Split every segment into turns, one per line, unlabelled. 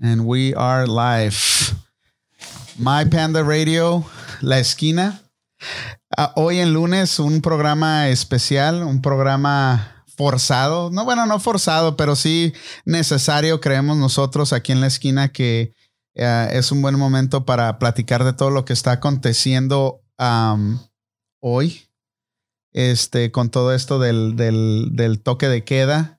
And we are live. My Panda Radio, La Esquina. Ah, hoy en lunes un programa especial, un programa forzado. No, bueno, no forzado, pero sí necesario, creemos nosotros aquí en La Esquina, que eh, es un buen momento para platicar de todo lo que está aconteciendo am, hoy. Este, con todo esto del, del- del toque de queda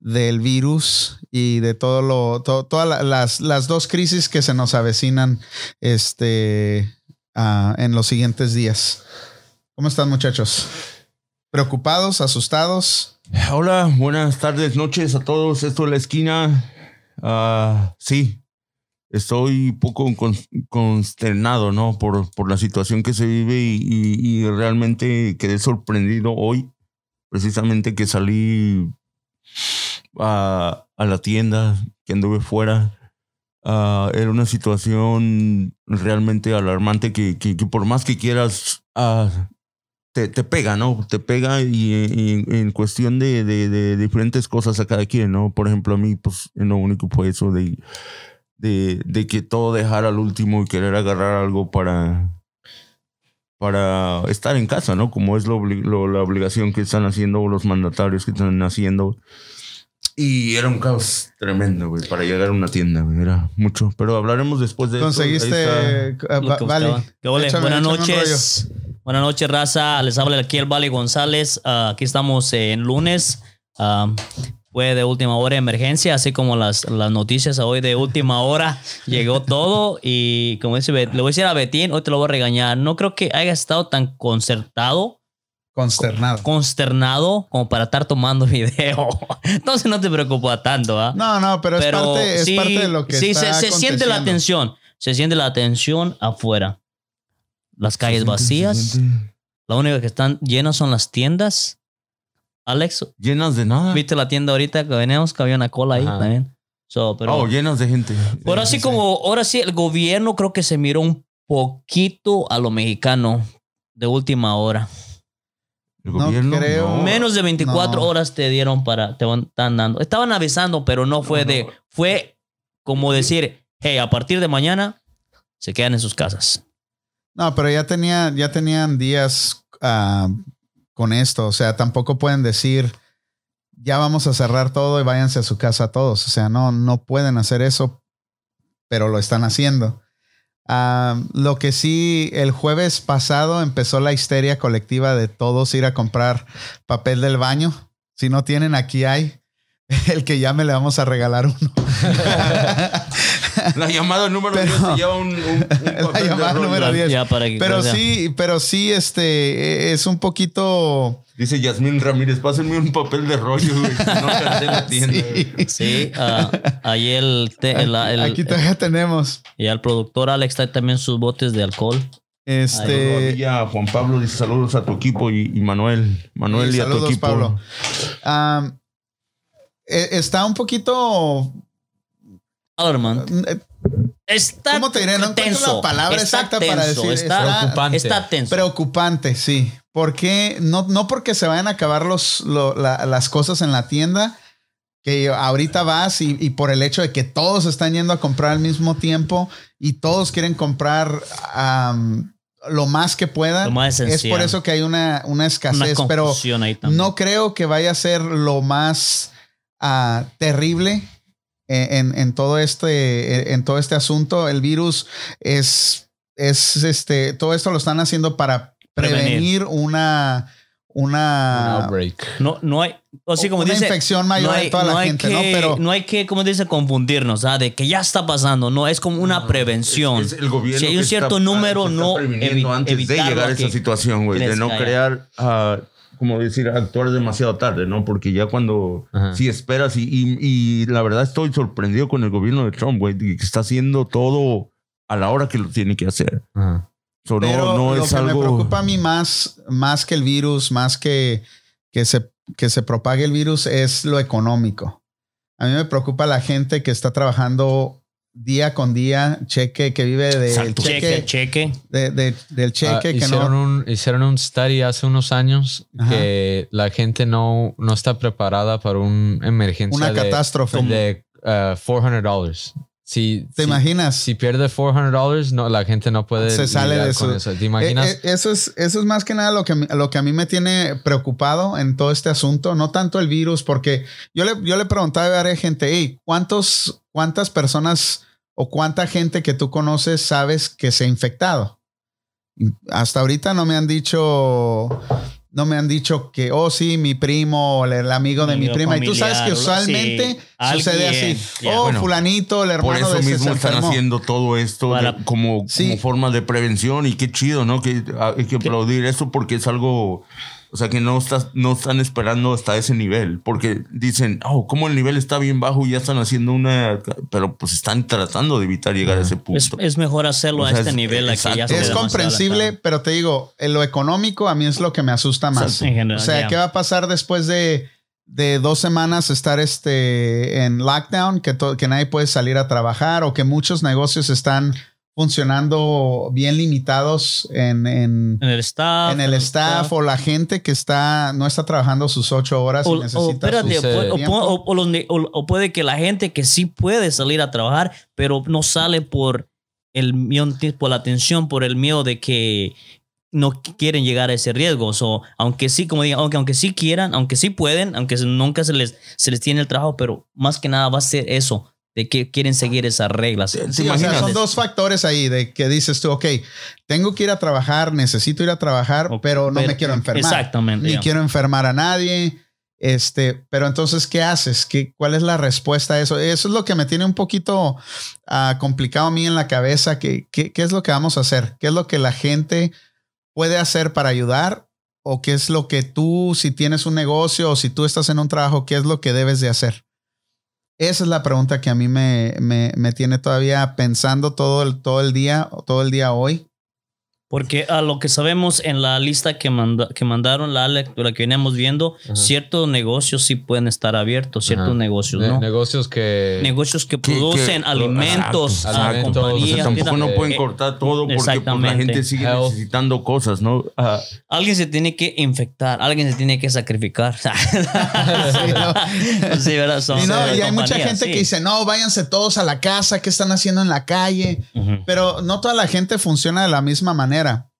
del virus y de todo lo, to- todas la- las, las dos crisis que se nos avecinan este, ah, en los siguientes días. ¿Cómo están muchachos? ¿Preocupados? ¿Asustados?
Hola, buenas tardes, noches a todos. Esto es la esquina. Ah, sí, estoy un poco con- consternado, ¿no? Por, por la situación que se vive y, y- y realmente quedé sorprendido hoy, precisamente que salí a, a la tienda, que anduve fuera. Ah, era una situación realmente alarmante que, que- que por más que quieras ah, te, te pega, ¿no? Te pega y, y- y en cuestión de, de- de diferentes cosas a cada quien, ¿no? Por ejemplo, a mí, pues lo único fue eso de, de, de que todo dejar al último y querer agarrar algo para, para estar en casa, ¿no? Como es lo obli- lo- la obligación que están haciendo los mandatarios que están haciendo. Y era un caos tremendo, güey, para llegar a una tienda, güey. Era mucho. Pero hablaremos después de esto. Ahí está.
¿Conseguiste? ah,
lo que
va- vale.
buscaba. ¿Qué ole?
Échame-
Buenas
échame un
noches. Buenas noches, raza. Les habla aquí el Vale González. Ah, aquí estamos eh, en lunes. Ah, fue de última hora de emergencia, así como las, las noticias hoy de última hora. Llegó todo y como dice, Bet- le voy a decir a Betín, hoy te lo voy a regañar. No creo que haya estado tan concertado,
Consternado.
consternado como para estar tomando video. Entonces no te preocupa tanto, ¿ah?
No, no, pero,
Pero
es, parte, es
sí,
parte de lo que
sí,
está
se, se siente la
aconteciendo.
tensión. Se siente la tensión afuera. Las calles vacías. La única que están llenas son las tiendas. Alex,
Llenas de
Ah.
nada.
¿viste la tienda ahorita que veníamos? Que había una cola ahí
Ajá.
también. So, pero,
oh, llenas de gente.
ahora sí, como, ahora sí, el gobierno creo que se miró un poquito a lo mexicano de última hora.
El
No creo. No.
Menos de 24
No.
horas te dieron para, te van- están dando. Estaban avisando, pero no fue
No, no.
de, fue como decir, hey, a partir de mañana se quedan en sus casas.
No, pero ya tenía, ya tenían días ah, con esto. O sea, tampoco pueden decir ya vamos a cerrar todo y váyanse a su casa todos. O sea, no, no pueden hacer eso, pero lo están haciendo. Ah, lo que sí, el jueves pasado empezó la histeria colectiva de todos ir a comprar papel del baño. Si no tienen, aquí hay. El que llame le vamos a regalar uno.
La llamada número
Pero-
10 se lleva un, un- un papel de
llamada
Ron
número
Ron.
10. Yes.
Ya para que
Pero
o sea,
sí, pero sí, este, es un poquito...
Dice Yasmín Ramírez, pásenme un papel de rollo, güey. que No alcancé la tienda.
Sí.
Sí, ah, ahí el, te- el- el-
aquí todavía tenemos.
y al productor Alex trae también sus botes de alcohol.
Este.
Saludos a Juan Pablo dice saludos a tu equipo y, y Manuel. Manuel y,
Sí,
a tu
saludos,
equipo.
Pablo. am, e- está un poquito.
Alarman.
eh,
Está
¿Cómo te diré? No encuentro
tenso.
la palabra
está
exacta
tenso,
para decir,
Está,
está
está,
preocupante.
tenso.
Preocupante, sí. Porque no, no porque se vayan a acabar los, lo- la- las cosas en la tienda, que ahorita vas y, y por el hecho de que todos están yendo a comprar al mismo tiempo y todos quieren comprar am, lo más que
Lo
puedan.
más
es
esencial.
por eso que hay una, una
una
escasez, pero
confusión ahí también.
No creo que vaya a ser lo más ah, terrible eh, en, en- en todo este, en todo este asunto. El virus es, es este, todo esto lo están haciendo para prevenir,
Prevenir.
una,
Ah,
Un
una,
outbreak.
no, no hay, o sí, como
una
dice,
infección mayor de toda la
hay
gente,
que,
¿no? Pero
no hay que, como dice, confundirnos, ¿ah? de que ya está pasando, no, es como una prevención.
Es- es el gobierno
Si hay un
que está-
cierto número,
que está
no
previniendo
evi-
antes de
evitarlo
llegar a
a
esa
que
situación, güey, de
crezca,
no
ya.
crear, ah, como decir, actuar demasiado tarde, ¿no? Porque ya cuando
Ajá.
si esperas y, y- y la verdad estoy sorprendido con el gobierno de Trump, güey, que está haciendo todo a la hora que lo tiene que hacer.
Ajá.
So,
Pero
no, no
lo
es
que me
algo.
preocupa a mí más, más que el virus, más que, que, se, que se propague el virus, es lo económico. A mí me preocupa la gente que está trabajando día con día, cheque, que vive de- del
Exacto.
cheque,
cheque, cheque.
de- de- del
Ah,
cheque, que
hicieron,
no.
un, hicieron un study hace unos años
Ajá.
que la gente no, no está preparada para una emergencia
Una
de, eh,
catástrofe.
de uh, $400. Si,
¿Te
si-
imaginas?
Si pierde $400, no, la gente no puede.
Se sale
lidiar
de
con
su-
eso. ¿Te imaginas?
Eh, eh, eso, es, eso es más que nada lo que, a mí- lo que a mí me tiene preocupado en todo este asunto, no tanto el virus, porque yo le, yo le preguntaba a varias gente, hey, ¿cuántos, ¿cuántas personas o cuánta gente que tú conoces sabes que se ha infectado? Y Hasta ahorita no me han dicho, no me han dicho que, oh sí, mi primo, o el, el amigo de mi
Amigo,
prima. y tú
familiar,
sabes que
o lo-
usualmente
sí,
sucede
alguien,
así.
ya.
Oh,
Bueno,
fulanito, el
Por
hermano
eso
de ese se
mismo están
enfermó".
haciendo todo esto de-
Para-
como,
Sí.
como forma de prevención y qué chido, ¿no? Que ah, hay que aplaudir eso porque es algo, o sea, que no, estás, no están esperando hasta ese nivel, porque dicen, oh, como el nivel está bien bajo y ya están haciendo una, pero pues están tratando de evitar llegar a ese punto.
Es, es mejor hacerlo
O sea,
a este
es-
nivel. a que
exacto.
ya se
Todo
Es
ve demasiado
comprensible,
adelantado.
pero te digo, en lo económico a mí es lo que me asusta más.
En general,
O sea,
ya.
¿qué va a pasar después de, de dos semanas estar este, en lockdown, que, to- que nadie puede salir a trabajar o que muchos negocios están funcionando bien limitados en, en-
En el staff.
en el staff o la gente que está no está trabajando sus ocho horas
O,
y
o
necesita
sí,
espérate,
su
sí.
o- o-
tiempo?
o- o los ne- o- o puede que la gente que sí puede salir a trabajar, pero no sale por el miedo, por la tensión, por el miedo de que no quieren llegar a ese riesgo. So, aunque sí, como digan, aunque, aunque sí quieran, aunque sí pueden, aunque se- nunca se les, se les tiene el trabajo, pero más que nada va a ser eso, de que quieren seguir esas reglas.
Sí,
Sí, o sea,
imaginas?
son dos factores ahí de que dices tú, ok, tengo que ir a trabajar, necesito ir a trabajar,
O-
pero no
pero-
me quiero enfermar.
Exactamente.
ni
ya.
quiero enfermar a nadie. Este, pero entonces, ¿qué haces? ¿Qué, ¿Cuál es la respuesta a eso? Eso es lo que me tiene un poquito ah, complicado a mí en la cabeza. Que, que- ¿Qué es lo que vamos a hacer? ¿Qué es lo que la gente puede hacer para ayudar? ¿O qué es lo que tú, si tienes un negocio o si tú estás en un trabajo, qué es lo que debes de hacer? Esa es la pregunta que a mí me, me- me tiene todavía pensando todo el, todo el día, todo el día hoy.
Porque a lo que sabemos en la lista que, manda- que mandaron, la lectura que veníamos viendo,
Ajá.
ciertos negocios sí pueden estar abiertos, ciertos
Ajá.
eh,
negocios
Ne-
no.
Negocios que.
negocios que
Que- que-
producen alimentos
Exacto,
a
alimentos,
O sea,
compañías.
tampoco no
eh,
pueden cortar todo porque pues, la
exactamente.
gente sigue
Health.
necesitando cosas, ¿no? Ah,
Alguien se tiene que infectar, alguien se tiene que sacrificar. sí, ¿verdad? Son-
y, no,
son
y hay mucha
compañías,
gente
sí.
que dice, no, váyanse todos a la casa, ¿qué están haciendo en la calle?
Ujú.
Pero no toda la gente funciona de la misma manera.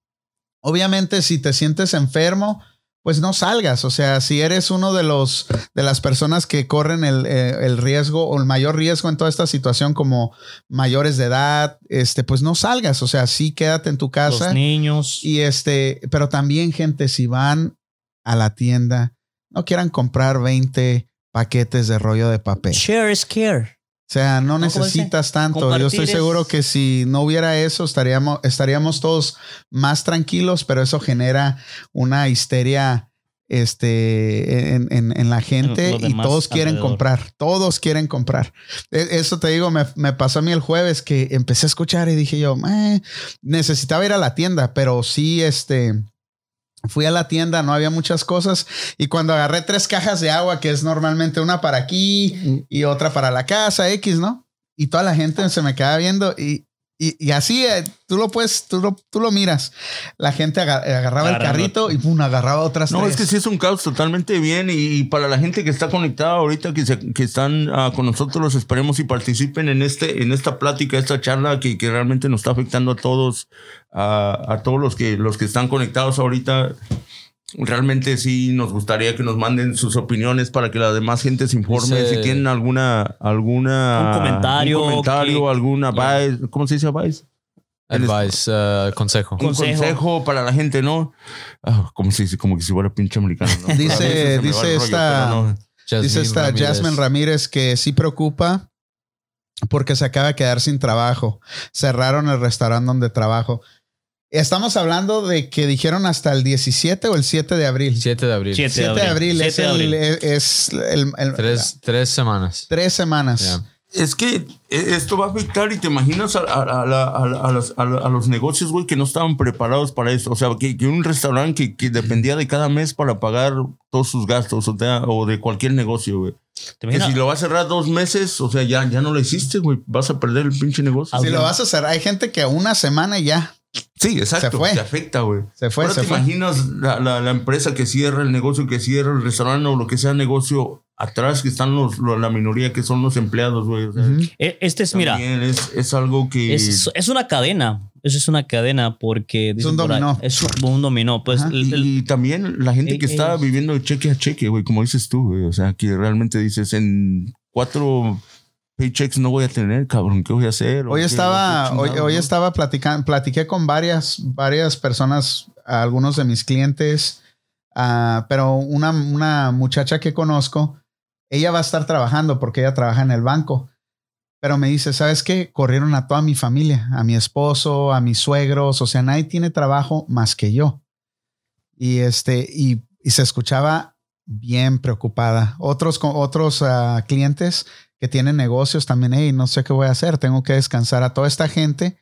Obviamente, si te sientes enfermo, pues no salgas. O sea, si eres uno de los de las personas que corren el, eh, el riesgo o el mayor riesgo en toda esta situación, como mayores de edad, este, pues no salgas. O sea, sí quédate en tu casa.
Los niños.
Y este, pero también, gente, si van a la tienda, no quieran comprar 20 paquetes de rollo de papel.
Share is care.
O sea, no
¿No? ¿Cómo
necesitas tanto. Yo
Compartir
estoy
es-
seguro que si no hubiera eso, estaríamos, estaríamos todos más tranquilos, pero eso genera una histeria este, en, en- en la gente
lo
y
demás
todos quieren
alrededor.
comprar, todos quieren comprar. E- Eso te digo, me, me pasó a mí el jueves que empecé a escuchar y dije yo, "Eh, necesitaba ir a la tienda, pero sí, este... Fui a la tienda, no había muchas cosas y cuando agarré tres cajas de agua, que es normalmente una para aquí, y otra para la casa, X, ¿no? Y toda la gente se me queda viendo y, y, y así eh, tú lo puedes, tú lo, tú lo miras. La gente aga- eh, agarraba el
Agarrando.
carrito y pum, agarraba otras
No,
tres.
es que sí es un caos totalmente bien y, y para la gente que está conectada ahorita, que, se- que están ah, con nosotros, los esperemos y participen en, este, en esta plática, esta charla que, que realmente nos está afectando a todos, a, a todos los que, los que están conectados ahorita. Realmente sí nos gustaría que nos manden sus opiniones para que la demás gente se informe.
Dice-
si tienen alguna, alguna
Un comentario,
un comentario,
que-
algún advice, ¿cómo se dice advice?
Advice, eh, consejo.
Un consejo.
Consejo.
para la gente, ¿no? Ah, como si como que si fuera pinche americano. ¿no?
Dice-
A veces se me va el
dice
rollo,
esta-
pero no.
Dice
Jasmine
esta
Ramírez.
Jasmine Ramírez que sí preocupa porque se acaba de quedar sin trabajo. Cerraron el restaurante donde trabajo. Estamos hablando de que dijeron hasta el 17 o el 7 de abril.
7 de abril.
7
7 de abril, es,
7 de
el-
abril.
es el- el-
Tres, tres semanas.
tres semanas.
Ya.
Es que eh, esto va a afectar y te imaginas a, a- a la- a la- a las- a la- a los negocios, güey, que no estaban preparados para eso. O sea, que, que un restaurante que, que dependía de cada mes para pagar todos sus gastos o, sea, o de cualquier negocio, güey.
¿Te
Que
imaginas?
si lo vas a cerrar dos meses, o sea, ya, ya no lo hiciste, güey. Vas a perder el pinche negocio.
Si lo vas a hacer, hay gente que una semana y ya.
Sí, exacto.
Se fue.
Te afecta, güey.
Se fue,
Ahora
se
te
fue.
imaginas la, la- la empresa que cierra, el negocio que cierra, el restaurante o lo que sea negocio atrás que están los, lo- la minoría que son los empleados, güey. O sea,
Ujú.
E- Este es, mira,
también es, es algo que...
es, es una cadena. Eso es una cadena porque... dicen
un
por ahí,
dominó.
Es un, un dominó. Pues
Ajá.
el- el-
y, y también la gente
eh,
que está
eh.
viviendo de cheque a cheque, güey, como dices tú, güey. O sea, que realmente dices en cuatro paychecks no voy a tener, cabrón, ¿qué voy a hacer? ¿O
Hoy
qué-
estaba,
qué
hoy,
chingados,
hoy
no?
estaba platicando, platiqué con varias, varias personas, a algunos de mis clientes, ah, pero una, una muchacha que conozco, ella va a estar trabajando porque ella trabaja en el banco. Pero me dice, ¿sabes qué? Corrieron a toda mi familia, a mi esposo, a mis suegros, o sea, nadie tiene trabajo más que yo. Y este, y, y se escuchaba bien preocupada. Otros, co- otros ah, clientes que tienen negocios también, hey, no sé qué voy a hacer, tengo que descansar a toda esta gente,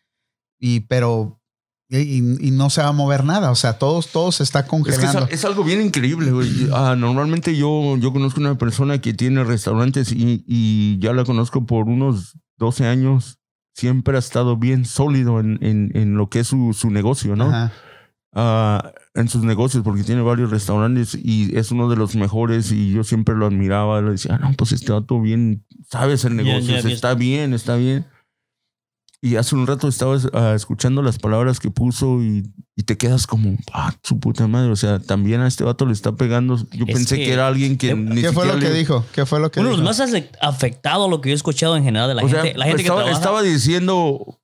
y pero y, y- y no se va a mover nada, o sea, todos, todos se está
Es, que es,
congelando.
es algo bien increíble, güey. Ah, normalmente yo, yo conozco una persona que tiene restaurantes y, y ya la conozco por unos 12 años. Siempre ha estado bien sólido en, en- en lo que es su, su negocio, ¿no?
Ajá.
Ah, en sus negocios, porque tiene varios restaurantes y es uno de los mejores y yo siempre lo admiraba. Le decía, "Ah, no, pues está todo bien, sabes el
Ya,
negocio,
ya, ya.
está bien, está bien. Y hace un rato estabas ah, escuchando las palabras que puso y, y te quedas como, ah, su puta madre. O sea, también a este vato le está pegando. Yo
Es
pensé que,
que-
era alguien que
¿Qué-
ni
¿Qué fue
siquiera
lo que
le-
dijo? ¿Qué fue lo que
uno de los
dijo?
más afe- afectado lo que yo he escuchado en general de la
o
gente.
sea,
la gente
estaba,
que trabaja.
estaba diciendo,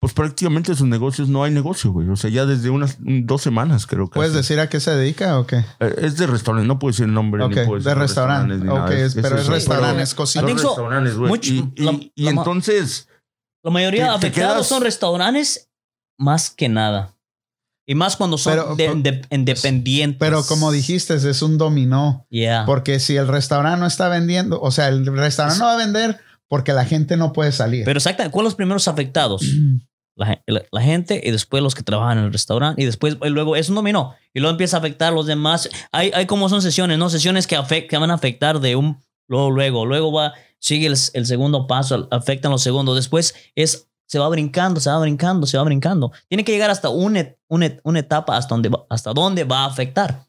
pues prácticamente sus negocios no hay negocio, güey. O sea, ya desde unas un- dos semanas creo que.
¿Puedes
hace.
decir a qué se dedica o qué?
Eh, Es de restaurante, no puedo decir el nombre.
Ok,
ni puedo decir
de restaurante.
restaurantes ni nada.
Ok, pero es
eso,
restaurante,
pero-
es
son
cocina.
I think so.
restaurantes, güey.
Mucho-
y y-
la-
y
la ma-
entonces,
La mayoría
Te- te
afectados
quedas-
son restaurantes más que nada. Y más cuando son
Pero-
de-
pero-
de- independientes.
Pero como dijiste, es un dominó,
Yeah.
porque si el restaurante no está vendiendo, o sea, el restaurante no va a vender porque la gente no puede salir.
Pero exactamente, ¿cuáles son los primeros afectados? La, gen- la- la gente y después los que trabajan en el restaurante y después y luego es un dominó y luego empieza a afectar a los demás. Hay, hay como son sesiones, ¿no? Sesiones que, afect- que van a afectar de un luego, luego, luego va, sigue el, el segundo paso, afectan los segundos, después es, se va brincando, se va brincando, se va brincando. Tiene que llegar hasta una, et- una, et- una etapa hasta donde, va- hasta donde va a afectar.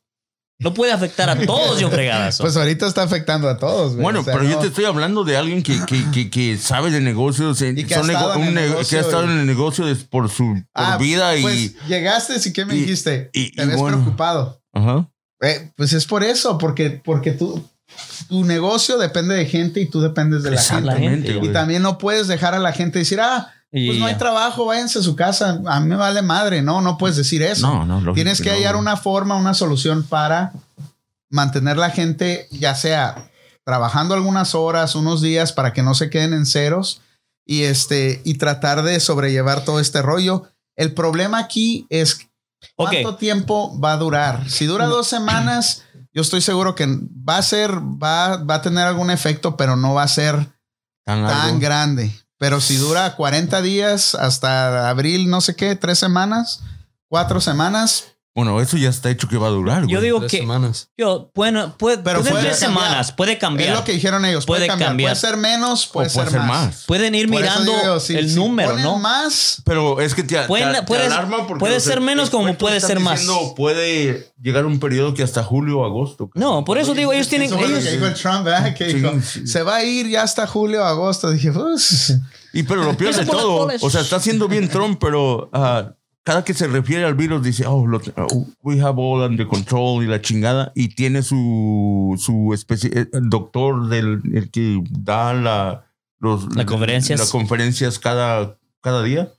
No puede afectar a todos, yo fregadas.
pues ahorita está afectando a todos. güey.
bueno,
O sea,
pero yo
no-
te estoy hablando de alguien que, que, que, que sabe de negocios, eh,
Y que ha
son
estado
nego-
en el
un nego- que
negocio
ha estado
y-
en el negocio des- por su por
Ah,
vida y.
pues, llegaste y qué me
y-
dijiste.
y-
te
y
ves
bueno.
preocupado.
Ajá.
Eh, pues es por eso, porque, porque tú, tu negocio depende de gente y tú dependes de la gente.
gente,
Y
güey.
también no puedes dejar a la gente decir, ah, pues no hay trabajo, váyanse a su casa, a mí me vale madre. No, no puedes decir eso.
No, no, lógico
pues, Tienes que
no,
hallar
güey.
una forma, una solución para mantener la gente, ya sea trabajando algunas horas, unos días, para que no se queden en ceros y este y tratar de sobrellevar todo este rollo. El problema aquí es
Ok.
¿Cuánto tiempo va a durar? Si dura dos semanas, yo estoy seguro que va a ser, va, va a tener algún efecto, pero no va a ser
Tan largo.
tan grande. Pero si dura 40 días hasta abril, no sé qué, tres semanas, cuatro semanas,
Bueno, eso ya está hecho que va a durar, güey.
yo digo
Tres
que
semanas.
yo, bueno, puede,
Pero
pueden
puede
tres
cambiar.
semanas, puede cambiar.
es lo que dijeron ellos. Puede,
Puede
cambiar.
cambiar.
Puede ser menos,
O
puede, ser, más.
Pueden ir
Por eso
mirando
digo, si-
el
si
número,
ponen
¿no?
más,
Pero es que te, te-
Pueden-
te
puedes-
alarma porque
puede
los
ser menos como
expertos
puede
están
ser más.
diciendo puede llegar un periodo que hasta julio o agosto.
No, por eso digo, ellos tienen-
eso fue lo
ellos-
que dijo el Trump, ¿verdad? Que
Sí,
dijo,
sí.
se va a ir ya hasta julio, agosto. Dije, pues,
Y pero lo peor
Eso
de
por las
todo,
colas.
o sea, está haciendo bien Trump, pero ah, cada que se refiere al virus dice, oh, lo- oh, we have all under control y la chingada, y tiene su, su especie, eh, el doctor del el que da la, los,
Las conferencias.
las conferencias cada, cada día.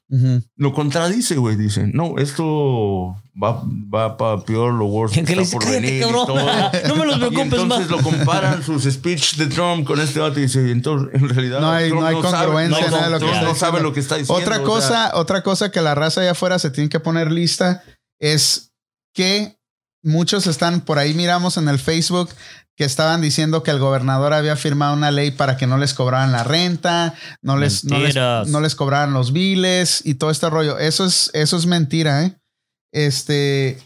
Lo contradice, güey. Dice, no, esto va, va para peor, lo worse.
¿Qué
está
le dice?
por
Cállate,
venir y
cabrón.
todo".
No me los
Y
preocupes más.
entonces lo comparan sus speech de Trump con este vato y dice, entonces en realidad
No hay-
Trump
no hay
sabe-
congruencia,
no,
nada de lo
que
Trump
está
no
diciendo.
sabe lo que está diciendo.
otra
o
cosa,
sea,
otra cosa que la raza allá afuera se tiene que poner lista es que muchos están por ahí miramos en el Facebook que estaban diciendo que el gobernador había firmado una ley para que no les cobraran la renta, no les, no les,
Mentiras.
no les cobraran los biles y todo este rollo. Eso es, eso es mentira, ¿eh? Este,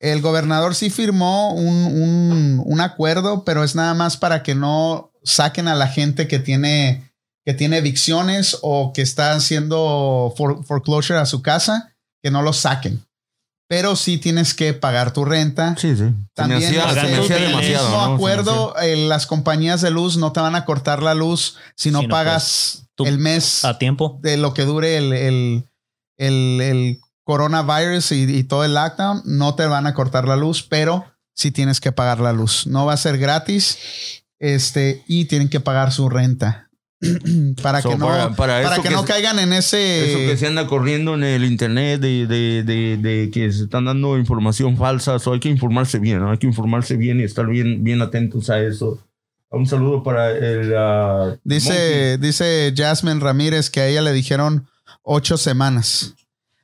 el gobernador sí firmó un, un- un acuerdo, pero es nada más para que no saquen a la gente que tiene, que tiene evicciones o que está haciendo for- foreclosure a su casa, que no los saquen. Pero sí tienes que pagar tu renta.
Sí, sí. Se me
También
hacía, se
pagar
me
tus
hacía
el
biles.
demasiado. ¿no? Se
mismo
me
acuerdo, eh, las compañías de luz no te van a cortar la luz si no,
Si no
pagas
tú-
el mes
a tiempo.
de lo que dure el, el, el- el coronavirus y, y todo el lockdown, no te van a cortar la luz, pero sí tienes que pagar la luz. No va a ser gratis este, y tienen que pagar su renta para
So,
que no,
para-
para,
para eso
que,
que
no
se-
caigan en ese...
Eso que se anda corriendo en el internet de, de- de- de que se están dando información falsa. So, hay que informarse bien, ¿no? hay que informarse bien y estar bien, bien atentos a eso. Un saludo para el. ah,
Dice, dice Jasmine Ramírez que a ella le dijeron ocho semanas.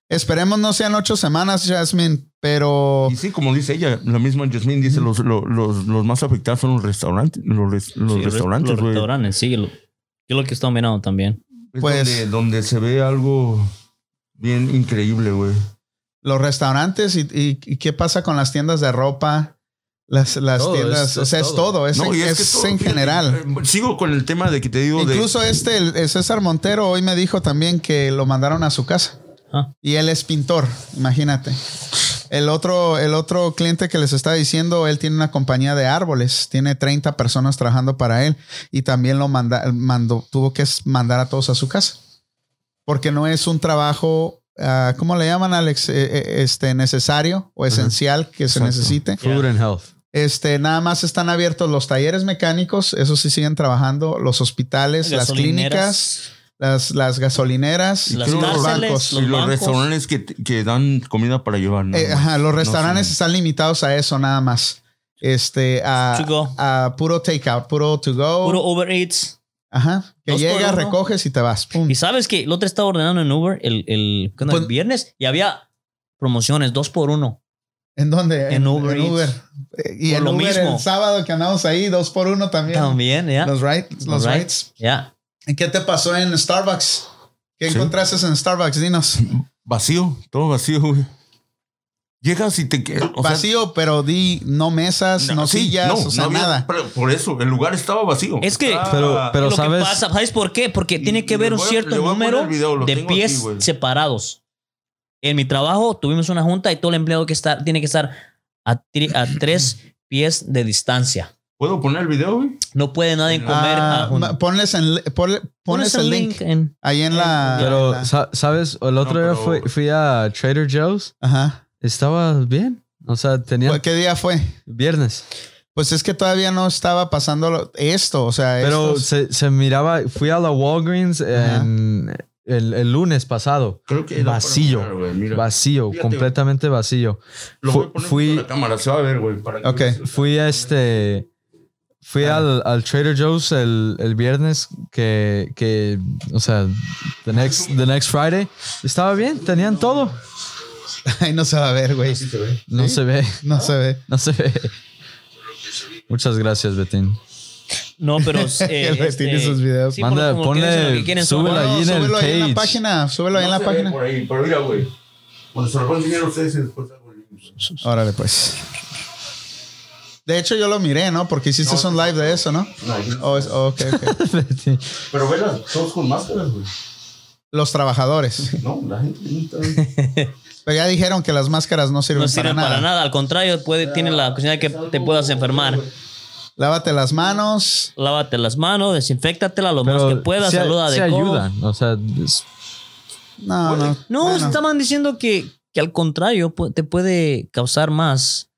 Esperemos no sean ocho semanas, Jasmine, pero
Monkey. Y sí, como dice ella, la misma Jasmine dice: los, lo- los, los más afectados son los restaurantes. Los, res- los
Sí,
restaurantes,
Los
güey.
restaurantes, sí. lo- yo lo que estoy mirando también.
Es
Pues-
donde, donde se ve algo bien increíble, güey.
los restaurantes y, y- y qué pasa con las tiendas de ropa, las, las
Todo,
tiendas,
es-
o sea,
es
es
todo.
todo, es,
No,
en,
y que
es
todo-
en general.
eh, Sigo con el tema de que te digo de-
Incluso este, el, el César Montero, hoy me dijo también que lo mandaron a su casa.
Ah.
Y él es pintor, imagínate. El otro, el otro cliente que les está diciendo, él tiene una compañía de árboles, tiene 30 personas trabajando para él y también lo manda, mandó, tuvo que s- mandar a todos a su casa. Porque no es un trabajo, ah, ¿cómo le llaman, Alex? Eh, eh, este, necesario o esencial que se
Exacto.
necesite.
Food and health.
Este, nada más están abiertos los talleres mecánicos, esos sí siguen trabajando, los hospitales, las clínicas,
Gasolineras,
las, las gasolineras,
Las
y los
cárceles,
bancos.
los
y los
bancos.
restaurantes que, que dan comida para llevar. ¿no?
Eh, ajá, los
No,
restaurantes
sí.
están limitados a eso nada más. Este, a,
To go.
a puro takeout, puro to go.
Puro Uber Eats.
ajá, que
Dos por
llegas,
uno.
recoges y te vas. Pum.
Y sabes que el otro estaba ordenando en Uber el, el, ¿qué onda? El
Pues-
viernes y había promociones, dos por uno.
¿En dónde?
En Uber Eats.
Eh, Y
Por
en
lo
Uber
mismo.
el sábado que andamos ahí, dos por uno también.
También, ya.
Los rights, los
Los rights.
rights.
Ya.
¿Y qué te pasó en Starbucks? ¿Qué
Sí.
encontraste en Starbucks? Dinos.
Vacío, todo vacío, güey. Llegas y te quedas.
vacío, pero di no mesas, no, sillas, o sea, nada.
por eso, el lugar estaba vacío.
Es que-
Ah,
Pero- pero-
lo
¿sabes?
que pasa, ¿sabes por qué? Porque
Y-
tiene
y
que haber
le
un
voy a-
cierto
le voy a poner
número
el video, lo
de
tengo
pies
aquí, güey.
separados. En mi trabajo tuvimos una junta y todo el empleado que estar, tiene que estar a, tri- a tres pies de distancia.
¿Puedo poner el video, güey?
No puede nadie comer.
Ah,
a un-
ma- ponles, en, ponle- ponles
Pones
el link,
en-
ahí en la. en
Pero,
la-
sa- ¿sabes? El otro
No,
día
pero-
fui, fui a Trader Joe's.
ajá.
Estaba bien. O sea, tenía
¿Qué día fue?
viernes.
Pues es que todavía no estaba pasando lo- esto, o sea,
Pero
estos-
se, se miraba, fui a la Walgreens en- el, el lunes pasado.
Creo que. era
Vacío.
para poner, güey, mira.
Vacío,
Fíjate,
completamente vacío.
Lo voy a poner
Fui-
en la cámara, se va a ver, güey. para que-
Ok.
Fui a este. Fui al, al Trader Joe's el, el viernes que, que, o sea, the next, the next Friday. Estaba bien, tenían todo.
ahí no se va a ver, güey.
Sí se ve.
No se ve,
No se ve.
no se ve. Muchas gracias, Betín.
No, pero. eh,
Que le tiene sus videos.
por lo-
Manda,
como que dicen lo que
ponle-
quieren son-
súbelo
No,
ahí en el
súbelo ahí en la
page.
página, súbelo ahí en la
No se ve
página.
Por ahí, pero mira, güey. Cuando se lo pueden enseñar a ustedes y después hago el link.
Órale, pues. De hecho, yo lo miré, ¿no? Porque hiciste
No,
un live de eso, ¿no?
No, aquí no
Oh, es-
se ve.
oh, ok, ok.
Betín.
Pero velas, todos con máscaras, güey.
Los trabajadores.
No, la gente no está.
Pero ya dijeron que las máscaras no sirven,
No sirve
para nada.
Al contrario, puede, tiene la oportunidad que te puedas enfermar.
Lávate las manos.
Lávate las manos, desinféctatela lo más
Pero
que puedas,
sí-
saluda de
sí
codo.
ayudan, o sea, es-
No, no.
No,
bueno.
estaban diciendo que, que al contrario pu- te puede causar más.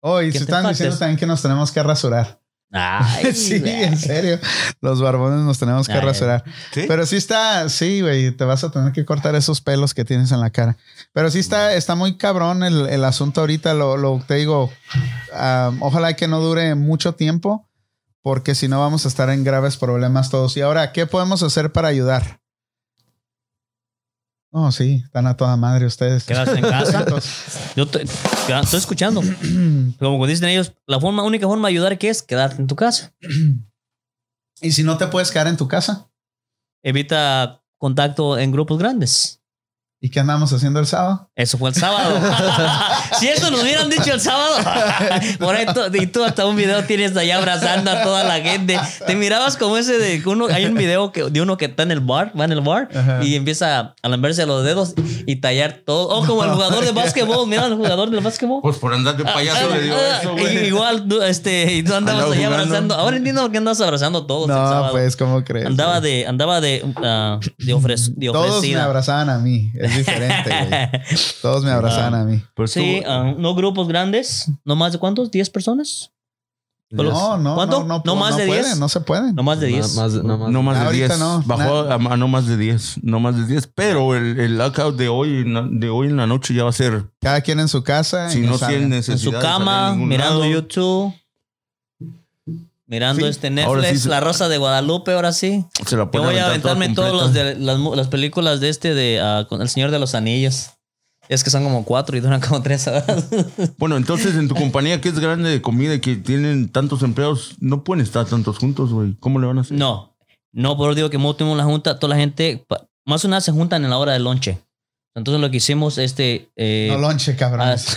Oh, y
que
se
te
están
partes.
diciendo también que nos tenemos que rasurar.
Ay,
sí,
güey.
en serio. Los barbones nos tenemos que
Ay.
rasurar.
¿Sí?
Pero sí está, sí, güey, te vas a tener que cortar esos pelos que tienes en la cara. Pero sí está, está muy cabrón el, el asunto ahorita, lo, lo te digo, um, ojalá que no dure mucho tiempo, porque si no vamos a estar en graves problemas todos. Y ahora, ¿qué podemos hacer para ayudar? Oh, sí, están a toda madre ustedes.
Quedarse en casa.
Entonces,
Yo te- ya, estoy escuchando. Como dicen ellos, la forma, única forma de ayudar que es quedarte en tu casa.
y si no te puedes quedar en tu casa.
Evita contacto en grupos grandes.
¿Y qué andamos haciendo el sábado?
Eso fue el sábado. si eso nos hubieran dicho el sábado. Por ahí tú- y tú hasta un video tienes de allá abrazando a toda la gente. Te mirabas como ese de que uno, hay un video que, de uno que está en el bar, va en el bar
Ajá.
y empieza a lamberse los dedos y tallar todo. Oh, como el jugador de básquetbol, mira el jugador del básquetbol.
Pues por andar de payaso le digo
Ah,
eso,
ah, y-
güey.
igual tú, este, y tú andabas
Andaba
allá
jugando.
abrazando. Ahora entiendo por qué andabas abrazando a todos el
No,
sábado.
pues, ¿cómo crees?
andaba de, andaba de, ah, de, ofrec- de
Todos me
ofrecida.
abrazaban a mí. Es diferente, güey. Todos me abrazaban a mí.
Pero
Sí,
estuvo-
ah, no grupos grandes, no más de cuántos, 10 personas, Pero-
No, no,
¿Cuánto?
no,
¿No
no, pu-
más
no
de
pueden,
10?
no se pueden.
no más de 10.
Más- más- no, más.
No más de
Ahorita
10.
no,
Bajó
na-
a, a no más de 10. No más de 10. Pero el, el lockout de hoy, en la- de hoy en la noche ya va a ser.
Cada quien en su casa. y
Si no
salgan.
tienen
en su
necesidad. de salir a
cama,
ningún
mirando
lado.
YouTube, mirando
Sí,
este
ahora
Netflix,
sí se-
La Rosa de Guadalupe, ahora sí.
Se la
Yo
pueden
voy a
aventar toda
aventarme todas
completa.
las, de- las, mu- las películas de este de ah, con El Señor de los Anillos. Es que son como cuatro y duran como tres horas.
Bueno, entonces en tu compañía que es grande de comida y que tienen tantos empleados, no pueden estar tantos juntos, güey. ¿Cómo le van a hacer?
No, no, pero digo que hemos tenido una junta, toda la gente, pa- más o menos se juntan en la hora del lonche. Entonces lo que hicimos, este... eh,
No lonche, cabrón.
as-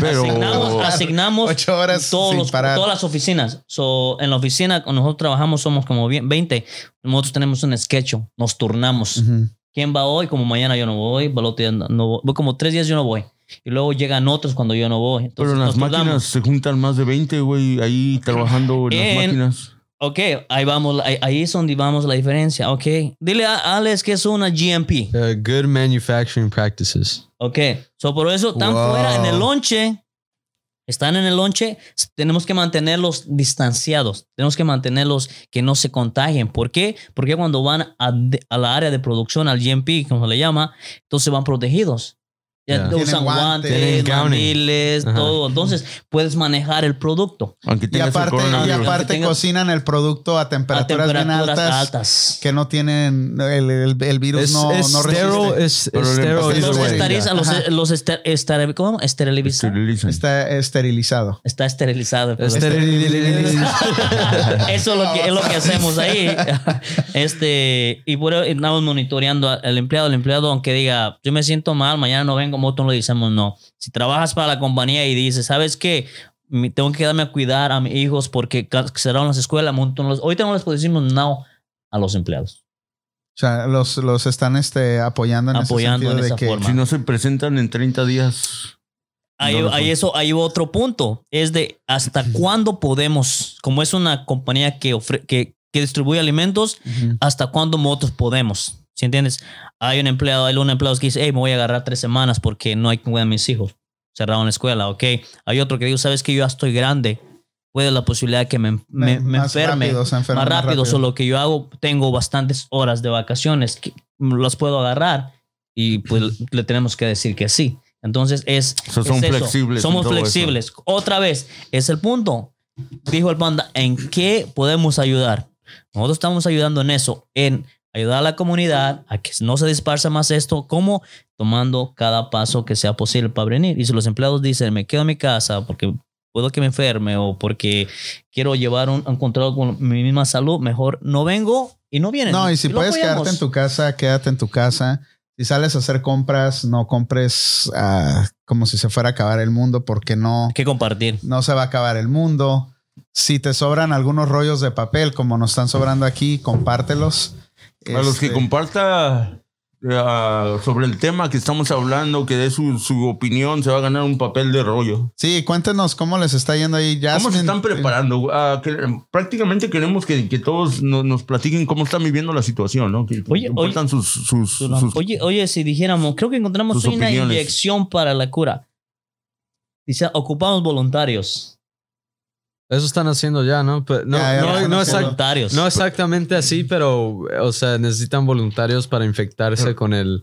Pero
asignamos, asignamos
Ocho horas
todos
sin
los-
parar.
todas las oficinas. So, en la oficina, cuando nosotros trabajamos, somos como bien- 20. Nosotros tenemos un sketch, nos turnamos.
Ujú.
¿Quién va hoy? Como mañana yo no voy, el otro día no, no voy. Voy Como tres días yo no voy. Y luego llegan otros cuando yo no voy.
Pero
Entonces,
en las
nos turnamos.
máquinas se juntan más de 20, güey, ahí trabajando en,
En-
las máquinas.
Ok, ahí vamos, ahí, ahí es donde vamos la diferencia. Ok, dile a Alex que es una GMP.
Uh, good manufacturing practices.
Ok, so por eso están
Wow.
fuera en el lonche. Están en el lonche. S- Tenemos que mantenerlos distanciados. Tenemos que mantenerlos que no se contagien. ¿Por qué? Porque cuando van a, de- a la área de producción, al GMP, como se le llama, entonces van protegidos. Ya
Ya.
usan
Tienen guantes.
guantes,
Tienen gowning.
mandiles,
Ajá.
todo. Entonces puedes manejar el producto
Aunque
Y
tengas el
aparte, y
coronavirus.
aparte
Tenga-
cocinan el producto a
a
temperaturas,
temperaturas
bien altas,
altas.
que no tienen el, el- el virus
It's,
no,
it's
no resiste.
sterile. It's,
Pero lo
it's sterile
empecé
either
Los
a
way.
esterilizan, los,
Ajá.
los ester- ester- ¿cómo? esterilizan.
esterilizan.
Está esterilizado.
Está esterilizado. el producto.
Esterilizado.
Eso es lo que, es lo que hacemos ahí. Este, y por ahí estamos monitoreando a- al empleado. El empleado, aunque diga, yo me siento mal, mañana no vengo, nosotros le decimos no. Si trabajas para la compañía y dices, ¿sabes qué? Mi- Tengo que quedarme a cuidar a mis hijos porque ca- cerraron las escuelas. nosotros no les- Ahorita no les podemos decir no a los empleados.
O sea, los, los están este, apoyando en
Apoyando
ese sentido
en
de
esa
que
forma.
Si no se presentan en 30 días.
Ahí,
No lo
ahí
puedo.
eso, ahí va otro punto. Es de hasta cuándo podemos, como es una compañía que, ofre- que, que distribuye alimentos,
Ujú.
hasta cuándo nosotros podemos. ¿Sí entiendes? Hay un empleado, hay un empleado que dice, hey, me voy a agarrar tres semanas porque no hay que cuidar a mis hijos. Cerraron la escuela, ok. Hay otro que digo, sabes que yo ya estoy grande. Puede la posibilidad que me, me- me
más
enferme.
rápido, se enferma
más rápido. Solo que yo hago, tengo bastantes horas de vacaciones que las puedo agarrar y pues le tenemos que decir que sí. Entonces es.
O sea,
es
son
eso.
flexibles
Somos
en todo eso.
flexibles. Otra vez, es el punto. Dijo el panda, ¿en qué podemos ayudar? Nosotros estamos ayudando en eso, en ayudar a la comunidad a que no se disparse más esto, como tomando cada paso que sea posible para venir. Y si los empleados dicen, me quedo en mi casa porque puedo que me enferme o porque quiero llevar un, un control con mi misma salud, mejor no vengo y no vienen.
No, y si
lo
puedes
apoyamos.
quedarte en tu casa, quédate en tu casa. Si sales a hacer compras, no compres ah, como si se fuera a acabar el mundo, porque no,
Hay que compartir.
no se va a acabar el mundo. Si te sobran algunos rollos de papel, como nos están sobrando aquí, compártelos.
A los que
Este,
comparta ah, sobre el tema que estamos hablando, que dé su, su opinión, se va a ganar un papel de rollo.
Sí, cuéntenos cómo les está yendo ahí. ya
¿Cómo se están preparando? Ah, que- prácticamente queremos que, que todos no- nos platiquen cómo están viviendo la situación, ¿no? Que
Oye,
que compartan sus, sus, sus-
Oye, oye, si dijéramos, creo que encontramos
Sus
hoy una
opiniones.
inyección para la cura. Dice, ocupamos voluntarios.
Eso están haciendo ya, ¿no? Pero no,
Ya, ya lo
no,
están haciendo.
no, exact-
Voluntarios.
no exactamente así, pero, o sea, necesitan voluntarios para infectarse con el,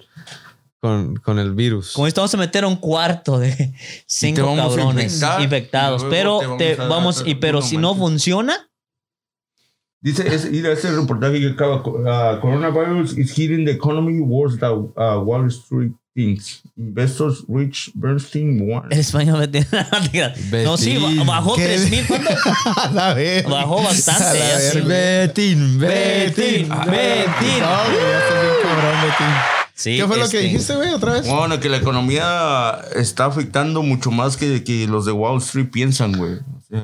con, con el virus.
Con esto vamos a meter a un cuarto de cinco
vamos a
cabrones
infectar,
infectados.
y
Pero
luego
te
te
vamos,
vamos a dar
y pero
alguna
si no
mancha.
funciona,
Dice, es, mira, este reportaje que acaba, ah, coronavirus is hitting the economy worse than ah, Wall Street thinks. Investors reach Bernstein one.
el español me tiene- No, sí, ba- bajó
¿Qué?
3000. ¿cuánto?
a la vez.
Bajó bastante.
A la
ya sí.
verga.
Betín,
Betín, Betín.
Betín.
No, güey, ya estás bien cabrón, Betín.
Sí,
¿Qué fue lo que
este,
dijiste, güey, otra vez?
Bueno, que la economía está afectando mucho más que, que los de Wall Street piensan, güey.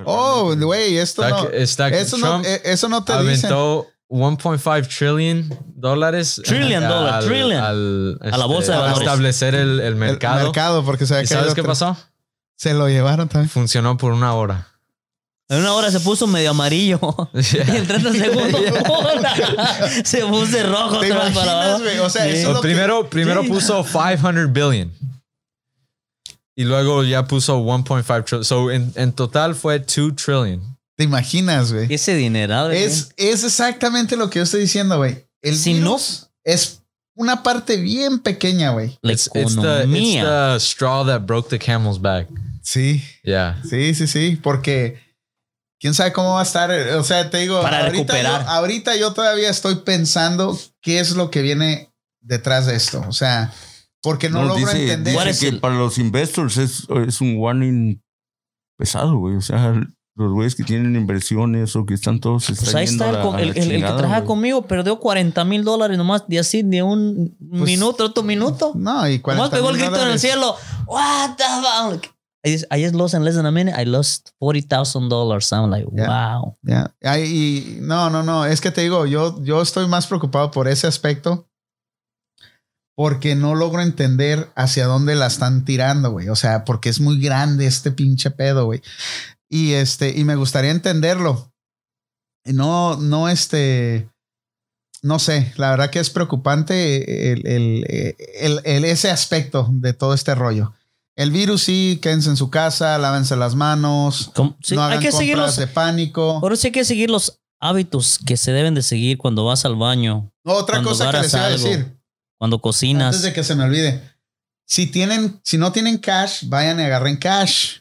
Oh, güey, esto
Está
no,
que- está que
eso, no
Trump
eh, eso no te dicen.
Aventó 1.5 trillion dólares.
Trillion
a-
dólar,
al-
trillion.
al-
A la bolsa de
para
valores.
establecer el, el
El
mercado.
mercado, porque se había
¿Y sabes
caído
qué
tre-
pasó?
Se lo llevaron también.
Funcionó por una hora.
En una hora se puso medio amarillo. Y en 30 segundos hola, se puso rojo.
¿Te
otra vez para
imaginas,
abajo.
güey? O sea,
Sí.
eso es
O
lo que-
primero primero
Sí.
puso 500 billion. Y luego ya puso 1.5 trillion. So en, en total fue 2 trillion.
¿Te imaginas, güey?
Ese dineral. güey.
Es, es exactamente lo que yo estoy diciendo, güey. El
Si no-
virus es una parte bien pequeña, güey.
la
It's, it's the, it's
economía.
the straw that broke the camel's back.
Sí.
Yeah.
Sí, sí, sí, porque quién sabe cómo va a estar. eh, O sea, te digo,
Para
ahorita,
recuperar.
Yo, ahorita yo todavía estoy pensando qué es lo que viene detrás de esto. O sea, porque no, logro
dice,
entender.
¿Cuál
dice
es
que
el-
para los investors es, es un warning pesado, güey. O sea, los güeyes que tienen inversiones o que están todos. se
Pues
están
ahí está el,
yendo a
co-
la- a la
el- el- el que
chingada,
trabaja
güey.
conmigo, perdió 40 mil dólares nomás de así, de un
Pues
minuto, otro minuto.
No, y
Nomás
40
pegó el
mil
grito en el
dólares.
cielo. What the fuck? I just, I just lost in less than a minute. I lost $40,000. I'm like,
Yeah.
wow.
Ya. Ay, y- no, no, no. Es que te digo, yo, yo estoy más preocupado por ese aspecto porque no logro entender hacia dónde la están tirando, güey. O sea, porque es muy grande este pinche pedo, güey. Y este, y me gustaría entenderlo. Y No, no, este. No sé, la verdad que es preocupante el, el- el- el- ese aspecto de todo este rollo. El virus sí, quédense en su casa, lávense las manos,
¿Cómo? Sí,
no hagan
hay que
compras
seguir los,
de pánico.
ahora sí hay que seguir los hábitos que se deben de seguir cuando vas al baño,
Otra
cuando
cosa que
agarras
les iba a
algo,
decir,
cuando
antes
cocinas.
de que se me olvide. Si tienen, si no tienen cash, vayan y agarren cash.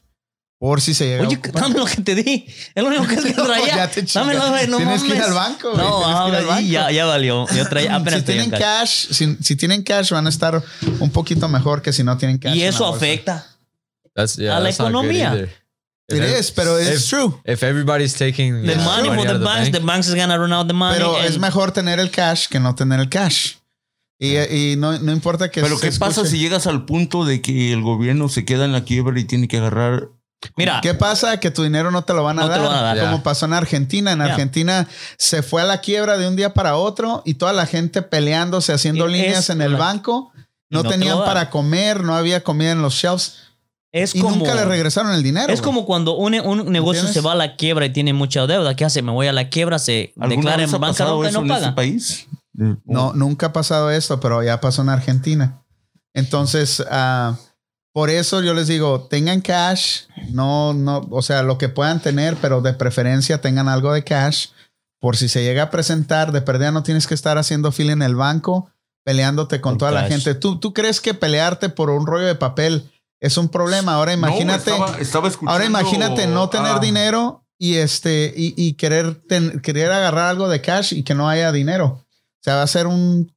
Por si se llega. a
Oye,
ocupar.
dame lo que te di. Es lo único que, que traía.
Ya te chingas.
Dámelo, güey, no
Tienes que ir
mames.
al banco, güey.
No,
Tienes que ir al
ah,
banco.
y ya, ya valió. Yo traía apenas
si
tenía
tienen
un
cash,
cacho.
si, si tienen cash van a estar un poquito mejor que si no tienen cash.
Y
en
eso
la bolsa.
afecta.
That's, yeah,
A la
that's not good
economía.
either.
It
If-
is, pero
if-
es true.
If everybody's taking
The
uh,
money from
out
the
of
banks, the banks is gonna run out the money.
Pero
and-
es mejor tener el cash que no tener el cash. Y, y no, no importa que
Pero
se
¿qué pasa
escuche.
si llegas al punto de que el gobierno se queda en la quiebra y tiene que agarrar
Mira,
¿Qué pasa? Que tu dinero no te lo van a,
No te
dar,
lo van a dar.
Como
Ya.
pasó en Argentina. En
Ya.
Argentina se fue a la quiebra de un día para otro y toda la gente peleándose, haciendo
Y
líneas
es
en el
correcto.
banco.
Y
No,
no te
tenían
lo dan.
para comer, no había comida en los shelves
es
y
como
nunca le regresaron el dinero.
es
güey.
como cuando un, un negocio
¿Entiendes?
se va a la quiebra y tiene mucha deuda. ¿Qué hace? Me voy a la quiebra, se
alguna
declara
vez
en
ha pasado
bancarrota y
eso
no
en este
paga.
país?
No, nunca ha pasado esto, pero ya pasó en Argentina. Entonces, ah, por eso yo les digo, tengan cash, no, no, o sea, lo que puedan tener, pero de preferencia tengan algo de cash. Por si se llega a presentar, de pérdida no tienes que estar haciendo fila en el banco, peleándote con
Con
toda la
cash.
gente. ¿Tú, ¿Tú crees que pelearte por un rollo de papel es un problema? Ahora imagínate.
No, estaba, estaba escuchando-
Ahora imagínate no tener
Ah,
dinero y este y, y querer ten- querer agarrar algo de cash y que no haya dinero. O sea, va a ser un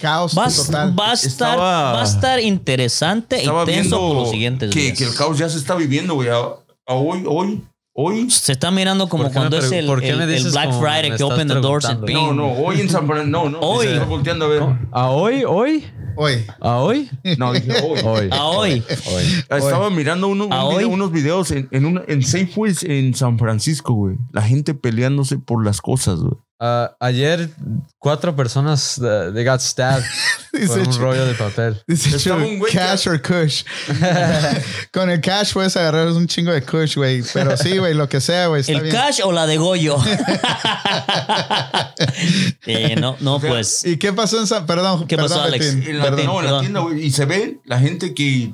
caos
Va,
total.
va a estar,
Estaba-
va a estar interesante y
Estaba
tenso por
viendo
los siguientes
que,
días.
que el caos ya se está viviendo, güey. A- a hoy, hoy, hoy.
se está mirando como
¿Por qué me
cuando es
pregu-
el,
por qué
el-
me
el
dices
Black
como
Friday
me
que
estás
open the doors and ping.
preguntando?
No, no, hoy en San Francisco. No, no.
Hoy.
se está volteando a ver.
¿A hoy? ¿Hoy?
Hoy.
¿A hoy?
No, dije hoy.
Hoy.
A hoy.
Hoy.
Ah, Estaba mirando uno- un
¿A
video-
hoy?
unos videos en, en, una- en Safeways en San Francisco, güey. La gente peleándose por las cosas, güey.
Ah, ayer cuatro personas uh, they got stabbed por
Dice
un
Chu-
rollo de papel.
dice
Estaba
Chu,
un güey que-
cash or kush. Con el cash puedes agarrar un chingo de kush, güey. Pero sí, güey, lo que sea, güey. Está
¿El
bien.
cash o la de Goyo? Eh, no, no, pues.
¿Y qué pasó en San Perdón,
¿Qué
perdón,
pasó, Alex?
Betín.
En la,
Perdón.
no, en la
perdón.
tienda, güey. Y se ve la gente que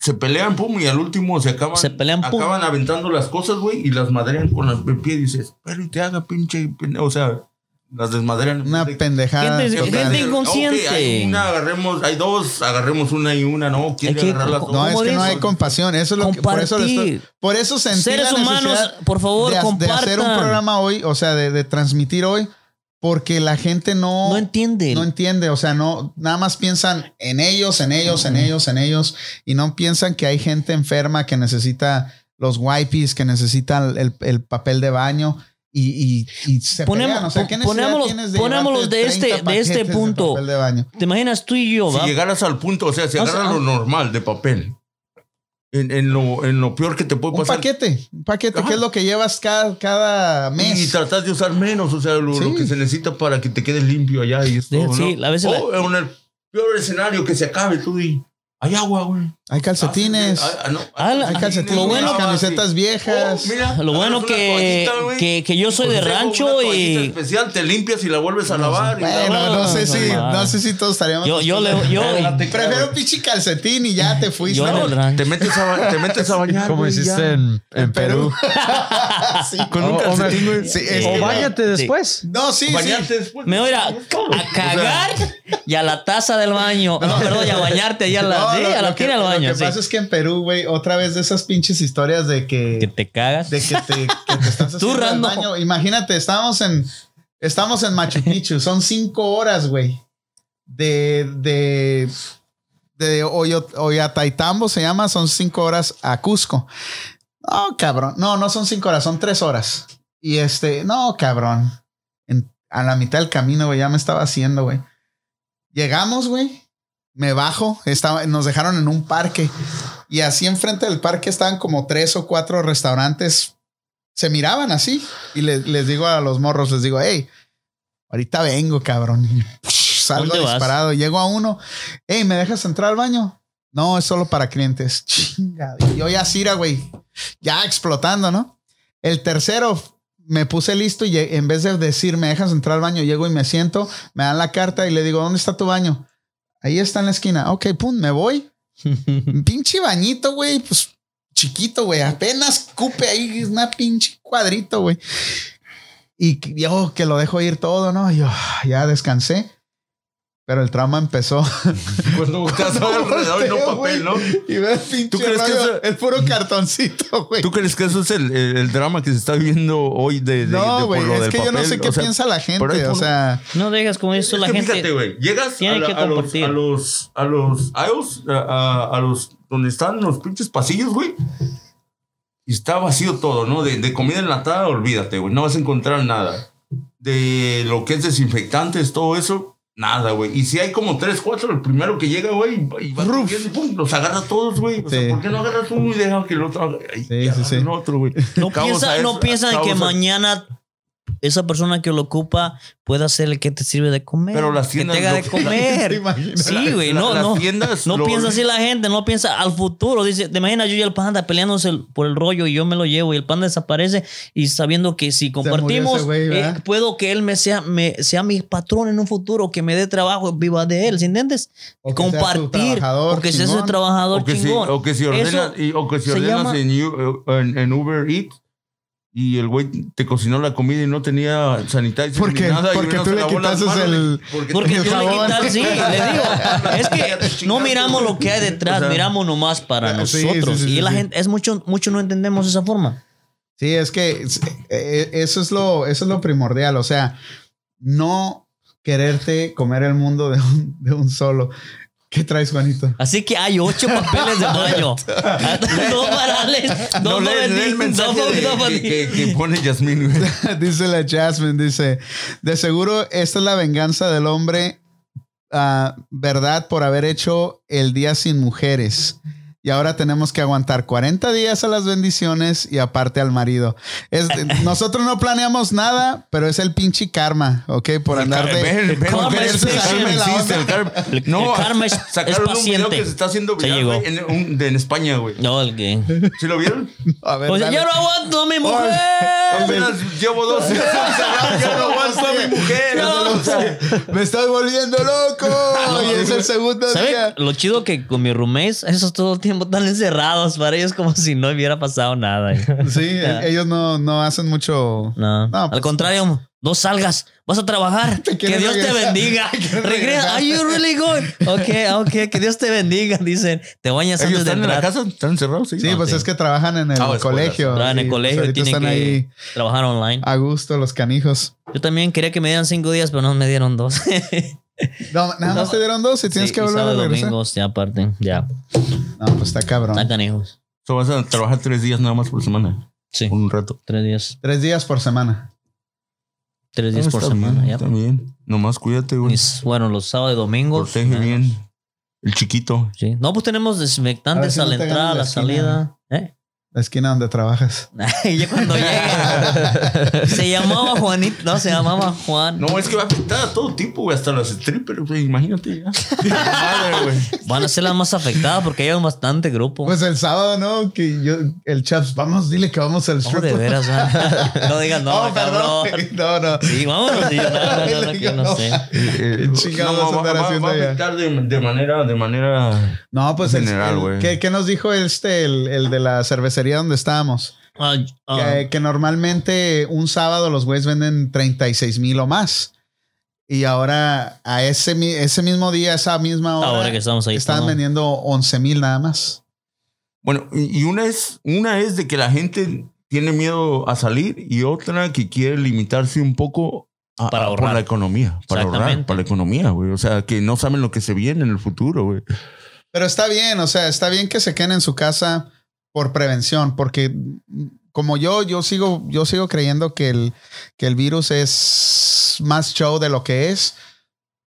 se pelean, pum, y al último se acaban.
Se pelean, pum.
Acaban aventando las cosas, güey, y las madrean con las- el pie. Dices, pero y te haga pinche. pende-". O sea, las desmadrean.
Una pendejada.
Gente-
total.
gente
Ok,
inconsciente.
hay una, agarremos, hay dos, agarremos una y una, no. Quiere
Hay que-
agarrar las dos.
No, es
¿Cómo
que no
dices?
hay compasión. Eso es lo que por eso, le estoy-
Compartir.
por eso sentí
Seres
la
humanos,
necesidad
por favor,
de, ha- de
compartan.
hacer un programa hoy, o sea, de, de transmitir hoy, porque la gente no,
no entienden.
no entiende, o sea, no, nada más piensan en ellos, en ellos, en ellos, en ellos, y no piensan que hay gente enferma que necesita los wipes, que necesita el, el- el papel de baño. y, y, y se
Ponemos-
pelean. O sea, ¿qué necesidad
ponémoslos-
tienes de
ponémonos
llevarte
de este-
30
de este
paquetes de
punto?
papel de baño?
¿Te imaginas tú y yo,
Si
va? Ah,
llegaras al punto, o sea, si
O sea,
agarras lo normal de papel, en, en lo, en lo peor que te puede
Un
pasar.
paquete, un paquete,
Pues Ajá.
que es lo que llevas cada, cada mes.
Y tratas de usar menos, o sea, lo, lo
Sí.
que se necesita para que te quedes limpio allá y es
Sí,
todo,
sí,
¿no?
a veces la-
O en el peor escenario que se acabe tú y hay agua, güey.
Hay calcetines,
Ah, ah, no,
Ah, la-
hay
ah,
calcetines,
lo bueno- Oh,
camisetas viejas.
Lo bueno que, que, que yo
Pues
soy de rancho y
especial, te limpias y la vuelves a lavar. y la-
bueno, no sé
Ah,
si,
mamá.
no sé si todos estaríamos.
yo, yo le yo,
Prefiero un pinche calcetín y ya te fuiste.
yo en el rancho.
Te metes a, ba- te metes a bañar.
Como
güey, y ya.
hiciste en, en Perú.
Sí.
Con un calcetín, güey.
Sí, es
O
que-
báñate
Sí.
después.
No, sí, sí.
Bañarte después.
Me voy a ir a, a cagar y a la taza del baño. No, perdón, y a bañarte y a la,
No,
sí,
lo-
a
lo
la
que-
tina del
Lo
baño.
que
sí.
pasa es que en Perú, güey, otra vez de esas pinches historias de que,
Que te cagas.
de que te, que te estás
Tú,
haciendo el
Rando.
baño. Imagínate, estábamos en, estamos en Machu Picchu, son cinco horas, güey, de, de, de Oyo- Ollantaytambo se llama, son cinco horas a Cusco. No, cabrón, no, no son cinco horas, son tres horas. Y este, no, cabrón, En- a la mitad del camino, güey, ya me estaba haciendo, güey. Llegamos, güey. Me bajo, estaba, nos dejaron en un parque y así enfrente del parque estaban como tres o cuatro restaurantes. Se miraban así y le- les digo a los morros, les digo, hey, ahorita vengo, cabrón. Y salgo
¿Dónde vas?
disparado, llego a uno, hey, ¿me dejas entrar al baño? No, es solo para clientes. Chinga. Y yo ya Cira, güey, ya explotando, ¿no? El tercero, me puse listo y lle- en vez de decir, me dejas entrar al baño, llego y me siento, me dan la carta y le digo, ¿dónde está tu baño? Ahí está en la esquina. Ok, pum, me voy. Un pinche bañito, güey, pues chiquito, güey, apenas cupe ahí, es una pinche cuadrito, güey. Y que- yo que lo dejo ir todo, ¿no? Yo "Ah, ya descansé, pero el trauma empezó.
Cuando volteas a ver alrededor y no
volteo,
papel, ¿no?
güey, Y ves pinche
¿Tú crees que
rollo,
eso-
el puro cartoncito, güey.
¿Tú crees que eso es el, el- el drama que se está viviendo hoy de, de, de-
No,
por
güey,
lo
es
del
que yo no
papel?
sé qué
O sea,
piensa la
pero es
gente,
por-
o sea...
No dejas como
es
dices tú la
que
gente.
Fíjate, güey, llegas a,
tiene
la-
que
a los,
compartir.
a los a los aisles, a, a- a los donde están los pinches pasillos, güey. Y está vacío todo, ¿no? De, de comida enlatada, olvídate, güey. No vas a encontrar nada. De lo que es desinfectantes, todo eso, nada, güey. Y si hay como tres, cuatro, el primero que llega, güey, y va
Ruf.
corriendo y pum, los agarra todos, güey. O sea,
Sí.
¿por qué no agarras uno y deja que el otro haga? y
Sí, sí,
agarra
sí.
el otro, güey.
No
Causa
piensa,
eso,
no piensa de que
causa-
mañana esa persona que lo ocupa pueda ser el que te sirve de comer.
Pero las tiendas
Que te haga
lo-
de
¿Te
comer.
imaginas?
Sí, güey,
La-
no,
las
no.
tiendas
No
lo-
piensa así la gente, no piensa al futuro. Dice, te imaginas yo y el panda peleándose el- por el rollo y yo me lo llevo y el panda desaparece y sabiendo que si
murió
compartimos,
ese güey,
eh,
¿verdad?
puedo que él me sea, me sea mi patrón en un futuro, que me dé trabajo, viva de él, ¿sí entiendes?
O que sea tu
Compartir,
trabajador
porque si es un
chingón.
trabajador
o que, si,
chingón.
o que si ordenas,
Eso-
y- o que si
se
ordenas
llama-
en, U- eh, en- en Uber Eats y el güey te cocinó la comida y no tenía sanitizer
¿Por qué?
ni nada. y
Porque
uno
tú
se
le
lavó las
quitas
manos,
el-
Porque,
Porque
El
tú le
jabón.
quitas, sí, le digo. Es que no miramos lo que hay detrás,
O sea,
miramos nomás para
sí, sí,
nosotros.
sí,
y la
sí.
gente, es mucho, mucho no entendemos esa forma.
Sí, es que es- eh, eso es lo, eso es lo primordial. O sea, no quererte comer el mundo de un, de un solo. ¿Qué traes, Juanito?
Así que hay ocho papeles de baño. no parales,
No,
no
lee- lee el
bendices,
mensaje
no
de-
bendices.
que, que- que pone Yasmín, güey.
dice la Jasmine, dice, de seguro esta es la venganza del hombre, ah, ¿verdad? Por haber hecho el día sin mujeres. Y ahora tenemos que aguantar 40 días a las bendiciones y aparte al marido. Es, nosotros no planeamos nada, pero es el pinche karma, ¿ok? Por andar de...
Ven, ven,
karma
ven,
es
ese
patient.
karma existe, el karma-
El-
No,
el karma es-
sacaron
es
un video
paciente.
que se está haciendo
Se
viral
llegó.
güey, en, un- de- en España, güey.
No, el que.
¿Sí lo vieron?
A ver,
O sea,
dale.
ya no aguanto a mi mujer.
Apenas llevo dos ya no aguanto a mi mujer. O sea,
Me estoy volviendo loco. y es el segundo
¿Sabes?
día.
Lo chido que con mis roommates, esos todo el tiempo están encerrados. Para ellos, como si no hubiera pasado nada. eh?
Sí, e- ellos no, no hacen mucho.
No.
No,
Al
pues-
contrario, no salgas. Vas a trabajar.
Te
que
quieres
Dios te
regresar.
bendiga.
Te quieres regresar.
Regresa. Are you really good? Ok, ok. Que Dios te bendiga. Dicen, te bañas
Ellos
antes de
están en la
entrar.
casa, están encerrados, sí.
Sí,
No,
pues
sí.
es que trabajan en el
Ah, escuelas.
colegio.
Trabajan
Sí,
en el
pues
colegio y
ahorita
tienen
están
que
ahí
trabajar online.
a gusto los canijos.
Yo también quería que me dieran cinco días, pero no me dieron dos.
No, nada más
No.
te dieron dos y tienes
Sí,
que
y
volver a
sábado,
regresar. Ah.
domingos, ya aparte. Ya.
No, pues está cabrón.
Sacan hijos.
So, vas a trabajar tres días nada más por semana.
Sí.
Un rato.
Tres días.
Tres días por semana.
Tres días por
Ah, Está bien,
semana. ya.
Está bien. Nomás cuídate, güey.
Mis- bueno, los sábados y domingos.
Protege
eh,
bien. El chiquito.
sí. No, pues tenemos
A ver
desinfectantes
si
a
no
la
te
entrada, a
ganan
la
la
salida.
esquina.
¿Eh?
La esquina donde trabajas.
Y ya cuando llega. se llamaba Juanito. No, se llamaba Juan.
No, es que va a afectar a todo tipo, güey. Hasta los strippers, güey. Imagínate ya. Madre, güey.
Van a ser las más afectadas porque hay bastante grupo.
Pues el sábado, ¿no? Que yo, el Chaps, vamos, dile que vamos al
No,
strip.
de veras, ¿verdad? No digas no,
Oh,
cabrón.
No, no.
Sí, vámonos. Y yo, no, no, no, no, que no sé.
Eh,
¿Qué chingados
no, va,
andar
va-
haciendo
va a
ya?
afectar de, de manera, de manera.
No, pues
En
el-
general,
el-
güey.
¿qué, qué nos dijo este, el, el de la cervecería donde estábamos?
Ah, ah,
Que, que normalmente un sábado los güeyes venden 36 mil o más. Y ahora a ese, mi- ese mismo día, esa misma hora,
Ah, ahora que estamos ahí.
están
¿no?
vendiendo 11 mil nada más.
Bueno, y y una es, una es de que la gente tiene miedo a salir y otra que quiere limitarse un poco a-
Para
a-
ahorrar.
por la economía. Para ahorrar,
Exactamente.
para la economía, güey. O sea, que no saben lo que se viene en el futuro, güey.
Pero está bien, o sea, está bien que se queden en su casa por prevención, porque mm, como yo, yo sigo, yo sigo creyendo que el, que el virus es más show de lo que es.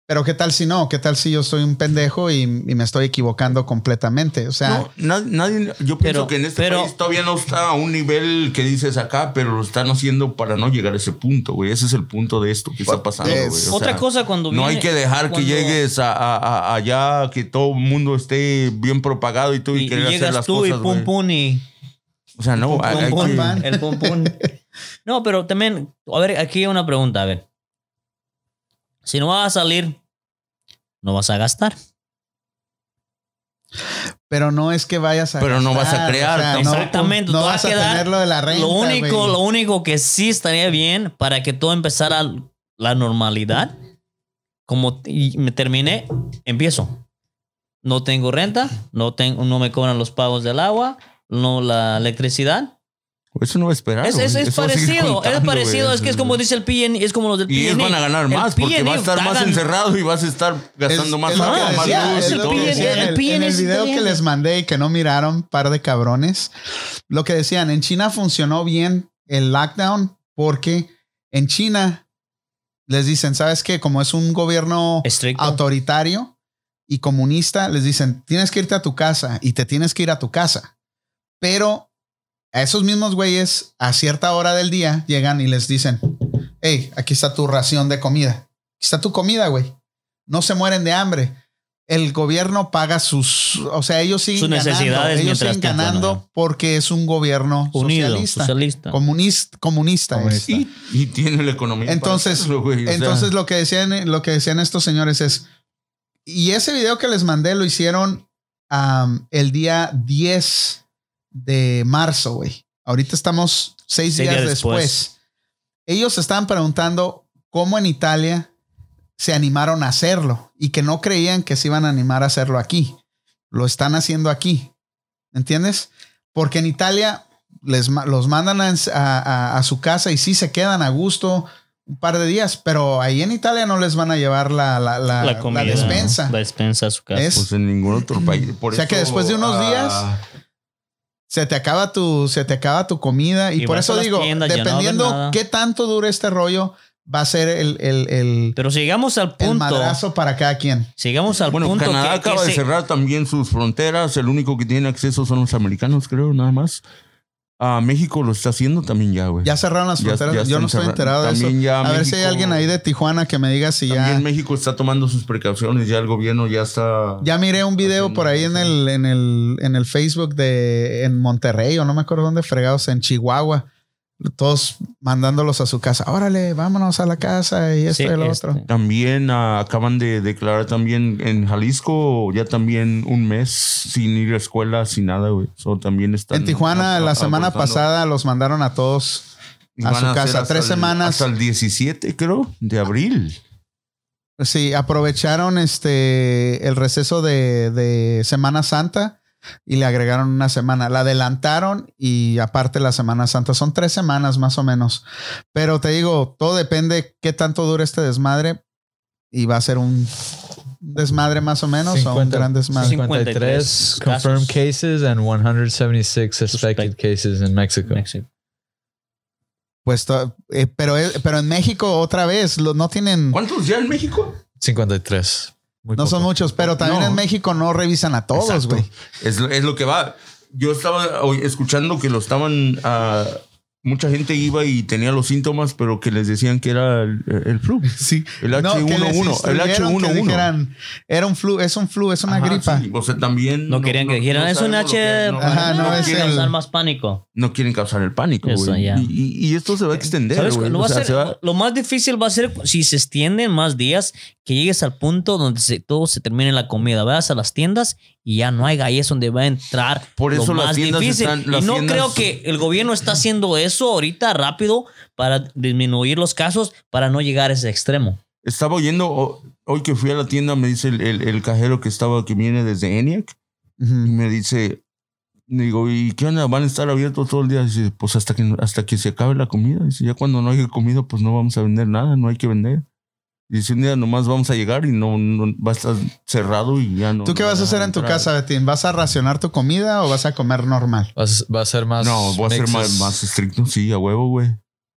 Pero qué tal si no, qué tal si yo soy un pendejo y, y me estoy equivocando completamente. O sea,
No, na- nadie, yo pienso
Pero-
que en este
pero-
país todavía no está a un nivel que dices acá, pero lo están haciendo para no llegar a ese punto, güey. Ese es el punto de esto que está pasando, güey.
Pues, es-
O
Otra
sea,
cosa cuando
No hay
viene-
que dejar que
cuando-
llegues a, a- a- allá, que todo el mundo esté bien propagado y tú y,
Y, y
querer hacer
llegas
las
tú
cosas,
y pum
güey.
pum y
O sea, no, hay- hay
pum,
que-
pum,
pan.
el pum pum. No, pero también, a ver, aquí hay una pregunta, a ver. Si no vas a salir, no vas a gastar.
pero no es que vayas a.
Pero no vas a
gastar,
crear
no-
Exactamente,
No,
te va
vas
a
a,
quedar
tener lo de la renta.
lo único,
güey.
lo único que sí estaría bien para que todo empezara la normalidad, como t- y me terminé, empiezo. No tengo renta, no tengo, no me cobran los pagos del agua, no la electricidad.
Eso no va a esperar.
Es, es-
güey.
es
Eso va a seguir
parecido, es
contando,
parecido,
güey.
es que es como dice el PN, es como los del
Y ellos
PNE.
van a ganar
El
más porque
PNE
vas a estar más
pagan-
encerrado y vas a estar gastando
Es-
más
es lo que
agua, más
decía,
luz
es
y
lo
todo.
que
PN
decía
güey.
en
el
el-
PN
en el
es
video que
italiano.
les mandé y que no miraron, par de cabrones. Lo que decían, en China funcionó bien el lockdown porque en China les dicen, ¿sabes qué? Como es un gobierno
Estricto.
autoritario y comunista, les dicen, tienes que irte a tu casa y te tienes que ir a tu casa. Pero a esos mismos güeyes, a cierta hora del día, llegan y les dicen, hey, aquí está tu ración de comida. Aquí está tu comida, güey. No se mueren de hambre. El gobierno paga sus, o sea, ellos siguen
Sus
ganando,
necesidades
ellos
mientras
siguen
tanto,
ganando
¿no?
porque es un gobierno
unido,
socialista,
socialista.
comunis- comunista, es.
Comunista.
Y, y tiene la economía. para
Entonces-
hacerlo, güey. O sea,
Entonces lo que decían, lo que decían estos señores es, y ese video que les mandé lo hicieron am, el día 10 de marzo, güey. Ahorita estamos seis
Seis
días,
días
después.
después.
Ellos estaban preguntando cómo en Italia se animaron a hacerlo y que no creían que se iban a animar a hacerlo aquí. Lo están haciendo aquí. ¿Entiendes? Porque en Italia les, ma- los mandan a, ens- a- a- a su casa y sí se quedan a gusto un par de días, pero ahí en Italia no les van a llevar la, la- la-
la
la
comida,
despensa.
la despensa a su casa.
Es-
pues en ningún otro país. Por
mm,
ah,
O sea, que después de unos días, se te acaba tu, se te acaba tu comida. Y,
Y
por
vas a
eso
las
digo,
tiendas, ya no
dependiendo
ven nada.
qué tanto dure este rollo, va a ser el, el, el,
Pero si llegamos al
el
punto,
madrazo para cada quien.
si llegamos al
Bueno,
punto
Canadá
que, que
acaba de
se-
cerrar también sus fronteras. El único que tiene acceso son los americanos, creo, nada más. A México lo está haciendo también ya, güey.
Ya cerraron las
Ya-
fronteras.
ya
Yo no
están
estoy
cerra-
enterado de eso.
también ya
A ver si hay
México-
alguien ahí de Tijuana que me diga si
También
ya.
México está tomando sus precauciones. Ya el gobierno ya está.
Ya miré un video
Haciendo
por ahí en
cosas.
el, en el, en el Facebook de en Monterrey o no me acuerdo dónde fregados, en Chihuahua. Todos mandándolos a su casa. Órale, vámonos a la casa y esto
Sí,
y lo
este.
otro.
También ah, acaban de declarar también en Jalisco ya también un mes sin ir a escuela, sin nada, güey. So, también están
En Tijuana,
a-
la
a-
semana
aguantando.
pasada los mandaron a todos.
Y
a
van
su
hacer
casa,
hasta
tres
el-
semanas.
Hasta el 17, creo, de abril.
Sí, aprovecharon este el receso de, de Semana Santa y le agregaron una semana. La adelantaron y aparte la Semana Santa. Son tres semanas más o menos. Pero te digo, todo depende qué tanto dure este desmadre y va a ser un desmadre más o menos o un
50,
gran desmadre.
53
53 casos.
confirmed cases and 176
Suspect-
suspected cases in Mexico.
México.
Pues, to- eh, pero, es- pero en México otra vez lo- no tienen,
¿Cuántos ya en México?
53. Muy
no son
poco.
muchos, pero también
No.
en México no revisan a todos,
Exacto.
güey.
Es, lo- es lo que va. Yo estaba hoy escuchando que lo estaban. ah, mucha gente iba y tenía los síntomas, pero que les decían que era el, el flu.
Sí.
El
No, que les
H1N1. El
instruyeron que
H1N1.
dijeran, Era un flu, es un flu, es una
Ajá,
gripa.
sí. O sea, también.
No querían que dijeran, es un
sabemos lo que
H.
es, no,
Ajá,
no,
no, es
quieren
el-
causar más pánico.
no quieren causar el pánico.
Eso,
güey.
ya.
Y, y- y esto se va a extender.
¿Sabes?
güey.
Lo,
O
va a
sea,
ser-
se va-
lo más difícil va a ser si se extienden más días, que llegues al punto donde se- todo se termine la comida. Vas a las tiendas y ya no hay ahí es donde va a entrar.
Por
lo
eso las
más
tiendas
difícil.
están- las
y no
tiendas-
creo que el gobierno está haciendo eso ahorita rápido para disminuir los casos, para no llegar a ese extremo.
Estaba oyendo. oh, Hoy que fui a la tienda, me dice el, el- el cajero que estaba, que viene desde ENIAC. Y
Ujú.
me dice, le digo, ¿y qué onda? ¿Van a estar abiertos todo el día? Dice, pues hasta que, hasta que se acabe la comida. Dice, ya cuando no haya comida, pues no vamos a vender nada, no hay que vender. Dice, un día nomás vamos a llegar y no, no- va a estar cerrado y ya no.
¿Tú qué
no
vas a
van
hacer en tu
entrar.
casa, Betín? ¿Vas a racionar tu comida o vas a comer normal?
Va a s- Va a ser más.
No, voy a ser más,
mixes.
más estricto, sí, a huevo, güey.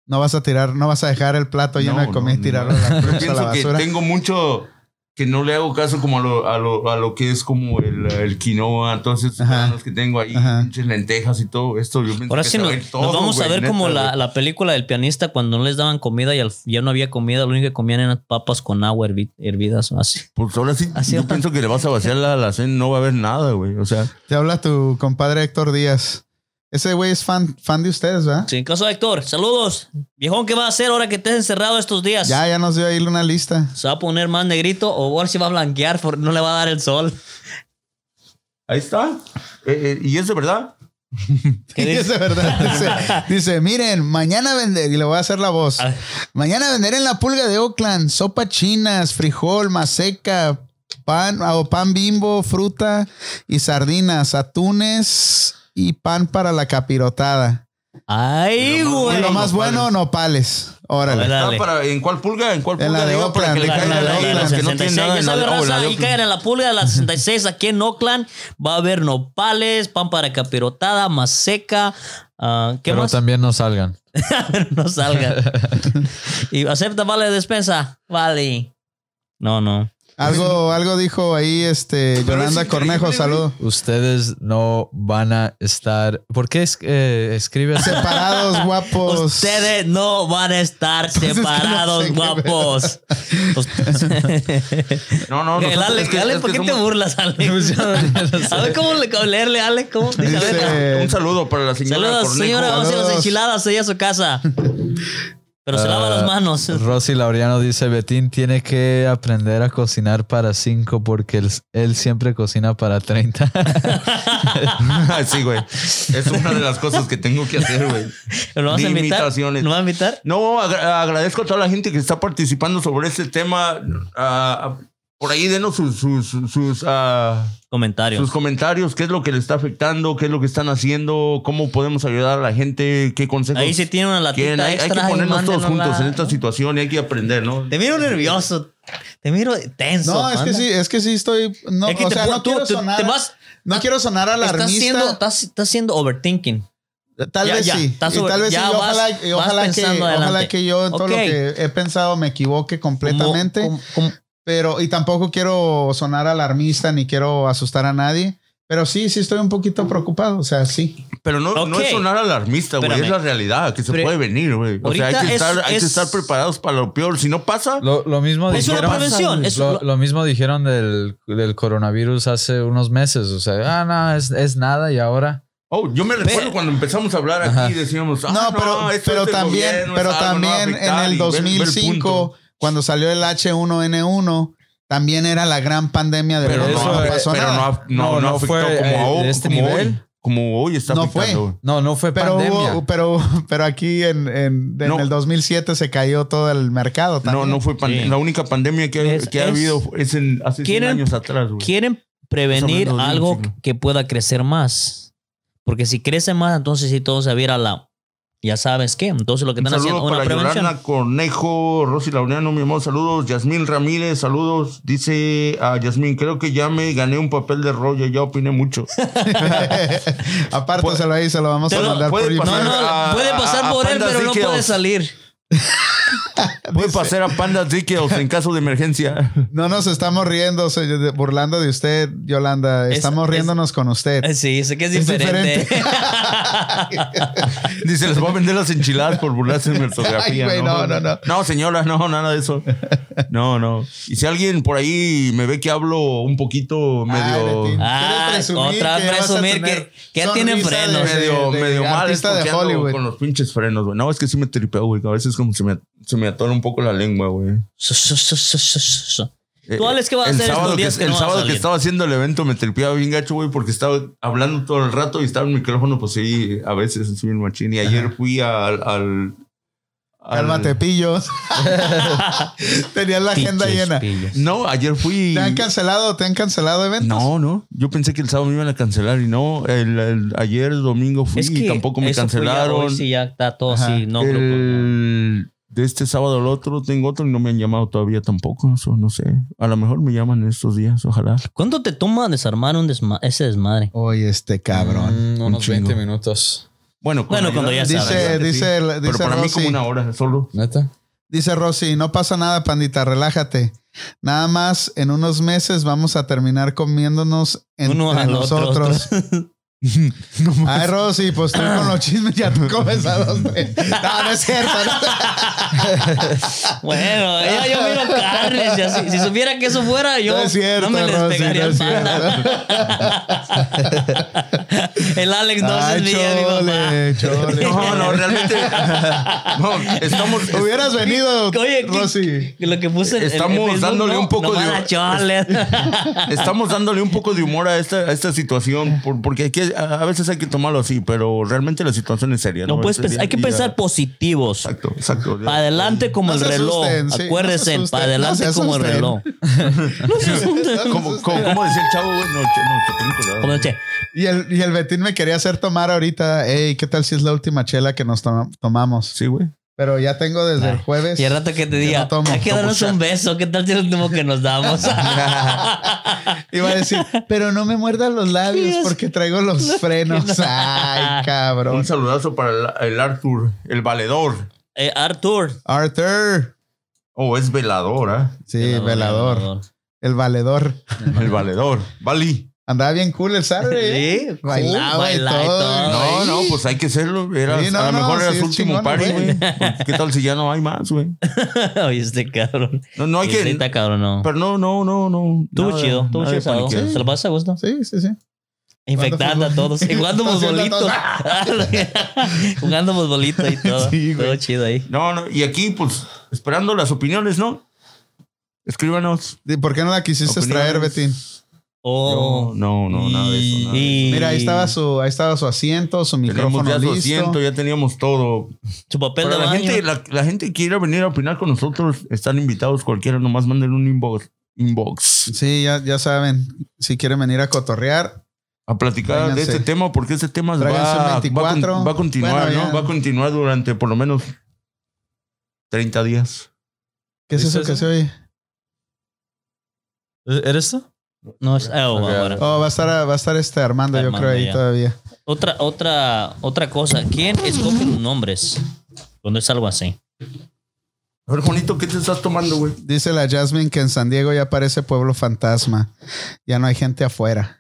No vas a tirar, no vas a dejar el plato lleno
No,
de comida
no,
y tirarlo
no.
a la,
Yo
a la
pienso que
basura.
tengo mucho que no le hago caso como a lo, a lo, a lo que es como el, el quinoa, todos esos
Ajá.
granos que tengo ahí,
Ajá.
pinches lentejas y todo esto. Yo pienso
Ahora
que se
sí
va
nos,
ir
nos
todo,
vamos a
güey,
ver como
neta,
la,
güey.
la película del pianista cuando no les daban comida y al- ya no había comida, lo único que comían eran papas con agua hervi- hervidas o así.
Pues ahora sí,
Así
yo
va.
pienso que le vas a vaciar la alacena, no va a haber nada, güey. O sea,
Te habla tu compadre Héctor Díaz. Ese güey es fan, fan de ustedes, ¿verdad?
Sí, en caso de Héctor, saludos. Viejón, ¿qué vas a hacer ahora que estés encerrado estos días?
Ya, ya nos dio ahí una lista.
¿Se va a poner más negrito o ahora sí va a blanquear? por- No le va a dar el sol.
ahí está. Eh, eh, y es de verdad.
¿Qué
Y es de verdad. Dice, dice, miren, mañana vender, y le voy a hacer la voz.
Ah.
Mañana vender en la pulga de Oakland sopa chinas, frijol, maseca, pan ah, o pan bimbo, fruta y sardinas, atunes y pan para la capirotada.
Ay,
Y lo más-
Y
güey.
lo más bueno, nopales. Órale.
Dale.
Está para, ¿En cuál pulga? ¿En cuál
En la
pulga?
de
Digo, para
Oakland,
que le
la-
caiga
la-
la,
la-
de
la-
Oakland, que no
66.
tiene nada
Ya
en la
sabe,
de oh, la
raza,
de
ahí
Oakland.
caen en la pulga de la 66. Aquí en Oakland va a haber nopales, pan para capirotada, más seca. ah, ¿Qué
Pero
más?
también no salgan.
no salga. y acepta vale de despensa. Vale. No, no.
Algo, algo dijo ahí este
Pero es
Yolanda
increíble,
Cornejo,
güey.
saludo.
Ustedes no van a estar. ¿Por qué es, eh, escribe así?
Separados, guapos.
Ustedes no van a estar
Pues es que no
separados,
sé qué ver.
guapos. Ustedes-
No, no,
Ey,
nosotros-
Alex,
es que-
Alex,
es
¿por
que
qué te
somos-
burlas, Alex? a ver cómo le, cómo leerle, Alex. ¿Cómo? Dice, a ver,
Dice-
Un saludo para la señora
Saludos,
Cornejo.
señora. Vamos a ir a las
Saludos.
enchiladas ahí a su casa. Pero se lava
Ah,
las manos.
Rosy Laureano dice: Betín tiene que aprender a cocinar para 5 porque él, él siempre cocina para 30.
sí, güey. Es una de las cosas que tengo que hacer, güey.
¿Lo vas a invitar?
Limitaciones.
¿Lo vas a invitar?
No, agra- agradezco a toda la gente que está participando sobre este tema. Ah, por ahí denos sus, sus, sus, sus, ah,
Comentarios.
sus comentarios, qué es lo que le está afectando, qué es lo que están haciendo, cómo podemos ayudar a la gente, qué consejos
Ahí se tiene una
quieren.
latita
Hay, hay
extra.
que
ahí
ponernos todos
mándenosla.
juntos en esta situación y hay que aprender, ¿no?
Te miro nervioso. Te miro tenso.
No, es que
panda.
sí, es que sí estoy. No,
Es que
o
te
sea,
pon-
no
tú-
quiero
te-
sonar.
te vas-
no quiero sonar
Estás siendo,
alarmista.
estás, estás siendo overthinking.
Tal
ya,
vez
ya,
sí.
estás
y
sobre-
tal vez sí.
ya
y
vas-
Ojalá, y
vas
ojalá, que,
pensando
ojalá
adelante.
que yo en todo
Ok.
lo que he pensado me equivoque
Como-
completamente.
como- como-
Pero, y tampoco quiero sonar alarmista ni quiero asustar a nadie. Pero sí, sí estoy un poquito preocupado. O sea, sí.
Pero no, no es
Ok.
sonar alarmista, güey. Es
Espérame.
la realidad que se
Pero-
puede venir, güey. O sea, hay,
Ahorita
que,
es-
estar, hay
es-
que estar preparados para lo peor. Si no pasa,
Lo, lo mismo
Es una
dijeron.
prevención, es-
lo, lo mismo dijeron del, del coronavirus hace unos meses. O sea, ah, no, es, es nada y ahora.
oh, yo me recuerdo cuando empezamos a hablar aquí
Ajá.
decíamos, ah,
no, pero,
esto
pero
es del
también,
gobierno, es
pero
algo, no va a
también en
afectar", y
el
ve- ve punto.
2005, cuando salió el H1N1, también era la gran pandemia de
Pero,
Pero
no,
eso,
ha-
eh,
pasó
pero
nada.
no, ha- no,
No,
no ha
no
afectado
fue,
como,
eh,
hoy-
de este
como
nivel.
hoy. Como hoy está
No fue.
afectando.
No, no fue
Pero,
pandemia.
hubo- pero, pero aquí en, en, en
No.
el 2007 se cayó todo el mercado
No,
también.
no fue pandemia.
Sí.
La única pandemia que, ha-
Es-
que ha
es-
habido es en, hace 100
¿Quieren-
años atrás, güey.
Pues, Quieren prevenir
Más o menos,
algo
sí.
que pueda crecer más. Porque si crece más, entonces sí todo se viera a la Ya sabes qué. Entonces lo que
Un
están haciendo
saludo
es una
para
"Oh, prevención.
Yolanda Cornejo, Rosy Laureano, mi amor, saludos. Yasmín Ramírez, saludos. Dice a Yasmín, creo que ya me gané un papel de rollo, ya opiné mucho.
Apártaselo ahí, se lo vamos a
Pero-
mandar por
puede
email.
No,
pasar.
no,
A-
puede pasar
a- a
por él,
Panda
pero no
Details.
puede salir.
Puede pasar a Panda Dickels en caso de emergencia.
No nos estamos riendo, se- de- burlando de usted, Yolanda.
Es-
Estamos
es-
riéndonos con usted.
Eh, Sí, sé que es
Es
diferente.
Dice, les voy a vender las enchiladas por burlarse de mi ortografía.
Ay, güey, no, no, no.
No, señora, no, nada de eso. No, no. Y si alguien por ahí me ve que hablo un poquito medio...
Valentín.
Ah,
¿Quieres presumir
otra
que ya vas a
presumir
tener
que- que ya tiene
sonrisa
frenos.
de-
medio,
de- de
medio mal es
artista de
porque ando
Hollywood.
con los pinches frenos, güey. No, es que sí me tripeo, güey. que A veces como se me, se me atora un poco la lengua, güey.
Su, su, su, su, su, su.
Eh,
Tú, Alex, ¿qué vas a
el
hacer estos
sábado, que,
días que
el
no vas a
sábado que
salir?
estaba haciendo el evento me tripeaba bien gacho, güey, porque estaba hablando todo el rato y estaba el micrófono, pues sí, a veces es bien machín. Y ayer fui al... al, al-
Cálmate, pillos. Tenías la agenda
Piches,
llena.
pillos.
No, ayer fui...
¿Te han cancelado? ¿Te han cancelado eventos?
No, no. Yo pensé que el sábado me iban a cancelar y no. El, el- ayer domingo fui
Es que
y tampoco me
eso fue ya hoy,
cancelaron.
sí, ya está todo
Ajá.
así. No, pues creo que-
El- de este sábado al otro tengo otro y no me han llamado todavía tampoco. Eso no sé. A lo mejor me llaman en estos días, ojalá.
¿Cuánto te toma desarmar un desma- ese desmadre?
Oye, este cabrón.
Mm,
un
unos
chingo.
20 minutos.
Bueno,
Bueno, cuando ya
Dice,
sabes,
sí.
dice, dice,
Pero para mí
Rosy,
como una hora solo.
¿Neta?
dice Rosy, no pasa nada, pandita, relájate. Nada más en unos meses vamos a terminar comiéndonos entre
Uno al otro,
nosotros. Ay, Rosy, pues tú con los chismes ya te comes a los tres. No, no es cierto. no.
Ah.
Bueno, ya yo miro carnes y así. Si supiera que eso fuera, yo
No es cierto,
no me les
Rosy, no
pegaría al
es
panda. el Alex no se
Ay,
envía de mi papá.
Ah, chole, chole.
No, no, realmente. No, estamos.
Hubieras venido,
Oye, ¿qué-
Rosy.
Lo que puse en- en- en
Estamos
Facebook,
dándole
¿no?
un poco
Nomás
de-
la chole.
Estamos dándole un poco de humor a esta, a esta situación, por- porque hay que- a a veces hay que tomarlo así, pero realmente la situación es seria.
No puedes
Este
pens- hay que
día-
pensar positivos.
Exacto, exacto.
Para adelante como
No
el
se
reloj.
asusten, sí, no
Acuérdense,
se asusten,
para adelante
no se
como el
asusten.
reloj. no se asusten.
Como, como, como decía el chavo, güey, no, che, no, che, ten cuidado.
Como dice,
Y el, y el Betín me quería hacer tomar ahorita. Ey, ¿qué tal si es la última chela que nos to- tomamos?
Sí, güey.
Pero ya tengo desde el jueves.
Y al rato que te
Yo
diga,
no tomo,
hay que
tomo
darnos
shot.
un beso. ¿Qué tal si es el último que nos damos?
Iba a decir, pero no me muerdas los labios
Dios.
porque traigo los frenos. Ay,
Un
cabrón.
saludazo para el, el Arthur, el valedor.
Eh, Arthur.
Arthur.
O es velador, ¿ah?
Sí, velador. El valedor.
El valedor. Vali.
Andaba bien cool el Saturday.
Sí,
¿eh? Bailaba y
bailaba y
todo.
todo.
No,
Ay.
no, pues hay que serlo. Era,
Sí, no,
a lo
no,
mejor era
sí,
su
es
último
chingón,
party,
güey.
güey. Pues, ¿Qué tal si ya no hay más, güey?
Oye, este cabrón.
No, no hay
Este
que.
está cabrón, no.
Pero no, no, no, no.
Estuvo
nada-
chido, estuvo
nada
chido
de
el sábado.
paniquear.
¿Se lo pasas a gusto?
Sí, sí, sí.
Infectando a
fútbol.
todos. Y jugando
Haciendo
futbolito.
todo.
jugando futbolito y todo.
Sí, güey.
todo chido ahí.
No, no, y aquí, pues, esperando las opiniones, ¿no? Escríbanos.
¿Y ¿Por qué no la quisiste
Opiniones.
traer, Betín?
Oh.
No, no, no, nada de eso. nada de eso.
Y
Mira, ahí estaba su, ahí estaba su asiento, su
Teníamos
micrófono
ya su
listo.
asiento, ya teníamos todo.
su papel
Pero
de
la
baño.
gente, la, la gente quiere venir a opinar con nosotros. Están invitados cualquiera, nomás manden un inbox. Inbox.
Sí, ya, ya saben. Si quieren venir a cotorrear,
A platicar
Tráiganse.
de este tema, porque este tema va,
Tráiganse un
va a con-
24.
va a continuar,
Bueno,
¿no?
ya.
Va a continuar durante por lo menos 30 días.
¿qué es
¿Dice
eso que se
eso?
oye?
¿Eres tú?
No, es- oh,
Ok,
ahora.
Oh, va a estar, va a estar este Armando, yo
Armando,
creo ahí
ya.
todavía.
Otra, otra, otra cosa. ¿Quién escoge los nombres? Cuando es algo así.
A ver, Juanito, ¿qué te estás tomando, güey?
Dice la Jasmine que en San Diego ya parece pueblo fantasma. Ya no hay gente afuera.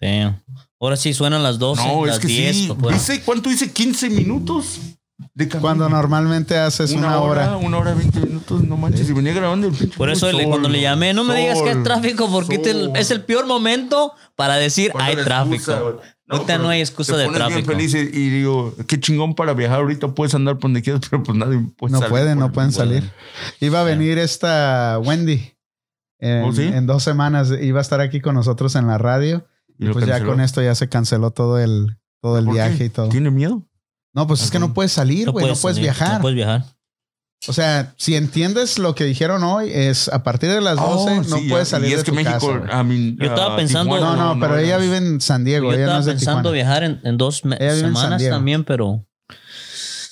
Damn. Ahora sí suenan las 12,
No,
las
es que
10.
pues,
sí.
papá.
¿Dice cuánto hice? ¿15 minutos? De camino.
Cuando normalmente haces una, hora.
Una hora, 20 minutos, no manches. Y venía grabando el pinche.
Por eso
sol,
le- cuando le llamé, no me digas que hay
sol,
tráfico, porque este
sol.
es el peor momento para decir
¿Cuál
hay
era la excusa, güey?
tráfico. Ahorita
pero
no hay excusa
te
de
pones bien
tráfico.
feliz y, y digo, qué chingón para viajar. Ahorita puedes andar por donde quieras, pero pues nadie puede
No
salir,
pueden,
güey.
no pueden salir. Iba a venir esta Wendy. En,
¿Oh, sí?
en dos semanas iba a estar aquí con nosotros en la radio.
Y lo
Pues ya
canceló.
con esto ya se canceló todo el, todo el
¿Por qué?
viaje y todo.
¿Tiene miedo?
No, pues es que no puedes salir, güey. No, puedes
salir,
viajar.
No puedes viajar.
O sea, si entiendes lo que dijeron hoy, es a partir de las 12
Oh,
no
sí,
puedes
y
salir
es
de
que
tu
México,
casa, güey.
I mean,
Yo estaba
ah,
pensando-
Tijuana,
No, no, pero ella
no.
vive en San Diego.
Yo
ella no
estaba
es de
pensando
Tijuana.
viajar en, en dos me-
Ella vive en San
semanas
Diego.
también, pero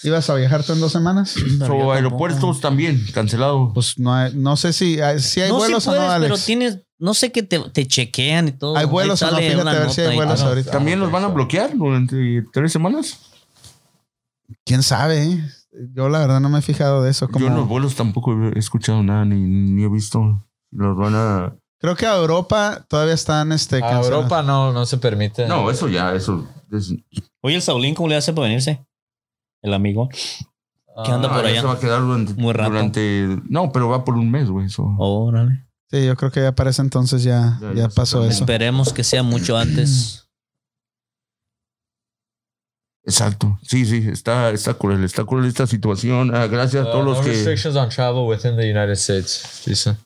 ¿Ibas a viajar tú en dos semanas?
So, aeropuertos también, cancelado.
Pues no, hay- no sé si, si hay
no, sí
vuelos
puedes,
o no,
pero
Alex.
tienes, no sé que te, te chequean y todo.
Hay
Ahí
vuelos o no,
sale
fíjate
una
a ver si
nota
hay
y
vuelos
todo.
ahorita.
También los van a bloquear durante tres semanas.
¿Quién sabe? eh? Yo la verdad no me he fijado de eso.
Yo
como-
en los vuelos tampoco he escuchado nada ni, ni he visto. Los van a.
Creo que a Europa todavía están este,
A
cancelados.
Europa no, no se permite.
No, eso ya, eso. es-
Oye, el Saulín, ¿cómo le hace para venirse? El amigo. ¿Qué onda
Ah,
por
ya
allá?
Se va a quedar durante.
Muy rato. Oh.
durante no, pero va por un mes, güey. Eso.
Órale.
Sí, yo creo que ya para ese entonces ya,
Ya,
ya,
ya
pasó
está.
eso.
Esperemos que sea mucho antes.
Exacto. Sí, sí, está, está cruel. Está cruel esta situación. Ah, gracias a todos
no
los que
restrictions on travel within the United States. Dice.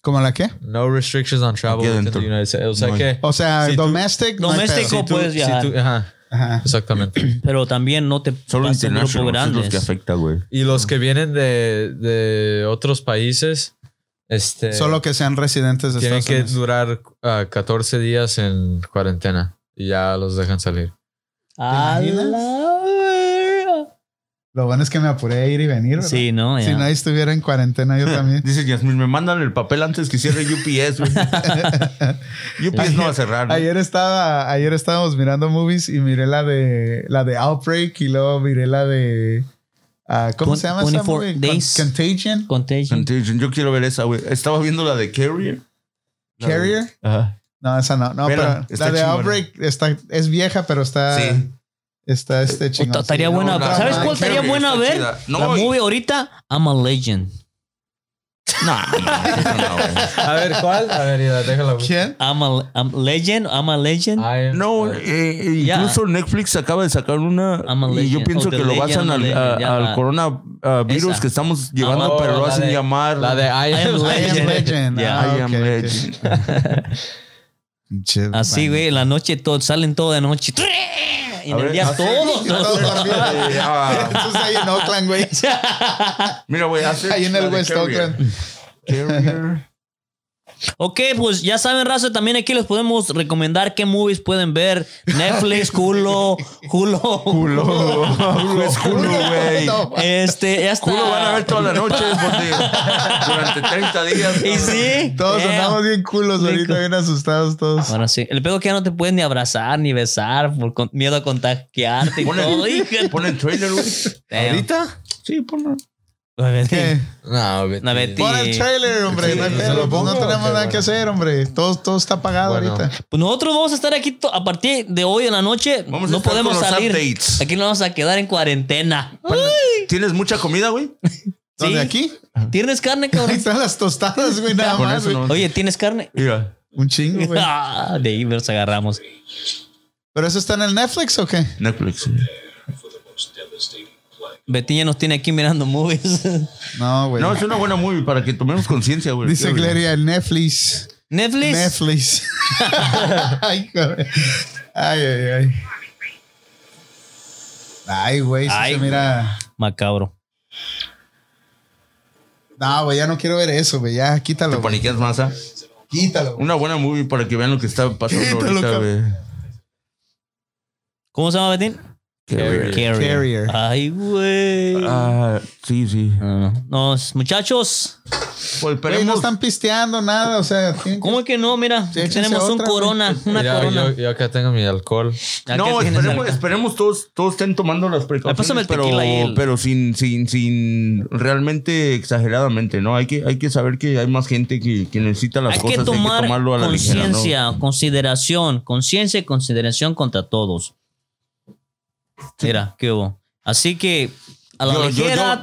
¿Cómo la qué?
No restrictions on travel
Aquí
within
adentro.
the United States. O sea
No.
que.
O sea,
Si tú-
domestic. no hay
Doméstico,
pedo.
¿Cómo puedes viajar?
ajá,
Ajá.
exactamente.
Pero también no te
solo
pases en grupo
internacionales son los
grandes.
que afecta, güey.
Y los que vienen de, de otros países,
eh,
este,
Solo que sean residentes de
tienen
Estados
que
Unidos.
durar ah, 14 días en cuarentena y ya los dejan salir.
A la verga.
Lo bueno es que me apuré a ir y venir. ¿verdad?
Sí, no,
Si
Ya.
no ahí estuviera en cuarentena yo también.
Dice Yasmin, me mandan el papel antes que cierre UPS, güey. UPS no va a cerrar. güey.
Ayer estaba, ayer estábamos mirando movies y miré la de la de Outbreak y luego miré la de ah, ¿cómo
Con-
se llama esa
24
movie? Con-
Days.
Contagion.
Contagion.
Contagion. Yo quiero ver esa, güey. Estaba viendo la de Carrier. La de-
Carrier.
Ajá.
No, esa no, no,
Vela,
pero
está
la de
chingona.
Outbreak está, es vieja, pero está,
Sí.
está este chingón.
Puta, estaría
Sí,
buena.
no, la-
¿Sabes
la-
cuál
Carrie
estaría buena
está
ver?
chida. No,
la
y-
movie ahorita, I'm a Legend.
No, no, eso no, güey.
A ver, ¿cuál? A ver, ya, déjala.
¿Quién?
I'm a I'm Legend, I'm a Legend.
Ay,
No,
a ver.
eh, eh,
Ya.
incluso Netflix acaba de sacar una
I'm a
y yo
legend.
pienso
Oh,
que
the
lo
legend,
basan
I'm a
al,
legend.
a-
Ya,
al
la-
coronavirus
esa.
que estamos llevando,
Oh,
pero lo
la
hacen
de-
llamar
La de I
I
am
am
I am
Legend.
Legend.
Ya.
Ah,
I am
ok, ok.
legend. Ah,
Pinche
Así, güey, en la noche todo, salen toda la noche. Y en
A
el
ver,
día
así.
todos.
Y todos dormidos.
Eh, ah,
Eso está ahí en Oakland, güey.
mira, güey, hace
Ahí en
la
el
de
West
Carrier.
Oakland.
Carrier.
Ok, pues ya saben, raza, también aquí les podemos recomendar qué movies pueden ver. Netflix, culo, culo.
Culo. Es culo, güey.
No,
Este, ya está.
Culo van a ver toda la noche porque durante 30 días.
Y sí.
Todos
damn.
andamos bien culos ahorita,
Rico.
bien asustados todos.
Bueno, sí. El pedo que ya no te puedes ni abrazar ni besar por con- miedo a contagiarte y
Ponle-
todo. hija.
Pon el trailer, güey.
Damn.
¿Ahorita?
Sí, ponlo.
A ver,
¿Qué?
No,
No, vete.
Eh, Pon el trailer, hombre.
Sí,
no, hay
sí,
pedo,
lo
pues no
pongo,
tenemos
pero
nada que
bueno.
hacer, hombre. Todo, todo está apagado
Bueno.
ahorita.
Pues nosotros vamos a estar aquí to- a partir de hoy en la noche.
Vamos a
no
estar
podemos
con los
salir.
updates.
Aquí nos vamos a quedar en cuarentena.
¿Tienes mucha comida, güey?
¿Dónde
Sí.
aquí?
¿Tienes carne,
Ahí
cabrón?
están las tostadas, güey, nada
Con
más.
eso
güey.
no.
Oye, ¿tienes carne?
Mira.
Un chingo, güey.
Ah, de ahí nos agarramos.
¿Pero eso está en el Netflix o qué?
Netflix.
Betín ya nos tiene aquí mirando movies.
No, güey.
No, es una buena movie para que tomemos conciencia, güey.
Dice
Sí, güey.
Gloria, el Netflix.
Netflix.
Netflix. ay, cabrón. Ay, ay, ay. Ay, güey, sí
Ay,
se mira.
Macabro.
No, güey, ya no quiero ver eso, güey. Ya,
Te
quítalo. güey.
paniqueas más, ¿ah?
Quítalo. güey.
Una buena movie para que vean lo que está pasando
Quítalo,
ahorita,
cabrón.
güey.
¿Cómo se llama Betín?
Qué güey.
Carrier.
Ay, güey.
Ah, sí, sí. Pues
No, no. Nos- muchachos,
Güey, no
Volveremos.
están pisteando nada, o sea, tienen que-
¿cómo es que no? Mira,
Sí, échense
tenemos un
otra,
corona, una
Mira, yo,
corona.
yo acá tengo mi alcohol.
Acá
No,
tienes
esperemos,
acá.
esperemos todos, todos estén tomando las
pásame
precauciones,
el tequila ahí,
pero,
el-
pero sin, sin, sin realmente exageradamente, ¿no? Hay que, hay que saber que hay más gente que, que necesita las
Hay
cosas,
que
hay
tomar
que tomarlo a la ligera, ¿no?
conciencia, consideración, conciencia y consideración contra todos. Mira, qué hubo. Así que a la
Yo- yo-
ligera,
yo-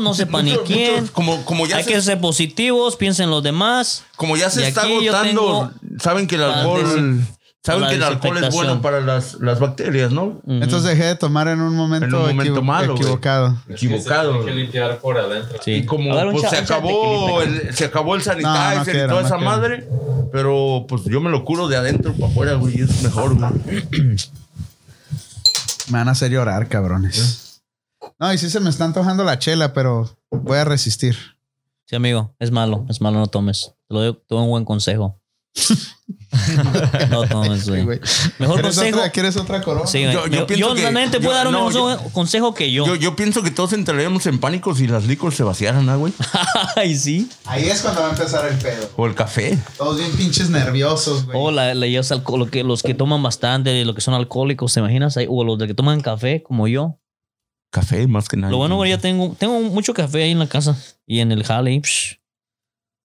no se paniquen.
Muchos- Como, como ya
Hay
se
que ser positivos, piensen en los demás.
Como ya se
Y
está
aquí yo
agotando, saben que el
la
alcohol,
desin-
saben
la
que el alcohol es bueno
desinfectación.
para las, las bacterias, ¿no?
Entonces dejé de tomar en un momento,
En un momento
equivo-
malo, güey.
equivocado.
Equivocado.
limpiar por adentro.
Sí.
Y como
A ver, un
pues,
shot,
se
un shot de
acabó,
tequilita.
el, se acabó el
No,
sanitizer
no
y
quiero,
toda
no
esa
quiero.
madre, pero pues yo me lo curo de adentro para afuera, güey, es mejor, güey.
Me van a hacer llorar, cabrones. No, y sí se me está antojando la chela, pero voy a resistir.
Sí, amigo, es malo, es malo, no tomes. Te lo doy, te doy un buen consejo. No tomes, güey.
güey.
Mejor
¿Quieres
consejo.
otra- ¿Quieres otra corona?
Sí, güey.
Yo- yo
Yo,
pienso
yo
que-
realmente
yo-
puedo dar un
no,
consejo, consejo que yo.
Yo, yo pienso que todos entraríamos en pánico si las licores se vaciaran, ah, güey.
Ay, sí.
Ahí es cuando va a empezar el pedo.
O el café.
Todos bien pinches nerviosos, güey.
O Oh, la, la- ellos alco- lo que, los que toman bastante, los que son alcohólicos, ¿te imaginas? Ahí, O los de que toman café, como yo.
Café, más que nada.
Lo bueno, güey, ya tengo, tengo mucho café ahí en la casa y en el jale. ahí, psh,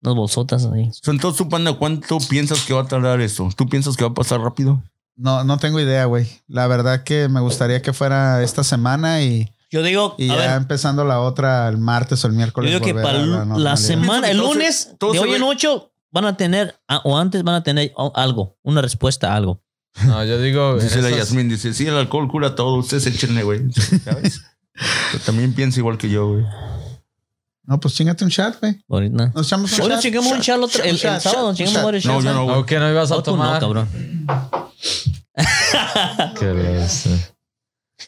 unas bolsotas ahí.
So, Entonces, tú, panda, ¿cuánto piensas que va a tardar esto? ¿Tú piensas que va a pasar rápido?
No, no tengo idea, güey. La verdad que me gustaría que fuera esta semana y,
Yo digo,
y
a
ya
ver,
empezando la otra el martes o el
yo
miércoles.
digo que
volver
para
a
la,
normalidad.
semana, el
Todo se-
lunes,
todo
de
se
hoy
ve-
en ocho, van a tener, a- o antes van a tener o- algo, una respuesta a algo.
No, yo digo.
Dice la
esas-
Yasmin, dice, sí, el alcohol cura todo, ustedes échenle, güey. ¿Sabes? Yo también pienso igual que yo, güey.
No, pues chingate un chat, güey.
Ahorita.
Nos echamos un
Hoy nos
chat.
chingamos un chat el otro- el- el
Chat,
sábado,
chat,
chingamos
chat.
varios
No,
shots,
yo no, güey.
¿O qué no ibas a
No, tú no,
tomar?
cabrón.
Qué bestia.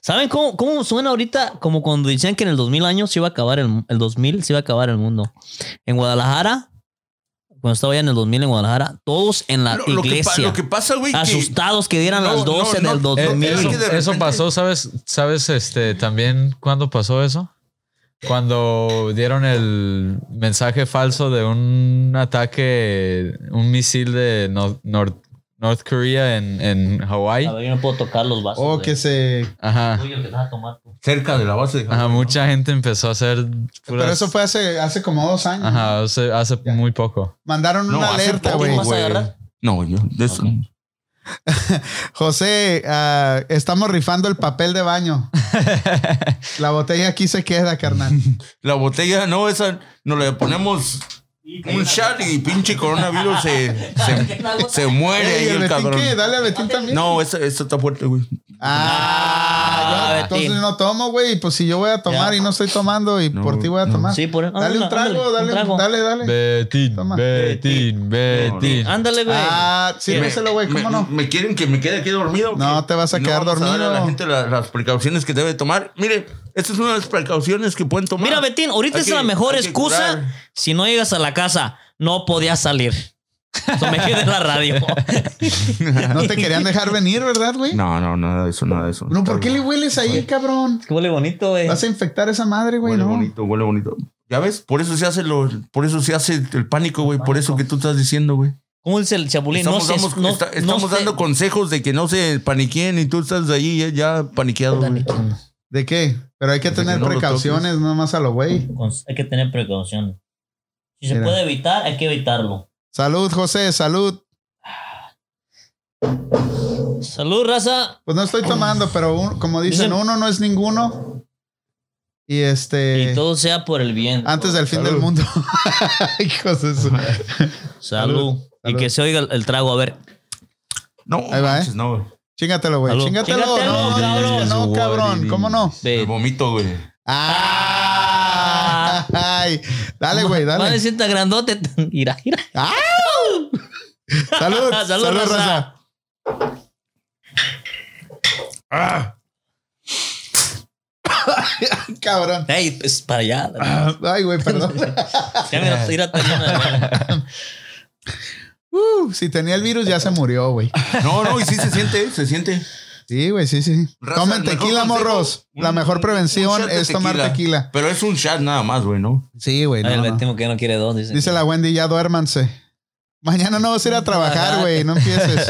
¿Saben cómo, cómo suena ahorita? Como cuando decían que en el 2000 años se iba a acabar el, el 2000, se iba a acabar el mundo. En Guadalajara, cuando estaba ya en el 2000 en Guadalajara, todos en la
Ah,
Lo, lo que, pa-
iglesia,
lo que pasa, güey, que-
asustados que dieran
No,
las 12
no,
en el
no,
Eh,
2000.
es
eso,
que de repente-
eso pasó, ¿sabes? ¿Sabes este también cuándo pasó eso? Cuando dieron el mensaje falso de un ataque, un misil de North, North, North Korea en, en Hawái.
A ver, yo no puedo tocar los vasos.
O
Oh,
güey.
que se.
Ajá.
Uy, el que vas a tomar tú.
cerca de la base de
Ajá, mucha gente empezó a hacer.
Pero
puras-
eso fue hace, hace como dos años.
Ajá, hace, hace muy poco.
Mandaron
No,
una
hace
alerta,
poco,
güey.
¿Vas a agarrar?
No, güey, yo. de eso-
José, ah, estamos rifando el papel de baño. la botella aquí se queda, carnal.
La botella, no, esa, nos le ponemos un shot y pinche coronavirus se,
Ah,
se, se muere ahí
Ey,
el
Betín
cabrón.
qué? Dale a Betín también.
No, esa, esa está fuerte, güey.
Ah,
Ah,
yo-
Betín.
entonces no tomo, güey. Pues si yo voy a tomar
Ya.
y no estoy tomando y
No,
por ti voy a
no.
tomar.
Sí, por
Dale un trago, dale, dale, dale.
Betín,
Toma.
Betín, Betín.
Ándale, güey.
Ah, sírveselo, güey,
me-
¿cómo no?
¿Me quieren que me quede aquí dormido?
No,
¿Qué?
te vas a quedar
vamos
dormido.
darle a la gente la- las precauciones que debe tomar. Mire, estas son las precauciones que pueden tomar.
Mira, Betín, ahorita
Hay
es
que-
la mejor
hay que
excusa
curar.
si no llegas a la casa. No podías salir. Eso me quedé en la radio.
No te querían dejar venir, ¿verdad, güey? No,
No, no, nada de eso, nada de eso.
¿por qué le hueles ahí, cabrón?
Que huele bonito, güey.
Vas a infectar esa madre, güey,
Huele
¿no?
bonito, huele bonito. ¿Ya ves? Por eso se hace lo, por eso se hace el pánico, güey. Por eso que tú estás diciendo, güey.
¿Cómo dice el chapulín?
Estamos,
no
damos-
se, no,
está-
no
estamos
se-
dando consejos de que no se paniqueen y tú estás ahí ya, ya paniqueado. güey.
¿De qué? Pero hay que
De
tener
que no lo
precauciones, no más a lo güey.
Cons- Hay que tener precaución. Si se
Mira.
puede evitar, hay que evitarlo.
Salud, José, salud.
Salud, raza.
Pues no estoy tomando, pero un- como dicen,
Dicen-
uno no es ninguno. Y este.
Y todo sea por el bien.
Antes del fin
Salud.
del mundo. Hijos de su.
Salud.
Salud.
Y que se oiga el, el trago. A ver.
No,
Ahí va, eh.
manches, no, güey.
Chingatelo, güey.
Salud.
Chingatelo.
Chíngatelo,
No, no,
cabrón.
no, cabrón. ¿Cómo no?
El
De-
vomito, güey.
Ah. Ay, dale, güey,
Madre
dale.
sienta grandote. Mira, mira.
¡Ah! Salud,
Salud,
salud,
raza.
raza.
Ah.
Ay, Cabrón.
Ey, pues para allá.
Ay, güey, perdón.
Ya mira, mira, te- mira.
Uh, si tenía el virus ya se murió, güey.
No, no, y sí se siente, se siente.
Sí, güey, sí, sí.
Raza,
Tomen
el mejor
tequila,
consejo,
morros.
un-
La mejor
un
prevención
shot de
es tomar tequila.
Pero es un shot nada más, güey, ¿no?
Sí, güey.
Ay,
no,
el
no.
último que no quiere dos. Dice.
Dice la Wendy, ya duérmanse. Mañana no vas a ir a trabajar, güey. No empieces.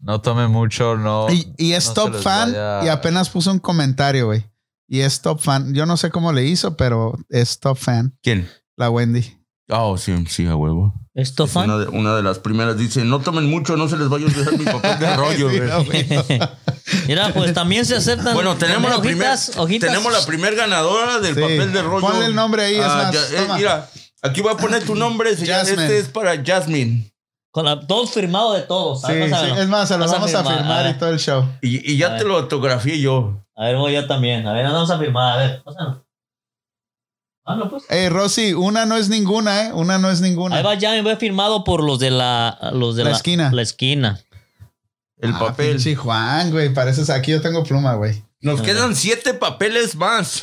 No tome mucho, no.
Y, y es
no se
top
les
fan
vaya-
y apenas puso un comentario, güey. Y es top fan. Yo no sé cómo le hizo, pero es top fan.
¿Quién?
La Wendy.
Oh, sí, sí, a huevo.
¿Esto, fan?
Una de, una de las primeras dice, no tomen mucho, no se les vaya a olvidar mi papel de rollo,
Sí,
güey.
no, güey.
Mira, pues también se aceptan.
Bueno, tenemos la, primer,
hojitas, hojitas.
tenemos la primer ganadora del
Sí.
papel de rollo.
Ponle el nombre ahí, es más,
ya- eh,
toma.
mira, aquí voy a poner tu nombre. señor.
Jasmine.
Este es para Jasmine.
Con la- todos firmados de todos. A
Sí,
ver, pásamelo.
sí. Es más, se lo
Vas a
vamos a
firmar, a
firmar
ver.
y todo el show.
Y, y ya
A
te
ver.
lo autografié yo.
A ver, voy yo también. A ver, vamos a firmar. A ver, pásalo. Hazlo, pues.
Ey, Rosy, una no es ninguna, ¿eh? Una no es
Ahí
ninguna.
va, ya me voy firmado por los de la, los de
La
la,
esquina.
La esquina.
El
Ah,
papel.
pinche Juan, güey. Pareces aquí yo tengo pluma, güey.
Nos quedan siete papeles más.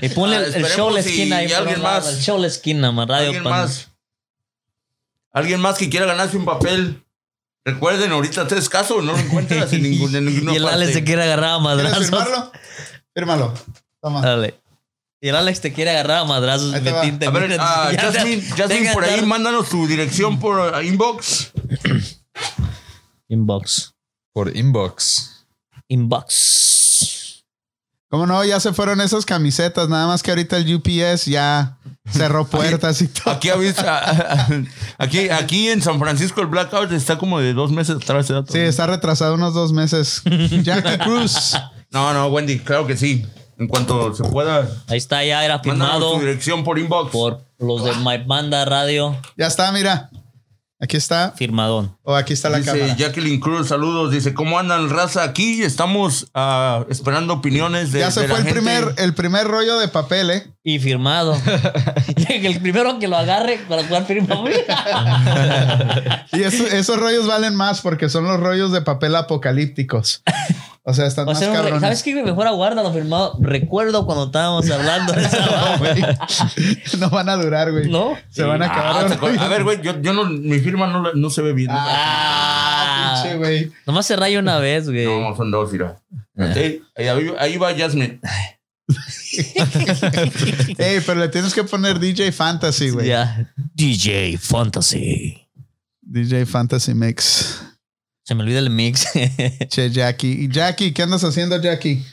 Y ponle
Ah,
el- el
esperemos
show la
si
esquina ahí.
alguien
por un lado,
más.
El show la esquina, más radio.
¿Alguien
Pan-
más? Alguien más que quiera ganarse un papel. Recuerden, ahorita está escaso, no lo encuentras en ningún en ninguna
y el Alex
parte.
te quiere agarrar a
¿Quieres
madrazos.
firmarlo? Fírmalo.
Ah.
Toma.
Dale. Y el Alex te quiere agarrar a madrazos.
Ahí te va.
metiste-
A ver,
mira,
ah,
ya-
Jasmine,
ya-
Jasmine,
tengan
por ahí
dar-
mándanos tu dirección por ah, inbox.
Inbox.
Por inbox.
Inbox.
Como no, ya se fueron esas camisetas. Nada más que ahorita el UPS ya cerró puertas y todo.
Aquí, avisa- aquí, aquí en San Francisco el blackout está como de dos meses atrás. ¿eh? ¿verdad?
Sí, está retrasado unos dos meses. Jack Cruz.
No, no, Wendy, claro que sí. En cuanto se pueda,
Ahí está, ya era
mándanos
firmado
tu Ah. dirección por inbox.
por los de My Banda Radio.
Ya está, mira. Aquí está.
Firmadón.
O aquí está la
dice
cámara.
Jacqueline Cruz, saludos. Dice, ¿cómo andan raza aquí? Estamos ah, esperando opiniones de
ya se
de
fue el
la gente.
primer, el primer rollo de papel, ¿eh?
Y firmado. el primero que lo agarre para jugar firma.
Y eso- esos rollos valen más porque son los rollos de papel apocalípticos. O sea, están
O
más
sea, un re-
cabrones.
¿Sabes qué? Mejor aguárdalo firmado. Recuerdo cuando estábamos hablando de esa
no van a durar, güey.
¿No?
Se van a
Ah,
acabar.
¿te acuerdas? a ver, güey, yo, yo no, mi firma no, la- no se ve bien.
Ah,
Ah.
pinche, güey.
Nomás se raya una vez, güey.
No, son dos, mira.
Ah.
Sí, ahí, ahí va Jasmine.
Ey, pero le tienes que poner DJ Fantasy, güey.
Ya. DJ Fantasy.
DJ Fantasy Mix.
Se me olvida el mix.
Che, Jackie. Y Jackie, ¿qué andas haciendo, Jackie?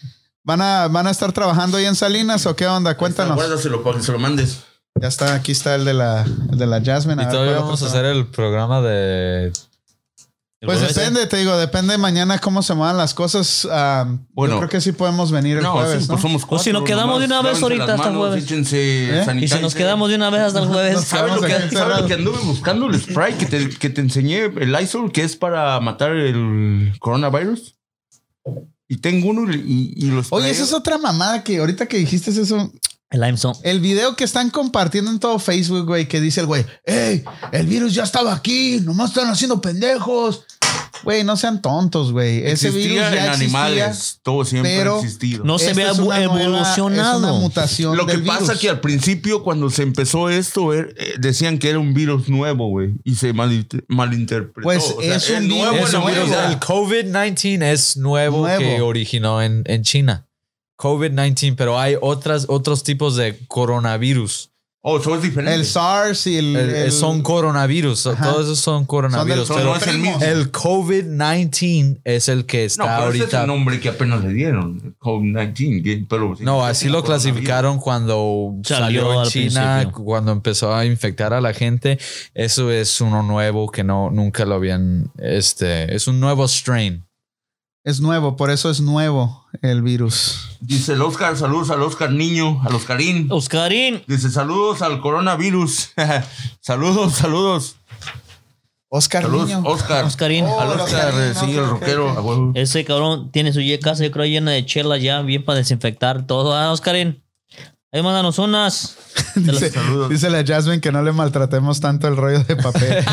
¿Van a, ¿Van a estar trabajando ahí en Salinas o qué onda? Cuéntanos.
Guárdaselo para que se lo mandes.
Ya está, aquí está el de la, el de la Jasmine. A
Y
ver,
todavía
¿cuál
vamos a
otro
hacer ¿eh? el programa de.
Pues depende, te digo, depende mañana cómo se muevan las cosas. Am,
Bueno.
yo creo que sí podemos venir el
No,
jueves,
sí,
¿no?
pues somos
O
cuatro.
si nos quedamos de una
nomás,
vez
lávense
ahorita
las
hasta el
manos,
jueves.
échense
¿Eh?
Y si nos
sanitizer.
quedamos de una vez hasta el
Nos
jueves.
quedamos
¿Sabes lo,
aquí
que, ¿Sabes lo
encerrados.
que anduve buscando? El spray que te, que te enseñé, el ISOL, que es para matar el coronavirus. Y tengo uno y, y- y los
Oye,
traía.
esa es otra mamada que ahorita que dijiste eso,
El Limestone.
el video que están compartiendo en todo Facebook, güey, que dice el güey, hey, el virus ya estaba aquí, nomás están haciendo pendejos. Güey, no sean tontos, güey. Ese
Existía
virus ya
en
existía.
animales. Todo siempre
pero
ha existido.
No se
Esta
vea
es una nueva-
evolucionado.
es una mutación
Lo que
del
pasa
virus.
que al principio, cuando se empezó esto, er- eh, decían que era un virus nuevo, güey. Y se malinter- malinterpretó.
Pues es
el
un
nuevo
virus,
en la
es un
humanidad.
virus.
el COVID-19 es nuevo,
Nuevo.
que originó en, en China. COVID-19, pero hay otras, otros tipos de coronavirus.
Oh, eso es diferente.
El SARS y el...
El- eh,
el-
son coronavirus.
Ajá.
Todos esos son coronavirus.
son
del-
pero
no es el mismo.
el COVID-19 es el que está
no, pero ese es
ahorita.
el nombre que apenas le dieron. COVID-19. que- Pero,
No, así lo clasificaron cuando
Salió
salió, en
al
China,
principio.
cuando empezó a infectar a la gente. Eso es uno nuevo que no nunca lo habían. Este es un nuevo strain.
es nuevo, por eso es nuevo el virus.
Dice el Oscar, saludos al Oscar Niño, al Oscarín.
Oscarín.
Dice, saludos al coronavirus. saludos, saludos.
Oscar
Saludos,
Niño.
Oscar.
Oscarín. Eh,
Oh,
Al Oscar,
Oscarín,
eh, sí,
ok,
el
ok,
rockero.
ok.
a huevo.
Ese cabrón tiene su ye- casa, yo creo, llena de chelas ya, bien para desinfectar todo. Ah, Oscarín. Ahí mándanos unas. Te las-
Dice,
saludos.
dice la Jasmine que no le maltratemos tanto el rollo de papel.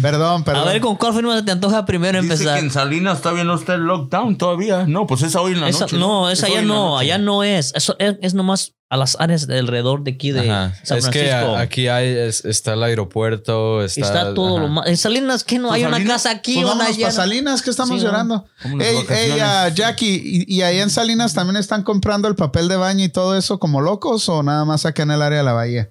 perdón, perdón.
A
Pues
ver, ¿con cuál firma se te antoja primero
Dice
empezar?
que en Salinas todavía no está el lockdown todavía. No, pues esa hoy en la
Esa-
noche.
no, esa
hoy
allá
en la
no,
noche.
allá no es. Eso es, es nomás a las áreas de alrededor de aquí de
Ajá.
San
Es que
Francisco.
a- aquí hay, es- está el aeropuerto, está,
está, todo
ajá.
lo más. En Salinas, que no
Pues
hay una
Salinas,
casa aquí,
Pues
una
vámonos
allá.
para Salinas, que estamos
Sí, ¿no?
llorando.
Vámonos de
Ey, ey,
vacaciones.
ah, Jackie, ¿y, y ahí en Salinas también están comprando el papel de baño y todo eso como locos o nada más acá en el área de la bahía?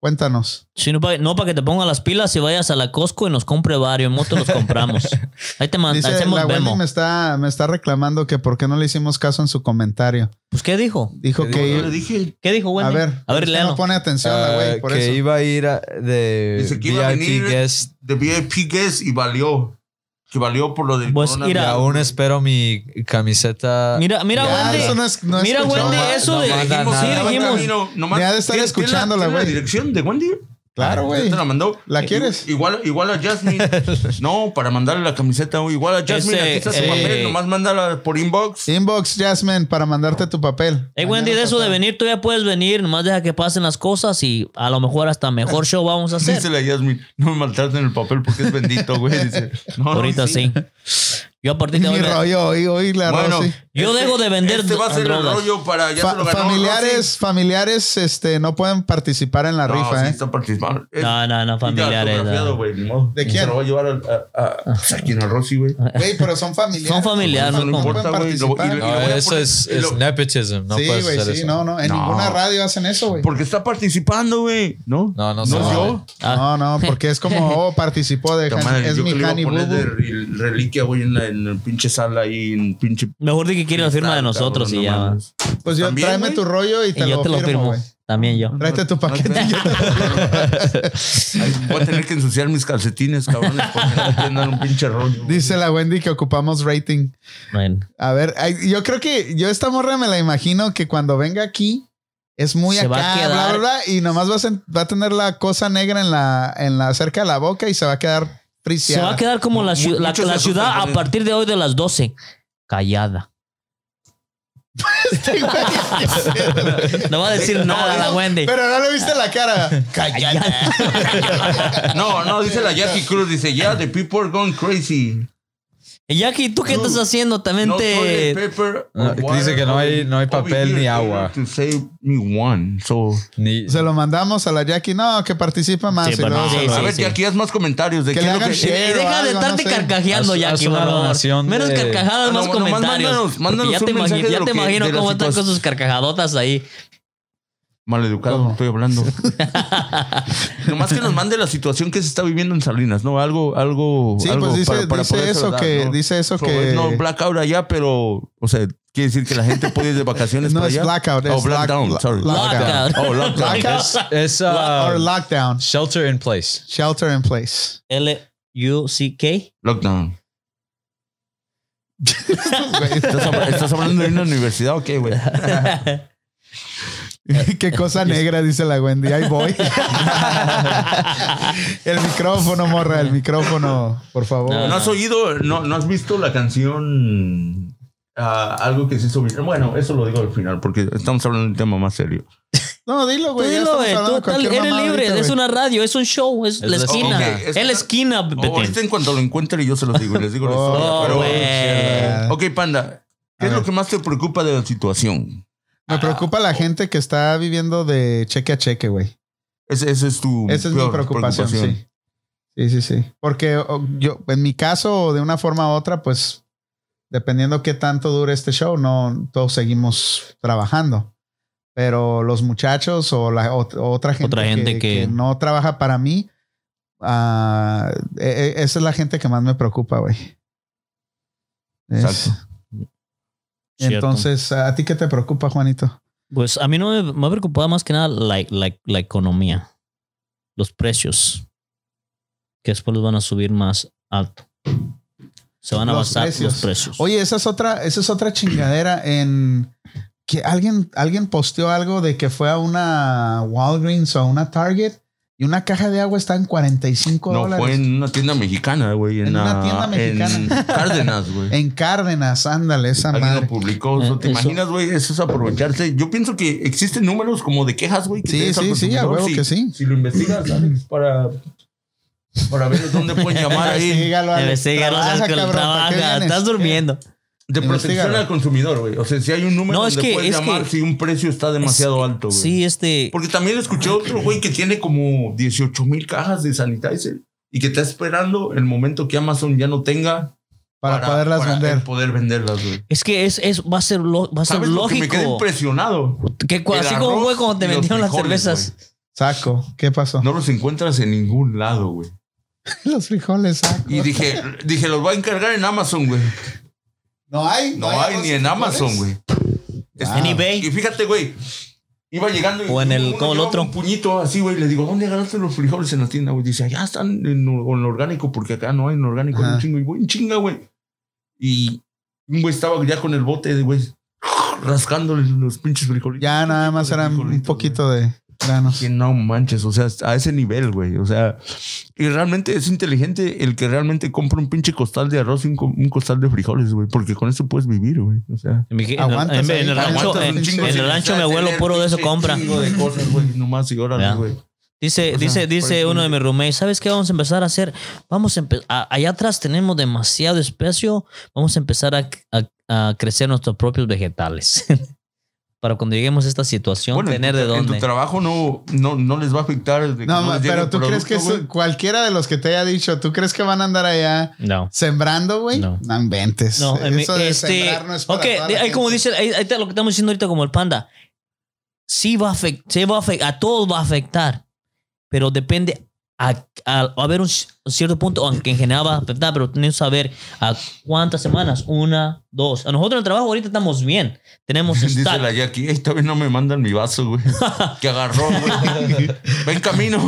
Cuéntanos.
Sí, no, para, no, para que te pongas las pilas y vayas a la Costco y nos compre varios. En moto los compramos. Ahí
Dice, la
te mandamos
Wendy
vemos.
me está, me está reclamando que por qué no le hicimos caso en su comentario.
Pues, ¿qué dijo?
Dijo
¿Qué
Yo
que...
le dije,
¿Qué dijo,
a
Wendy?
ver,
a ver,
es que no
léalo.
pone atención la güey,
Ah,
por
que
eso.
iba a ir a- de
Dice que iba a venir-
VIP guest.
de VIP guest y valió. Que valió por lo del
Pues,
coronavirus.
Y
mira.
aún espero mi camiseta.
Mira, mira,
Ya,
Wendy.
eso no es- no
mira,
escuchó,
Wendy,
no,
eso
no
de.
manda
Dijimos,
nada.
sí, dijimos.
nomás-
Me ha de estar
¿Tiene- tiene la-
escuchándola,
tiene
güey.
la dirección de Wendy?
Claro, güey.
¿Te la mandó?
¿La quieres?
I- Igual, igual a Jasmine. no, para mandarle la camiseta. güey. Igual a Jasmine.
Ese-
aquí está su
eh.
papel. Nomás mándala por inbox.
Inbox Jasmine para mandarte tu papel.
Hey, Wendy, de eso de venir, tú ya puedes venir. Nomás deja que pasen las cosas y a lo mejor hasta mejor show vamos a hacer.
Dísela a Jasmine. No me maltraten el papel porque es bendito, güey. Dice, no,
Ahorita sí. Yo a partir de
Mi
hoy.
rollo hoy, hoy la
Bueno,
Rosy.
Yo dejo de vender
Este va a ser el
drogas.
rollo para. Ya
Fa-
se lo ganó,
familiares, familiares, este, no pueden participar en la
¿no? Sí. No,
rifa,
sí
¿eh?
está participando. Es-
No, no, no,
está
familiares. ah.
autografiado,
no.
güey, ni modo.
¿De
Se
quién?
lo va a llevar al- a, a, pues, a quien al Rossi,
Ah,
güey.
Güey, pero son familiares.
Son familiares,
No,
no,
no
como-
importa,
pueden
güey. Lo- y-
participar.
y lo
No,
voy a
eso
poner-
es,
y lo-
es nepotism. No
sí,
puedes
güey,
hacer
sí,
eso.
no, no. En
No.
ninguna radio hacen eso, güey.
Porque está participando, güey. ¿No?
No, no
¿No
se
es
vale.
yo?
Ah.
No, no, porque es como, oh, participó de
Puta
Han-
madre,
es
yo
mi
que le iba a
Hany
poner
Bubu.
de rel- reliquia, güey, en la en el pinche sala ahí, en pinche.
Mejor di que quiere la firma de nosotros y ya. va.
Pues yo,
También,
tráeme
güey.
tu rollo y te,
Y
lo,
yo te lo
firmo,
firmo.
güey.
También yo.
Tráete tu paquete. y yo te-
Voy a tener que ensuciar mis calcetines, cabrones, porque no tienen un pinche rollo. güey.
Dice la Wendy que ocupamos rating.
Bueno.
A ver, ay, yo creo que yo esta morra me la imagino que cuando venga aquí es muy
Se
acá,
va a quedar-
bla, bla, bla, y nomás va a, sen- va a tener la cosa negra en la, en la cerca de la boca y se va a quedar
Se va
friseada.
a quedar como la, ciu-
Mu-
la,
muchos
la
de esos
ciudad a
cabrones.
partir de hoy de las 12. Callada.
Este
No va a decir nada a la Wendy.
Pero no le viste la cara.
No, no, dice la Jackie Cruz, dice, yeah, the people are going crazy.
Y Jackie, ¿tú qué
No,
estás haciendo? También
No toilet
te...
paper
Ah,
or water
dice que no hay- no hay
over
papel
here
ni
in
agua.
order To save me one. So,
Ni,
Se lo mandamos a la Jackie. No, que participa más.
Sí,
y luego
pero-
se
sí,
lo-
a
sí.
ver, que aquí haz más comentarios de
Que
qué
le
es lo
hagan
que-
Y
share.
y Eh, deja de
algo, no
estarte
sé. Ah,
carcajeando,
Haz-
Jackie,
haz una
por favor.
donación
Menos
de-
carcajadas,
No,
más
no, nomás mándanos-
comentarios.
mándanos
Porque ya
un
te
mensaje
imagi-
de
ya
lo
te
que-
imagino
de la
cómo están
situación.
con sus carcajadotas ahí.
Maleducado,
¿Cómo?
estoy hablando. Nomás que nos mande la situación que se está viviendo en Salinas, ¿no? Algo, algo.
Sí,
algo
pues dice,
para- para
dice
poderse
eso
dar,
que,
¿no?
dice eso
So,
que
es No, blackout allá, pero. O sea, quiere decir que la gente puede ir de vacaciones
No
para
es
allá.
blackout,
Oh,
es black-
blackdown,
bla-
sorry.
Lockdown.
Lockdown.
Oh, lockdown.
es es, ah,
or lockdown,
shelter in place.
shelter in place.
L-U-C-K.
Lockdown. ¿Estás, hab- estás hablando de una universidad o qué, güey?
Eh,
Qué cosa negra, dice la Wendy. Ahí voy. el micrófono, morra, el micrófono, por favor.
No,
¿No has oído, no, no has visto la canción? ah, algo que se hizo viral? Bueno, eso lo digo al final, porque estamos hablando de un tema más serio.
No, dilo,
Tú
güey. Pues ya
dilo,
estamos
güey,
hablando
tú
de
tal-
cualquier
eres
mamada
libre,
ahorita,
es
güey.
una radio, es un show, es,
Es
la
la
esquina.
esquina. Ok, es-
es la esquina,
Ahorita
este
Betín.
este en cuanto lo encuentre yo se los digo y les digo la historia.
Oh,
pero-
güey.
ok, Panda,
A
¿qué es lo
ver.
que más te preocupa de la situación?
Me preocupa la gente que está viviendo de cheque a cheque, güey.
Ese, ese es tu
Esa es mi
peor
preocupación, sí. Sí, sí, sí. Porque o, yo, en mi caso, de una forma u otra, pues, dependiendo qué tanto dure este show, no todos seguimos trabajando. Pero los muchachos o la ot- otra gente,
Otra gente que-
no trabaja para mí, ah, e- e- esa es la gente que más me preocupa, güey. Es-
Exacto.
Cierto.
Entonces, ¿a ti qué te preocupa, Juanito?
Pues a mí no me, me ha preocupado más que nada la, la- la economía, los precios, que después los van a subir más alto. Se van a
Los
basar
precios.
los precios.
Oye, esa es otra, esa es otra chingadera en que alguien, alguien posteó algo de que fue a una Walgreens o a una Target y una caja de agua está en 45
No,
dólares.
fue en una tienda mexicana, güey. En,
En una
la-
tienda mexicana.
En Cárdenas, güey.
En Cárdenas, ándale, esa
Alguien lo
madre. Eh,
publicó. o sea, ¿Te
Eso.
imaginas, güey? Eso es aprovecharse. Yo pienso que existen números como de quejas, güey. que
Sí,
tienes al
sí, sí, a
consumidor.
huevo
Si-
que sí.
Si lo investigas, Alex, para, para ver dónde pueden llamar ahí.
Investígalo, Alex.
Investígalo,
Trabaja,
Sasco,
cabrón, ¿para qué
trabaja,
vienes?
estás durmiendo.
De protección
Investígalo.
al consumidor, güey. O sea, si hay un número
No, es
donde
que-
puedes
es
llamar
que-
si un precio está demasiado alto, güey.
Sí, este.
Porque también escuché otro güey que tiene como 18 mil cajas de sanitizer y que está esperando el momento que Amazon ya no tenga
Para, poderlas
para
vender.
poder venderlas, güey.
Es que es, es, va a ser, lo- va a ser
¿Sabes lo que me quedé
lógico.
impresionado?
Que cu-
El
así como
arroz
fue cuando te
y los
vendieron las
frijoles,
cervezas.
Saco, ¿qué pasó?
No los encuentras en ningún lado, güey.
Los frijoles, saco.
Y dije, dije, los voy a encargar en Amazon, güey.
No hay.
No hay ni en Amazon, güey.
Ah.
En eBay.
Y fíjate, güey. Iba llegando y
O en el-
uno
como el
llevaba
otro.
Un puñito así, güey. Le digo, ¿dónde agarraste los frijoles en la tienda, güey? Dice, allá están en, or- en orgánico, porque acá no hay en orgánico, hay
Ajá.
un chingo. Y voy en chinga, güey. Y un güey estaba ya con el bote, de, güey, rascándole los pinches frijolitos.
Ya nada más
De
eran un
frijolitos,
poquito de granos.
Que no manches, o sea, a ese nivel, güey. O sea, y realmente es inteligente el que realmente compra un pinche costal de arroz y un, co- un costal de frijoles, güey, porque con eso puedes vivir, güey. O sea,
En mi- en el-
Aguantas
en- en
ahí,
el rancho-
aguantas un
en-
chingo
en
sin
el rancho mi abuelo puro de eso compra.
Un chingo de cosas, güey, nomás y órale,
Ya.
güey.
Dice,
O sea,
dice,
por
dice
eso
uno de mis roommates, ¿sabes qué vamos a empezar a hacer? Vamos a empe- a- allá atrás tenemos demasiado espacio, vamos a empezar a, a- a crecer nuestros propios vegetales. Para cuando lleguemos a esta situación,
Bueno, en
tener
tu-
de
En
dónde.
tu trabajo no, no, no les va a afectar. de que
No,
no
ma-
les llegue
pero
el
tú crees
producto,
que
güey.
su- cualquiera de los que te haya dicho, ¿tú crees que van a andar allá
No.
sembrando, güey? No.
No.
inventes.
No, en mi-
Eso de
este,
sembrar no es para
ok,
toda la
ahí como
gente.
dice, ahí, ahí está lo que estamos diciendo ahorita como el panda. Sí va a afectar, va a, afec- a todos va a afectar, pero depende a, a- va a haber un ci- cierto punto, aunque en general va a afectar, pero tenemos que saber a cuántas semanas, una, dos. A nosotros en el trabajo ahorita estamos bien, tenemos
Dice
stack.
la Jackie, "Ey, todavía no me mandan mi vaso, güey. que agarró, güey. Ven camino.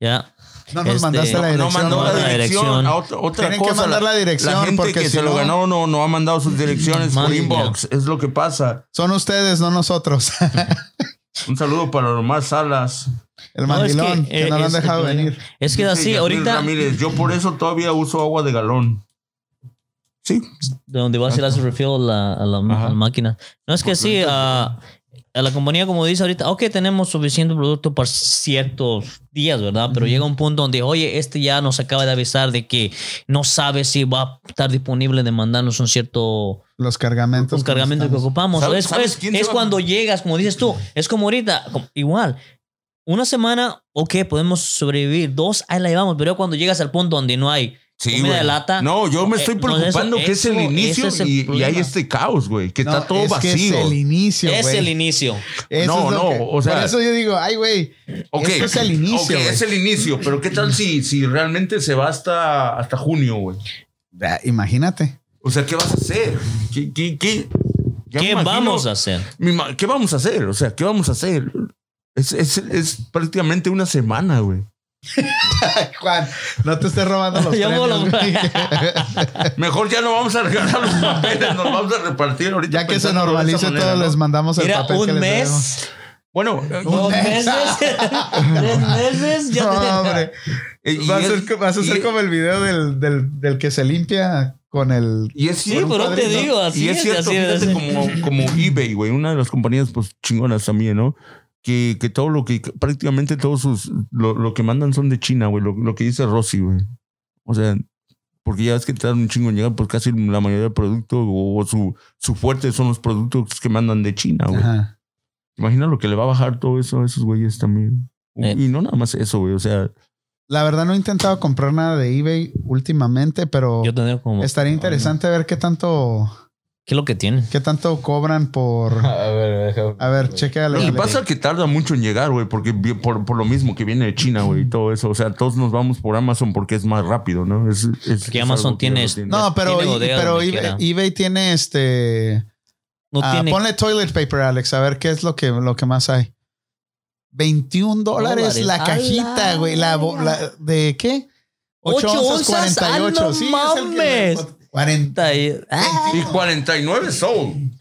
ya.
No nos
este,
mandaste la
No, no
dirección.
mandó
No
la
la
dirección.
dirección.
A otra, otra
Tienen que
cosa.
mandar la dirección,
gente
porque
que
si
se
no- Mm,
lo ganó no, no ha mandado sus direcciones por
Manden.
inbox. Es lo que pasa.
Son ustedes, no nosotros.
Un saludo para Omar Salas.
El
No, es
mandilón, que,
eh,
no lo han
es-
dejado
es-
venir.
Es que
Dice
así,
Yasmín
ahorita, de
Ramírez, yo por eso todavía uso agua de galón. Sí.
donde vas a ir a hacer refill a la, a la-
Ajá.
a la máquina. No es que sí, ah, a la compañía como dice ahorita, ok, tenemos suficiente producto para ciertos días, ¿verdad? Pero llega un punto donde, oye, este ya nos acaba de avisar de que no sabe si va a estar disponible de mandarnos un cierto
Los cargamentos.
un cargamento que
necesitamos.
ocupamos.
¿Sabes-
es
sabes
es-
quién
es
se va-
cuando llegas, como dices tú, es como ahorita, como- igual. Una semana, ok, podemos sobrevivir. Dos, ahí la llevamos. Pero cuando llegas al punto donde no hay
Sí,
comida
güey.
de lata,
No, yo me estoy
Eh, no, eso-
preocupando que es el
eso-
inicio
ese es el
y, y hay
problema.
este caos, güey, que
No,
está todo
es
vacío.
Que es el inicio,
es
güey.
el inicio.
Eso
No,
es lo
no,
que-
o sea-
Por eso yo digo, ay, güey,
Ok,
esto es el inicio,
ok,
güey.
es el inicio, pero ¿qué tal si, si realmente se va hasta, hasta junio, güey?
Ah, Imagínate.
O sea, ¿qué vas a hacer? ¿Qué, qué, qué? Ya me
¿Qué
imagino-
vamos a hacer?
me ima- ¿Qué vamos a hacer? O sea, ¿qué vamos a hacer? Es, es- es prácticamente una semana, güey.
Ay, Juan, no te estés robando los
Ya
premios,
voló.
güey.
Mejor ya no vamos a regalar los papeles, nos vamos a repartir ahorita.
Ya que se
pensando de
normalice
esa
todo,
manera, ¿no?
les mandamos el
Mira,
papel que
un
les debemos.
mes,
Bueno, eh,
dos meses, tres meses, ya
No,
tenía-
hombre.
eh, y
Vas a
es-
ser, co- vas a ser
y-
como el video del, del, del que se limpia con el...
Y es
Sí,
cierto,
pero te
padrino.
digo, así
y es
es,
cierto,
así es.
fíjate como, como eBay, güey, una de las compañías pues chingonas también, ¿no? Que, que todo lo que, prácticamente todos sus, lo, lo que mandan son de China, güey, lo, lo que dice Rossi, güey. O sea, porque ya ves que tardan un chingo en llegar, pues casi la mayoría del producto o, o su, su fuerte son los productos que mandan de China, güey.
Ajá.
Imagina lo que le va a bajar todo eso a esos güeyes también.
Eh.
Y no nada más eso, güey, o sea,
La verdad no he intentado comprar nada de eBay últimamente, pero
Yo tendría como. ¿Qué
estaría interesante ver qué tanto,
es lo que tiene?
qué tanto cobran por...
A ver, déjame-
A ver, chequea
Lo que pasa es que tarda mucho en llegar, güey, porque vi- por, por lo mismo que viene de China, güey, y todo eso. O sea, todos nos vamos por Amazon porque es más rápido, ¿no? Es, es-
Porque
es
Amazon
algo que
tiene
lo
este-
No, pero,
Tiene
i-
bodega
pero
donde
eBay,
quiera.
eBay tiene este...
No
ah,
tiene.
Ponle toilet paper, Alex, a ver qué es lo que, lo que más hay. 21 dólares
Dólares.
la
¡A
cajita,
la
güey. La, bo- la- ¿De qué? Ocho
¡Ocho onzas! ¡Ah, no
Sí, es el que-
mames!
40.
Está ahí. Ah,
Y 49 son.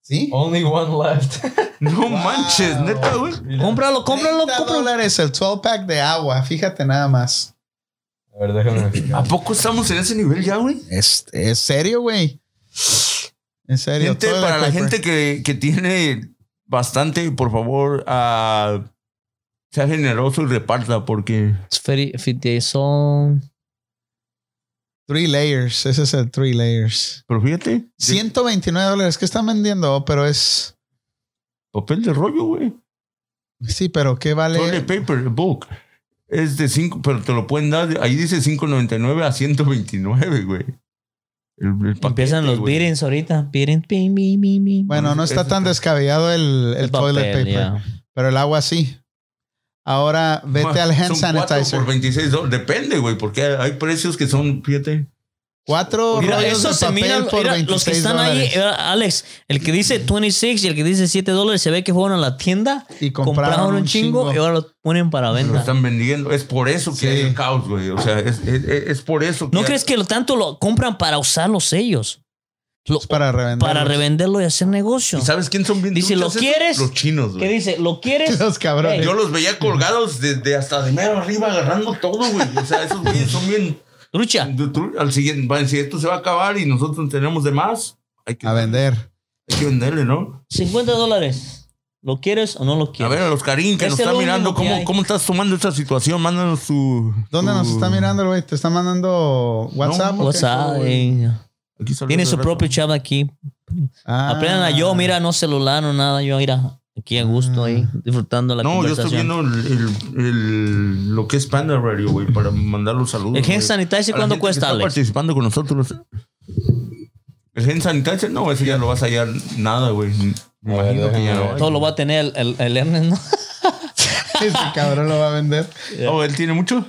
¿Sí?
Only one left.
No manches, neta, güey.
Cómpralo, cómpralo,
30
cómpralo.
dólares el 12 pack de agua. Fíjate nada más.
A ver, déjame
¿A
fijar.
poco estamos en ese nivel ya, güey?
Es, es serio, güey. En serio.
Gente,
toilet
para la
paper.
gente que, que tiene bastante, por favor, ah, sea generoso y reparta porque...
Feri- Fitizón.
Three layers. Ese es el three layers.
Pero fíjate,
129 dólares. ¿Qué están vendiendo? Pero es.
papel de rollo, güey.
Sí, pero ¿qué vale?
Toilet paper, book. Es de 5, pero te lo pueden dar. Ahí dice 5.99 a 129, güey. El- el
Empiezan
paquete,
los
güey.
beatings ahorita. Beatings. Bim, bim, bim, bim.
Bueno, no está tan descabellado el, el toilet paper,
ya.
pero el agua sí. Ahora vete
Ma,
al hand
son cuatro
sanitizer.
Por 26 dólares. Depende, güey, porque hay precios que son, fíjate.
Cuatro
Mira,
rollos
eso
de
se
papel
mira,
por
mira,
26
los que están ahí,
dólares.
eh, Alex, el que dice 26 y el que dice 7 dólares, se ve que fueron a la tienda,
y
eh, compraron, un chingo, y ahora lo ponen para
Lo
venta.
están vendiendo. Es por eso que
Sí.
hay el caos, güey. O sea, es, es- es- es por eso.
¿No crees que lo tanto lo compran para usar los sellos? Lo-
Es para revender.
eh, para revenderlo y hacer negocio.
¿Y sabes quién son bien
Dice,
duchas
¿lo
esos?
quieres?
Los chinos,
¿Qué
güey.
dice? ¿Lo quieres?
Los cabrones.
Yo los veía colgados desde hasta de mero arriba agarrando todo, güey. O sea, esos güeyes son bien.
Trucha.
Du- tú- Al siguiente, bueno, si esto se va a acabar y nosotros tenemos de más, hay que,
a vender.
hay que venderle, ¿no?
50 dólares. ¿Lo quieres o no lo
A
quieres?
ver, a los Karim que
Es
nos
el
está
único
mirando,
que
¿cómo,
Este hay.
¿cómo estás tomando esta situación? Mándanos su.
¿Dónde
su-
nos
Uh.
está mirando, el güey? ¿Te está mandando WhatsApp?
No,
o qué?
WhatsApp,
güey.
eh.
Aquí salió
Tiene
el
su
resto.
propio chava aquí.
Ah.
Aprendan a yo, mira, no celular, no nada. Yo, mira, aquí a gusto, ahí, disfrutando la
No, yo estoy
conversación.
viendo el, el- el- lo que es Panda Radio, güey, para mandar los saludos.
¿El hand
güey.
sanitizer
A la gente
cuándo
que
cuesta,
está
Alex?
participando con nosotros. El hand sanitizer, no, ese ya no vas a hallar nada, güey. Me
A ver,
imagino que ya
déjame
no
ver.
hay.
Todo lo va a tener el, el, el Ernest, ¿no?
Ese cabrón lo va a vender.
Oh, él tiene mucho.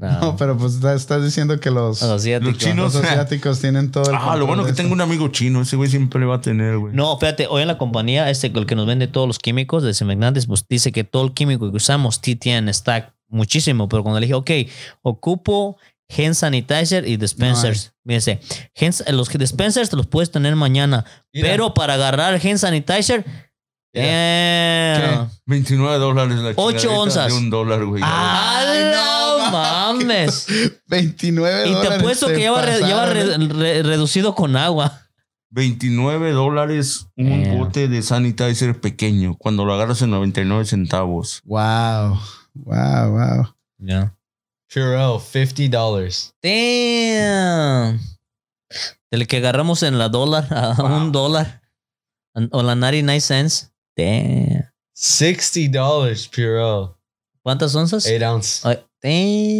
Ah.
No, pero pues está- estás diciendo que los,
a los siete,
Los
cabrón.
chinos.
los asiáticos tienen todo el.
Ah, lo
control
bueno
de
que
eso.
tengo un amigo chino, ese güey siempre va a tener, güey.
No, fíjate, hoy en la compañía, este, el que nos vende todos los químicos de Semegnantes, pues dice que todo el químico que usamos sí tiene stack muchísimo, pero cuando le dije, ok, ocupo hand sanitizer y dispensers. Me dice, "Hand sa- los que- dispensers te los puedes tener mañana,
Mira.
pero para agarrar hand sanitizer, eh, damn.
29 dólares la
Ocho
chingadita
onzas. Ah,
De un dólar, güey.
¡Ay, no mames!
29
Y te
dólares.
apuesto que lleva, re- lleva
pasaron,
re-
¿eh?
re- reducido con agua.
29 dólares un
Damn.
bote de sanitizer pequeño. Cuando lo agarras en 99 centavos.
Wow. Wow, wow.
Purell, $50.
Damn. Del que agarramos en la dólar, a un dólar. An- O la 99 cents. Damn.
$60 Purell.
¿Cuántas onzas?
Eh.
8 ounce.
Ay,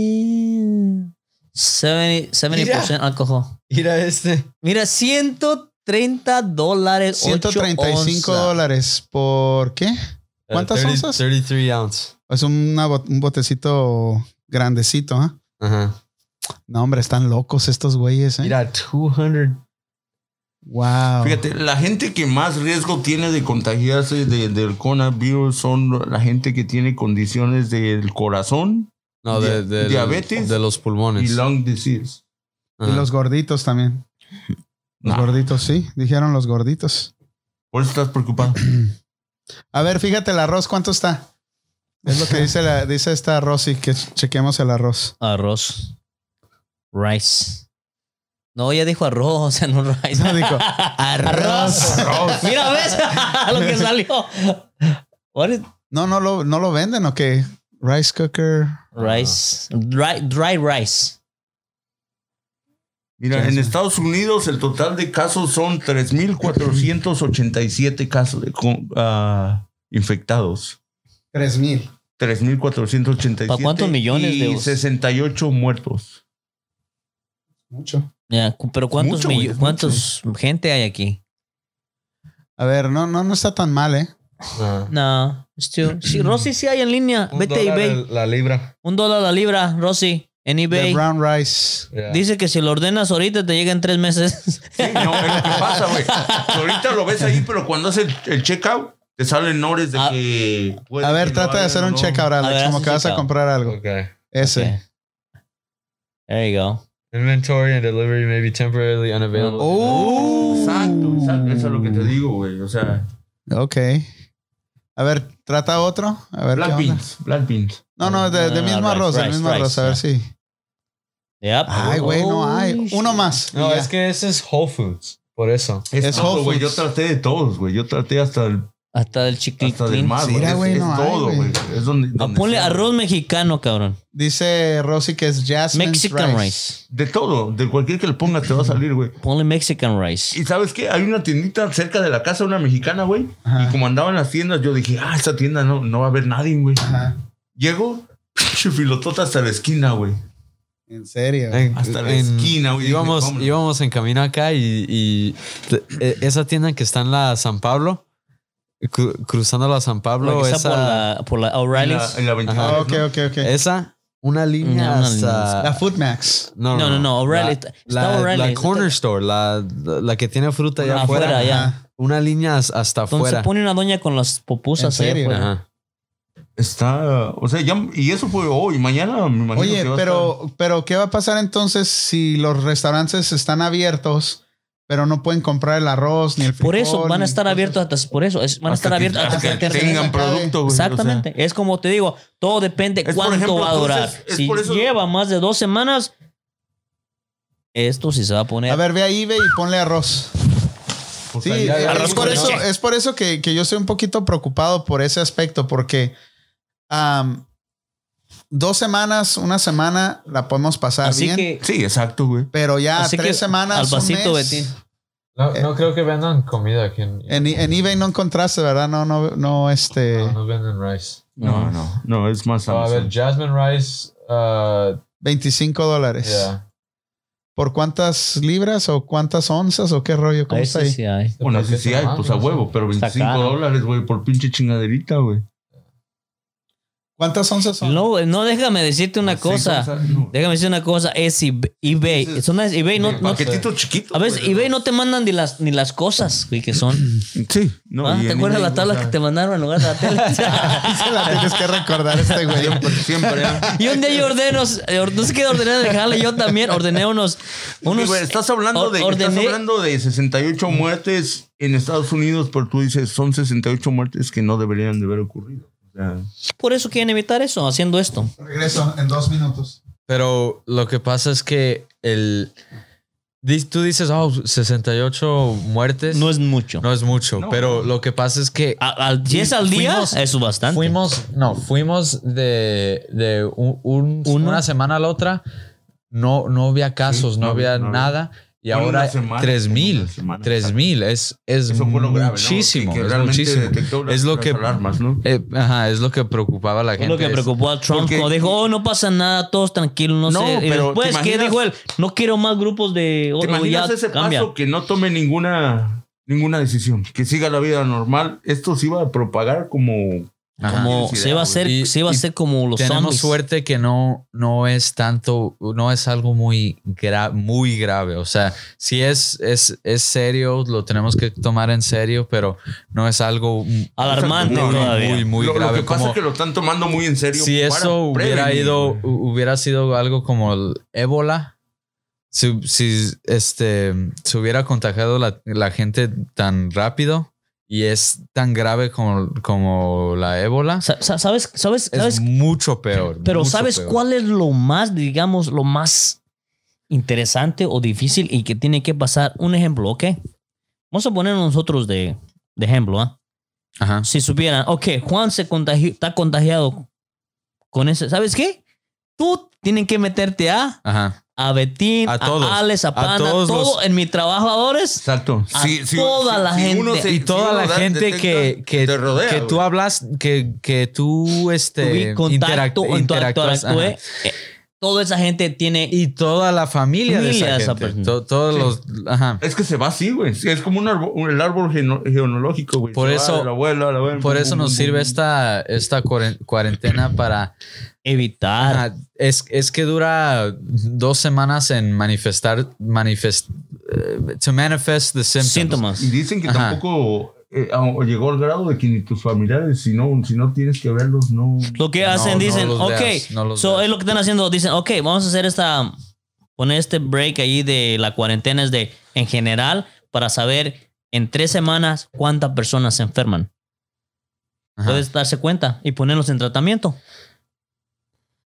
Damn. 70%, 70 alcohol.
Mira este.
Mira, 130 dólares.
135 dólares. ¿Por qué?
Uh,
¿Cuántas
30
onzas?
33 ounce.
Es una bot- un botecito grandecito, ¿ah?
Ajá.
No, hombre, están locos estos güeyes, ¿eh?
Mira, 200.
Oh.
Wow.
Fíjate, la gente que más riesgo tiene de contagiarse de- del coronavirus son la gente que tiene condiciones del corazón
No, de,
Di-
de-
diabetes
De los pulmones.
y
Pues.
lung disease.
Y
Ajá.
los gorditos también. Los
Nah.
gorditos, sí. Dijeron los gorditos.
Por eso estás preocupado.
A ver, fíjate el arroz, ¿cuánto está? Es lo que dice, la, dice esta Rosy, que chequeemos el arroz.
Arroz. Rice. No, ya dijo arroz, no rice.
No, dijo,
arroz.
Arroz.
Mira, ves lo que salió. What is
No, no lo, no lo venden, ¿o qué? Rice cooker.
rice? Dry, dry rice.
Mira, en Estados Unidos el total de casos son 3.487 casos de con- ah, infectados.
3000.
3.487.
¿Para cuántos millones
y
de-
68 muertos.
Mucho.
Ya, cu- pero ¿cuántos,
Mucho, güey,
millo-
es
cuántos gente hay aquí?
A ver, no, no, no está tan mal, ¿eh?
Ah.
Ajá.
No, it's too- Sí, Rosy sí hay en línea.
Un
Vete a
dólar
eBay.
el- La libra.
Un dólar la libra, Rosy, en
The
eBay.
brown rice.
Yeah.
Dice que si lo ordenas ahorita te llega en tres meses.
Sí, no, es lo que pasa, güey. Que Ahorita lo ves ahí, pero cuando haces el, el checkout, te salen horas de
A-
que. puede
Ah, A ver,
que
trata de
lo hagan
hacer
o
un
no.
check ahora,
A ver,
Alex,
haz
como
un
que vas a
checkout.
comprar algo.
Okay.
Ese.
Okay. There you go.
Inventory and delivery may be temporarily unavailable.
Oh.
Exacto, exacto. Eso es lo que te digo, güey. O sea,
Ok. A ver, trata otro. A ver.
black
qué onda.
beans, black beans.
No, no, de,
Ah, No,
de
no,
mismo
rice,
arroz, del
rice,
mismo
rice,
arroz. A ver si.
Yep.
Ay, güey, no hay.
Oh,
Uno más.
No,
y ya.
es que ese es Whole Foods. Por eso.
Es
todo,
Whole
güey. Yo
Foods.
traté de todos, güey. Yo traté hasta el
Hasta del chicle. Ah,
Hasta del mar,
Sí,
güey.
era,
es,
güey,
es
no hay,
todo,
güey.
güey. Es donde, donde
ponle
sea.
arroz mexicano, cabrón.
Dice Rosy que es Jasmine.
Mexican
rice.
rice.
De todo, de cualquier que le pongas te va a salir, güey.
Ponle Mexican rice.
Y sabes qué? Hay una tiendita cerca de la casa, una mexicana, güey.
Ajá.
Y como andaba en las tiendas, yo dije, ah, esta tienda no, no va a haber nadie, güey.
Ajá.
Llego, pinche filotota hasta la esquina, güey.
En serio.
Hasta la esquina, güey.
Íbamos,
Dije, vámonos.
íbamos en camino acá y, y te- e- esa tienda que está en la San Pablo, cru- cruzando la San
Lo
Pablo,
que
esa,
está por la, por la
En la,
O'Reilly's.
en la 29,
Ah, ok,
¿no?
ok, ok.
esa, una línea
Una
hasta...
La Food Max.
no,
No, no, no, O'Reilly,
la-
está- está
La, la
O'Reilly.
corner store, la, la la que tiene fruta allá
Una
afuera.
afuera, ya.
Ajá.
Una línea as- hasta
Donde se
afuera. Ah,
pone una doña con las
¿En
pupusas allá
serio?
afuera.
Ajá.
Está, o sea, ya, y eso fue hoy, mañana me imagino
Oye,
que va a
pero, pero ¿qué va a pasar entonces si los restaurantes están abiertos, pero no pueden comprar el arroz ni el frijol?
Por eso van a
ni
estar
cosas?
abiertos hasta por eso, es- van a
Hasta
estar
que-
abiertos hasta,
hasta
que
que
termine.
tengan
acabe.
producto, güey. o sea.
Exactamente, es como te digo, todo depende
por
cuánto
ejemplo,
va a durar.
entonces, es
si
por eso-
lleva más de dos semanas, esto sí se va a poner.
A ver, ve a eBay y ponle arroz.
Pues
O
Sí,
sea, ya-
eh,
Arroz
es
con
por eso,
leche.
es por eso que, que yo estoy un poquito preocupado por ese aspecto, porque am, dos semanas, una semana la podemos pasar
Así
bien,
que.
Sí, exacto, güey.
pero ya
así
tres
que
semanas.
Al
un
pasito,
mes,
Betín.
No, no creo que vendan comida aquí en,
Eh, En, en eBay no encontraste, ¿verdad? No, no, no, este.
no, no venden rice.
No, no, no, es más
So, a ver,
Amazon.
Jasmine Rice, uh,
25 dólares.
yeah.
¿Por cuántas libras o cuántas onzas o qué rollo? ¿Cómo
Ahí
está
sí,
ahí?
sí hay.
Bueno, ese sí hay, pues a huevo, pero
Está
25
caro.
dólares, güey, por pinche chingaderita, güey.
¿Cuántas onzas son?
No, güey, no, déjame decirte una
Cinco, o sea,
cosa.
no.
Déjame decirte una cosa. Es Ib- eBay.
Ese-
Son las- eBay no, no-
Paquetitos chiquitos.
a veces
güey,
eBay no te mandan ni las, ni las cosas güey, que son.
Sí, no.
Ah,
y
¿Te
en
acuerdas
eBay,
la tabla
o sea,
que te mandaron en lugar de la tele?
Se la tienes que recordar este güey.
Siempre, siempre. ¿eh?
Y un día yo ordeno, eh, or- no sé qué ordené de jale, yo también ordené unos. unos
Sí, güey, estás hablando
or-
de estás
ordené-
hablando de 68 muertes en Estados Unidos, pero tú dices son 68 muertes que no deberían de haber ocurrido. O sea,
Por eso quieren evitar eso, haciendo esto.
Regreso en dos minutos.
Pero lo que pasa es que el. di- Tú dices, oh, 68 muertes.
No es mucho.
No es mucho,
No.
pero lo que pasa es que
A- al- si es al día,
Fuimos-
eso es bastante.
fuimos, no, fuimos de, de un- un-
Uno.
una semana a la otra, no, no había casos,
Sí,
no,
no
había
había- no había.
nada. Y
Fue en
ahora
una semana, en
3000,
una semana,
3000 es, es
eso fue lo grave, ¿no?
muchísimo.
Que- que
es
realmente
muchísimo.
detectó las-
Es lo
las
que.
alarmas, ¿no?
eh, ajá, es lo que preocupaba a la
Es
gente.
lo que
es-
preocupó a Trump.
Porque-
como dijo, oh, no pasa nada, todos tranquilos, no,
No,
sé. Y
pero
después,
¿te
¿qué
imaginas-
dijo él? No quiero más grupos de.
¿Te
o- o
imaginas
ya
ese
cambia.
paso que no tome ninguna ninguna decisión, que siga la vida normal? Esto se iba a propagar como
Ajá.
Como
Ajá.
se va a hacer,
Y-
se va a
y
hacer como los
Tenemos
zombies.
suerte que no, no es tanto, no es algo muy, gra- muy grave. O sea, si es, es, es serio, lo tenemos que tomar en serio, pero no es algo mm,
Alarmante
No, no,
todavía.
muy, muy
lo, lo
grave.
que pasa
como
es que lo están tomando muy en serio.
si
para
eso hubiera
prevenir,
ido,
güey.
hu- hubiera sido algo como el ébola, si, si, este, se hubiera contagiado la, la gente tan rápido y es tan grave como, como la ébola,
Sa- sa- ¿Sabes? ¿Sabes?
es
¿Sabes?
mucho peor.
Pero
mucho
¿sabes
peor.
cuál es lo más, digamos, lo más interesante o difícil y que tiene que pasar? Un ejemplo, ¿ok? Vamos a poner nosotros de, de ejemplo, ¿ah?
Ajá.
Si supieran, ok, Juan se contagió, está contagiado con ese, ¿sabes qué? Tú tienen que meterte a,
Ajá.
a Betín,
A
a,
todos.
Alex,
A
a Pana,
todos
todo en mi trabajadores.
Exacto.
A toda la gente.
Y toda
uno
la
da-
gente
detecta,
que, que,
te rodea,
que
güey.
tú hablas, que, que tú este,
Tuve contacto,
interact-
en tu
interactúas,
actuar-
ajá.
eh, Toda esa gente tiene...
Y toda la familia, de
Familia de
esa
esa
gente.
persona.
To- todos los. Ajá.
Es que se va así, güey. Sí, Es como un árbol, un- el árbol geno- genealógico, güey.
Por
Se
eso-
va de la abuela, a la abuela,
Por
pum,
eso
pum,
nos
pum,
sirve
pum.
esta, esta cuaren- cuarentena para.
evitar.
ajá, es, es que dura dos semanas en manifestar. Manifest, eh, to manifest the symptoms.
síntomas.
Y dicen que
Ajá.
tampoco eh, a- llegó al grado de que ni tus familiares, si no, si no tienes que verlos, no.
Lo que
No,
hacen,
no
dicen,
los
ok,
veas, no los
so
veas.
es lo que están haciendo, dicen, ok, vamos a hacer esta, poner este break ahí de la cuarentena, es de, en general, para saber en tres semanas cuántas personas se enferman.
Ajá.
Puedes darse cuenta y ponerlos en tratamiento.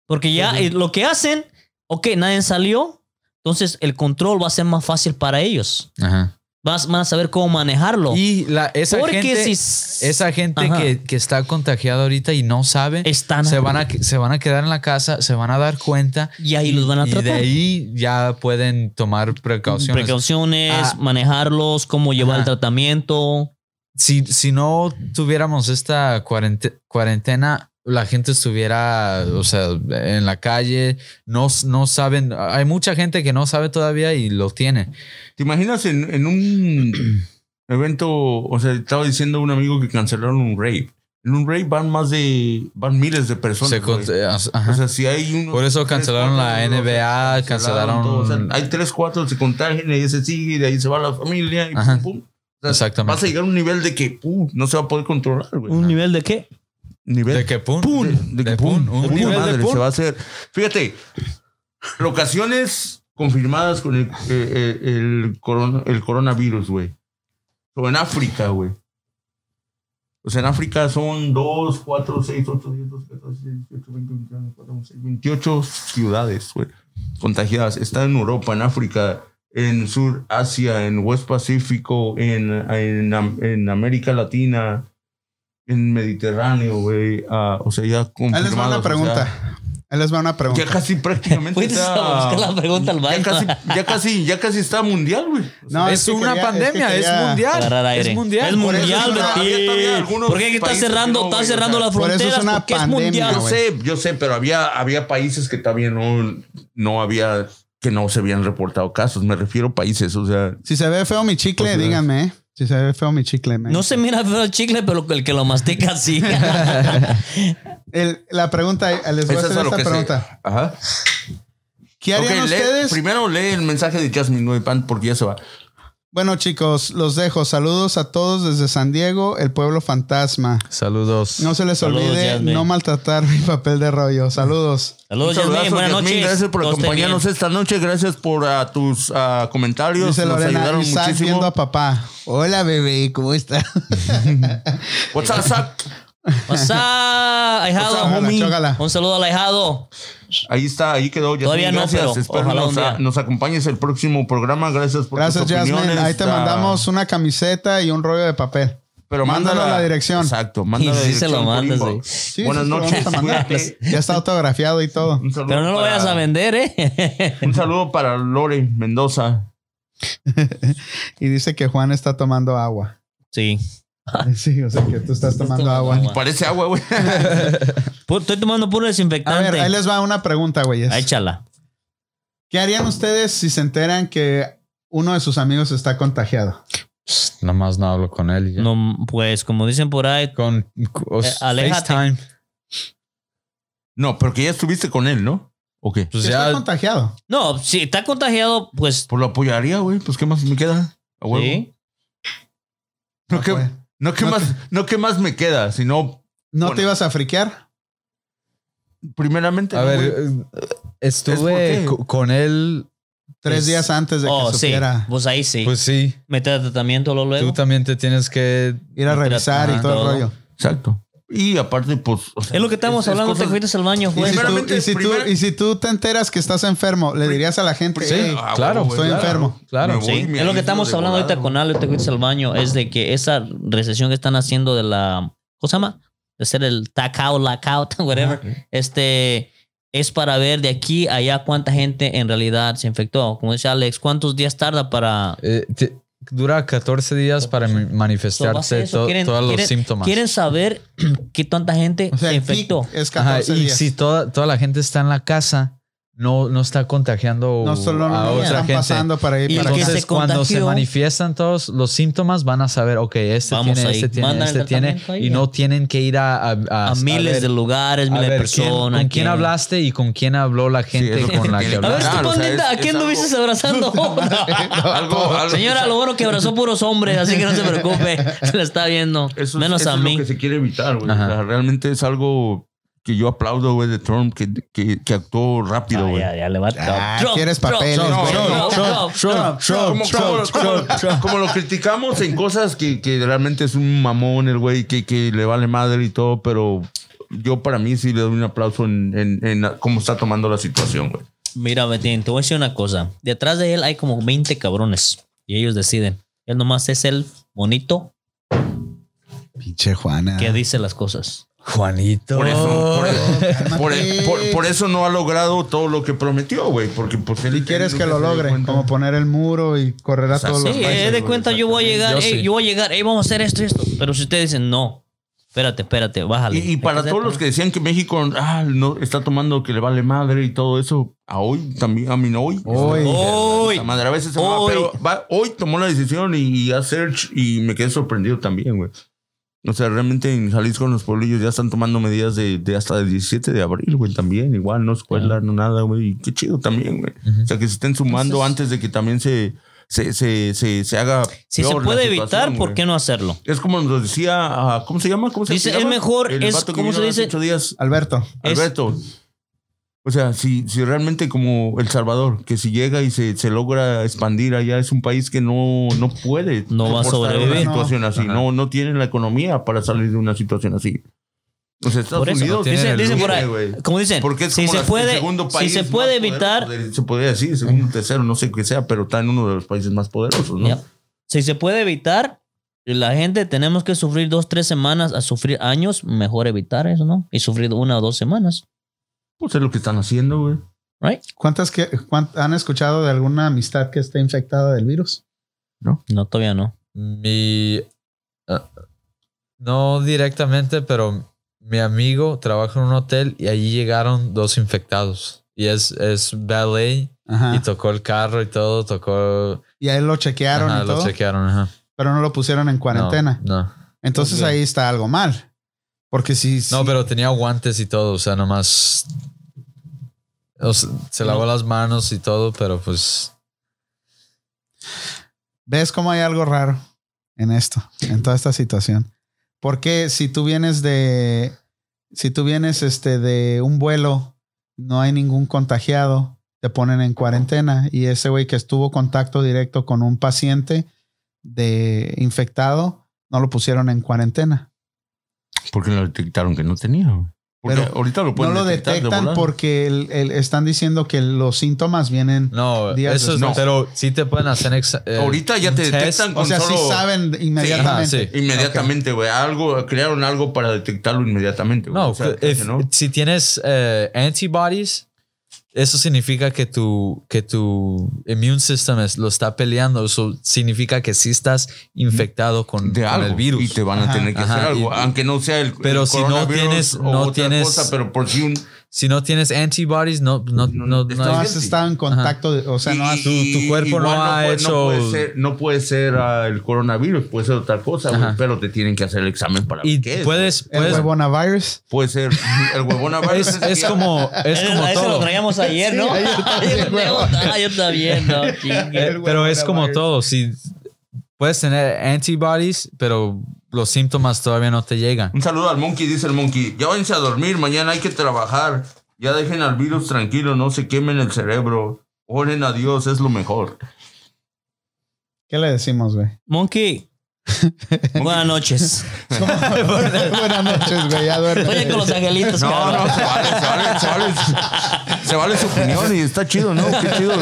Porque ya eh, lo que hacen, ok, nadie salió, entonces el control va a ser más fácil para ellos.
Ajá.
Vas, van a saber cómo manejarlo.
Y la, esa
Porque
gente.
si
Esa gente
Ajá. Eh,
que, que está contagiada ahorita y no sabe,
están
se van, a, se van a quedar en la casa, se van a dar cuenta
y ahí los van a
y de
tratar.
ahí ya pueden tomar precauciones.
precauciones,
Ah.
manejarlos, cómo llevar
Ajá.
el tratamiento.
si, si no tuviéramos esta cuarente- cuarentena, la gente estuviera, o sea, en la calle, no, no saben, hay mucha gente que no sabe todavía y lo tiene.
¿Te imaginas en, en un evento? O sea, estaba diciendo un amigo que cancelaron un rave. En un rave van más de. van miles de personas.
Se
güey.
con- ajá.
O sea, si hay uno.
Por eso cancelaron la NBA, cancelaron-
todo. O sea, hay tres, cuatro se contagian y ahí se sigue y de ahí se va la familia y
Ajá.
pum, pum. O sea,
Exactamente.
Vas a llegar a un nivel de que pum, no se va a poder controlar, güey.
¿Un nivel de qué?
nivel
de que pum,
de,
de
que
pum,
pum,
un
puta
nivel de
madre,
pum.
se va a hacer. Fíjate, locaciones confirmadas con el, eh, eh, el, coron- el coronavirus, güey. O en África, güey. O sea, Pues en África son 2, 4, 6, 8, 10, 12, 14, 18, 20, 21, 24, 26, 28 ciudades, güey, contagiadas. Está en Europa, en África, en Sur Asia, en West Pacífico, en, en, Am- en América Latina, en Mediterráneo, güey. Ah, o sea, ya
Ahí
confirmados.
les va
o
una
sea,
pregunta. Ahí les va una pregunta.
ya casi prácticamente
Fuiste
está-
Pues, a buscar la pregunta al
ya
banco.
casi, ya casi, ya casi está mundial, güey. O sea,
No,
es
que
una
quería-
pandemia,
que
es,
quería-
Agarrar
mundial.
aire.
Ah, Es mundial.
Es
Por eso
mundial,
es una-
había todavía
Betty.
algunos
¿Por qué está
países que
cerrando,
no,
está
güey, o
cerrando
sea,
las
por eso es
fronteras?
una
porque es
pandemia,
mundial.
Yo
güey.
sé, yo sé, pero había, había países que todavía no, no había, que no se habían reportado casos. Me refiero a países, o sea,
Si se ve feo mi chicle,
Pues,
díganme, ¿eh? Si se ve feo mi chicle, me-
No se mira feo el chicle, pero el que lo mastica sí.
El- la pregunta, eh, les voy a
eso es
hacer
a lo
esta
que se-
pregunta.
Ajá.
¿Qué harían
Ok, lee-
ustedes?
primero lee el mensaje de Jasmine Nueve Pan porque ya se va.
Bueno, chicos, los dejo. Saludos a todos desde San Diego, el pueblo fantasma.
Saludos.
No se les
Saludos,
olvide
Yasmin.
no maltratar mi papel de rollo. Saludos.
Un
Saludos, Yasmin.
saludazo,
Buenas
Yasmin,
noches.
Gracias por
Todo esté bien.
acompañarnos esta noche. Gracias por ah, tus ah, comentarios.
Dice
Nos
Lorena,
ayudaron
Isaac viendo
muchísimo.
a papá. Hola, bebé, ¿cómo estás?
What's up, Zach?
What's up, ahijado?
Chócala,
homie?
chócala.
Un saludo al ahijado.
Ahí está, ahí quedó. Yasmin.
Todavía no,
gracias.
pero
Espero
ojalá
nos,
un día.
nos acompañes el próximo programa. Gracias por
Gracias,
tus
Jasmine.
opiniones.
Ahí te
Ah,
mandamos una camiseta y un rollo de papel.
Pero mándalo
Mándalo a la dirección.
Exacto, mándalo a la
Y sí se
dirección
lo
por
mandas,
inbox.
güey.
Sí,
Buenas
sí, te lo
noches.
vamos a mandar.
cuídate.
Ya está autografiado y todo.
Un saludo
Pero no lo
para-
vayas a vender, ¿eh?
Un saludo para Lore Mendoza.
Y dice que Juan está tomando agua.
sí.
Sí, o sea que tú estás tomando agua.
Ah.
Parece agua, güey.
Pu- Estoy tomando
A
puro
ver,
desinfectante.
ahí les va una pregunta, güeyes.
Ah, Échala.
¿Qué harían ustedes si se enteran que uno de sus amigos está contagiado?
Psst, Nomás no hablo con él. y ya.
No, pues como dicen por ahí,
Con cu- o-
Eh, aléjate.
FaceTime.
No, porque ya estuviste con él, ¿no? ¿O qué?
Pues
Que está
ya,
contagiado.
no, si está contagiado, pues
Pues lo apoyaría, güey. Pues qué más me queda. A huevo.
sí.
No, que,
Güey,
no, que
No
más, no que más me queda, sino
¿No
Bueno.
te ibas a friquear?
primeramente.
a
¿no,
ver,
güey?
eh, estuve
¿Es por qué?
co- con él.
Tres
Es-
días antes de que
Oh, sí.
supiera
Pues ahí sí.
Pues sí,
Meter a tratamiento luego.
tú
luego.
también te tienes que.
ir a revisar y
Ajá,
todo el
todo.
rollo.
exacto. Y aparte, pues. o sea,
Es lo que estamos
es- es
hablando, te
cosas-
fuiste al baño,
Y
güey.
si, tú,
Primeramente,
y si tú-
primer-
y si tú te enteras que estás enfermo, le dirías a la gente,
Sí,
"Hey,
Ah,
claro,
güey,
estoy
claro.
enfermo.
Claro.
Me voy,
Sí,
me
es lo
aíslo
que estamos
de
hablando
volada,
ahorita
güey.
con Ale, te fuiste al baño, es de que esa recesión que están haciendo de la, ¿cómo se llama? De ser el tacao, lacao, whatever, este, es para ver de aquí a allá cuánta gente en realidad se infectó. Como dice Alex, ¿cuántos días tarda para...
Eh, te- dura 14 días para mi-
base
manifestarte
de eso,
to-
quieren-
todos los
quieren-
síntomas.
Quieren saber qué tanta gente
O sea,
se
el pic
infectó.
es 14
Ajá, y
días.
si toda, toda la gente está en la casa, no, no está contagiando
no solo
a
no lo
otra
están
gente.
pasando para ir
Y
para
que
acá.
Entonces,
se
cuando se
contagió.
manifiestan todos los síntomas, van a saber, ok, este
Vamos
tiene,
ahí.
este tiene,
Mandan el
este tiene,
tratamiento ahí,
y
ya.
no tienen que ir a, a, a-
A
a
miles
ver-
de lugares,
a
miles de
ver quién-
personas.
¿Con quién
que-
hablaste y con quién habló la
es
gente
lo que
con la
tiene
que
que
A ver,
hablaste?
Claro,
tú,
o sea,
Paulita,
es-
¿a quién
es
lo
algo-
viste abrazando?
Algo, algo-
Señora, lo bueno que abrazó puros hombres, así que no se preocupe. Se la está viendo.
Eso es-
Menos
eso
a
es
mí.
lo que se quiere evitar, güey. O
Ajá.
sea, realmente es algo que yo aplaudo, güey, de Trump, que, que, que actuó rápido,
Ah,
güey.
ya, ya, le va a
Ah,
Trump,
quieres
Trump,
papeles,
Trump,
güey.
Trump,
No,
Trump, Trump.
como, como- como- como lo criticamos en cosas que, que realmente es un mamón el güey que, que le vale madre y todo, pero yo para mí sí le doy un aplauso en, en- en la- cómo está tomando la situación, güey.
Mira, Betín, te voy a decir una cosa. Detrás de él hay como 20 cabrones y ellos deciden. Él nomás es el bonito
Pinche Juana.
Ah.
que dice las cosas.
Juanito.
Por eso, por eso, por, e-,
Cálmate.
por- por eso no ha logrado todo lo que prometió, güey, porque pues él-
Y quieres
él
que lo
se dio
logre,
cuenta.
como poner el muro y correr a
O sea,
todos
Sí,
los
Los países,
eh, de
güey,
cuenta yo voy a llegar,
Yo
eh,
sí.
yo voy a llegar, eh, vamos a hacer esto y esto. Pero si ustedes dicen, no, espérate, espérate, bájale.
Y, y
Hay
para
que
todos los
hacer-
que decían que México ah, no, está tomando que le vale madre y todo eso, a hoy también, a mí no hoy. Este,
Hoy.
Hoy.
La madre a veces se va,
Hoy.
pero va- hoy tomó la decisión y, y a search y me quedé sorprendido también, güey. O sea, realmente en Jalisco, en los pueblillos ya están tomando medidas de, de hasta el 17 de abril, güey, también. Igual, no escuela, no nada, güey. Y Qué chido también, güey. O sea, que se estén sumando
Entonces-
antes de que también se, se, se, se, se haga.
Si se
peor la
puede
situación,
evitar, ¿por
güey.
qué no hacerlo?
Es como nos decía, ah, ¿cómo se llama? ¿Cómo se
Dice, es
apellidaba?
mejor,
El
es-
vato que
¿cómo
vino
se
hace
dice?
ocho días.
Alberto,
Es-
Alberto. O sea, si, si realmente como El Salvador, que si llega y se, se logra expandir allá, es un país que no, no puede.
No va a
soportar
sobrevivir.
Una situación así.
Ajá.
No, no tiene la economía para salir de una situación así. O sea, Estados
Por eso.
Unidos
Tienen
Dicen,
el
dicen
lujo,
por ahí,
güey.
como dicen,
Porque es
si,
como
se
la- el
puede,
segundo
si
país
se
más
puede
poderoso,
evitar,
poder- se podría decir, segundo, tercero, no sé qué sea, pero está en uno de los países más poderosos, ¿no?
Yep. si se puede evitar, la gente tenemos que sufrir dos, tres semanas a sufrir años, mejor evitar eso, ¿no? Y sufrir una o dos semanas.
Pues es lo que están haciendo, güey.
¿Cuántas que cuán- han escuchado de alguna amistad que esté infectada del virus?
No, todavía no.
Mi. ah, no directamente, pero mi amigo trabaja en un hotel y allí llegaron dos infectados. Y es, es ballet y
Ajá.
tocó el carro y todo, tocó.
Y ahí lo chequearon
Ajá,
y
lo
todo,
chequearon, ajá.
pero no lo pusieron en cuarentena.
No, no.
Entonces
Ok.
ahí está algo mal. Porque si, si-
No, pero tenía guantes y todo, o sea, nomás. o sea, se lavó las manos y todo, pero pues.
ves cómo hay algo raro en esto, en toda esta situación. Porque si tú vienes de si tú vienes este de un vuelo, no hay ningún contagiado, te ponen en cuarentena y ese güey que estuvo contacto directo con un paciente de infectado no lo pusieron en cuarentena.
Porque lo detectaron que no tenía, güey. Porque
Pero
ahorita lo
No
pueden
lo
detectar de
detectan
volada.
porque el- el- están diciendo que los síntomas vienen
No,
Días
eso es.
después.
Pero sí te pueden hacer. exa- eh,
Ahorita ya
un
te
test.
detectan con
O sea,
solo-
sí saben
Sí,
inmediatamente.
ajá,
Inmediatamente, güey. Algo, crearon algo para detectarlo inmediatamente, güey.
No,
O sea,
if-
¿no?
si tienes eh, antibodies, eso significa que tu, que tu immune system es- lo está peleando. Eso significa que sí estás infectado con,
de
con
algo
el virus.
y te van a
Ajá,
tener que
ajá,
hacer
y-
algo, aunque no sea el
Pero
el
si no
coronavirus
tienes-
o
no
otra
tienes-
cosa, pero por si un
Si no tienes antibodies, no, no,
No,
no, no
estás-
No
hay-
has estado en contacto, de- o sea, no has
tu- tu cuerpo no
igual
ha
puede-
hecho-
puede ser, no puede ser ah, el coronavirus, puede ser otra cosa, güey,
Ajá.
pero te tienen que hacer el examen para ver
y
qué es,
puedes,
el
puedes-
huevonavirus.
güey. puede ser el huevón
es,
virus
es como, es
Eh,
como
a ese lo
todo.
traíamos ayer,
Sí,
¿no?
ayer también,
Yo
huevo.
ah, yo también, no, chingue.
El
Eh, Pero es como
huevonavirus.
todo. Si puedes tener antibodies, pero los síntomas todavía no te llegan.
Un saludo al monkey, dice el monkey. Ya váyanse a dormir, mañana hay que trabajar. Ya dejen al virus tranquilo, no se quemen el cerebro. Oren a Dios, es lo mejor.
¿Qué le decimos, güey?
Monkey, buenas noches.
Buenas noches, güey. Ya
Oye,
duerme.
con los angelitos,
No,
cabrón.
no, se vale, se vale, se vale. Se vale su opinión y está chido, ¿no? Qué chido.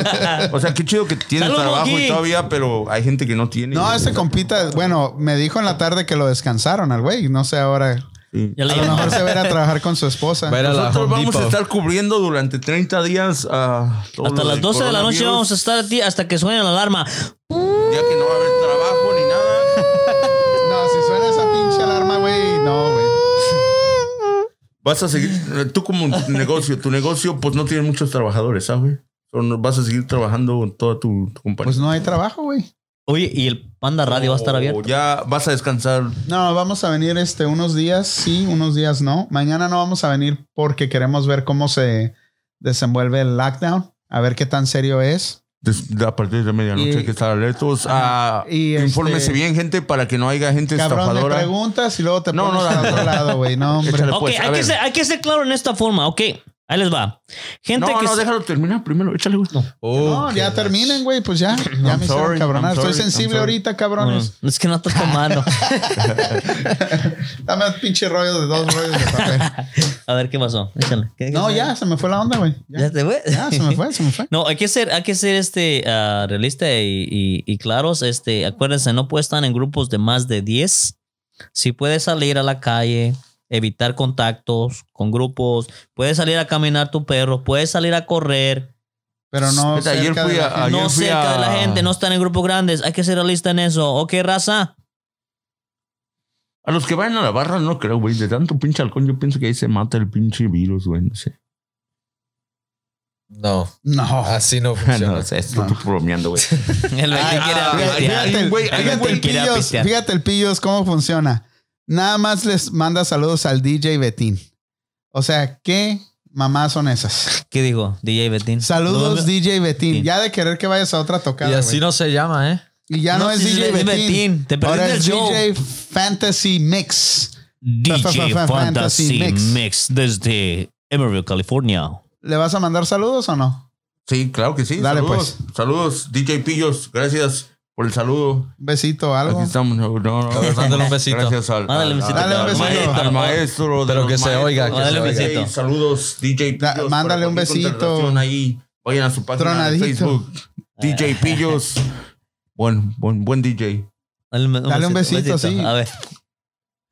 O sea, qué chido que tiene
Salud,
trabajo
Monkey.
y todavía, pero hay gente que no tiene.
No, este
ese
compita, bueno, me dijo en la tarde que lo descansaron al güey. No sé ahora.
Ya le
A lo
dije,
mejor se va a ir a trabajar con su esposa.
Va a ir a la
Nosotros
Home
vamos a
Depot.
estar cubriendo durante 30 días ah, todo
hasta
lo
las
del
12 de la noche
coronavirus,
vamos a estar aquí hasta que suene la alarma.
Ya que no va a haber trabajo ni nada.
No, si suena esa pinche alarma, güey, no, güey.
Vas a seguir, eh, tú como negocio, tu negocio pues no tiene muchos trabajadores, ¿sabes? Pero no- Vas a seguir trabajando con toda tu, tu compañía.
Pues no hay trabajo, güey.
Oye, y el Panda Radio va a estar
O
abierto.
Ya vas a descansar
No, vamos a venir este unos días sí, unos días no. Mañana no vamos a venir porque queremos ver cómo se desenvuelve el lockdown, a ver qué tan serio es.
Des- de- a partir de medianoche
Y-
hay que estar alertos. Ah,
Y, este,
infórmese bien, gente, para que no haya gente
Cabrón, me
estafadora.
preguntas y luego te
No,
pones
no,
al
no,
otro
no.
lado, güey. No, hombre.
Échale,
Ok,
pues, a
hay, que
ver.
ser, hay que ser claro en esta forma. Ok, ahí les va. Gente
no,
que.
no,
se-
déjalo terminar primero. Échale, güey.
No, ya terminen, güey, pues ya. Ya
I'm
me hicieron
sorry,
cabronar.
I'm
Estoy
sorry,
sensible
I'm sorry.
ahorita,
Mm,
cabrones.
es que no está tomando.
Dame un pinche rollo de dos rollos de papel.
A ver qué pasó. Échale. ¿Qué- qué
No,
fue?
ya, se me fue la onda, güey.
¿Ya
Ya,
te fue?
ya, se me fue, se me fue.
No, hay que ser, hay que ser este ah, realista y, y- y claros. Este, acuérdense, no puede estar en grupos de más de 10. Si puedes salir a la calle, evitar contactos con grupos, puedes salir a caminar tu perro, puedes salir a correr,
Pero no.
Ayer
cerca
fui
de la
a-
gente.
Ayer
no
fui
cerca de la
a-
gente, no estar en grupos grandes. Hay que ser realista en eso. Ok, raza.
A los que vayan a la barra, no creo, güey. De tanto pinche halcón, yo pienso que ahí se mata el pinche virus, güey. No sé.
No,
No.
así no
Ah, no,
funciona.
o sea, estoy bromeando, güey.
El güey que
Ay,
quiere
ay,
pistear.
Fíjate, el-
güey,
fíjate
alguien
el
que quiere
pillos,
pistear.
fíjate el pillos cómo funciona. Nada más les manda saludos al DJ Betín. O sea, ¿qué mamás son esas?
¿Qué dijo? DJ Betín.
Saludos, DJ Betín.
Betín.
Ya de querer que vayas a otra tocada.
Y así
güey.
no se llama, ¿eh?
Y ya no,
No,
es
sí,
DJ
es
Betín.
Betín. Te
Ahora
perdiste
es
el show.
DJ Fantasy Mix.
DJ
Fantasy
Fantasy
Mix.
Mix desde Emerald, California.
¿Le vas a mandar saludos o no?
Sí, claro que sí.
Dale,
Saludos. Saludos, DJ Pillos. Gracias por el saludo.
Un besito, algo.
Aquí estamos. No, no, no.
Mándale un besito.
Gracias al,
Mándale un
al-
besito.
al-
Dale un
cabrón.
besito.
al maestro. de
Pero
los
que se
maestros.
oiga, que
Dale se un oiga. besito.
Hey, Saludos, DJ
Da-
Pillos.
mándale
para
un
cualquier
besito.
contratación Ahí. Vayan a su página
Tronadito.
de Facebook.
Ah.
DJ Pillos. Buen, buen, buen DJ.
Dale un,
Dale un besito, sí.
A ver.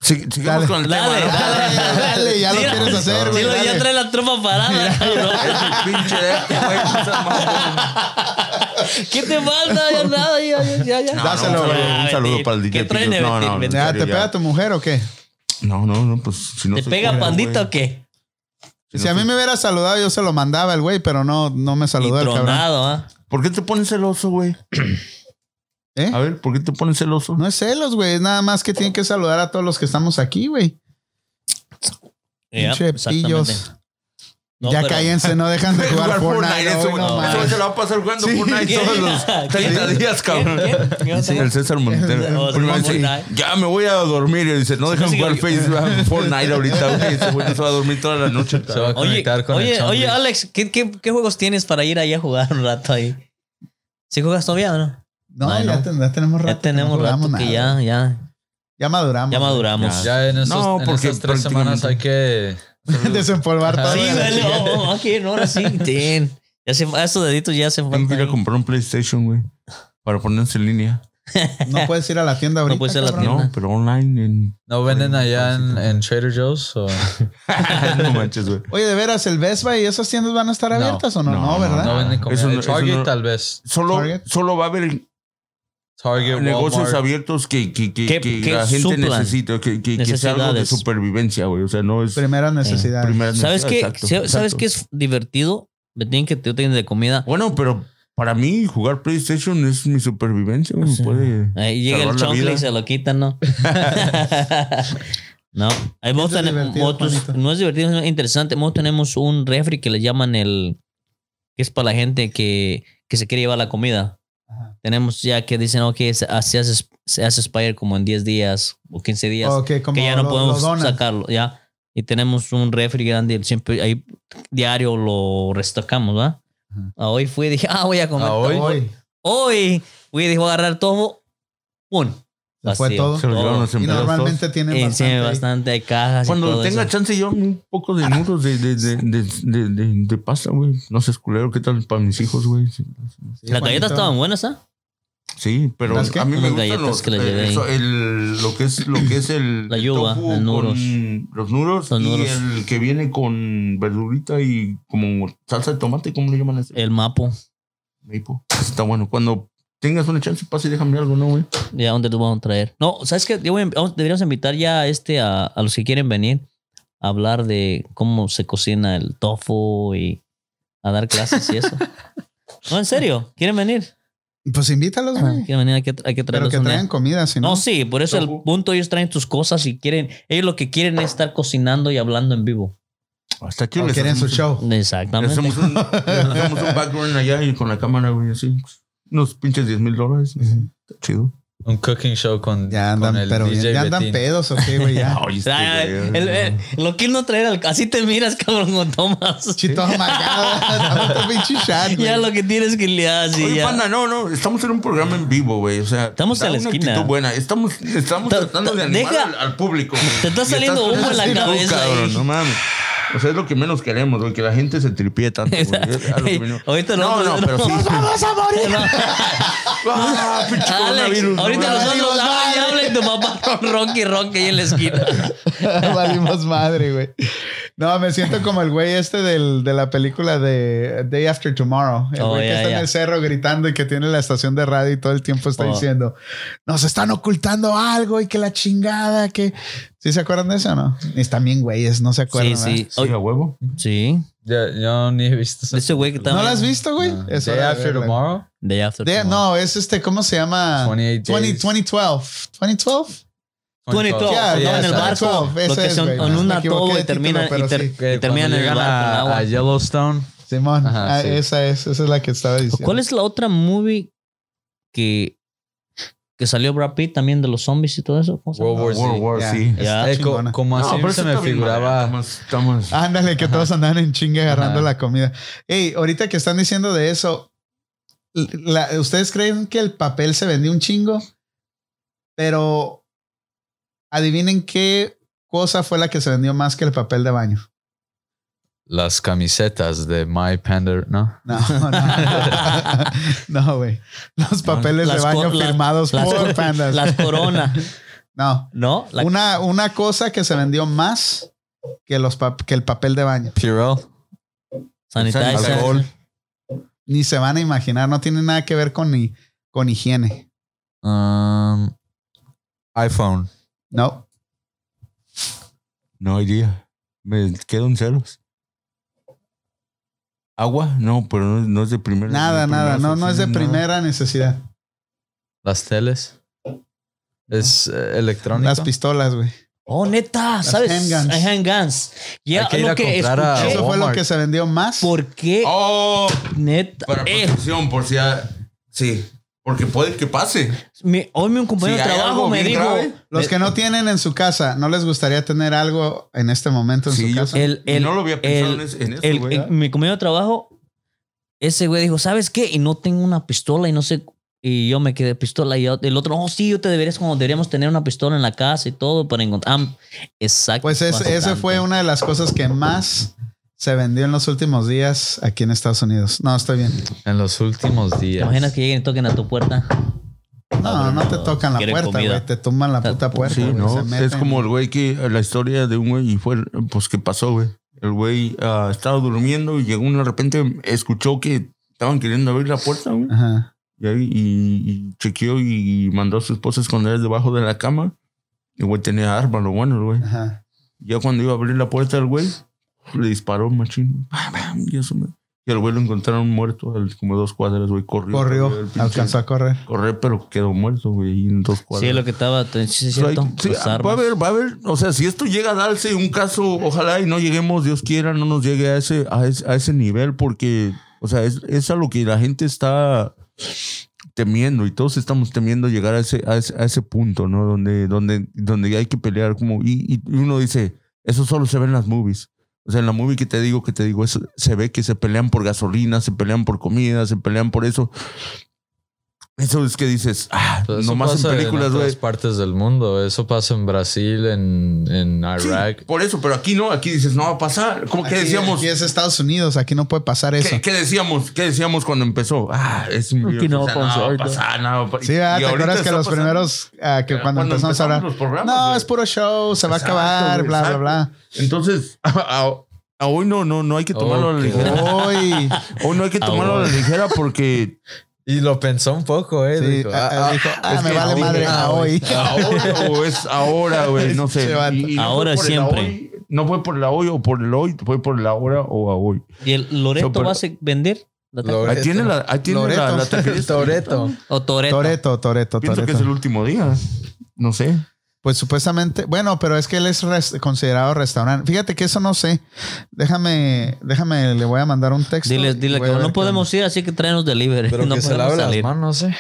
Sí, sigamos
Dale.
con el
Dale,
tema. ¿no?
Dale, dale, ya lo
Mira,
quieres hacer, güey.
Sí, lo- ya
dale.
trae la tropa parada. cabrón.
Ese pinche de este, güey, no seas mamón.
¿Qué te falta? Ya nada, ya, ya, ya. ya.
No,
Dáselo,
no, un saludo,
Ah,
un saludo
Betín.
para el DJ
¿Qué traen,
Pillos. No,
Betín?
no,
Betín.
Ya, ¿Te
Ya.
pega tu mujer o qué?
No, no, no, pues si no
¿Te
soy
pega
culero,
pandita
güey.
o qué?
Si a mí me hubiera saludado, yo se lo mandaba el güey, pero no, no me
Y
saludó el cabrón.
tronado, ¿ah?
¿Por qué te pones celoso, güey?
¿Eh?
A ver, ¿por qué te pones celoso?
No es celos, güey. Es nada más que tienen que saludar a todos los que estamos aquí, güey.
Ya,
Pinche
exactamente.
pillos.
No,
ya
pero-
cállense, no dejan de jugar Fortnite.
eso,
hoy,
güey.
no
Eso
mames.
se la va a pasar jugando
Sí.
Fortnite todos los 30
¿Quién?
días, cabrón.
¿Quién? ¿Quién?
Sí, el César Montero.
No, sí,
Primero dice,
Fortnite.
ya me voy a dormir. Y dice, no dejan
sí,
jugar
yo-
Facebook, Fortnite ahorita. güey. Ese güey no se va a dormir toda la noche.
Se va a
Oye,
conectar con el
oye,
zombie.
oye, Alex, ¿qué, qué, qué juegos tienes para ir ahí a jugar un rato ahí? ¿Sí juegas todavía o no?
No,
Ay,
ya,
no.
ten- ya tenemos rato.
ya tenemos
no
rato
jugamos
que
nada. Ah,
ya, ya,
Ya maduramos.
ya
güey.
maduramos.
Ya en, estos-
No,
en
porque
estas tres semanas hay que.
Desempolvar todo.
Sí,
güey.
dale, oh, oh, ok, no, ahora sí, ten. Ya se, a estos deditos ya se
Tengo que ir a
faltan.
comprar un PlayStation, güey. Para ponerse en línea.
No puedes ir a la tienda ahorita.
puedes ir a la
cabrón.
tienda.
No, pero online. En...
¿No venden allá en, en Trader Joe's? o-
no manches, güey.
Oye, de veras, el Best Buy y esas tiendas van a estar
No.
abiertas o no?
No,
Ah, No,
no,
¿verdad?
No venden comida.
Eso no-
En
eso
Target,
no-
tal vez.
Solo,
Target.
solo va a haber
Target,
negocios
Walmart.
abiertos que, que, que,
¿Qué-
que
qué
la gente
suplan?
necesita, que, que, que sea algo de
Necesidades.
supervivencia, güey. O sea, no es
Primeras necesidades.
primera
¿Sabes
necesidad,
qué?
exacto,
¿Sabes
exacto.
qué es divertido? Me tienen que te tienen de comida.
Bueno, pero para mí jugar PlayStation es mi supervivencia. güey.
Sí.
Puede...
Ahí llega
Salvar
el
la
choncle
vida.
y se lo quitan, ¿no? no. Ahí vos
Eso es
tenemos
divertido,
otros-
Juanito.
no es divertido, es interesante. Nosotros tenemos un refri que le llaman el. que es para la gente que, que se quiere llevar la comida.
Ajá.
Tenemos ya que dicen, ok, se ah, se hace, se hace expire como en 10 días o 15 días.
Ok, Oh, como
que ya no
lo-
podemos
lo donan.
sacarlo, ya. Y tenemos un refri grande, siempre ahí diario lo restocamos, ¿va?
Ajá.
Ah, Hoy fui y dije, ah, voy a comer.
Ah,
Hoy,
hoy.
Hoy fui y dije, voy a agarrar todo. ¡Pum!
se fue
Vacío.
todo.
Se lo llevaron los
Y
empleados
normalmente tienen
Y Eh, sí,
bastante. ahí.
bastante, hay cajas.
todos.
y
Cuando
todo
tenga
eso.
chance, yo un poco de nudos de, de, de, de, de, de- de pasta, güey. No sé, es culero, ¿qué tal para mis hijos, güey?
Sí,
Las galletas
Juanito.
estaban buenas, ¿ah?
Sí, pero
¿Las qué?
a mí me
Unas
gustan
galletas
los,
que le llevé
eh, eso,
ahí.
el, lo que es lo que es el
La yuva,
tofu
el nuros.
con los nuros
Los
y
nuros.
el que viene con verdurita y como salsa de tomate, ¿cómo le llaman ese?
El mapo.
Maple. Está bueno. Cuando tengas una chance, pasa y déjame algo, ¿no, güey?
Ya, ¿dónde los vamos a traer? No, ¿sabes qué? Yo voy a- em, vamos- deberíamos invitar ya a, este, a, a los que quieren venir a hablar de cómo se cocina el tofu y a dar clases y eso. No, en serio, ¿quieren venir? Ah,
Pues invítalos, güey.
¿Quieren venir? Hay que, hay que
Pero
traerlos
que
un día.
traigan comida, si no.
No, sí, por eso el
Tofu.
punto, ellos traen tus cosas y quieren, ellos lo que quieren es estar cocinando y hablando en vivo.
Hasta aquí
O
les
quieren su
hacemos-
show.
les
Exactamente.
hacemos, un, les hacemos un background allá y con la cámara, güey, así. pues, Unos pinches 10 mil dólares. Está chido.
Un cooking show con,
Ya
con
andan,
el
pero bien.
DJ
Ya andan
Betín.
pedos, ok, güey. Ya.
Ay, este,
Ah,
güey,
el- el-
no.
lo que no traer, al- así te miras, cabrón, con Tomás.
Chito amargado. otro pinche chat, güey.
Ya lo que tienes que le haces.
Oye,
ya.
panda, no, no, estamos en un programa en vivo, güey. O sea,
Estamos
da
en la
una
esquina.
actitud buena. Estamos, estamos
Ta-
tratando
ta-
de animar
deja-
al, al público. güey.
Te está
Y estás
saliendo
con
humo en
esa
la
actitud,
cabeza
cabrón,
ahí.
No mames. O sea, es lo que menos queremos, güey, que la gente se tripie tanto. güey. Es a lo que venimos.
Ahorita
no, no,
nosotros-
pero sí.
¡Vamos a morir!
Ah, pinche
Alex,
coronavirus, no
ahorita
mames.
nosotros ay, habla y tu papá con Rocky Rocky ahí en la esquina.
Valimos madre, güey. No, me siento como el güey este del, de la película de Day After Tomorrow. El
Oh,
güey que
ya,
está
ya.
en el cerro gritando y que tiene la estación de radio y todo el tiempo está
Oh.
diciendo, nos están ocultando algo y que la chingada, que... ¿Sí se acuerdan de eso o no? Están bien güeyes, no se acuerdan.
Sí, sí.
Sí, a huevo.
Sí.
Ya- yo ni he visto esa-
Ese güey que
¿verdad?
estaba.
¿No la has visto, güey?
No.
Es
Day
hora de
After
verla.
Tomorrow.
Day After
Day-
Tomorrow.
no, es este, ¿cómo se llama?
28
20,
days.
2012. 2012.
2012,
Ya,
¿no?
no,
en el
exacto.
barco. Lo
2012,
que
ese
son
es,
en
güey. Me
una
equivoqué
todo
de
y terminan
título,
y, ter-
pero
y
sí.
Que
terminan
cuando
en el
llegan
barco. en
a-
agua.
a Yellowstone.
Simón,
Ajá,
ah,
sí.
esa es, esa es la que estaba diciendo.
¿Cuál es la otra movie que, que salió Brad Pitt también de los zombies y todo eso? ¿Cómo se llama?
World War Z.
World War,
Ya.
sí.
Ya.
Está
Eh, co-
chingona.
como así
pero
se
eso
me
está bien,
figuraba.
madre. Estamos,
Ah,
estamos-
Ándale, que todos andan en chingue agarrando
Ajá.
la comida. Ey, ahorita que están diciendo de eso, la- ustedes creen que el papel se vendió un chingo, pero adivinen qué cosa fue la que se vendió más que el papel de baño.
Las camisetas de My Panda, ¿no?
No, no. No, güey. Los papeles
Las
de baño
co- la-
firmados
las
por
co-
pandas.
Las coronas,
no.
¿no? La-
Una, una cosa que se vendió más que, los pa- que el papel de baño.
Purell.
sanitizer.
Alcohol.
Ni se van a imaginar, no tiene nada que ver con, ni, con higiene.
Um, iPhone.
No.
No idea. Me quedo en ceros. Agua, no, pero no, no es de primera.
Nada,
de
nada.
primera
No, no es de
necesidad, nada.
primera necesidad.
Las teles. Es eh, electrónico.
Las pistolas, güey.
Oh, neta,
Las
¿sabes?
handguns.
Hay handguns. Ya
Hay que ir
lo
a
que
comprar
Ah,
a-
escuché.
Eso fue lo
Walmart.
que se vendió más.
¿Por qué?
Oh,
neta.
para
Eh,
protección, por si ha- Sí, porque puede que pase.
mi- hoy mi compañero
Si
de
hay
trabajo
algo
me
bien
dijo.
grave,
Los que no tienen en su casa, ¿no les gustaría tener algo en este momento en
Sí,
su
yo
casa?
El, el-
no lo había pensado
el-
en es- en eso,
el-
güey.
Ah,
el- mi compañero de trabajo, ese güey dijo, ¿sabes qué? Y no tengo una pistola y no sé. Y yo me quedé pistola. Y yo- el otro, oh, sí, yo te deberías, como deberíamos tener una pistola en la casa y todo para encontrar. Ah, exacto.
Pues es- esa fue una de las cosas que más se vendió en los últimos días aquí en Estados Unidos. No, estoy bien.
En los últimos
¿Te
días.
imaginas que lleguen y toquen a tu puerta?
No, no te tocan la
Quieren
puerta,
comida.
güey. Te tumban la
Está-
puta puerta.
Sí,
güey, pues, se
no. Es
meten.
como el güey que la historia de un güey y fue, pues, ¿qué pasó, güey? El güey ah, estaba durmiendo y llegó uno de repente, escuchó que estaban queriendo abrir la puerta, güey.
Ajá.
Y, ahí- y- y chequeó y mandó a su esposa a esconder debajo de la cama. El güey tenía arma, lo bueno, el güey.
Ajá.
Ya cuando iba a abrir la puerta del güey, le disparó machín. Bam, bam, Y eso, me- y al güey lo encontraron muerto, al- como dos cuadras, güey. Corrió. corrió el
Corrió,
pinche-
alcanzó a correr.
Correr, pero quedó muerto, güey, y en dos cuadras.
Sí, lo que estaba. Sí, sí, es
So, Pues hay-
cierto.
sí, ah,
Las
va a
armas.
haber, va a haber, o sea, si esto llega a darse un caso, ojalá y no lleguemos, Dios quiera, no nos llegue a ese, a ese, a ese nivel, porque, o sea, es, es a lo que la gente está temiendo y todos estamos temiendo llegar a ese, a ese, a ese punto, ¿no? Donde, donde, donde hay que pelear, como, y, y uno dice, eso solo se ve en las movies. O sea, en la movie que te digo, que te digo, eso, se ve que se pelean por gasolina, se pelean por comida, se pelean por eso. Eso es que dices, ah,
Pues eso
nomás en
pasa
películas,
en
güey.
otras partes del mundo. Eso pasa en Brasil, en, en
Sí,
Irak.
por eso, pero aquí no, aquí dices, no va a pasar. ¿Cómo que
Aquí-
decíamos?
Aquí es Estados Unidos, aquí no puede pasar eso.
¿Qué, qué decíamos? ¿Qué decíamos cuando empezó? Ah, es un
Aquí no
virus, o sea,
vamos
nada va a
ahorita.
pasar, nada va a pasar.
Sí,
Y-
¿verdad?
y
¿Te
ahorita
acuerdas que
está
los
pasando.
primeros, ah, que
Era
cuando,
cuando
empezamos a hablar,
empezamos los programas,
no,
güey.
es puro show, se va a
Exacto,
acabar,
güey,
bla,
exacto.
bla,
Entonces, a, a- a hoy no, no, no hay que tomarlo a la
Ok.
ligera.
bla. Uy,
Hoy no hay que tomarlo a la ligera porque
Y lo pensó un poco, ¿eh?
sí,
Dijo,
ah,
ah,
ah, dijo, ah,
es
me
que
vale
hoy-
madre,
ah,
ah, hoy.
ahora o es ahora, güey, no sé.
Che, vato.
Y- y no fue
Ahora
por el
siempre.
hoy, no fue por la hoy o por el hoy, fue por la hora o a hoy.
¿Y el Loreto
So, pero-
va a se- vender?
Loreto.
Ahí tiene la, ahí tiene la,
Loreto.
la taquería.
Toreto.
¿O Toreto?
Toreto, Toreto,
Pienso que
Toreto.
es el último día. No sé.
Pues supuestamente, bueno, pero es que él es res- considerado restaurante. Fíjate que eso no sé. Déjame, déjame, le voy a mandar un texto.
Dile,
y
dile
voy
que
a ver
no
qué
podemos ir, así que tráenos delivery.
Pero
no
que se
podemos
lave las
salir.
manos, ¿eh?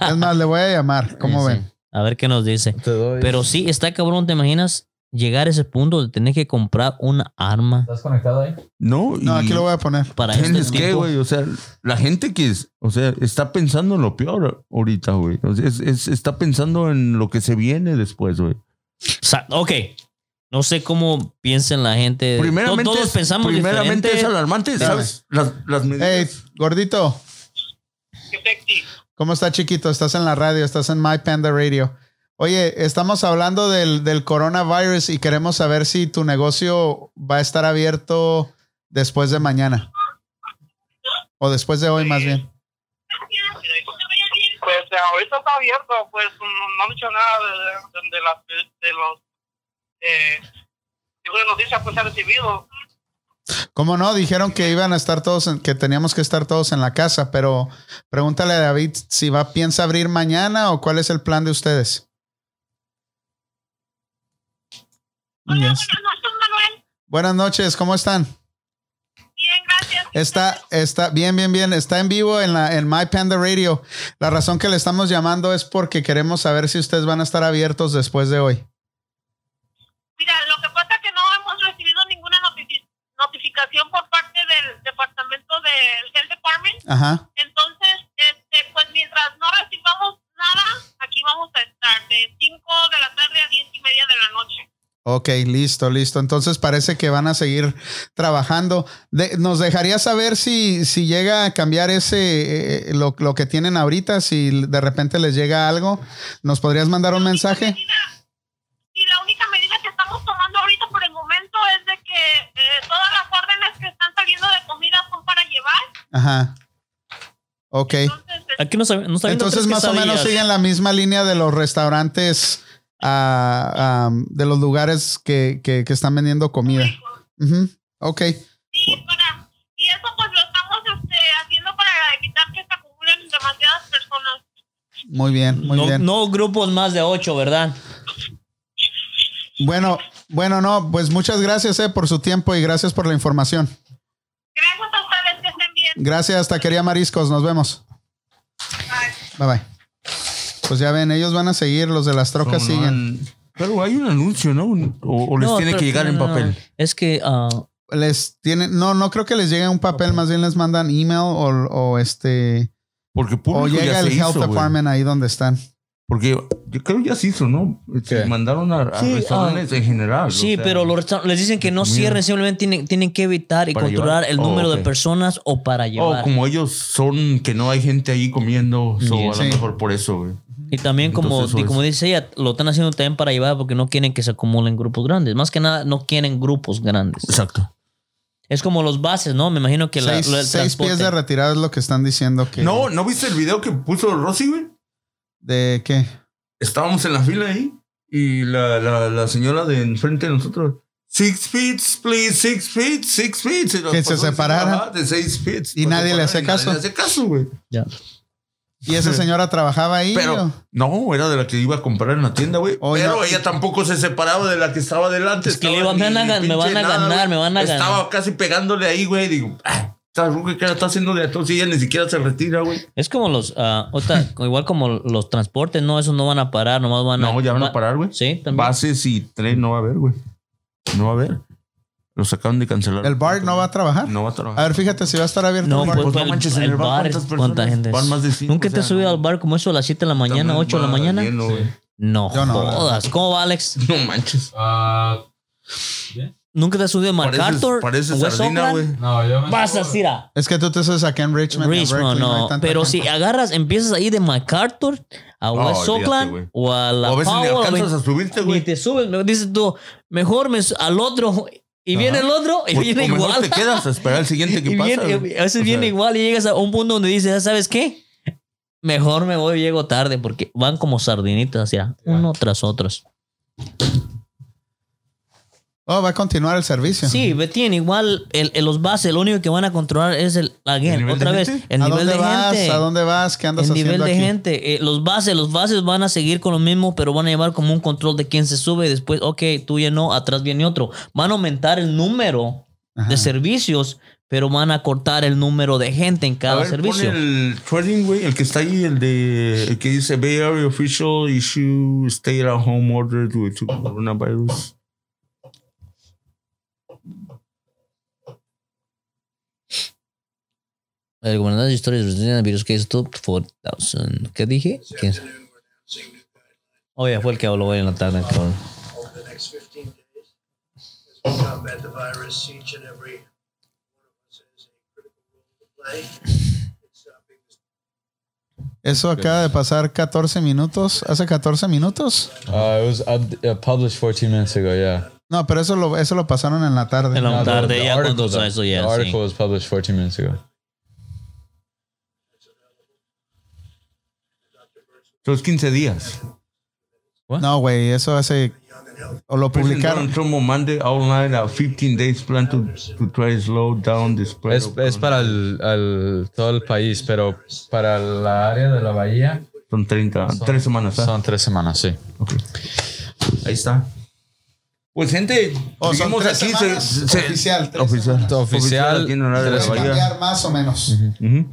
onda. Es más, le voy a llamar. ¿Cómo
Sí, sí.
ven?
A ver qué nos dice.
Te doy.
Pero sí, está cabrón, ¿te imaginas llegar a ese punto de tener que comprar una arma
¿Estás conectado ahí?
No,
No, aquí lo voy a poner.
para este
¿Tienes qué,
tipo?
güey? O sea, la gente que es, o sea, está pensando en lo peor ahorita, güey. O sea, es- es- está pensando en lo que se viene después, güey.
Eh, Sa- ok. No sé cómo piensen la gente.
Primeramente,
To- todos
es-
pensamos
primeramente
diferente.
es alarmante, ¿sabes? Las, las medidas.
Hey, gordito. ¿Cómo está, chiquito? Estás en la radio, estás en My Panda Radio. Oye, estamos hablando del, del coronavirus y queremos saber si tu negocio va a estar abierto después de mañana. O después de hoy, más bien.
Pues eh, ahorita está abierto, pues no, no han dicho nada de, de- de las, de los eh, tipo de noticias pues se ha recibido.
¿Cómo no? Dijeron que iban a estar todos, en- que teníamos que estar todos en la casa, pero pregúntale a David si va, piensa abrir mañana o cuál es el plan de ustedes.
Yes.
Manuel.
Buenas noches, ¿cómo están?
Bien, gracias.
Está, está, bien, bien, bien. Está en vivo en, la, en My Panda Radio. La razón que le estamos llamando es porque queremos saber si ustedes van a estar abiertos después de hoy.
Mira, lo que pasa es que no hemos recibido ninguna notifi- notificación por parte del departamento del Health Department.
Ajá.
Entonces,
este, pues mientras no recibamos nada, aquí vamos a estar de 5 de la tarde a 10 y media de la noche.
Ok, listo, listo. Entonces parece que van a seguir trabajando. De- ¿Nos dejaría saber si, si llega a cambiar ese eh, lo, lo que tienen ahorita? Si de repente les llega algo, ¿nos podrías mandar un mensaje?
Y la única medida que estamos tomando ahorita por el momento es de que eh, todas las órdenes que están saliendo de comida son para llevar.
Ajá. Ok.
Entonces, este,
Aquí no está, no está viendo
Entonces
tres
más o menos
quesadillas.
siguen la misma línea de los restaurantes, ah, ah, de los lugares que, que- que están vendiendo comida. Ujú. Ok.
sí, para, y eso pues lo estamos este, haciendo para evitar que se acumulen demasiadas personas.
Muy bien, muy
no,
bien.
no grupos más de ocho, ¿verdad?
Bueno, bueno, no, pues muchas gracias eh, por su tiempo y gracias por la información.
Gracias a ustedes que estén bien.
Gracias, Taquería Mariscos. Nos vemos. Bye bye. Pues ya ven, ellos van a seguir, los de las trocas
No, no,
siguen.
el- Pero hay un anuncio, ¿no? O, o les
No,
tiene
pero-
que llegar en
no, no,
papel.
no. Es que ah,
Les tienen, no, no creo que les llegue un papel, más bien les mandan email o, o este
Porque
o
público
llega
ya
el
se
health
hizo, güey.
department ahí donde están.
Porque yo creo ya se hizo, ¿no? Se
¿Qué?
mandaron a, a
Sí,
restaurantes en general.
sí,
o sea,
pero los restaurantes les dicen que no
comida.
cierren, simplemente tienen, tienen que evitar y
¿Para
controlar
llevar?
el
Oh,
número de
ok. Oh,
personas o para
O
llevar.
como ellos son, que no hay gente ahí comiendo, so, a
Sí.
lo mejor por eso, güey.
Y también como,
Entonces, eso
y como
es.
dice ella, lo están haciendo también para llevar porque no quieren que se acumulen grupos grandes. Más que nada, no quieren grupos grandes.
Exacto.
Es como los bases, ¿no? Me imagino que la,
seis
lo del
seis pies
transporte.
de retirada es lo que están diciendo que
No, ¿no viste el video que puso Rosy, güey?
de qué.
Estábamos en la fila ahí y la, la, la señora de enfrente de nosotros. Six feet, please, six feet, six feet. Y nos
Que se
pasó de-
separaran.
ajá, De seis feet. Pues,
Y nadie le hace
Y
caso.
Nadie le hace caso, güey.
Ya.
Y esa señora trabajaba ahí.
Pero,
o?
no, era de la que iba a comprar en la tienda, güey.
Oh,
pero
ya.
ella tampoco se separaba de la que estaba delante.
Es que
Estaba
le iba- me
ni-
van a
ni
gan- me van
pinche
a ganar,
güey.
me van a ganar.
Estaba casi pegándole ahí, güey. Digo, ah, esta ruca que la está haciendo de atroz y ella ni siquiera se retira, güey.
Es como los, ah, otra- igual como los transportes, ¿no? Esos no van a parar, nomás van a...
No, ya van
va-
a parar, güey.
Sí, también.
Bases y tren no va a haber, güey. No va a haber. Los acaban de cancelar.
el bar no va a trabajar.
No va a
A
trabajar.
ver, fíjate si va a estar abierto.
No,
el bar.
pues,
pues, no
el,
manches, en
el
el bar,
bar,
¿cuántas
es-
personas?
cuánta gente es?
Van más de cinco,
¿Nunca
o
te has
sea,
subido
no.
al bar como eso a las 7 de la mañana,
También
8 de la
va
mañana?
lleno, güey.
No,
Yo no, la verdad.
jodas. ¿Cómo va, Alex?
No manches.
Ah,
¿Nunca te has subido a MacArthur?
Pareces,
¿A
pareces
West
sardina,
Oakland?
güey.
no, yo me
Vas a
subo-
Sira.
Es que tú te haces acá en Richmond. en
Richmond,
Berkeley, no hay
no.
tanta
Pero
gente.
si agarras, empiezas a ir de MacArthur a
Oh,
West
olvídate,
Oakland
güey.
o a la
O a veces ni
Powell,
alcanzas
ni-
a subirte,
ni
güey.
te subes, me dices tú, mejor me, su- al otro y viene el otro y
O-
viene
o mejor
igual.
te quedas a esperar el siguiente que
Y
pasa.
viene- eh,
güey.
a veces
O
viene
sea,
igual y llegas a un punto donde dices, "Ah, ¿sabes qué? Mejor me voy, llego tarde porque van como sardinitas hacia uno tras otro.
Oh, va a continuar el servicio.
Sí, ve, tiene igual el, el- los bases, lo único que van a controlar es el, again,
nivel de
otra vez,
gente?
el
¿A
nivel
dónde
de
vas?
gente.
¿A dónde vas? ¿Qué andas
el nivel
haciendo
de
aquí?
gente. Eh, los bases, los bases van a seguir con lo mismo, pero van a llevar como un control de quién se sube. Y después, ok, tú ya no, atrás viene otro. Van a aumentar el número
Ajá.
de servicios, pero van a cortar el número de gente en
a
cada
ver,
servicio.
pon el trading, güey, el que está ahí, el de el que dice Bay Area official issue stay at home order due to coronavirus.
El gobernador de historia de virus que es top 4000. ¿Qué dije? ¿Qué? Oye, fue el que habló hoy en la tarde. cabrón.
over the next 15 days as we combat the virus. Each and every one of us has a critical role to play in stopping this
Eso acaba de pasar 14 minutos. ¿Hace 14 minutos?
Uh, it was up- uh, published 14 minutes ago, yeah.
No, pero eso lo, eso lo pasaron en la tarde.
En la
No, the-
tarde,
the
ya
article,
cuando o sea,
though.
eso ya.
The
sí.
article was published 14 minutes ago.
Los 15 días.
No, güey, eso hace... O lo publicaron.
President Donald Trump on Monday outlined a 15 days plan to, to try to slow down the spread.
Es,
of
es para el, al- todo el país, pero para la área de la bahía
Son 30, tres semanas. ¿ah?
son tres semanas, sí.
Ahí está. Pues gente,
O Oh, son
seguimos
tres
aquí.
semanas,
se- se-
oficial, tres
oficial.
semanas.
Oficial,
aquí en Horario de la
Puede
Bahía.
cambiar más o menos.
Ujú.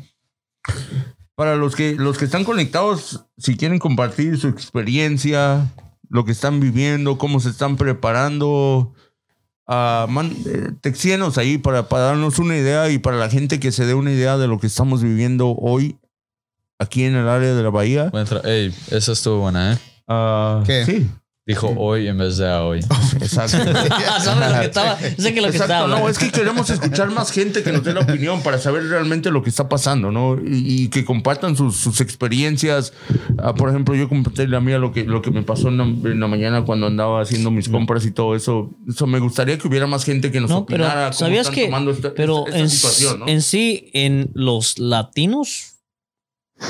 Para los que, los que están conectados, si quieren compartir su experiencia, lo que están viviendo, cómo se están preparando, ah, man- eh, textíenos ahí para, para darnos una idea y para la gente que se dé una idea de lo que estamos viviendo hoy aquí en el área de la bahía.
Buen tra- Ey, esa estuvo buena, ¿eh?
Ah,
¿Qué?
Sí,
Dijo hoy en vez de a hoy.
exacto.
¿Sabes lo que estaba? Sé que
Exacto,
lo que estaba.
no,
hablando.
es que queremos escuchar más gente que nos dé la opinión para saber realmente lo que está pasando, ¿no? Y, y que compartan sus, sus experiencias. Ah, por ejemplo, yo compartí la mía, lo que, lo que me pasó en la, en la mañana cuando andaba haciendo mis compras y todo eso. Eso me gustaría que hubiera más gente que nos
No, pero
opinara cómo
sabías
están
que
tomando esta,
pero
esta- esta
en,
situación, ¿no?
en sí en los latinos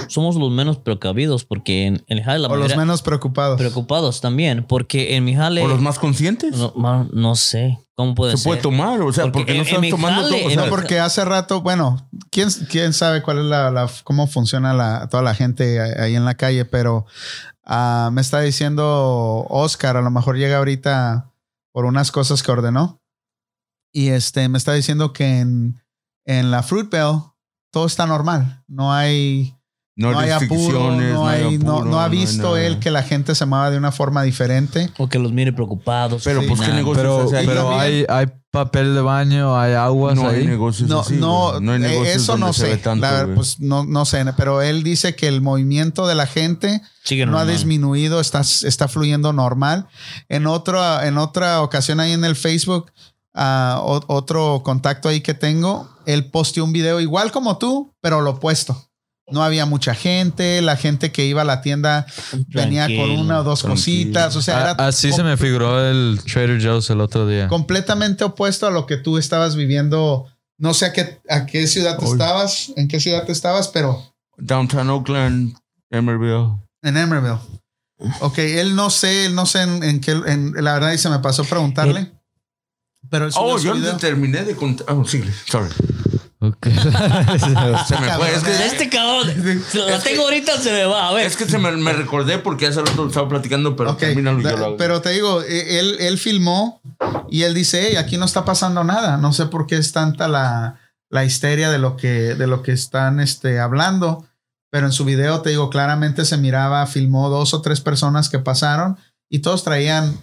somos los menos precavidos porque en el jale la
o los
mayoría-
menos preocupados.
preocupados también porque en mi jale
o los más conscientes.
no, ma- no sé cómo puede
se
ser.
puede tomar, o sea,
Porque
porque,
en-
no
en mi
están tomando
jale,
todo. o
en
sea,
mi-
No, porque hace rato, bueno, quién, quién sabe cuál es la, la- cómo funciona la, toda la gente ahí en la calle, pero ah, me está diciendo Oscar, a lo mejor llega ahorita por unas cosas que ordenó. Y este me está diciendo que en, en la Fruit Bell todo está normal. No hay,
no,
no
hay
hay apuro,
restricciones,
no, hay- no-
apuro,
no ha
hay
visto
nada.
él que la gente se mueva de una forma diferente.
o que los mire preocupados
Pero,
Sí,
pues, ¿qué
nada.
negocios
Pero,
hace ahí?
pero hay, hay papel de baño, hay aguas
no hay
ahí.
negocios
No,
Pues así,
no,
güey. no hay
eh,
negocios
eso
donde
no
se
sé.
ve tanto,
La-
güey.
pues no, no sé, pero él dice que el movimiento de la gente
Sigue
no ha
normal.
disminuido, está, está fluyendo normal. En otra, en otra ocasión ahí en el Facebook, ah, o- otro contacto ahí que tengo, él posteó un video igual como tú, pero lo opuesto. No había mucha gente, la gente que iba a la tienda venía con
Tranquilo.
una o dos
tranquilo. Ah,
cositas, o sea, era
A- Así Ah, se me figuró el Trader Joe's el otro día.
completamente opuesto a lo que tú estabas viviendo. No sé a qué, a qué ciudad
Uy.
estabas, en qué ciudad estabas, pero
Downtown Oakland, Emerville.
En Emerville. Ok, él no sé, él no sé en, en qué, en- la verdad, y se me pasó preguntarle. Pero él subió
Oh,
su
yo
video.
no terminé de contar. Oh, sí, sorry.
Ok.
Se me fue. Es que,
Este cabrón, se la
Es que-
tengo ahorita, se me va. A ver,
es que se me, me recordé porque hace rato estaba platicando, pero
Ok,
termínalo y yo
la-
lo hago.
pero te digo, eh, él, él filmó y él dice, hey, aquí no está pasando nada. No sé por qué es tanta la, la histeria de lo que, de lo que están este, hablando. Pero en su video, te digo, claramente se miraba, filmó dos o tres personas que pasaron y todos traían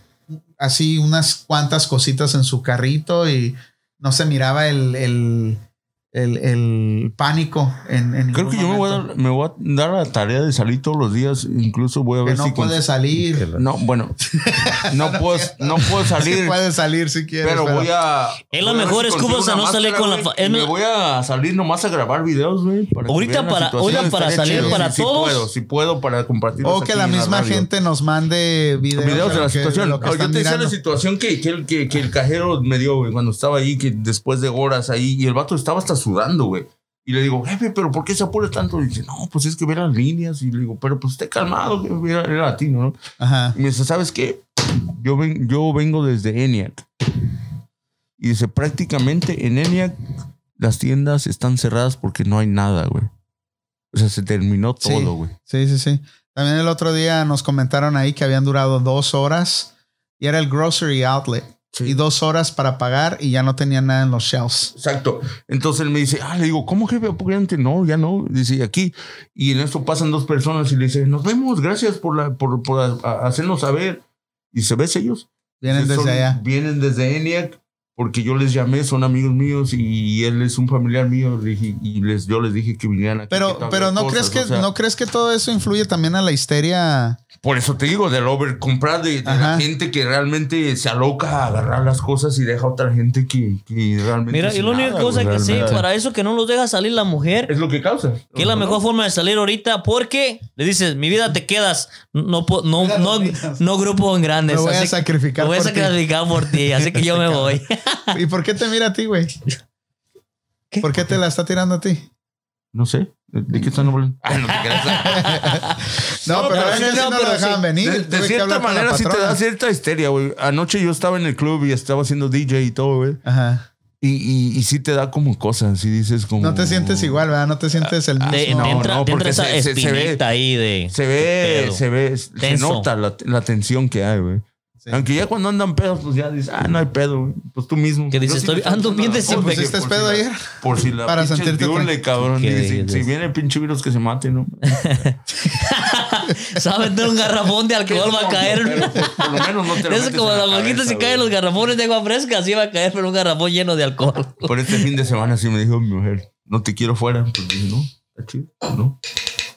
así unas cuantas cositas en su carrito y no se miraba el, el, el- el pánico en, en
Creo que yo
ningún
me voy, a
momento.
dar, me voy a dar la tarea de salir todos los días. Incluso voy a
Que
ver si.
no puede
cons-
salir.
No, bueno. No puedo, no puedo
Sí
salir.
puede salir si quieres.
Pero voy a.
Es la
voy a ver
mejor
si
excusa
consigo
no
una
salir
máscara,
con la
güey,
fa-
y
es
Me
la-
voy a salir nomás a grabar videos, güey. para que
Ahorita
vean la
para-
situación.
ahorita para
Estaría
salir
chido,
para
sí, sí
todos.
puedo, si puedo, para compartir.
O que la misma gente nos mande videos,
videos de
lo
la
que-
situación.
lo que
Oh, yo
están
te decía
mirando.
la situación que, que el, que, que el cajero me dio, güey, cuando estaba ahí, que después de horas ahí, y el vato estaba hasta sudando, güey. Y le digo, jefe, ¿pero por qué se apura tanto? Y dice, no, pues es que ve las líneas. Y le digo, pero pues esté calmado, que era, era latino, ¿no?
Ajá.
Y me dice, ¿sabes qué? Yo, ven- yo vengo desde ENIAC. Y dice, prácticamente en ENIAC las tiendas están cerradas porque no hay nada, güey. O sea, se terminó
Sí.
todo, güey.
Sí, sí, sí. También el otro día nos comentaron ahí que habían durado dos horas y era el grocery outlet.
Sí.
Y dos horas para pagar y ya no tenían nada en los shelves.
Exacto. Entonces él me dice, ah, le digo, ¿cómo jefe? Porque antes no, ya no. Dice, "y aquí. Y en esto pasan dos personas y le dice, nos vemos, gracias por, la, por, por a- a- hacernos saber. Y se ves ellos.
Vienen
Son-
desde allá.
Vienen desde ENIAC porque yo les llamé, son amigos míos y él es un familiar mío le dije- y les, yo les dije que vinieran aquí. que
Pero,
tal
pero no
cosas,
crees que
o sea,
no crees que todo eso influye también a la histeria.
Por eso te digo, del overcomprar de, de la
Ajá.
gente que realmente se aloca a agarrar las cosas y deja a otra gente que, que realmente...
mira, y
sin
la única
nada,
cosa
güey,
que sí,
realmente.
para eso que no los deja salir la mujer,
Es lo que causa.
Que es la
¿no?
mejor forma de salir ahorita porque le dices, mi vida te quedas, no po- no no, no grupo en grandes.
Me voy a
así que-
sacrificar
me voy a
por ti.
sacrificar por ti, así que yo me voy.
¿Y por qué te mira a ti, güey?
¿Qué?
¿Por qué te la está tirando a ti?
No sé. ¿De qué están hablando? Ah, no te creas.
No,
No,
pero,
pero
a él
sí,
sí
no,
no,
pero
lo dejaban
sí.
venir.
De, de
Tuve que
cierta
hablar con la
manera sí te
patrona.
da cierta histeria, güey. Anoche yo estaba en el club y estaba haciendo DJ y todo, güey.
Ajá.
Y, y, y sí te da como cosas. Y dices como...
No te sientes igual, ¿verdad? Ah, No te sientes el mismo.
Te, te
Ah, no,
entra,
no,
te entra
porque
esa
se- se- se ve-
espinita ahí de
Se ve,
pedo.
se ve, se
Tenso.
nota la, la tensión que hay, güey.
Sí.
Aunque ya cuando andan pedos, pues ya dices, ah, no hay pedo, güey. Pues tú mismo.
Que dices,
Yo le
estoy- ando
echando
bien
la culpa,
desinfectado.
¿Pusiste
por
pues, pedo
si la-
ayer?
Por si la
Para
pinche
sentirte
diole,
tranquilo.
cabrón.
Qué
y si,
bello.
si viene el pinche virus que se mate, ¿no?
sabes de un garrafón de alcohol va a
Pero,
caer.
pues, por lo menos no te lo
Eso
metes
como
en
la
cabeza,
mosquita se
güey.
caen los garrafones de agua fresca, así va a caer pero un garrafón lleno de alcohol.
Por este fin de semana sí me dijo mi mujer, no te quiero fuera. Pues dije, no, está chido, no.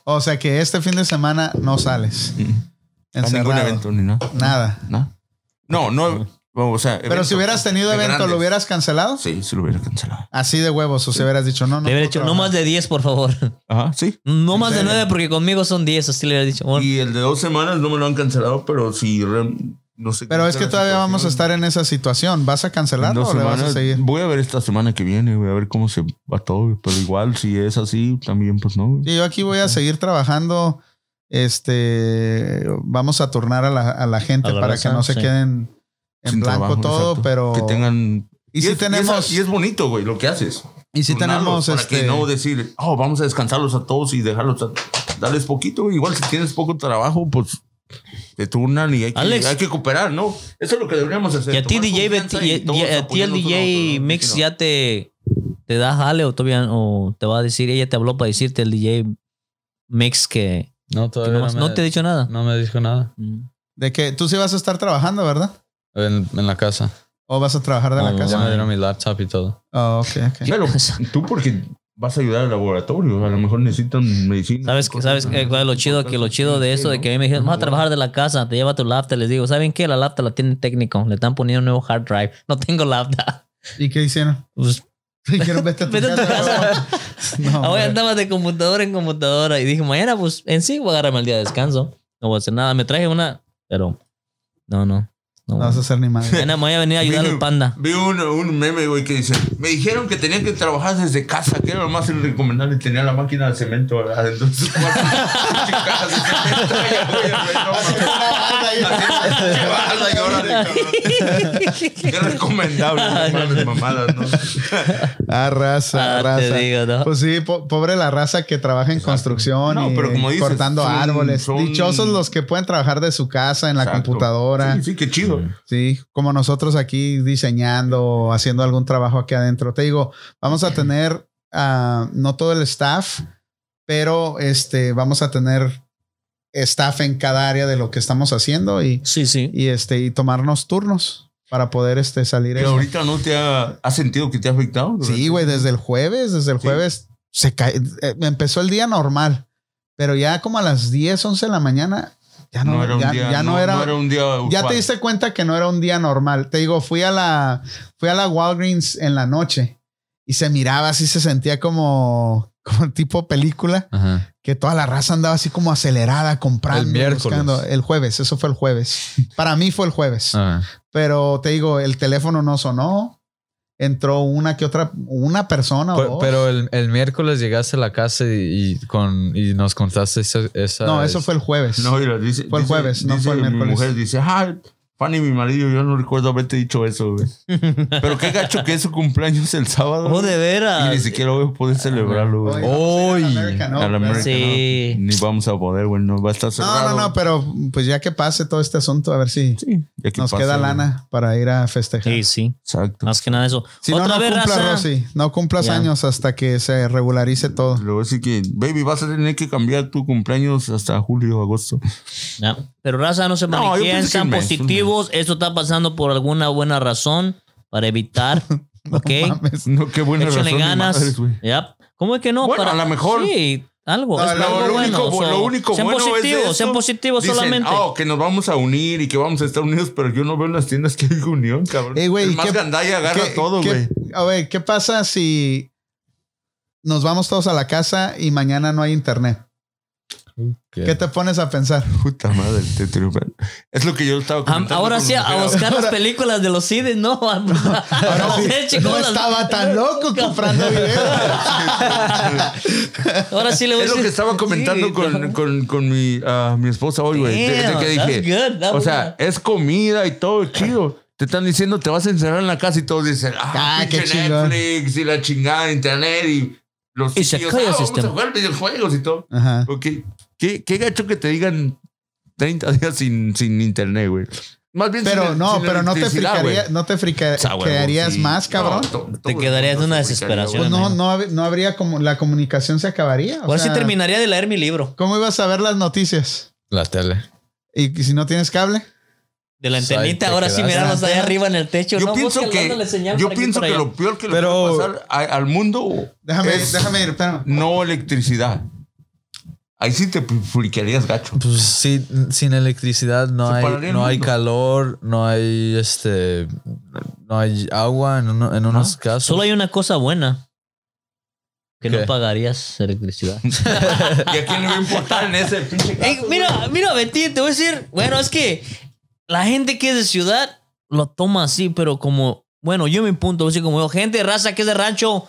O sea que este fin de semana no sales.
A Mm. ningún
Encerrado.
evento ni nada.
Nada.
¿No? No, no. O sea,
Pero si
evento
hubieras tenido
de
evento, ¿lo
grandes.
hubieras cancelado?
Sí, sí lo hubiera cancelado.
Así de huevos, o si hubieras dicho, no, no.
Le hubiera
puedo
dicho, no
trabajar.
más de 10, por favor.
Ajá, sí.
No más de
serio?
9, porque conmigo son 10, así le hubiera dicho. Bueno,
Y el de dos semanas no me lo han cancelado, pero si re- no sé.
Pero
cómo
es
está
que
la
todavía vamos a
situación.
estar en esa situación. ¿Vas a
En
cancelarlo o
dos
le vas a
semanas.
seguir?
Voy a ver esta semana que viene, voy a ver cómo se va todo. Pero igual, si es así, también, pues no.
Sí, yo aquí voy a seguir trabajando. Este, vamos a turnar a la, a la gente
A la
para
raza,
que no se
sí.
queden en
Sin
blanco
trabajo,
todo,
exacto.
pero
Que tengan.
y si
es- es-
tenemos
Y es, bonito, güey, lo que haces.
y si tenemos
Turnarlos Para
este
que no decir, oh, vamos a descansarlos a todos y dejarlos. A, darles poquito, güey. Igual si tienes poco trabajo, pues te turnan y hay que,
Alex.
hay que cooperar, ¿no? Eso es lo que deberíamos hacer.
y a ti,
tomar
DJ,
confianza
Betty- y-
y todos
y a ti el
apoyarnos uno al
DJ
otro, ¿no?
Mix
Sí, no.
ya te, te da jale o todavía o te va a decir, ella te habló para decirte el DJ Mix que,
No,
que
todavía no,
nomás-
me,
no, te he dicho nada.
no me dijo nada.
Mm.
de que tú sí vas a estar trabajando, ¿verdad?
En, en la casa.
O vas a trabajar de la
No,
casa.
Ya me dieron mi laptop y todo.
Ah, ok, ok.
Claro, tú porque vas a ayudar al laboratorio, a lo mejor necesitan medicina.
¿Sabes, que, ¿sabes que, cuál es lo chido? Que lo chido de eso, de que a mí me dijeron, vamos a trabajar de la casa, te lleva tu laptop. Les digo, ¿saben qué? La laptop la tiene técnico, le están poniendo un nuevo hard drive. No tengo laptop.
¿Y qué hicieron?
Pues,
Dijeron, vete a tu
Vete a tu
casa. No,
hoy
hombre.
andaba de computadora en computadora y dije, mañana pues en sí voy a agarrarme el día de descanso. No voy a hacer nada, me traje una, pero no, no. no,
no vas a hacer ni madre.
Mañana me voy a venir a ayudar al panda.
Vi un, un meme, güey, que dice, me dijeron que tenía que trabajar desde casa, que era lo más recomendable, tenía la máquina de cemento adentro de su cuarto. Pinche caja de cemento, güey, güey, no mames. Qué barra, y ahora de cabrón. Qué recomendable, no mames, mamadas, ¿no?
Arrasa,
Ah, te
arrasa.
digo, ¿no?
Pues sí, po- pobre la raza que trabaja en construcción
No,
y
pero como dices,
cortando
son-
árboles.
son-
Dichosos los que pueden trabajar de su casa en la
Exacto.
computadora.
Sí,
Sí,
sí, qué chido.
como nosotros aquí diseñando, haciendo algún trabajo aquí adentro. Te digo, vamos a tener ah, no todo el staff, pero este vamos a tener staff en cada área de lo que estamos haciendo y,
Sí, sí.
y este y tomarnos turnos para poder este salir.
Pero
eso.
ahorita no te ha, ¿has sentido que te ha afectado.
Sí, güey, desde el jueves, desde el
Sí.
jueves se cae, eh, empezó el día normal, pero ya como a las 10, 11 de la mañana, ya no,
No era un
ya,
día,
ya no, era,
un día
ya
usual.
te diste cuenta que no era un día normal. Te digo, fui a la, fui a la Walgreens en la noche y se miraba así, se sentía como, como tipo película,
Ajá.
que toda la raza andaba así como acelerada comprando.
El miércoles.
buscando. El jueves, eso fue el jueves. Para mí fue el jueves.
Ah,
Pero te digo, el teléfono no sonó. Entró una que otra, una persona
pe-
o dos.
Pero el, el miércoles llegaste a la casa y, y con, y nos contaste esa... esa-
no, eso fue el jueves.
No, mira, dice.
Fue el
dice-
jueves, no
dice
fue el
Mi
miércoles.
mujer dice, ah, Fanny, mi marido, yo no recuerdo haberte dicho eso, güey. Pero qué gacho que es su cumpleaños el sábado.
Oh,
güey, Y
de
ni
veras.
siquiera voy a poder celebrarlo,
Oye, vamos a ir
güey.
al
Oy.
American Oak,
Al
¿verdad?
American
Sí.
Oak. Ni vamos a poder, güey. No va a estar
No,
cerrado.
no, no, pero pues ya que pase todo este asunto, a ver si
Sí, ya que
nos
pase,
queda
güey.
lana para ir a festejar.
Sí, sí.
Exacto.
Más que nada eso.
Si no, no cumplas,
raza.
Rosy. No cumplas
Ya.
años hasta que se regularice todo.
Le voy a decir que, baby, vas a tener que cambiar tu cumpleaños hasta julio o agosto.
Ya. Pero raza, no se
No, yo
maniqueen,
pensé que
sean
me-
positivos. Esto está pasando por alguna buena razón para evitar. ¿Ok?
Mames.
No, qué buena razón.
Échenle
ni
ganas.
madres, güey.
Yep. ¿Cómo es que no?
Bueno,
Para-
a lo mejor-
Sí, algo.
No,
es
lo-
algo
lo
bueno.
único bu-
So,
lo único
sean
bueno es de
positivos,
eso,
sean positivos
Dicen,
Pues solamente.
"Oh, que nos vamos a unir y que vamos a estar unidos, pero yo no veo en las tiendas que hay unión, cabrón.
Ey, Eh, güey,
El
¿y
más
qué-
gandalla agarra
¿Qué-
todo,
qué-
güey.
A ver, ¿qué pasa si nos vamos todos a la casa y mañana no hay internet?
que-
¿Qué te pones a pensar?
Puta madre, te triunfan. Es lo que yo estaba
Am-
comentando.
Ah, Ahora
con
sí,
mi
a
mujer.
buscar las películas de los CIDES, no.
Ahora
Ahora
sí, no estaba tan loco comprando videos.
Ahora sí le voy a
Es lo que
decir-
estaba comentando
Sí,
con, con, con mi, ah, mi esposa hoy, güey. De- de
Damn,
que
that's
dije,
good, that
o sea,
was-
es comida y todo chido. Te están diciendo, te vas a encerrar en la casa y todos dicen, ah,
Ah, qué
pinche
chingón.
Netflix y la chingada de internet y los
Y se
sitios,
cae el
ah, vamos
sistema.
a jugar videojuegos y todo.
Ajá.
Ok, ¿Qué, qué gacho que te digan 30 días sin, sin internet, güey. Más bien
Pero
sin-
no,
sin
pero no te
electricidad,
fricaría,
güey.
no te frica-
O sea, güey,
quedarías
sí.
más, cabrón.
No, to-
Te
todo
quedarías
el
en
mundo
una
se fricaría,
desesperación.
Pues no, no, hab- no habría como la comunicación se acabaría. o
Ahora sí
sea,
terminaría de leer mi libro
¿Cómo ibas a ver las noticias?
La tele.
Y si no tienes cable,
de la
Sai,
antenita.
te
Ahora sí
quedaste.
mirarlos allá arriba en el techo.
Yo,
no,
pienso
Busca dándole
que,
señal
yo
para aquí,
pienso
para
que
allá.
lo peor que le
Pero-
puede pasar a- al mundo
déjame,
es
déjame ir, espérame.
no electricidad. Ahí sí te friquearías gacho.
Pues sí, sin electricidad no
Se
hay,
pararía el
no hay
mundo.
calor, no hay este no hay agua en, uno- en unos casos.
Solo hay una cosa buena. Que
¿Qué?
no pagarías electricidad.
¿Y a quién le va a importar en ese pinche
Ey,
caso?
mira, mira, Betty, te voy a decir, bueno, es que la gente que es de ciudad lo toma así, pero como, bueno, yo mi punto, así como yo, gente de raza que es de rancho,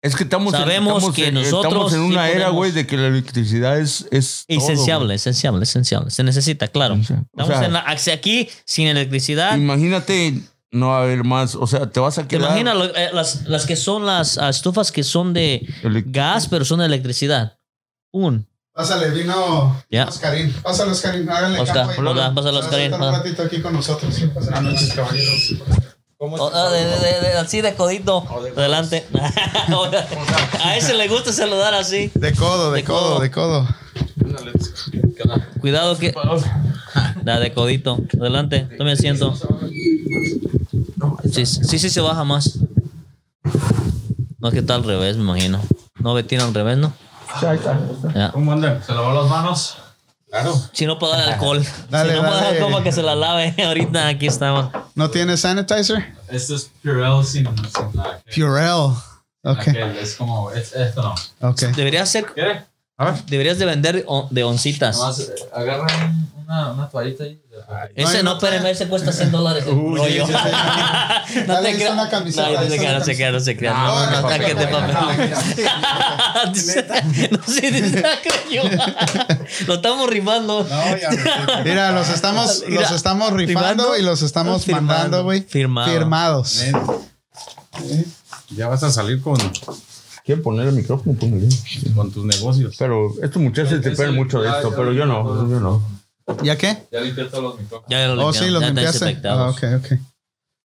Es que estamos
Sabemos
estamos
que
en,
nosotros
estamos en
sí
una era,
podemos-
güey, de que la electricidad es, es todo,
esenciable, esenciable, esenciable, se necesita, claro.
güey. O sea,
Estamos en la- aquí sin electricidad.
Imagínate no haber más, o sea, te vas a
Ah. ¿Te
quedar
imaginas lo- eh, las, las que son las ah, estufas que son de
ele-
gas, pero son de electricidad? Un.
Pásale, vino
Ya.
Oscarín. Pásale, Oscarín. Háganle
Oscar,
campo ahí.
hola, hola, pásale,
Se va a
Oscarín,
sentar Un
hola.
ratito aquí con nosotros. pues, Buenas noches, caballeros.
Oh, ah, de- de- de- así de codito. Adelante. A ese le gusta saludar así.
De codo, de,
De
codo,
codo.
de codo.
Cuidado que. La de codito. Adelante. Tome asiento. Sí, sí, sí se baja más. No, que está al revés, me imagino. No, Betina al revés, ¿no? Ya.
¿Cómo andan?
¿Se lavó las manos?
Si no puedo dar alcohol.
Dale,
si no puedo dar
dale.
alcohol para que se la lave. Ahorita aquí estamos.
¿No tiene sanitizer?
Este es Purell sin, sin la que-
Purell. Ok,
aquel, Es como, es, esto no.
ok.
Deberías ser.
¿Qué?
Deberías de vender on- de oncitas.
Nomás eh, agarra un- una, una toallita ahí.
Ese no, pero ese cuesta 100 dólares. el rollo.
sí, sí.
No
Dale,
te
hizo
creas.
una camiseta,
No, no
hizo
se crea,
una
no se crea, no se crea.
No,
No, no,
no,
no, que
no,
te
no,
papel.
no, no,
No sé, ni se la creyó. Lo estamos rimando.
Mira, los estamos,
Mira,
los estamos rifando
rifando,
y los estamos
firmando,
mandando, güey.
firmado.
Firmados.
Ya vas a salir con,
¿Quién poner el micrófono? Ponle.
con tus negocios.
Pero estos muchachos te esperan mucho de esto, pero yo no, yo no.
¿Ya qué?
Ya limpié todos los micrófonos.
Ya lo
Oh,
limpiamos,
sí, los
ya está
limpiaste.
desinfectados.
Ah, ok, ok.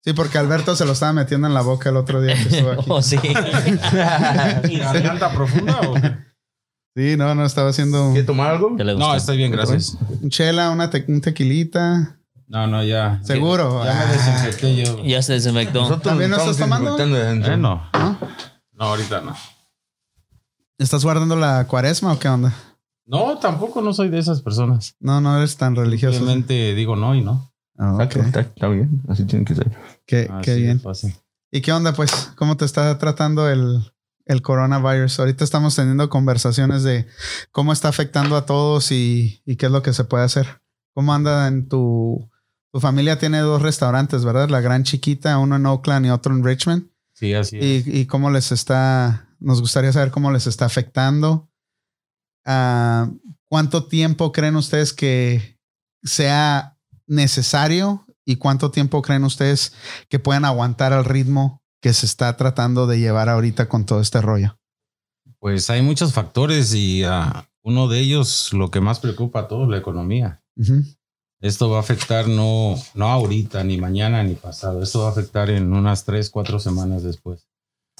Sí, porque Alberto se lo estaba metiendo en la boca el otro día que estuvo aquí.
Oh, sí.
¿Garganta profunda o qué?
Sí, no, no, estaba haciendo
¿Quieres
un
tomar algo?
¿Te le gustó?
No, estoy bien, gracias.
un chela, una te- un tequilita.
No, no, ya.
Seguro.
Ya me
Ah,
desinfecté yo.
Ya se desinfectó.
Nosotros
¿También no
estamos
estás tomando?
desinfectando de adentro.
Eh, no.
¿no?
No, ahorita no.
¿Estás guardando la cuaresma o qué onda?
No, tampoco no soy de esas personas.
No, no eres tan religioso.
Simplemente digo no y no.
Ah, ok.
Exacto, está, está bien, así tiene que ser.
Qué,
Así
qué
de
bien.
fácil.
¿Y qué onda, pues? ¿Cómo te está tratando el, el coronavirus? Ahorita estamos teniendo conversaciones de cómo está afectando a todos y, y qué es lo que se puede hacer. ¿Cómo anda en tu... Tu familia tiene dos restaurantes, ¿verdad? La Gran Chiquita, uno en Oakland y otro en Richmond.
Sí, así es.
y, y cómo les está, nos gustaría saber cómo les está afectando. Ah, ¿Cuánto tiempo creen ustedes que sea necesario y cuánto tiempo creen ustedes que puedan aguantar al ritmo que se está tratando de llevar ahorita con todo este rollo?
Pues hay muchos factores y ah, uno de ellos, lo que más preocupa a todos, la economía.
Ujú.
Esto va a afectar no, no ahorita, ni mañana, ni pasado. Esto va a afectar en unas tres, cuatro semanas después.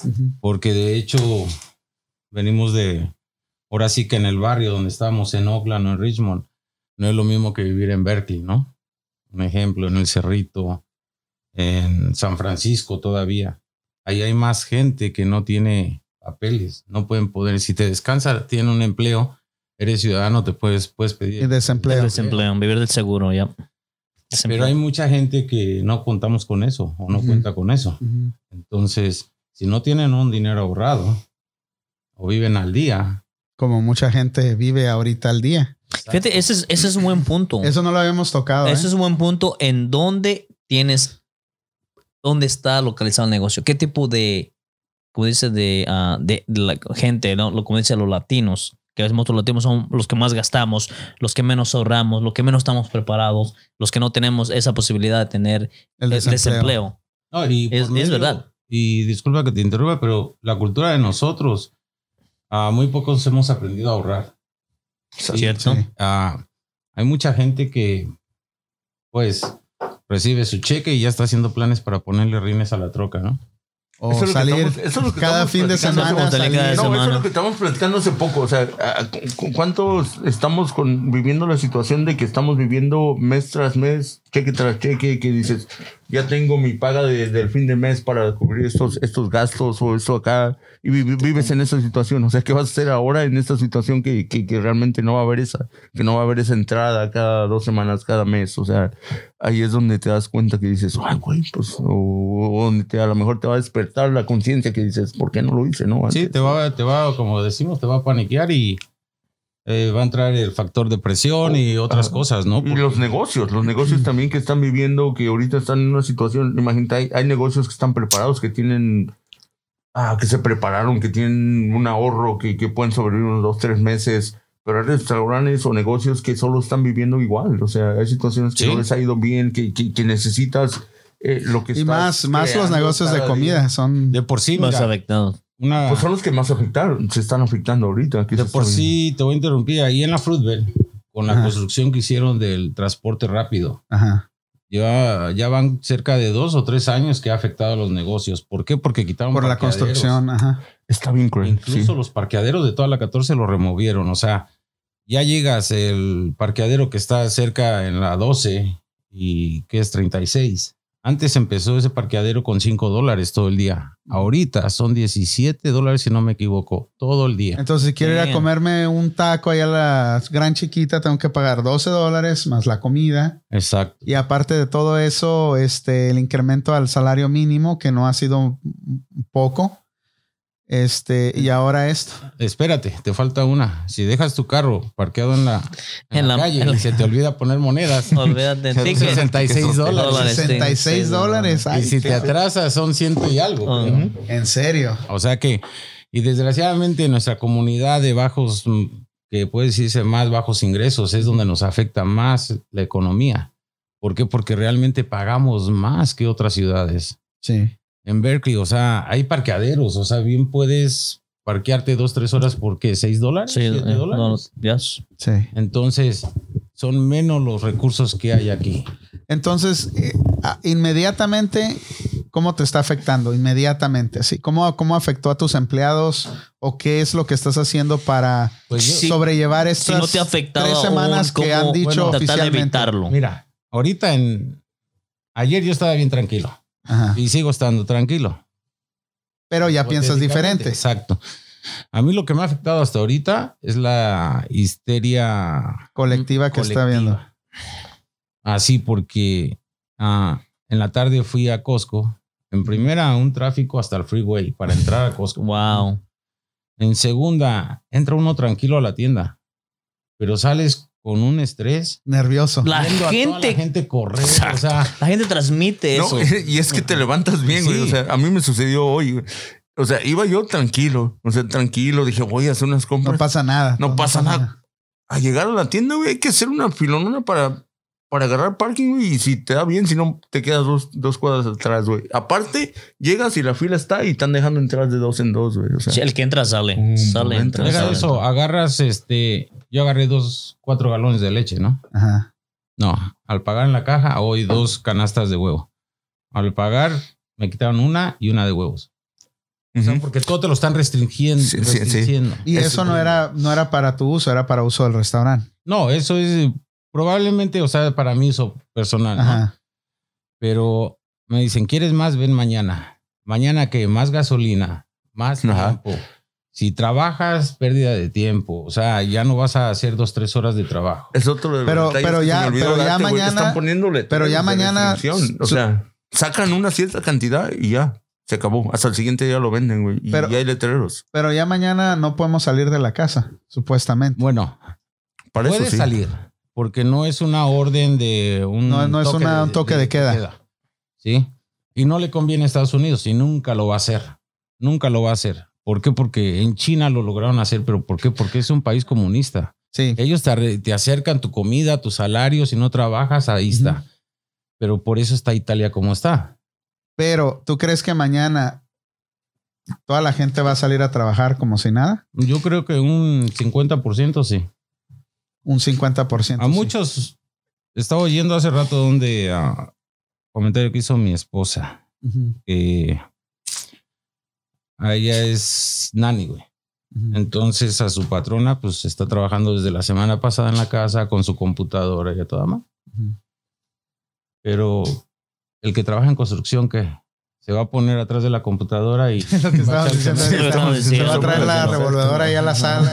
Ujú.
Porque de hecho, venimos de, ahora sí que en el barrio donde estamos, en Oakland o en Richmond, no es lo mismo que vivir en Berkeley, ¿no? Un ejemplo, en el Cerrito, en San Francisco todavía. Ahí hay más gente que no tiene papeles, no pueden poder. Si te descansa, tiene un empleo, eres ciudadano, te puedes, puedes
Y
pedir.
El
desempleo.
desempleo, vivir del seguro, ya.
Pero hay mucha gente que no contamos con eso o no
Ujú.
cuenta con eso.
Ujú.
Entonces, si no tienen un dinero ahorrado o viven al día,
Como mucha gente vive ahorita al día.
Fíjate, ese es, ese es un buen punto.
Eso no lo habíamos tocado.
Ese
¿eh?
Oh. es un buen punto en dónde tienes, dónde está localizado el negocio, qué tipo de, como dice, de, ah, de, de la gente, ¿no? Lo, como dice, los latinos, que a veces nosotros latinos son los que más gastamos, los que menos ahorramos, los que menos estamos preparados, los que no tenemos esa posibilidad de tener
El
el
desempleo.
desempleo.
No, y por
Es- es verdad.
Y disculpa que te interrumpa, pero la cultura de nosotros, a muy pocos hemos aprendido a ahorrar.
¿Cierto?
sí.
Ah, hay mucha gente que, pues, recibe su cheque y ya está haciendo planes para ponerle rines a la troca, ¿no?
O
Eso es lo que
salir
estamos- eso es lo que
cada
estamos
fin de
platicando.
semana.
Salir cada
salir.
Esta
No, eso es
semana.
lo que estamos platicando hace poco. O sea, a- cu- cu- ¿cuántos estamos con- viviendo la situación de que estamos viviendo mes tras mes, cheque tras cheque, que dices, ya tengo mi paga de- del fin de mes para cubrir estos, estos gastos o esto acá, y vi- vi- vives en esa situación. O sea, ¿qué vas a hacer ahora en esta situación que, que- que realmente no va a haber esa, que no va a haber esa entrada cada dos semanas, cada mes? O sea, ahí es donde te das cuenta que dices, ay, güey, pues, o, o donde te, a lo mejor te va a despertar la conciencia que dices, ¿por qué no lo hice? No,
Sí,
Antes.
te va, te va, como decimos, te va a paniquear y eh, va a entrar el factor depresión y otras
Ajá.
cosas, ¿no?
Y
Porque-
los negocios, los negocios también que están viviendo, que ahorita están en una situación, imagínate, hay, hay negocios que están preparados, que tienen, ah, que se prepararon, que tienen un ahorro, que, que pueden sobrevivir unos dos, tres meses, pero hay restaurantes o negocios que solo están viviendo igual, o sea, hay situaciones que
Sí.
no les ha ido bien, que, que, que necesitas eh, lo que
Y
estás
más, más los
creando
negocios de
cada
comida
día.
son.
de por sí,
Más
mira,
afectado.
una-
Pues son los que más afectaron, se están afectando ahorita. que
de
se
por
están-
sí, te voy a interrumpir, ahí en la Fruitvale, con la
Ajá.
construcción que hicieron del transporte rápido.
Ajá.
Ya, ya van cerca de dos o tres años que ha afectado a los negocios. ¿Por qué? Porque quitaron
Por la
parqueaderos.
construcción, ajá.
Está bien cruel.
Incluso
sí.
los parqueaderos de toda la 14 lo removieron. O sea, ya llegas el parqueadero que está cerca en la 12 y que es 36. Antes empezó ese parqueadero con 5 dólares todo el día. Ahorita son 17 dólares, si no me equivoco, todo el día.
Entonces, si quiero ir a
Bien.
comerme un taco allá a la gran chiquita, tengo que pagar 12 dólares más la comida.
Exacto.
Y aparte de todo eso, este, el incremento al salario mínimo, que no ha sido poco. Este, y ahora esto.
Espérate, te falta una. Si dejas tu carro parqueado en la, en
En
la
la-
calle
en la-
y se te olvida poner monedas,
Olvídate
son
del ticket.
66 dólares.
Dólares, sí.
66 dólares.
Y
Ay,
si te atrasas son ciento y algo.
Ajá.
creo.
en serio.
O sea que, y desgraciadamente nuestra comunidad de bajos, mm, que puede decirse más bajos ingresos, es donde nos afecta más la economía. ¿Por qué? Porque realmente pagamos más que otras ciudades.
Sí.
En Berkeley, o sea, hay parqueaderos, o sea, bien puedes parquearte dos, tres horas porque seis dólares,
Sí,
siete
eh,
dólares.
no, yes.
Sí.
Entonces, son menos los recursos que hay aquí.
Entonces, eh, a- inmediatamente, ¿cómo te está afectando? Inmediatamente, así. ¿Cómo, ¿Cómo afectó a tus empleados? ¿O qué es lo que estás haciendo para
Pues yo-
Sí,
sobrellevar
Si
estas
no te ha afectado
tres semanas
aún,
que
¿cómo?
han dicho
Bueno, tratar de
oficialmente?
evitarlo.
Mira, ahorita en... Ayer yo estaba bien tranquilo
Ajá.
y sigo estando tranquilo.
Pero
Pues
ya piensas
Hipotéticamente,
diferente.
Exacto. A mí lo que me ha afectado hasta ahorita es la histeria
Colectiva que está viendo.
colectiva. Así porque ah, en la tarde fui a Costco. En primera, un tráfico hasta el freeway para entrar a Costco.
Wow.
En segunda, entra uno tranquilo a la tienda, pero sales con un estrés.
Nervioso.
La
viendo a toda la
gente,
gente correr, o
Exacto.
sea,
la gente transmite
No,
eso.
y es que te levantas bien, güey.
Sí.
O sea, a mí me sucedió hoy. güey. O sea, iba yo tranquilo. O sea, tranquilo. Dije, voy a hacer unas
No
compras.
pasa nada.
No pasa nada. a llegar a la tienda, güey, hay que hacer una filonona para, para agarrar parking, güey. Y si te da bien, si no, te quedas dos, dos cuadras atrás, güey. Aparte, llegas y la fila está y están dejando entrar de dos en dos, güey. O sea,
Sí, el que entra sale.
Un
sale,
momento.
entra,
deja
sale.
eso, agarras este, yo agarré dos, cuatro galones de leche, ¿no?
Ajá.
No, al pagar en la caja, hoy dos canastas de huevo. Al pagar, me quitaron una y una de huevos. O sea,
ujú.
porque todo te lo están restringiendo.
Sí, sí, sí.
restringiendo.
Y eso, no era, no era para tu uso, era para uso del restaurante.
No, eso es eh, probablemente, o sea, para mí eso personal. ¿no?
Ajá.
Pero me dicen, ¿quieres más? Ven mañana. Mañana que más gasolina, más
Ajá.
tiempo. Si trabajas, pérdida de tiempo. O sea, ya no vas a hacer dos, tres horas de trabajo.
Es otro de los
Pero-
detalles
pero
que
ya-
se me olvidó
pero ya
darte, güey, que
mañana-
están poniéndole
pero ya
de
mañana-
restricción. O
su-
sea, sacan una cierta cantidad y ya. Se acabó. Hasta el siguiente día lo venden, güey. Y
Pero-
ya hay letreros.
Pero ya mañana no podemos salir de la casa, supuestamente.
Bueno,
Para
Puede
eso sí.
salir, porque no es una orden de un
No, no es una- un toque de queda.
Sí. Y no le conviene a Estados Unidos y nunca lo va a hacer. Nunca lo va a hacer. ¿Por qué? Porque en China lo lograron hacer, pero ¿por qué? Porque es un país comunista.
Sí.
Eh.
Ellos te, arre- te acercan tu comida, tu salario, si no trabajas, ahí está. Pero por eso está Italia como está.
Pero, ¿tú crees que mañana toda la gente va a salir a trabajar como si nada?
Yo creo que un 50% sí.
Un 50%.
A
sí.
muchos, estaba oyendo hace rato donde ah, comentario que hizo mi esposa.
Ujú,
que a ella es nani, güey.
ujú.
Entonces a su patrona, pues está trabajando desde la semana pasada en la casa con su computadora y a toda más.
Ujú.
Pero el que trabaja en construcción, que se va a poner atrás de la computadora y
Lo que estábamos diciendo.
Sí, lo estamos
Se va a
diciendo.
traer la revolvedora ahí a la sala.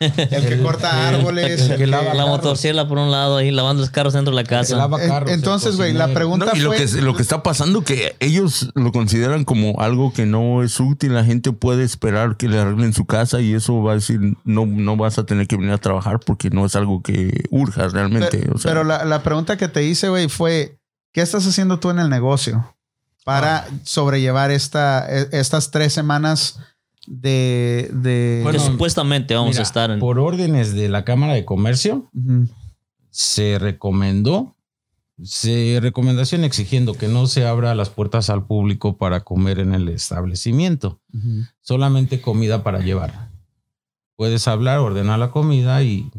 y el que corta árboles.
el que lava
La
carros.
motocicleta por un lado ahí lavando los carros dentro de la
se
casa.
lava
En-
carros, el
Entonces, güey, la
cocinero.
pregunta
No, y lo
fue-
que, lo que está pasando que ellos lo consideran como algo que no es útil. La gente puede esperar que le arreglen su casa y eso va a decir, no, no vas a tener que venir a trabajar porque no es algo que urja realmente.
Pero,
o sea,
pero la, la pregunta que te hice, güey, fue: ¿qué estás haciendo tú en el negocio para sobrellevar esta, e- estas tres semanas de. de
Que
Bueno,
supuestamente vamos
Mira,
a estar en.
Por órdenes de la Cámara de Comercio,
Ujú.
se recomendó, se recomendación exigiendo que no se abra las puertas al público para comer en el establecimiento,
Ujú.
solamente comida para llevar. Puedes hablar, ordenar la comida y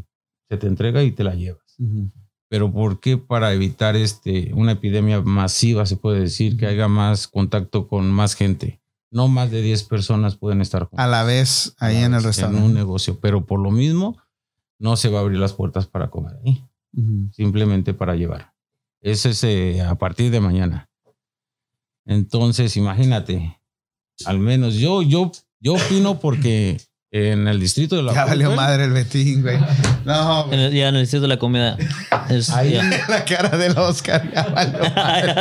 se te entrega y te la llevas.
Ujú.
Pero ¿por qué para evitar este una epidemia masiva se puede decir que haya más contacto con más gente? No más de 10 personas pueden estar juntas
A la vez, ahí en el
en un
restaurante.
negocio, pero por lo mismo no se va a abrir las puertas para comer ahí,
Ujú.
simplemente para llevar. Ese es eh, a partir de mañana. Entonces, imagínate, al menos yo, yo, yo opino porque en el distrito de la
Ya valió
Cultural,
madre el Betín, güey. No,
en
güey.
el- ya en el sitio de la comida. Es-
Ahí-
ya.
La cara del Oscar ya valió madre.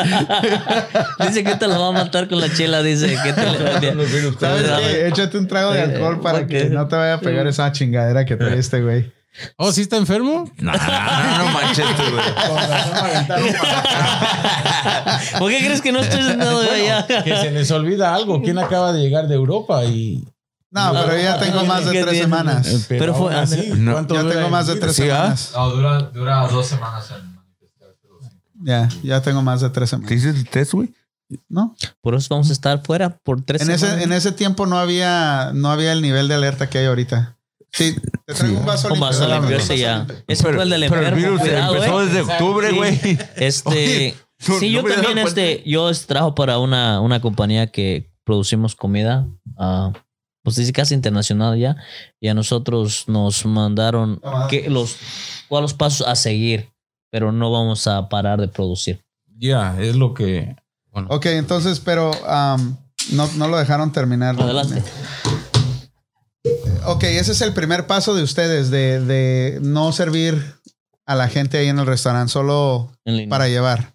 dice que te lo va a matar con la chela. Dice que te lo
¿Sabes
Cuidado.
qué? eh, Échate un trago de
Sí,
alcohol para
porque-
que no te vaya a pegar esa chingadera que trae este güey.
Oh, ¿sí está enfermo?
Nah, nah, no manches tú, güey.
¿Por qué crees que no estoy sentado yo allá?
Que se les olvida algo. ¿Quién acaba de llegar de Europa? Y,
No, pero yo ya tengo más de
¿Qué
tres
tiene?
semanas.
Pero
aún
fue-
así,
No.
¿cuánto
Ya
dura
tengo
en
más de
ir?
tres
Sí, ¿ah?
semanas.
No, dura, dura dos semanas en manifestarse.
Ya, ya tengo más de tres
¿Te
semanas.
hiciste el test, güey?
¿No?
Por eso vamos a estar fuera por tres
En ese,
semanas.
en ese tiempo no había, no había el nivel de alerta que hay ahorita. Sí, te traigo un vaso
Un
limpio,
vaso
dame un
limpio,
vaso
ese ya.
limpio.
Ese fue el del
pero el
enfermo,
virus
cuidado,
empezó
eh.
desde octubre,
Sí.
güey.
Este,
Oye, no-
sí,
no
yo
me he dado
también, este, yo es- trabajo para una, una compañía que producimos comida, ah, pues dice casi internacional ya, y a nosotros nos mandaron
Tomadas.
que los, cuáles los pasos a seguir, pero no vamos a parar de producir.
Ya, es lo que. Bueno,
Ok, entonces, pero am, no, no lo dejaron terminar.
Adelante.
Ok, ese es el primer paso de ustedes, de, de no servir a la gente ahí en el restaurante, solo
En línea.
para llevar.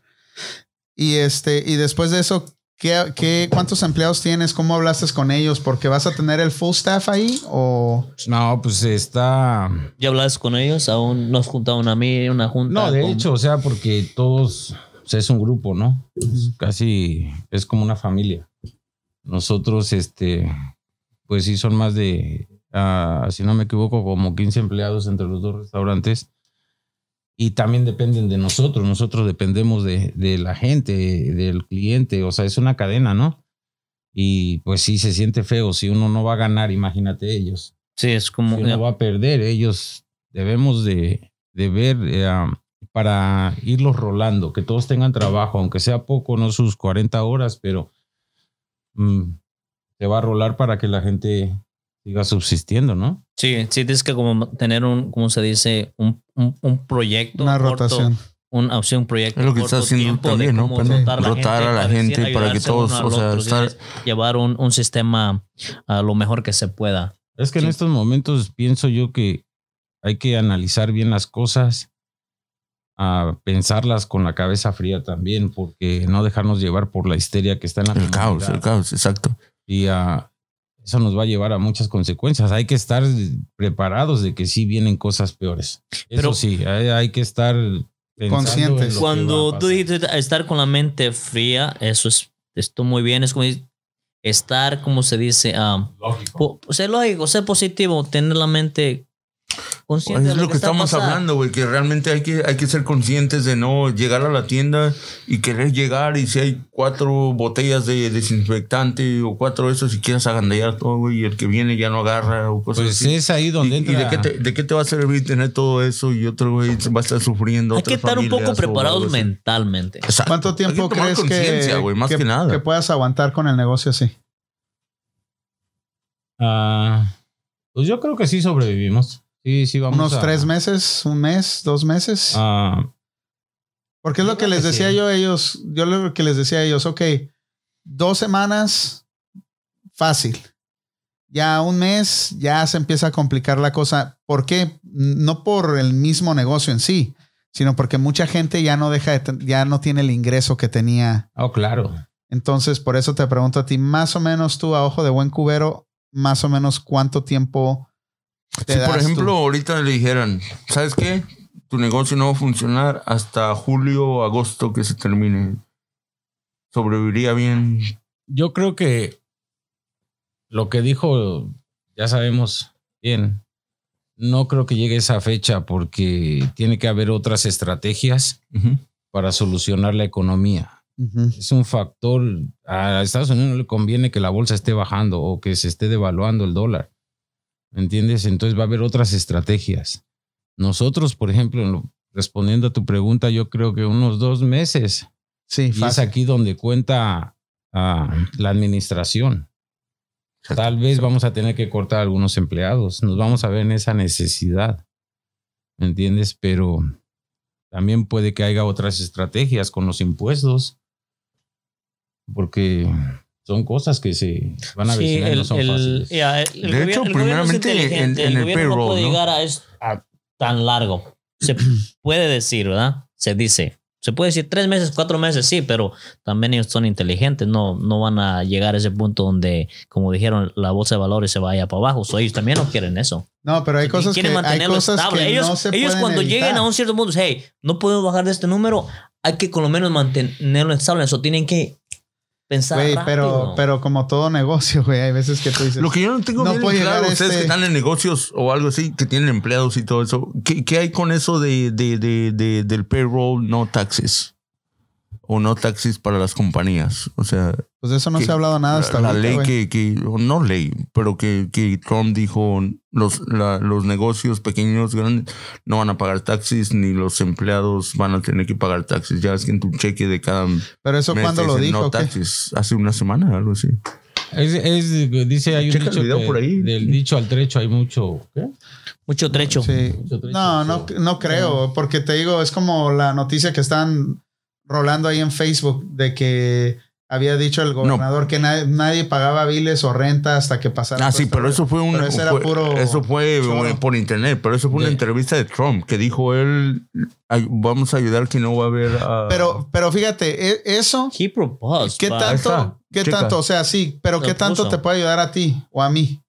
Y este, y después de eso, ¿qué, qué, cuántos empleados tienes? ¿Cómo hablaste con ellos? Porque vas a tener el full staff ahí o
No, pues está.
¿Ya hablas con ellos? ¿Aún nos juntaron a mí una junta?
No, de
con-
hecho, o sea, porque todos o sea, es un grupo, ¿no? Es casi es como una familia. Nosotros, este, pues sí, son más de, ah, si no me equivoco, como 15 empleados entre los dos restaurantes. Y también dependen de nosotros. Nosotros dependemos de, de la gente, del cliente. O sea, es una cadena, ¿no? Y pues sí, se siente feo. Si uno no va a ganar, imagínate ellos
Sí, es como...
que uno va a perder. ¿eh? Ellos debemos de, de ver eh, um, para irlos rolando, que todos tengan trabajo, aunque sea poco, no sus 40 horas, pero mm, se va a rolar para que la gente siga subsistiendo, ¿no?
Sí, sí, tienes que como tener un, ¿cómo se dice? Un, un, un proyecto.
una
corto,
rotación.
Un, ah, sí, un proyecto.
Es lo que
corto
está haciendo
tiempo de
también, ¿no?
cómo
Pero
rotar la
rotar a la gente
decir,
para que
ayudarse uno
todos,
al
o sea,
otro,
estar-
¿sí? Llevar un, un sistema a lo mejor que se pueda.
Es que
Sí.
en estos momentos pienso yo que hay que analizar bien las cosas, a pensarlas con la cabeza fría también, porque no dejarnos llevar por la histeria que está en la
El caos,
comunidad.
el caos, exacto.
y ah, eso nos va a llevar a muchas consecuencias. Hay que estar preparados de que sí vienen cosas peores.
Pero-
eso sí, hay, hay que estar pensando
Conscientes.
en lo que va
Cuando
a
tú
pasar.
dijiste estar con la mente fría, eso es, esto muy bien, es como estar, como se dice, ah, po- ser lógico, ser positivo, tener la mente consciente.
Pues es
de
lo que,
está
estamos
pasando.
hablando, güey, que realmente hay que, hay que ser conscientes de no llegar a la tienda y querer llegar y si hay cuatro botellas de desinfectante o cuatro de esos si quieres agandallar todo, güey, y el que viene ya no agarra o cosas
Pues
así.
es ahí
¿Y,
donde
y
entra.
de, qué te, de qué te va a servir tener todo eso y otro güey va a estar sufriendo?
Hay que
otras
estar un poco
familias o algo
preparados
así?
mentalmente.
Exacto.
¿Cuánto tiempo
Hay que tomar
crees que,
conciencia, güey, más que, nada.
que puedas aguantar con el negocio así?
Ah, pues yo creo que sí sobrevivimos. Sí, sí, vamos
¿Unos
a-
Ah,
tres meses? ¿Un mes? ¿Dos meses?
a-
Porque es
Yo
lo que
creo
les
que
decía
sí.
yo a ellos, yo lo que les decía a ellos, ok, dos semanas, fácil. Ya un mes, ya se empieza a complicar la cosa. ¿Por qué? No por el mismo negocio en sí, sino porque mucha gente ya no deja, de ten- ya no tiene el ingreso que tenía.
Oh, claro.
Entonces, por eso te pregunto a ti, más o menos tú, a ojo de buen cubero, más o menos cuánto tiempo te
Si
das
por
tú?
ejemplo ahorita le dijeran, ¿sabes qué? Tu negocio no va a funcionar hasta julio o agosto que se termine. Sobreviviría bien.
Yo creo que lo que dijo, ya sabemos bien. No creo que llegue esa fecha porque tiene que haber otras estrategias
Ujú.
para solucionar la economía.
Ujú.
es un factor. A Estados Unidos no le conviene que la bolsa esté bajando o que se esté devaluando el dólar. ¿Me entiendes? Entonces va a haber otras estrategias. Nosotros, por ejemplo, en lo- respondiendo a tu pregunta, yo creo que unos dos meses.
Sí,
Y es
fácil.
aquí donde cuenta ah, la administración. Tal vez vamos a tener que cortar algunos empleados. Nos vamos a ver en esa necesidad. ¿Me entiendes? Pero también puede que haya otras estrategias con los impuestos. Porque son cosas que se van a
Sí,
vecinar y no
el,
son
el-
fáciles.
ya, el- el
De hecho,
el gobierno es
primeramente en-
inteligente,
en
el
el
gobierno no
payroll,
puede
¿no?
llegar a, es- a tan largo. Se puede decir, ¿verdad? Se dice. Se puede decir tres meses, cuatro meses, sí, pero también ellos son inteligentes, no, no van a llegar a ese punto donde, como dijeron, la bolsa de valores se vaya para abajo. So, ellos también no quieren eso.
No, pero hay cosas que,
quieren
hay
mantenerlo
cosas
estable.
que
ellos
no se
ellos
pueden
cuando
evitar.
lleguen a un cierto punto, hey, no podemos bajar de este número, hay que con lo menos mantenerlo estable. Eso tienen que pensar.
Güey, pero,
rápido.
pero como todo negocio, güey, hay veces que tú dices.
Lo que yo no tengo
No
bien
puede
claro,
llegar a
ustedes
este-
que están en negocios o algo así, que tienen empleados y todo eso, ¿qué, qué hay con eso de, de- de- de- del payroll no taxes? O no taxes para las compañías. O sea,
pues de eso no
que-
se ha hablado nada hasta
la
ahorita,
ley
güey.
que, que- o no ley, pero que, que Trump dijo los, la- los negocios pequeños, grandes, no van a pagar taxis, ni los empleados van a tener que pagar taxis. Ya ves que en tu cheque de cada mes
Pero eso
te
cuando lo
dicen
dijo.
no
¿o qué?
taxis, hace una semana, algo así.
Es- es- dice, hay un
Checa el
dicho
video
que
por ahí.
del dicho al trecho hay mucho. ¿qué?
Mucho trecho.
Sí.
Mucho trecho,
No, no,
pero-
no creo, porque te digo, es como la noticia que están rolando ahí en Facebook de que había dicho el gobernador que na- nadie pagaba biles o renta hasta que pasara.
Ah,
todo
sí,
esto,
pero
güey.
eso fue un.
pues, Pero ese era
fue-
puro
eso fue
choro.
bueno, por internet, pero eso fue una
De-
entrevista de Trump que dijo él: "Ay, Vamos a ayudar que no va a haber. ah,
Pero, pero fíjate, e- eso,
He proposed.
¿qué
but-
tanto?
está,
¿Qué
checa.
tanto? O sea, sí, pero
Lo
¿qué tanto
puso.
te puede ayudar a ti o a mí?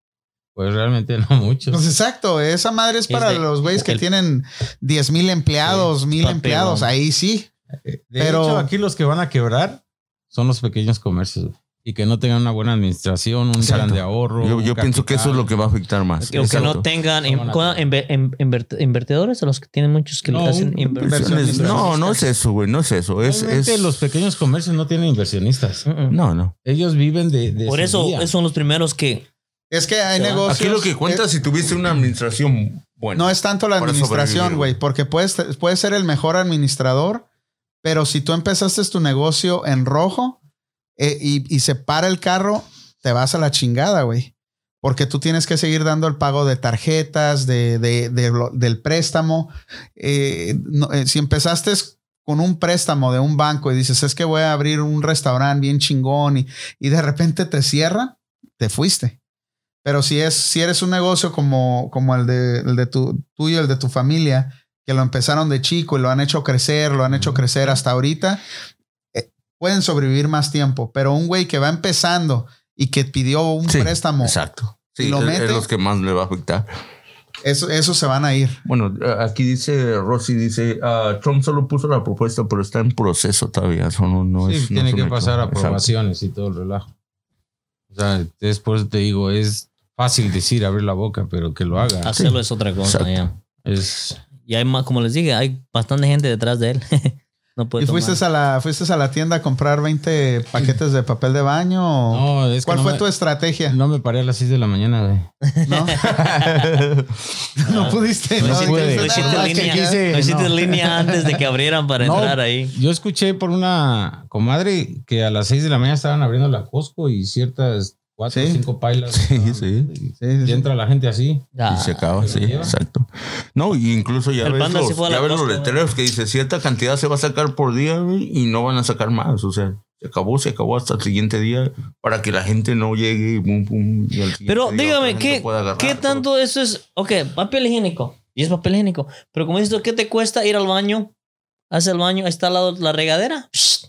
Pues realmente no mucho.
Pues exacto, esa madre es
Es
para
de-
los güeyes que
el-
tienen 10 mil empleados, mil
papelón.
empleados, ahí sí.
De
Pero-
hecho, aquí los que van a quebrar son los pequeños comercios güey. y que no tengan una buena administración, un
Exacto.
plan de ahorro.
yo
un
yo pienso que eso es lo que
capital.
va a afectar más.
Que, que no
Exacto.
tengan
Son
in-
una-
¿cuál- inver- in- invert- invertidores o los que tienen muchos que
No,
les hacen
un-
Inversiones.
inversiones.
No, no es eso, güey, no es eso. Es,
Realmente
es-
los pequeños comercios no tienen inversionistas.
No, no.
Ellos viven de, de
Por
su
eso
día.
esos son los primeros que
Es que hay
Sí,
negocios.
Aquí lo que cuenta es si tuviste una administración
eh,
buena.
No es tanto la
para
administración,
sobrevivir, güey.
güey, porque puedes, puedes ser el mejor administrador, pero si tú empezaste tu negocio en rojo eh, y, y se para el carro, te vas a la chingada, güey. Porque tú tienes que seguir dando el pago de tarjetas, de, de- de lo- del préstamo. Eh, no, eh, si empezaste con un préstamo de un banco y dices, es que voy a abrir un restaurante bien chingón y, y de repente te cierran, te fuiste. Pero si es, si eres un negocio como, como el de, el de tu, tuyo, el de tu familia, que lo empezaron de chico y lo han hecho crecer, lo han hecho crecer hasta ahorita, eh, pueden sobrevivir más tiempo. Pero un güey que va empezando y que pidió un
Sí,
préstamo,
Exacto.
¿Y
Sí,
lo
es-
mete?
es los que más le va a afectar.
eso, esos se van a ir.
Bueno, eh, aquí dice Rossi, dice, ah, Trump solo puso la propuesta, pero está en proceso todavía. Eso no, no
Sí,
es- no
tiene
es
que
un hecho.
pasar
Exacto.
aprobaciones y todo el relajo. O sea, es por eso te digo, es fácil decir abrir la boca, pero que lo haga.
hacerlo es otra cosa.
Exacto.
ya.
Es,
Y hay más, como les dije, hay bastante gente detrás de él. no puede
¿Y fuiste
tomar.
a, la, fuiste a la tienda a comprar 20 paquetes de papel de baño? o-
no, es que
¿Cuál
no
fue
me-
tu estrategia?
No me paré a las 6 de la mañana, güey.
No, no pudiste.
No
no,
hiciste-
puede.
no hiciste
Ah, es que
línea,
quise,
no hiciste
no.
línea antes de que abrieran para
No.
entrar ahí.
Yo escuché por una comadre que a las 6 de la mañana estaban abriendo la Costco y ciertas cuatro
Sí.
cinco pailas.
Sí, sí.
Ah,
Sí, sí,
Y
sí.
entra la gente así.
Ah, Ya.
Y se acaba, sí,
lleva.
exacto. No, y incluso ya
El
ves,
panda
los,
sí fue a la
ya ves los
costa,
letreros que dice cierta cantidad se va a sacar por día güey, y no van a sacar más. O sea, se acabó, se acabó hasta el siguiente día para que la gente no llegue y pum, pum, y al siguiente día
Pero
otra
dígame,
gente
¿qué,
pueda agarrar,
¿qué
pero-
tanto eso es? Ok, papel higiénico. Y es papel higiénico. Pero como dices tú, ¿qué te cuesta ir al baño? Hace el baño, ahí está al lado la regadera. Psh,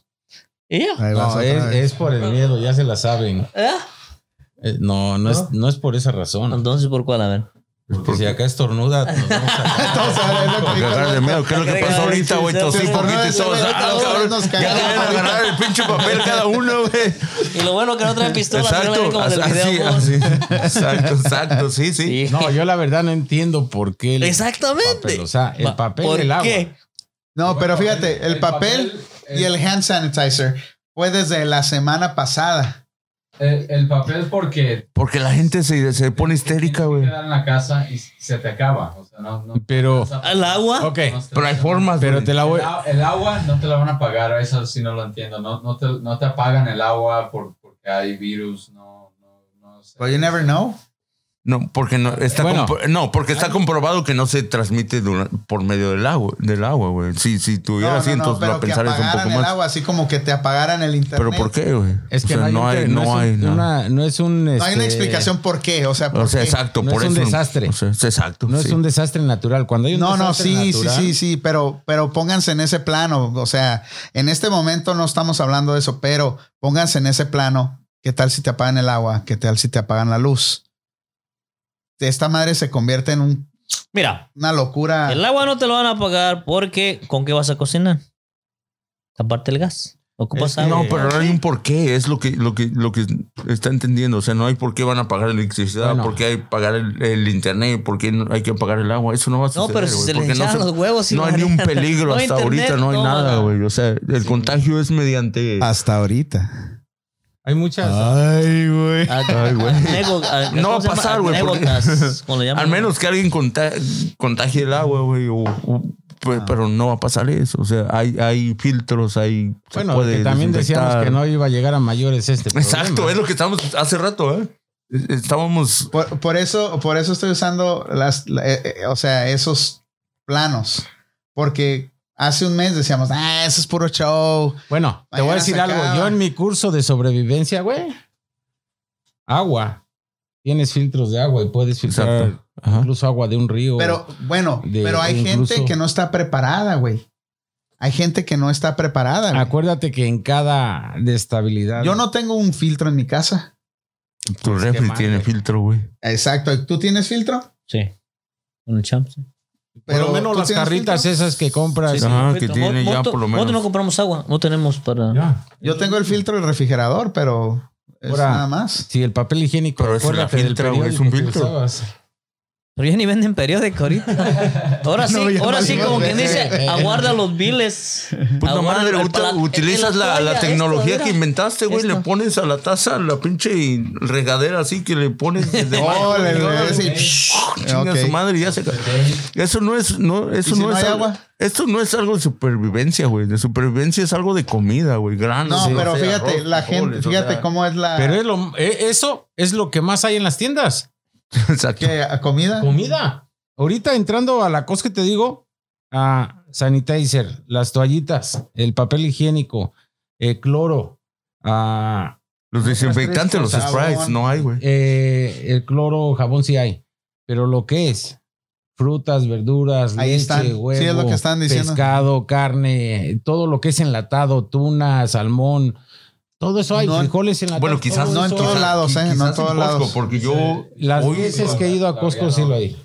y ya.
Ahí vas
No,
otra
es,
vez.
es por el miedo, ya se la saben.
¿Eh?
Eh, No, no es, no es por esa razón.
Entonces, ¿por cuál? A ver.
Pues Porque si acá estornuda, nos vamos a-
Entonces, es lo que
Porque
dijo
agarrar de
el
miedo. ¿Qué es lo que
Agrega
pasó ahorita, güey?
el
Tosí
Sí,
por
por
mí,
nada,
te estabas-
sí,
ah,
todos
cabrón,
nos
Ya
cagamos.
deben agarrar el pinche papel cada uno, güey.
Y lo bueno que no trae pistola, sino
Exacto.
como del
Así,
video.
así. Exacto, exacto. Sí, sí.
Sí.
No, yo la verdad no entiendo por qué. el
Exactamente.
papel, o sea, el
Va,
papel
¿Por
del agua.
qué?
No, pero fíjate, el papel y el hand sanitizer fue desde la semana pasada.
El, papel porque
Porque la gente se, se pone histérica, güey.
en la casa y se te acaba. O sea, no,
Pero,
¿Al agua?
ok,
Pero hay formas,
pero
güey.
te la voy.
El, a- el agua no te la van a pagar, eso sí no lo entiendo. No, no, te, no te apagan el agua por, porque hay virus, no, no, no sé.
But you never know.
No, porque no está
Bueno.
compro- no, porque está comprobado que no se transmite dura- por medio del agua, del agua, güey. Si si tuviera
No,
así,
no, no,
entonces
pero
lo
que
pensarías un
apagaran
poco
el
más.
agua, así como que te apagaran el internet.
Pero ¿por qué, güey?
Es que
O sea,
no hay,
no, hay,
un-
nada.
una- no es un,
No hay una
este,
explicación por qué, o sea,
O
¿por
sea,
qué?
exacto,
No
por
es un
eso.
desastre.
O sea, es exacto.
No es
sí.
un desastre natural. Cuando hay un
No, no,
desastre
sí, sí,
natural,
sí, sí, pero, pero pónganse en ese plano. O sea, en este momento no estamos hablando de eso, pero pónganse en ese plano. ¿Qué tal si te apagan el agua? ¿Qué tal si te apagan la luz? Esta madre se convierte en un-
Mira,
una
Ah.
locura.
el agua no te lo van a pagar porque ¿con qué vas a cocinar? Aparte el gas. Ocupas
Es que
agua.
No, pero no hay un porqué, es lo que, lo que, lo que está entendiendo. O sea, no hay por qué van a pagar electricidad,
Bueno.
por qué hay que pagar el, el internet, por qué no- hay que pagar el agua. Eso no va a
No,
suceder.
pero si
pues, eh, güey,
se le
porque no
echaban
se-
los huevos y
no
lo
hay ni un
harían.
peligro
No,
hasta
internet,
ahorita, no hay
no,
nada,
nada.
güey. O sea, el contagio es mediante.
Hasta ahorita.
Hay muchas. Ah,
Ay, güey.
Ay, güey.
Nego-
No va a
a- ¿cómo se llama?
pasar, güey, porque-
Anécdotas, como le llaman.
Al menos que alguien conta- contagie el agua, güey. o- o- pe- Pero no va a pasar eso. O sea, hay, hay filtros, hay. se
bueno,
puede
que también decíamos
desinfectar.
que no iba a llegar a mayores este.
Exacto,
problema.
es lo que estábamos hace rato, ¿eh? Estábamos.
Por, por eso, por eso estoy usando las, la- eh, eh, o sea, esos planos. Porque hace un mes decíamos, ah, eso es puro show.
Bueno, te voy
Mañana
a decir
se
algo.
acaba.
Yo en mi curso de sobrevivencia, güey, agua. Tienes filtros de agua y puedes filtrar
Exacto. Ajá.
incluso agua de un río.
Pero bueno,
de-
pero hay
incluso-
gente que no está preparada, güey. Hay gente que no está preparada. güey.
Acuérdate que en cada destabilidad.
Yo no tengo un filtro en mi casa.
Tu
Pues,
refri
qué
tiene
madre.
filtro, güey.
Exacto. ¿Tú tienes filtro?
Sí. Un champ. sí.
Por lo menos
¿tú
las
tienes
carritas
filtro?
esas que compras.
sí. Ajá, que tiene ya
Nosotros-
por lo menos.
Nosotros no compramos agua. No tenemos para...
Ya.
Yo tengo el filtro del refrigerador, pero es
Ahora-
nada más.
Sí, el papel higiénico.
Pero es la
acuérdate del
filtra, güey, es
periódico
un
que
filtro.
usabas.
Pero ya ni venden periódico ahorita. Ahora sí,
No, ya
ahora sí,
valimos
como quien
verga.
dice, aguarda los biles.
Ah,
Puta
Aguarda
Pues madre,
el
ut-
plat-
utilizas
en
la, la
toalla,
tecnología
esto,
que
mira.
inventaste, güey. Le
Esto.
pones a la taza la pinche regadera así que le pones desde
Oh, le- le-
Chinga
sí.
su
Ok.
madre, ya se ca- Eso no es, no, eso
¿Y si
no,
no
es
hay
algo-
agua?
Esto no es algo de supervivencia, güey. De supervivencia es algo de comida, güey. Grande.
No, pero fíjate, la gente, fíjate cómo es
Ah.
la
Pero es lo- e- eso es lo que más hay en las tiendas.
Exacto.
¿qué? comida.
Comida. Ahorita entrando a la cosa que te digo, a sanitizer, las toallitas, el papel higiénico, el cloro, ah,
Los desinfectantes, los
tres cosas.
sprites,
Jabón.
no hay, güey.
eh, el cloro, jabón sí hay. Pero lo que es frutas, verduras,
Ahí
leche,
están. Sí,
huevo,
es lo que están diciendo.
pescado, carne, todo lo que es enlatado, tuna, salmón, todo eso hay,
No en-
frijoles enlatados.
Bueno, quizás
todo
no en
eso
todos
hay.
quizás-
lados, eh, no en
quizás
todos
Costco,
lados.
Porque yo.
Las
hoy-
veces que he ido a Costco sí lo hay.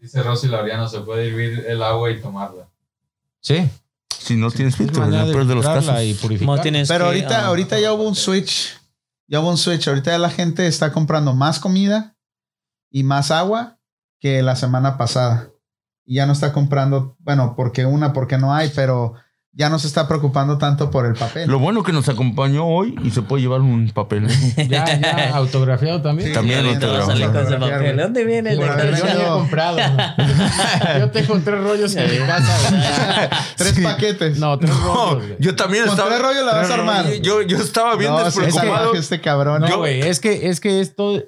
Dice Rosy Laureano, se puede hervir el agua y tomarla.
Sí.
Si no tienes filtro, en
manera
el peor de los
filtrarla
casos.
y purificarla.
Más tienes
Pero
que,
ahorita,
ah,
ahorita ya hubo un switch. Ya hubo un switch. Ahorita ya la gente está comprando más comida y más agua que la semana pasada. Y ya no está comprando, bueno, porque una, porque no hay, pero ya no se está preocupando tanto por el papel.
Lo bueno que nos acompañó hoy y se puede llevar un papel. ¿eh?
Ya, ya, autografiado también.
Sí,
También
ahorita
lo
va a salir
tengo.
con ese papel. ¿De
dónde viene
el Por haber
Yo ya he comprado. Yo tengo tres rollos en mi casa.
Tres
Sí.
paquetes.
No, tres rollos. güey.
Yo también
Con
estaba.
tres rollos la vas a armar.
Yo, yo estaba bien
No, sí, este,
despreocupado.
este cabrón.
No, güey, es que, es que esto,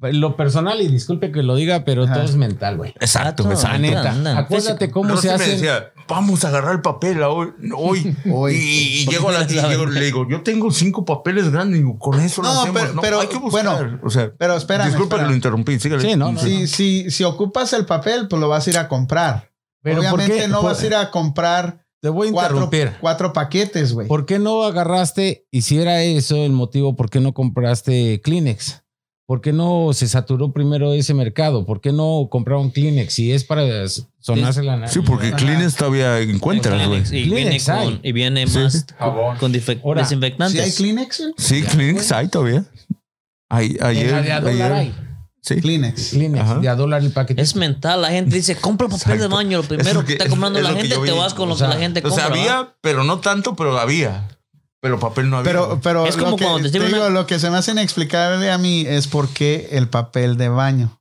lo personal, y disculpe que lo diga, pero
Ajá.
todo es mental, güey.
Exacto,
La
exacto.
neta.
Andan.
Acuérdate cómo
Rosy
se
me
hace.
decía, vamos a agarrar el papel a hoy. hoy.
Hoy.
Y, y llego a la y llego- le digo, yo tengo cinco papeles grandes. Digo, con eso lo
No,
hacemos.
pero-
no,
pero,
hay que buscar.
bueno,
o sea,
Pero espera.
disculpa que lo interrumpí. Sígale.
Sí, no, no,
Si, si, si ocupas el papel, pues lo vas a ir a comprar.
Pero ¿por
Obviamente
qué?
no
Por-
vas a ir a comprar
Te voy a
cuatro,
interrumpir.
cuatro paquetes, güey.
¿Por qué no agarraste, y si era eso el motivo, por qué no compraste Kleenex? ¿Por qué no se saturó primero ese mercado? ¿Por qué no compraron Kleenex? Si es para s- sonarse la nariz.
Sí, porque
Ajá.
Kleenex todavía encuentras, güey.
Kleenex, Y viene,
Kleenex hay.
con, y viene más con, con dife-
Ahora,
Si hay
desinfectantes.
Kleenex, güey?
Sí, Kleenex hay todavía. Ay-
De
ayer.
a- de a
ayer-
dólar hay.
sí.
Kleenex.
Kleenex,
Ajá.
de a dólar el paquete.
es mental, la gente dice, compra papel de
Exacto.
baño, lo
Es
primero
lo
que,
que-
está comprando
es
la
lo que
gente,
yo
te
vi.
vas con lo
O
que
sea,
la gente
O
compra.
sea,
¿verdad?
había, pero no tanto, pero había. Pero papel no había.
Pero, pero
Es como
lo, que,
cuando te
te
sirven
digo,
una-
lo que se me hace inexplicable a mí es por qué el papel de baño.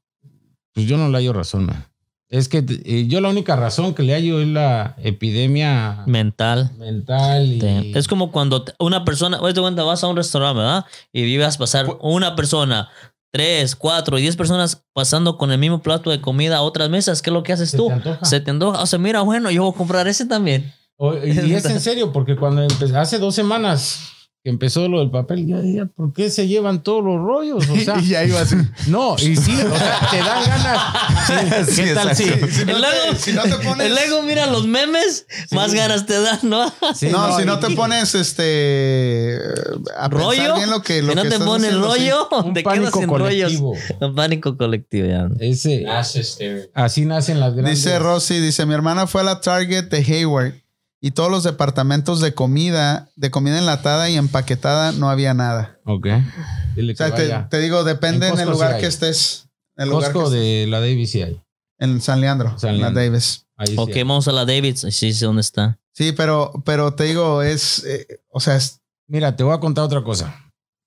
Pues yo no le hallo razón, man. Es que t- eh, yo la única razón que le hallo es la epidemia
Mental.
mental. Y,
Te- Es como cuando te- una persona, haz de cuenta, vas a un restaurante, ¿verdad? Y vas a pasar una persona, tres, cuatro, diez personas pasando con el mismo plato de comida a otras mesas. ¿Qué es lo que haces
¿Se
tú?
te antoja?
Se te antoja. O sea, mira, bueno, yo voy a comprar ese también.
O- y, y es en serio, porque cuando empe- hace dos semanas que empezó lo del papel, yo decía, ¿por qué se llevan todos los rollos? O sea,
y ya iba así.
no, y sí, o sea, te dan ganas. Sí, ¿Qué
Sí,
tal?
exacto.
Sí,
Si no, te,
El lago-
si no te
Y
pones.
luego, mira, los memes, más ganas te dan, ¿no?
sí,
no, si no te
y-
pones este. A pensar
rollo.
bien lo que, lo
si no
que
te
estás
pones
haciendo, sí.
rollo,
Un
te quedas
pánico
sin
colectivo.
rollos. Un pánico colectivo, ya.
Ese, así nacen las grandes.
este- Dice Rosy, dice, mi hermana fue a la Target de Hayward y todos los departamentos de comida, de comida enlatada y empaquetada, no había nada.
Ok. Dile
O
que
sea, te,
vaya.
te digo, depende
En
en, el
Costco sí
lugar
hay.
que estés. En el lugar que
Costco
estés.
de la Davis sí hay.
En San Leandro,
San
en la
Leandro.
Davis.
Ahí sí
Ok,
hay.
vamos a la Davids. Sí, sí, ¿dónde está?
Sí, pero, pero te digo, es, eh, o sea, es-
Mira, te voy a contar otra cosa.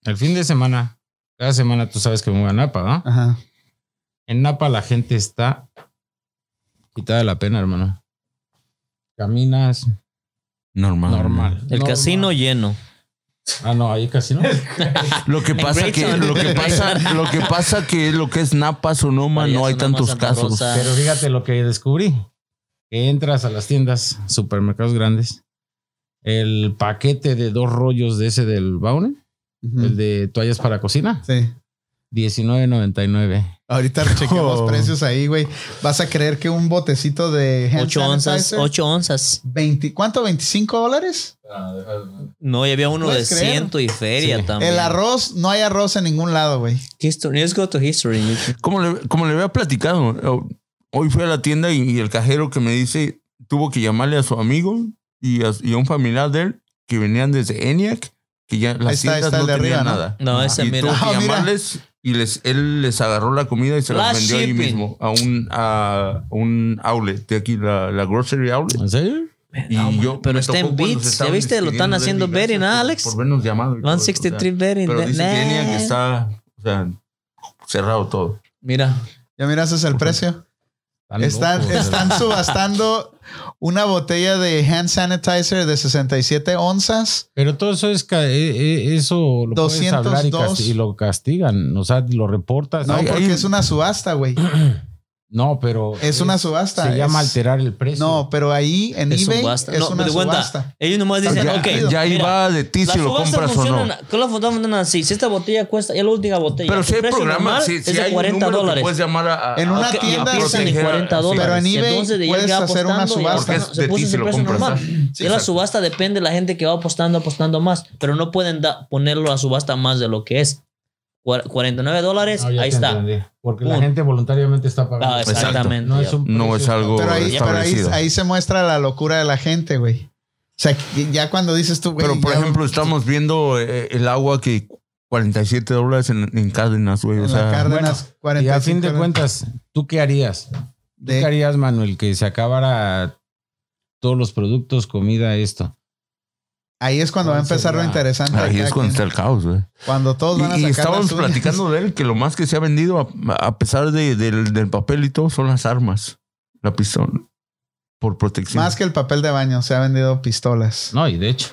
El fin de semana, cada semana tú sabes que me voy a Napa, ¿no?
ajá.
En Napa la gente está quitada la pena, hermano. Caminas
Normal.
normal.
Ah, El
Normal.
casino lleno.
Ah, no, ahí casino.
Lo que pasa que
Grayson.
lo que pasa lo que pasa que lo que es Napa Sonoma
Vaya,
no hay
Sonoma,
tantos
Santa
casos.
Rosa.
Pero fíjate lo que descubrí. Que entras a las tiendas, supermercados grandes, el paquete de dos rollos de ese del Baune,
Ujú.
Mm.
el de toallas para cocina,
Sí.
19.99.
Ahorita chequeamos precios ahí, güey. Vas a creer que un botecito de hand
8 onzas,
sanitizer,
8 onzas.
20, ¿Cuánto? ¿25 dólares?
No, y había uno de
¿Puedes creer?
ciento y feria
Sí.
también.
El arroz, no hay arroz en ningún lado, güey.
History, let's go to history.
Como le, como le había platicado, oh, hoy fui a la tienda y, y el cajero que me dice tuvo que llamarle a su amigo y a, y a un familiar de él que venían desde ENIAC, que ya las
Ahí está,
tiendas
está el
no
de
tenían
arriba, ¿no?
nada.
No, ese
y tuvo
mira.
Ah,
que
mira.
llamarles y les, él les agarró la comida y se las
Last
vendió ahí
shipping.
mismo a un, a un outlet de aquí, la, la grocery outlet.
¿En serio?
Y
No, man,
yo
pero
me
está
tocó
en
cuando
Beats,
se
¿ya
estaban
viste? Lo están
despidiendo de
haciendo
Eddie
Betty, ¿no,
Garza por-
Alex?
Por vernos llamado. y todo eso, o sea,
163 betting.
Pero dice que
Nah.
ENIAC está, o sea, cerrado todo.
Mira,
¿Ya miraste el precio? Están,
locos,
están subastando una botella de hand sanitizer de 67 onzas.
Pero todo eso es ca- eh, eh, eso lo puedes hablar y,
202.
casti- y lo castigan, o sea, lo reportas.
No, pues,
Ay, ay,
porque es una subasta, güey.
no, pero
Es una subasta.
se llama
es-
alterar el precio.
No, pero ahí en
es
eBay
subasta.
es
No,
una
pero cuenta.
subasta.
Ellos nomás dicen,
Ya-
ok.
Ah, Ya ahí
mira,
va de ti
Las
si lo
subastas
compras o no.
funcionan, ¿Qué las subastas funcionan así? Si esta botella cuesta, es la última botella.
Pero
tu
si hay
precio
programas,
normal
si, si
es de
hay un
40
número que
dólares.
puedes llamar a, a-
En una
a-
Ok, y
tienda
empiezan en
proteger a-
40
sí.
dólares.
Pero en eBay
Entonces, ya
puedes
llega
hacer una
apostando y ya
subasta.
Porque
apostando,
es
se
de
puso
ti
ese
si lo
precio
compras.
normal.
¿no?
Y la
Exacto.
subasta depende de la gente que va apostando, apostando más, pero no pueden da- ponerlo a subasta más de lo que es. Cuar- 49 dólares,
No, ya
ahí
te
está.
entendí. Porque la
Pum.
gente voluntariamente está pagando.
Ah,
Exacto.
exactamente.
No es, un
No
precio
es algo
Pero ahí, pero ahí,
establecido.
ahí se muestra la locura de la gente, güey. O sea, que ya cuando dices tú, güey.
Pero por
ya-
ejemplo, estamos viendo eh, el agua que 47 dólares en, en Cárdenas, güey.
en
O
la
sea,
Cárdenas,
Y a fin de
45
cuentas, ¿tú qué harías? ¿Tú
de-
qué harías, Manuel, que se acabara todos los productos, comida, esto?
Ahí es cuando va a empezar lo interesante. de
Ahí
cada
es cuando está
quien.
el caos, güey.
Cuando todos van a
Y, y
sacar las
estábamos
suyas.
platicando de él que lo más que se ha vendido, a, a pesar de- del, del papel y todo, son las armas. La pistola. Por protección.
Más que el papel de baño, se ha vendido pistolas.
No, y de hecho,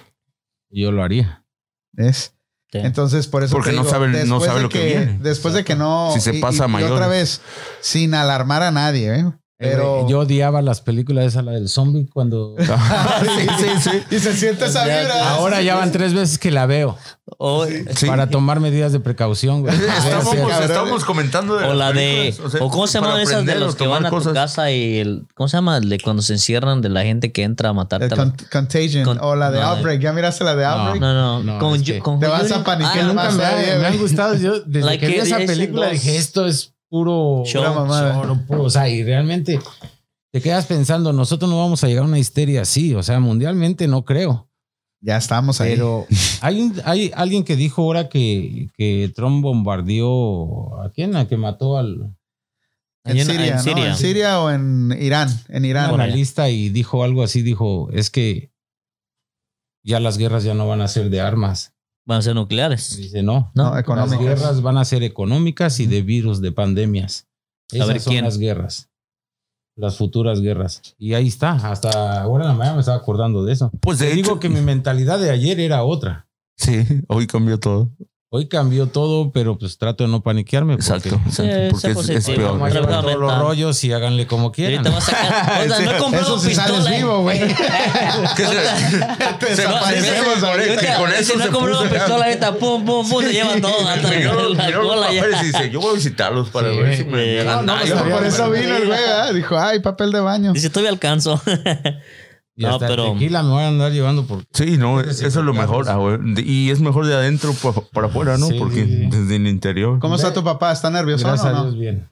yo lo haría.
¿Ves?
Sí.
Entonces, por eso.
Porque
te
no
digo,
sabe- no
después
sabe
de
lo que viene.
Después de que no.
Si se pasa a
y
mayores.
otra vez, sin alarmar a nadie, ¿eh? Pero.
Yo odiaba las películas esa, la del zombie, cuando...
Ah, sí, sí, sí.
y se siente esa vibra.
Ahora ya van tres veces que la veo
O,
Sí.
para tomar medidas de precaución, güey.
Estábamos,
Sí, cabrón.
estábamos comentando de
o
las
la de.
películas, sea,
o cómo se llama
para
de esas de
aprender
los
o
que
tomar
van a tu
cosas.
casa y el. ¿Cómo se llama? De cuando se encierran de la gente que entra a matarte.
El
a la-
con- contagion
Con-
o la de
no,
Outbreak. ¿Ya miraste la de Outbreak?
No, no.
No,
con
es
yo-
que-
con
Te vas
Yuri-
a paniquear más.
Ah,
Nunca
Más
me, ha-
serie,
me han
güey.
gustado. Yo desde
Like
que vi
it is
esa
in
película
dos.
dije esto es puro
Show.
Pura mamada.
choro, puro". O sea, y realmente te quedas pensando, nosotros no vamos a llegar a una histeria así, o sea, mundialmente no creo.
Ya estamos ahí.
Pero hay, un- hay alguien que dijo ahora que, que Trump bombardeó a quién, a que mató al
en,
en-
Siria,
en
¿no?
Siria.
En Siria o en Irán. En Irán.
un analista y dijo algo así, dijo, es que ya las guerras ya no van a ser de armas.
Van a ser nucleares.
Dice, no,
No,
No,
Las
económicas.
guerras van a ser económicas y de virus, de pandemias.
A ver,
Esas son
¿quién?
las guerras. Las futuras guerras. Y ahí está. Hasta ahora en la mañana me estaba acordando de eso.
Pues de
Te
hecho,
digo que mi mentalidad de ayer era otra.
sí, hoy cambió todo.
Hoy cambió todo, pero pues trato de no paniquearme. porque pues,
Exacto. exacto,
Sí,
porque
sé
es, es
positivo.
peor.
Como
Otra vez la
llevan todos los
mental.
rollos y háganle como
Y
quieran.
ahorita vas a sacar. O sea, no he comprado
Eso si sales
pistola.
vivo, güey.
Que se-
Te
No,
desaparecemos
sí, sí,
ahorita.
ahorita,
y con
si
eso
no
se
compró
puso-
una pistola ahorita, pum, pum, pum, Pues se lleva todo. Hasta
miró- miró los
la cola ya.
papeles y dice, yo voy a visitarlos para
Sí.
ver si me- me
Eh,
dan
no,
algo".
Yo por eso vino el güey, ¿verdad? Dijo, ay, papel de baño.
Dice, todavía alcanzo.
Y
No,
hasta el
pero-
tequila me voy a andar llevando porque
Sí, no,
Sí,
eso es lo mejor. ah, güey. De- Y es mejor de adentro pa- para afuera, ¿no?
Sí,
Porque
sí, sí.
desde el interior.
¿Cómo está tu papá? ¿Está nervioso o
gracias a
no?
Dios bien.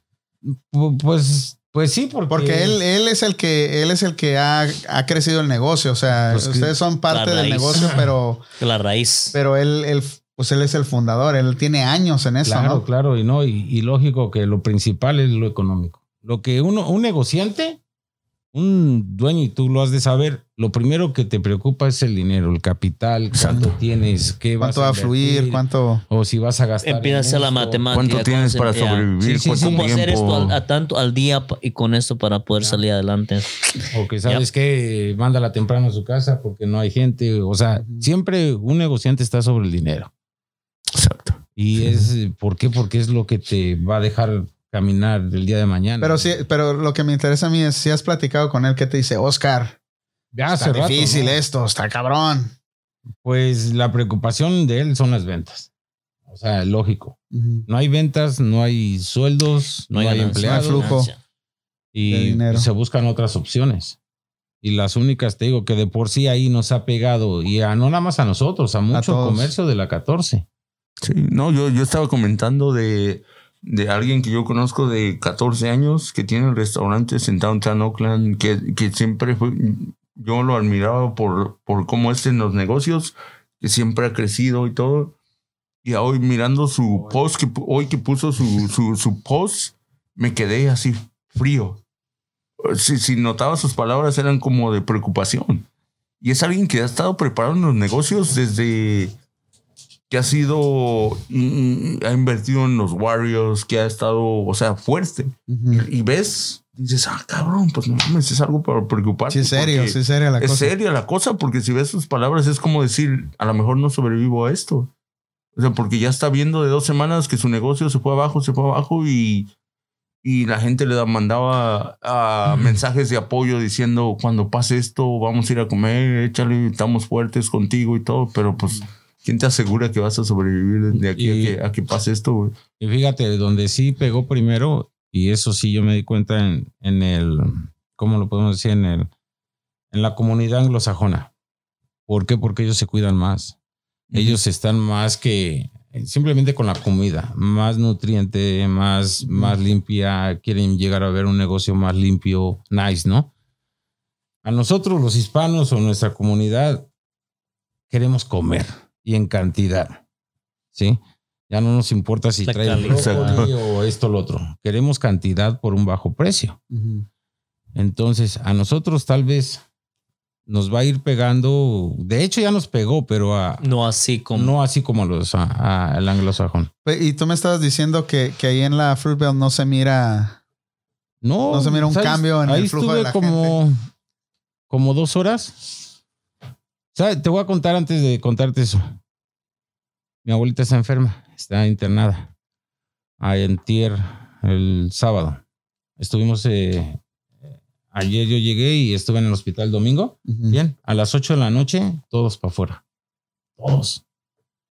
Pu- Pues, pues sí, porque,
Porque él, él es el que él es el que ha, ha crecido el negocio. O sea,
Pues que-
ustedes son parte
La
del
raíz.
negocio, pero,
La raíz.
pero él, él, pues él es el fundador. Él tiene años en eso,
Claro, pues,
¿no?
claro, y no, y, y lógico que lo principal es lo económico. Lo que uno, un negociante, un dueño, y tú lo has de saber, lo primero que te preocupa es el dinero, el capital, cuánto tienes, qué
¿Cuánto va a
vas
fluir?
invertir,
¿Cuánto?
o si vas a gastar.
Empieza a hacer la matemática.
¿Cuánto tienes
se-
para
ya.
sobrevivir?
Sí, sí,
¿Cuánto
sí.
¿Cómo hacer esto
tiempo?
al, a tanto al día pa- y con esto para poder salir adelante?
Porque sabes que mándala temprano a su casa porque no hay gente. O sea, siempre un negociante está sobre el dinero.
Exacto.
Y es, ¿por qué? Porque es lo que te va a dejar caminar el día de mañana.
Pero sí, pero lo que me interesa a mí es si has platicado con él, ¿qué te dice? Oscar, está
ya hace rato,
difícil
¿no?
esto, está cabrón.
Pues la preocupación de él son las ventas. O sea, lógico. No hay ventas, no hay sueldos, no, hay
ganancia.
empleados.
No hay flujo. de
y
dinero.
se buscan otras opciones. Y las únicas, te digo, que de por sí ahí nos ha pegado, y a, no nada más a nosotros, a mucho
todos.
comercio de la 14.
Sí, no, yo, yo estaba comentando de, de alguien que yo conozco de 14 años que tiene restaurantes en Downtown Oakland, que, que siempre fue, yo lo admiraba por, por cómo es en los negocios, que siempre ha crecido y todo. Y hoy mirando su post, que, pu- hoy que puso su, su, su post, me quedé así frío. Si, si notaba sus palabras eran como de preocupación. Y es alguien que ha estado preparado en los negocios desde que ha sido, mm, mm, ha invertido en los Warriors, que ha estado, o sea, fuerte. Y ves, dices, ah, cabrón, pues no mames, es algo para preocuparse.
Sí, es serio, sí, es seria la
es
cosa.
seria la cosa, porque si ves sus palabras es como decir, a lo mejor no sobrevivo a esto. O sea, porque ya está viendo de dos semanas que su negocio se fue abajo, se fue abajo y, y la gente le da- mandaba ah, mensajes de apoyo diciendo, cuando pase esto, vamos a ir a comer, échale, estamos fuertes contigo y todo, pero pues, ¿quién te asegura que vas a sobrevivir de aquí a,
Y-
que, a que pase esto? güey?
Y fíjate, donde sí pegó primero, y eso sí yo me di cuenta en, en el, ¿cómo lo podemos decir? En, el, en la comunidad anglosajona. ¿Por qué? Porque ellos se cuidan más. Ellos están más que eh, simplemente con la comida, más nutriente, más, más limpia, quieren llegar a ver un negocio más limpio, nice, ¿no? A nosotros los hispanos o nuestra comunidad queremos comer y en cantidad, ¿sí? Ya no nos importa si
La
trae el
calidad.
brócoli o esto o lo otro. Queremos cantidad por un bajo precio. Entonces, a nosotros tal vez nos va a ir pegando. De hecho, ya nos pegó, pero a,
No así como.
no así como los a- a- al anglosajón.
Pe- Y tú me estabas diciendo que, que ahí en la Fruitvale no se mira.
No,
No se mira un cambio en el flujo de la
como, como dos horas. ¿Sabe? Te voy a contar antes de contarte eso. Mi abuelita está enferma, está internada. A Entier el sábado. Estuvimos eh, eh, ayer yo llegué y estuve en el hospital el domingo.
pues,
Bien, a las 8 de la noche, todos para afuera. Todos.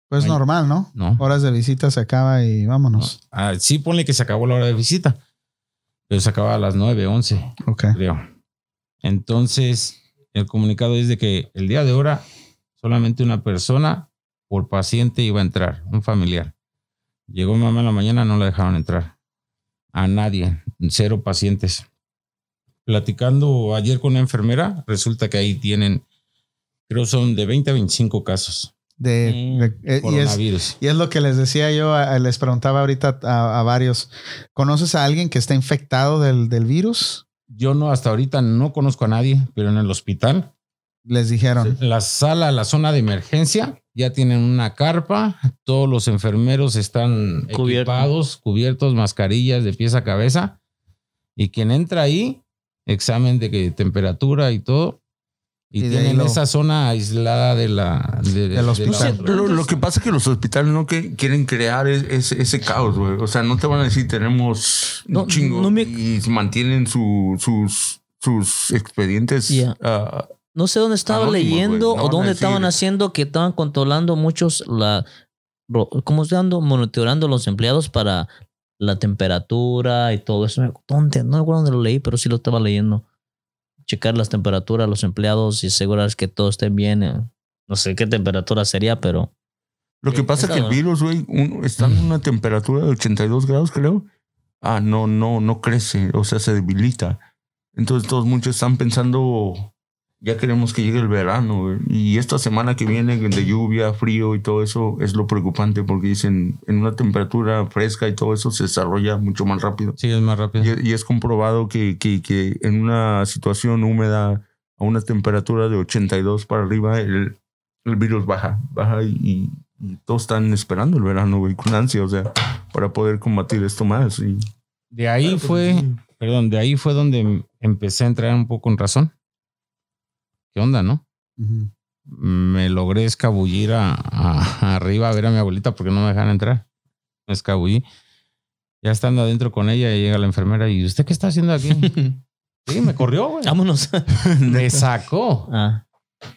Pues
Ay.
normal, ¿no?
No.
Horas de visita se acaba y vámonos.
Ah, sí, ponle que se acabó la hora de visita. Pero se acaba a las 9, 11.
Ok.
creo. Entonces, el comunicado es de que el día de ahora solamente una persona por paciente iba a entrar, un familiar. Llegó mi mamá en la mañana, no la dejaron entrar. A nadie, cero pacientes. Platicando ayer con una enfermera, resulta que ahí tienen, creo son de 20 a 25 casos
De, de- eh, y, es,
coronavirus.
y es lo que les decía yo, a- a- les preguntaba ahorita a, a varios. ¿Conoces a alguien que está infectado del, del virus?
Yo no, hasta ahorita no conozco a nadie, pero en el hospital
Les dijeron.
La sala, la zona de emergencia, ya tienen una carpa, todos los enfermeros están
Cubierto.
equipados, cubiertos, mascarillas de pies a cabeza. Y quien entra ahí, examen de que temperatura y todo. Y,
Y de ahí
tienen
lo-
esa zona aislada de la, de, de la
hospital.
otra.
Lo, lo que pasa es que los hospitales no que quieren crear es- es- ese caos, güey. O sea, no te van a decir tenemos
No,
un chingo
no me-
y mantienen su- sus, sus expedientes.
Ya.
ah,
No sé dónde estaba
Anónimos,
leyendo
güey, no van
o
a
dónde
decir.
estaban haciendo que estaban controlando muchos la ro- cómo se ando monitoreando los empleados para la temperatura y todo eso. ¿Dónde? No me acuerdo dónde lo leí, pero sí lo estaba leyendo. Checar las temperaturas, los empleados y asegurar que todo esté bien. eh. No sé qué temperatura sería, pero
Lo que pasa es que el
Pesado.
virus, güey, un- está en una temperatura de 82 grados, creo. Ah, no, no, no crece, o sea, se debilita. Entonces todos muchos están pensando, ya queremos que llegue el verano, güey. Y esta semana que viene de lluvia, frío y todo eso es lo preocupante porque dicen, en una temperatura fresca y todo eso se desarrolla mucho más rápido.
Sí, es más rápido.
Y, y es comprobado que, que- que en una situación húmeda, a una temperatura de 82 para arriba, el, el virus baja, baja y, y- y todos están esperando el verano, güey, con ansia, o sea, para poder combatir esto más. Y,
De ahí
pues,
fue, perdón, de ahí fue donde em- empecé a entrar un poco en razón. ¿Qué onda, no?
Ujú.
me logré escabullir a, a- arriba a ver a mi abuelita porque no me dejaron entrar. Me escabullí. Ya estando adentro con ella, llega la enfermera y ¿usted qué está haciendo aquí? sí, me corrió, güey.
Ah,
vámonos.
Me sacó.
Ah,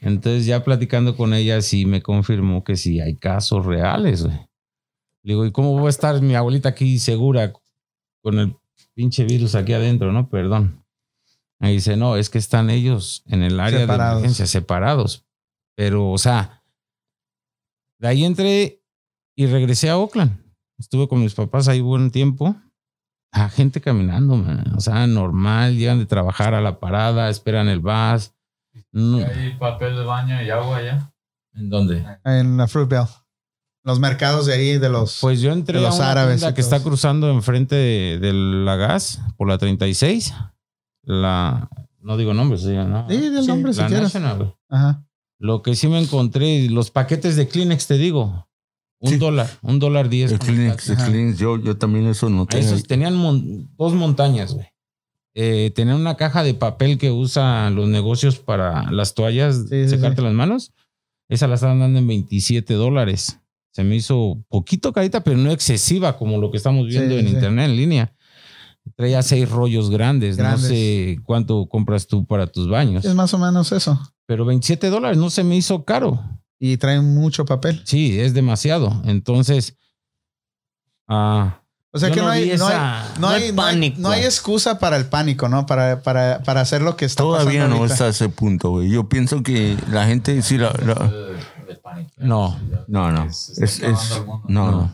Entonces ya platicando con ella, sí me confirmó que sí hay casos reales, güey. Le digo, ¿y cómo va a estar mi abuelita aquí segura con el pinche virus aquí adentro, no? Perdón. Me dice, no, es que están ellos en el área de
Separados.
emergencia, separados. Pero, o sea, de ahí entré y regresé a Oakland. Estuve con mis papás ahí buen tiempo. A gente caminando, man. o sea, normal, llegan de trabajar a la parada, esperan el bus. No-
Hay papel de baño y agua Ah, allá.
Mm. ¿En dónde?
En la Fruitvale. Los mercados de ahí, de los.
Pues yo entré
de los
a una
árabes
tienda
y
que
todo
está
eso.
cruzando enfrente de, de la gas por la 36. La no digo nombres, sí, ¿no?
Sí, del nombre si
la
quieres.
National, güey.
Ajá.
Lo que sí me encontré, los paquetes de Kleenex, te digo. Un
Sí.
dólar, un dólar diez.
el
con
Kleenex,
taxi.
el
Ajá.
Kleenex, yo, yo también eso noté.
Esos tenían mon- dos montañas, güey. Eh, tenían una caja de papel que usan los negocios para las toallas,
Sí, sí,
secarte las manos. Esa la estaban dando en 27 dólares. Se me hizo poquito carita, pero no excesiva como lo que estamos viendo
Sí,
en
sí.
internet, en línea. Traía seis rollos grandes.
Grandes.
No sé cuánto compras tú para tus baños.
Es más o menos eso.
Pero 27 dólares no se me hizo caro.
Y traen mucho papel.
Sí, es demasiado. Entonces, ah,
O sea
yo
que no, hay,
vi
no hay-
esa-
no
No
hay-
hay
no hay-
pánico.
no hay excusa para el pánico, ¿no? Para, para, para hacer lo que está
Todavía
pasando
no
ahorita.
está a ese punto, güey. Yo pienso que la gente, sí, la, la-
No,
no, no.
Es,
Es, es- no, no.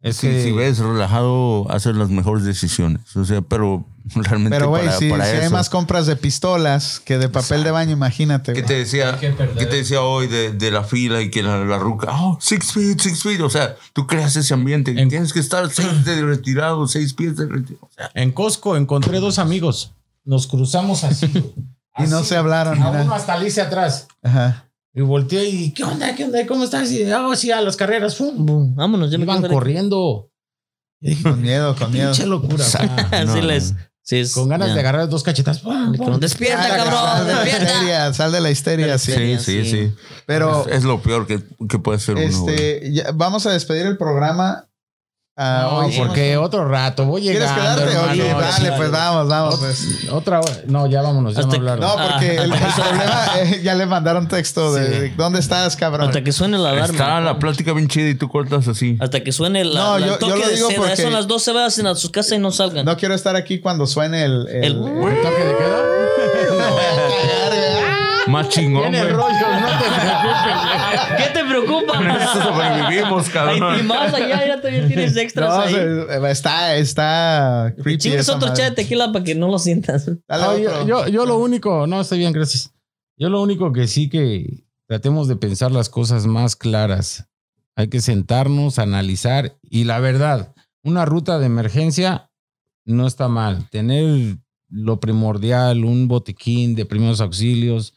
es
Sí,
que
si ves relajado, haces las mejores decisiones. O sea, pero realmente
Pero, güey,
para,
si,
para
si hay
eso-
más compras de pistolas que de papel de baño, imagínate.
¿Qué
güey.
te decía,
Hay que perder.
qué te decía hoy de, de la fila y que la, la ruca, oh, six feet, six feet? O sea, tú creas ese ambiente.
En-
Tienes que estar seis de retirado, seis pies de retirado.
En Costco encontré dos amigos. Nos cruzamos así. güey.
Y no
Así,
se hablaron.
A
mira.
uno hasta le hice atrás.
Ajá.
Y volteó y, ¿qué onda? ¿Qué onda? ¿Cómo estás? Y, ah, sí, a las carreras. Pum, pum.
Vámonos, ya me
Iban
quiero salir.
corriendo. Y dije,
Con miedo, con miedo.
pinche locura. pa.
Así
No,
les. sí es-
Con ganas
ya.
de agarrar dos cachetas. Pum,
De que no
pum.
despierta,
Sal de-
cabrón,
sal de la
despierta.
histeria, sal de la histeria, sí.
Sí,
Sería
sí,
así.
sí.
Pero
es, es lo peor que, que puede hacer uno. güey.
este, ya- vamos a despedir el programa. ah,
No,
hoy.
porque otro rato. Voy
¿Quieres
llegando.
quedarte?
hermano.
Oye, dale, pues vamos, vamos. pues.
Otra hora. No, ya vámonos. Ya no
Hasta-
hablaron.
No, porque el, el problema eh, ya le mandaron texto de ¿dónde estás, cabrón?
Hasta que suene la alarma.
Está la plática bien chida y tú cortas así.
Hasta que suene la,
No,
la-
yo-
el
yo
toque
lo
de
digo
seda.
porque-
Son las 12 veces en sus casas y no salgan.
No quiero estar aquí cuando suene el. el-
El-
Me voy
¿El toque de queda?
a cagar, güey.
Más chingón,
Tiene
güey.
rollos, no te preocupes.
¿Qué te
Con eso
preocupa?
sobrevivimos,
Ay, y
cabrón.
más allá ya todavía tienes extras
No,
ahí.
se- eh, está, está creepy.
Chingues
esa
otro
madre.
chat de tequila para que no lo sientas.
Dale
No,
otro. Ah.
yo, yo, yo lo único, no, estoy bien, gracias. Yo lo único que sí que tratemos de pensar las cosas más claras. Hay que sentarnos, analizar y la verdad, una ruta de emergencia no está mal. Tener lo primordial, un botiquín de primeros auxilios,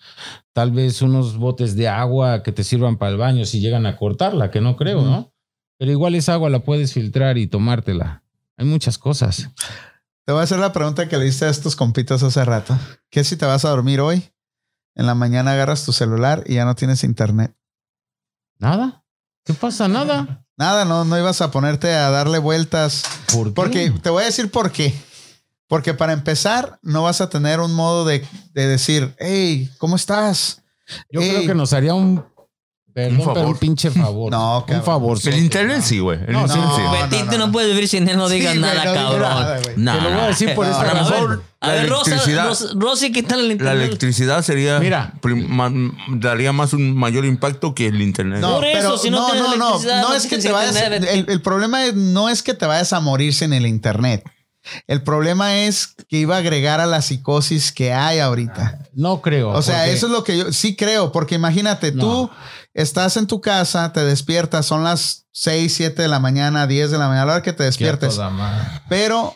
tal vez unos botes de agua que te sirvan para el baño si llegan a cortarla, que no creo, ¿no? Pero igual esa agua la puedes filtrar y tomártela. Hay muchas cosas.
Te voy a hacer la pregunta que le diste a estos compitas hace rato. ¿Qué si te vas a dormir hoy? En la mañana agarras tu celular y ya no tienes internet.
Nada. ¿Qué pasa? Nada.
Nada, no, no ibas a ponerte a darle vueltas.
¿Por qué?
Porque te voy a decir por qué. Porque para empezar, no vas a tener un modo de, de decir, hey, ¿cómo estás?
Yo
Ey.
creo que nos haría un. Perdón,
favor.
pero un pinche favor.
No,
un
cabrón.
favor.
El internet sí, güey. El
No,
internet sí.
no.
Betito no, puedes vivir sin él, no digas
Sí, güey,
nada,
no digas
cabrón.
nada, güey.
Nah,
Te lo voy a decir por
No,
esta
a lo
A
razón.
mejor
ver, a ver,
la
Rosa,
electricidad-
Ros- Rosy, ¿qué tal el
La
internet?
electricidad sería.
Mira.
prim- ma- daría más un mayor impacto que el internet.
No,
Por eso,
pero
si no tienes
no, no,
electricidad,
no
no
es que
tienes
te vayas.
internet.
El, el problema es- no es que te vayas a morir sin el internet. El problema es que iba a agregar a la psicosis que hay ahorita.
No creo.
O sea,
porque-
eso es lo que yo sí creo, porque imagínate,
No.
tú estás en tu casa, te despiertas, son las 6, 7 de la mañana, 10 de la mañana, a la hora que te
Que a
despiertes.
toda madre.
pero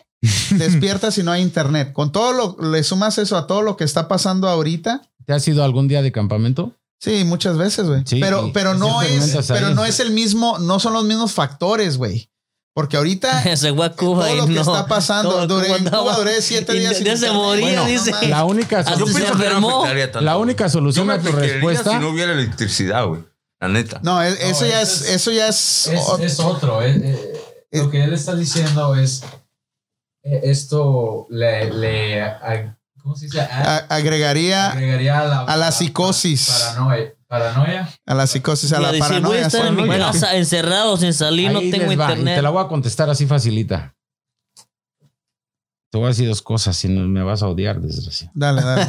despiertas y no hay internet. Con todo lo, le sumas eso a todo lo que está pasando ahorita.
¿Te has ido algún día de campamento?
Sí, muchas veces, güey.
Sí,
pero,
sí.
pero
Sí,
no es,
experimentas ahí.
pero no es el mismo, no son los mismos factores, güey. Porque ahorita e,
Se fue a Cuba
todo
y
lo que
no.
está
Todo
pasando,
lo que
duré, en
andaba-
Cuba duré siete
y
días.
ya
sin
se
internet.
moría,
Bueno,
dice.
mames.
La única,
Ah,
solu-
se enfermó.
afectaría tanto,
la única
Pues
güey. Yo
solución
me
a tu
afectaría
respuesta.
Si no hubiera electricidad, güey. La neta.
No, es- eso ya es,
eso es-
eso ya es,
Es, es otro. eh, eh, lo que él está diciendo es. eh, Esto le. le ag- ¿Cómo se dice? A-
a- agregaría
agregaría a la,
a la psicosis.
Paranoia. paranoia.
a la psicosis, a
Y a
la
decir, voy a
paranoia.
estar en mi
Bueno,
casa encerrado sin salir, no
Ahí
tengo
les va, y
internet.
te la voy a contestar así facilita. Te voy a decir dos cosas, si no me vas a odiar, desgracia.
Dale, dale.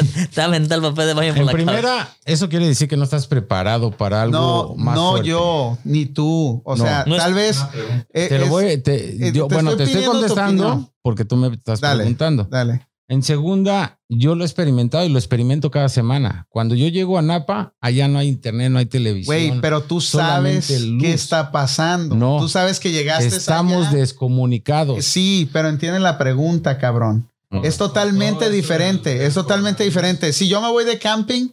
Está mental papel de baño por
En
la cabeza.
primera, eso quiere decir que no estás preparado para algo
No,
más
no
fuerte.
yo, ni tú. O
No.
sea,
No es-
tal vez. eh,
Te lo
es-
voy, te-
eh,
yo-
te
bueno,
estoy
te estoy
pidiendo tu opinión.
contestando porque tú me estás
Dale.
preguntando.
Dale.
En segunda, yo lo he experimentado y lo experimento cada semana. Cuando yo llego a Napa, allá no hay internet, no hay televisión.
Güey, pero tú
solamente
sabes
luz.
qué está pasando.
No.
Tú sabes que llegaste
Estamos
allá.
descomunicados.
Sí, pero entienden la pregunta, cabrón.
No.
Es totalmente diferente. Es totalmente diferente. Si yo me voy de camping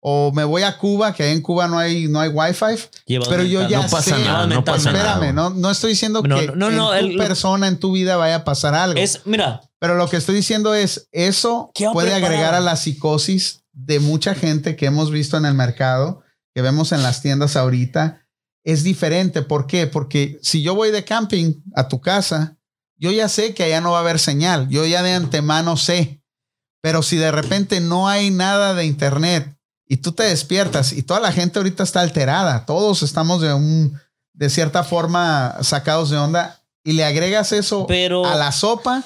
o me voy a Cuba, que ahí en Cuba no hay, no hay wifi,
Llevas
pero yo
mental.
ya
no pasa
sé.
nada, no pasa nada.
Espérame,
güey.
no, no estoy diciendo
No,
que
no, no, no,
en tu
el-
persona, en tu vida vaya a pasar algo.
Es, mira,
Pero lo que estoy diciendo es, eso
¿Qué va
puede
preparado?
agregar a la psicosis de mucha gente que hemos visto en el mercado, que vemos en las tiendas ahorita. Es diferente. ¿Por qué? Porque si yo voy de camping a tu casa, yo ya sé que allá no va a haber señal. Yo ya de antemano sé. Pero si de repente no hay nada de internet y tú te despiertas y toda la gente ahorita está alterada, todos estamos de un de cierta forma sacados de onda y le agregas eso
Pero-
a la sopa,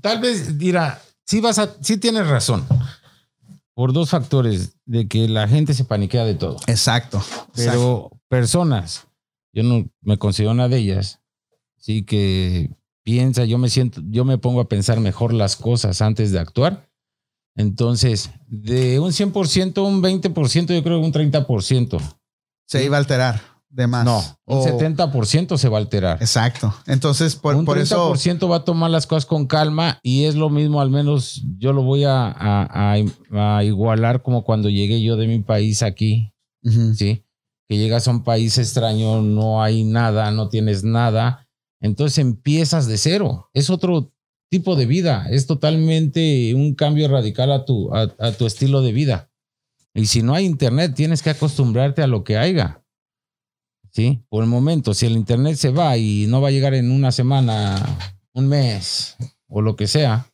Tal vez dirá, sí, vas a, sí tienes razón. Por dos factores, de que la gente se paniquea de todo.
Exacto.
Pero
exacto.
personas, yo no me considero una de ellas, sí que piensa, yo me siento, yo me pongo a pensar mejor las cosas antes de actuar. Entonces, de un 100%, un 20%, yo creo que un 30%.
se iba a alterar. de más.
No, un
O-
70% se va a alterar.
Exacto. Entonces, por,
un
por eso.
30% va a tomar las cosas con calma y es lo mismo, al menos yo lo voy a, a- a- a igualar como cuando llegué yo de mi país aquí,
Ujú.
¿sí? Que llegas a un país extraño, no hay nada, no tienes nada, entonces empiezas de cero, es otro tipo de vida, es totalmente un cambio radical a tu, a- a tu estilo de vida. Y si no hay internet, tienes que acostumbrarte a lo que haya. ¿sí? Por el momento, si el internet se va y no va a llegar en una semana, un mes o lo que sea,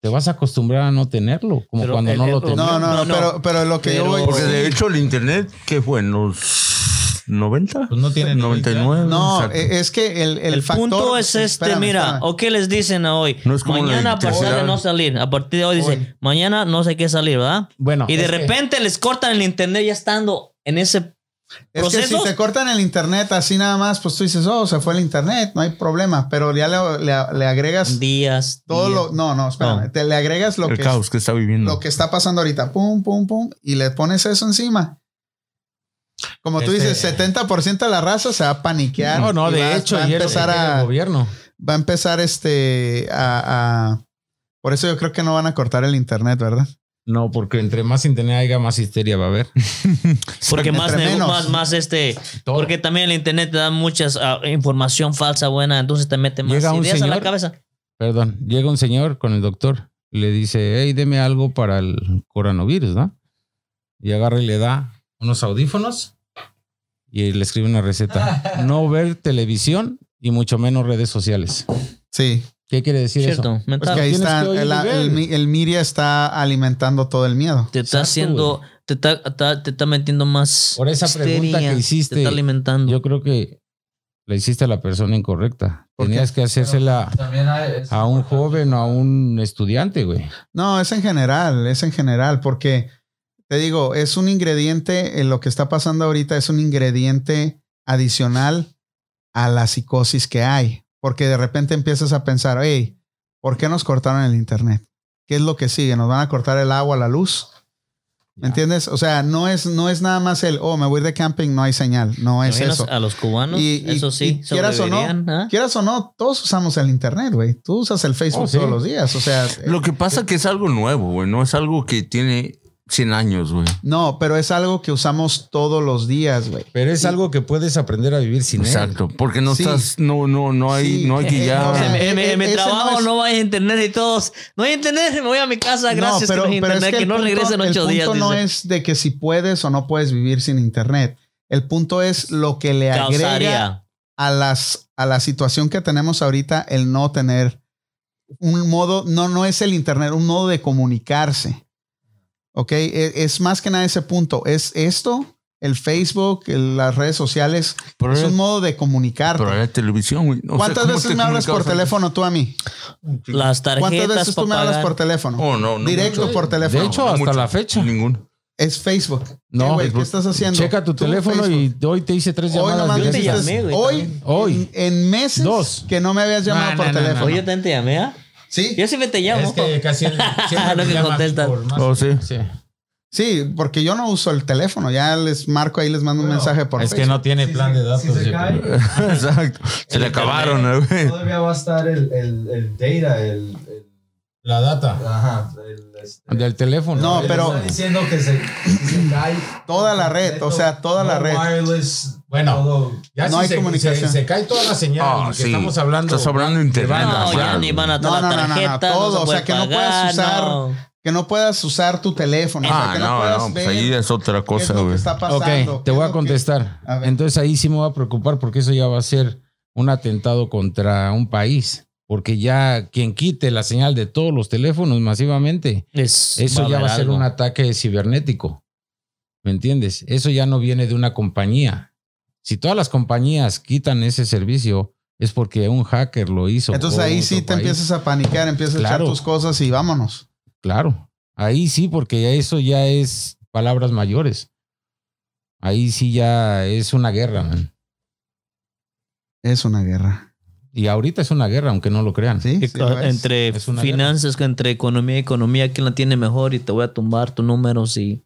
te vas a acostumbrar a no tenerlo, como
Pero
cuando
el-
no
el
lo
problema-
tenías.
No, no, no,
No, no.
Pero, pero lo que yo
Pero-
voy.
Porque de hecho el internet, ¿qué fue? ¿En los 90?
Pues no tiene ni
99.
No,
exacto.
e- es que el, el
El,
factor-
punto es este,
Espérame,
mira,
espérame.
¿o qué les dicen a hoy?
No es como
mañana
la
a partir de
tercera-
no salir. A partir de hoy dice,
Hoy.
mañana no sé qué salir, ¿verdad?
Bueno,
Y de
es que-
repente les cortan el internet ya estando en ese...
Es que si
¿Procesos?
te cortan el internet así nada más, pues tú dices, oh, se fue el internet, no hay problema. Pero ya le, le- le agregas
Días.
todo
días.
lo. No, no, espérame.
No.
Te le agregas lo
el
que,
caos que está viviendo.
lo que está pasando ahorita. Pum, pum, pum. Y le pones eso encima. Como tú
Este-
dices, 70% de la raza se va a paniquear.
No, no,
y va-
de hecho,
va a
ayer
empezar
ayer
a.
el gobierno.
va a empezar este a, a- por eso yo creo que no van a cortar el internet, ¿verdad?
No, porque entre más internet haya, más histeria va a haber.
Porque más,
Entre
nego-
menos.
más, más este...
Todo.
Porque también el internet te da muchas ah, información falsa, buena, entonces te mete más
Llega un
ideas a la
señor-
cabeza.
Perdón, llega un señor con el doctor, le dice, hey, deme algo para el coronavirus, ¿no? Y agarra y le da unos audífonos y le escribe una receta. No ver televisión y mucho menos redes sociales.
Sí,
¿Qué quiere decir eso?
Cierto, mental.
pues que ahí
tienes
está
que oír
el,
y ver.
el mi- el media está alimentando todo el miedo.
Te está
Exacto,
haciendo,
güey.
te está, ta- te está metiendo más.
Por esa pregunta que
Te
hiciste,
está alimentando.
yo creo que le hiciste a la persona incorrecta.
¿Por qué?
Tenías que hacérsela
También hay- es-
a un joven o a un estudiante, güey.
No, es en general, es en general, porque te digo, es un ingrediente, en lo que está pasando ahorita es un ingrediente adicional a la psicosis que hay, porque de repente empiezas a pensar, hey, ¿por qué nos cortaron el internet? ¿Qué es lo que sigue? ¿Nos van a cortar el agua, la luz? ¿Me entiendes? O sea, no es, no es nada más el, oh, me voy de camping, no hay señal, no
¿Te
es
imaginas
eso.
A los cubanos,
Y- y-
eso
y
sí,
quieras o no,
sobrevivirían, ¿ah?
Quieras o no, todos usamos el internet, güey. Tú usas el Facebook
Oh, sí.
todos los días, o sea...
Lo que pasa que es algo nuevo, güey. No es algo que tiene 100 años, güey.
No, pero es algo que usamos todos los días, güey.
Pero es algo que puedes aprender a vivir sin él.
Exacto. Porque no
Sí.
estás, no, no, no hay,
Sí.
no hay que
Eh,
ya.
o sea,
En, en- en mi
Ese no
trabajo no,
es-
hay internet y todos. No hay internet, me voy a mi casa, gracias
no, pero,
que no hay
pero
internet,
es que,
que,
el
no
punto,
regrese en
el
ocho
punto
días.
no
dice.
es de que si puedes o no puedes vivir sin internet. El punto es lo que le agrega
Causaría.
a, las, a la situación que tenemos ahorita el no tener un modo, no, no es el internet, un modo de comunicarse. ¿Ok? E- Es, más que nada ese punto. Es esto, el Facebook, el- las redes sociales,
Pero
es
era-
un modo de comunicarte.
pero era televisión, güey. O sea,
¿Cuántas
¿cómo
veces
te
me hablas por
comunicabas antes?
teléfono tú a mí?
Las
¿Cuántas
tarjetas
veces tú
para
me hablas
pagar.
por teléfono?
Oh, no, no
Directo
mucho.
por teléfono.
De hecho,
No
hasta
mucho.
la fecha.
Ninguno.
Es Facebook. Eh,
No,
güey,
Facebook.
¿qué estás haciendo?
Checa tu
Tú,
teléfono
Facebook.
y hoy te hice tres
Hoy
llamadas.
nomás
yo
me
te
directas.
hiciste-
llamé, güey,
hoy,
también.
Hoy.
En, en meses
Dos.
que no me habías llamado
No,
por
no, no,
teléfono.
Oye, también te llamé, ¿ah?
Sí,
Yo siempre te llamo.
casi
siempre me llama contestan. por
Oh, sí.
sí, porque yo no uso el teléfono. Ya les marco ahí, les mando un mensaje por
Es que
Facebook.
no tiene
Si
plan
se-
de datos.
si se
yo
cae,
creo.
Exacto. Se le acabaron, güey.
Todavía va a estar el, el, el data, el, el-
La data
ajá, el, este,
del teléfono.
No,
él
pero-
está diciendo que se, si se cae
Toda la red, o sea, toda la
no
red.
wireless,
Bueno,
todo.
Ya
no
si
hay
se,
comunicación.
Se, se cae toda la señal.
Ah,
que
sí.
Estamos hablando.
Estás hablando de internet.
No,
claro.
ya ni van a
No,
la
no, no, no, no,
tarjeta.
todo,
se
o sea,
puede
que no puedes
pagar,
usar-
no.
Que no puedas usar tu teléfono. o sea,
Ah,
que
no,
puedas
no, pues
ver
ahí es otra
qué es
cosa,
lo que
güey.
está pasando,
Ok,
qué
te
es
voy
lo
a
que-
contestar.
A ver.
Entonces ahí sí me voy a preocupar porque eso ya va a ser un atentado contra un país. Porque ya quien quite la señal de todos los teléfonos masivamente,
Es-
Eso ya
haber
va a ser
algo.
un ataque cibernético. ¿Me entiendes? Eso ya no viene de una compañía. Si todas las compañías quitan ese servicio, es porque un hacker lo hizo.
Entonces
o
ahí
otro
sí te
país.
empiezas a paniquear, empiezas a
Claro.
echar tus cosas y vámonos.
Claro. Ahí sí, porque eso ya es palabras mayores. Ahí sí ya es una guerra, man.
Es una guerra.
Y ahorita es una guerra, aunque no lo crean.
Sí,
Que
sí
ca-
lo es.
entre
Es una
finanzas, que entre economía y economía, quién la tiene mejor y te voy a tumbar tus números y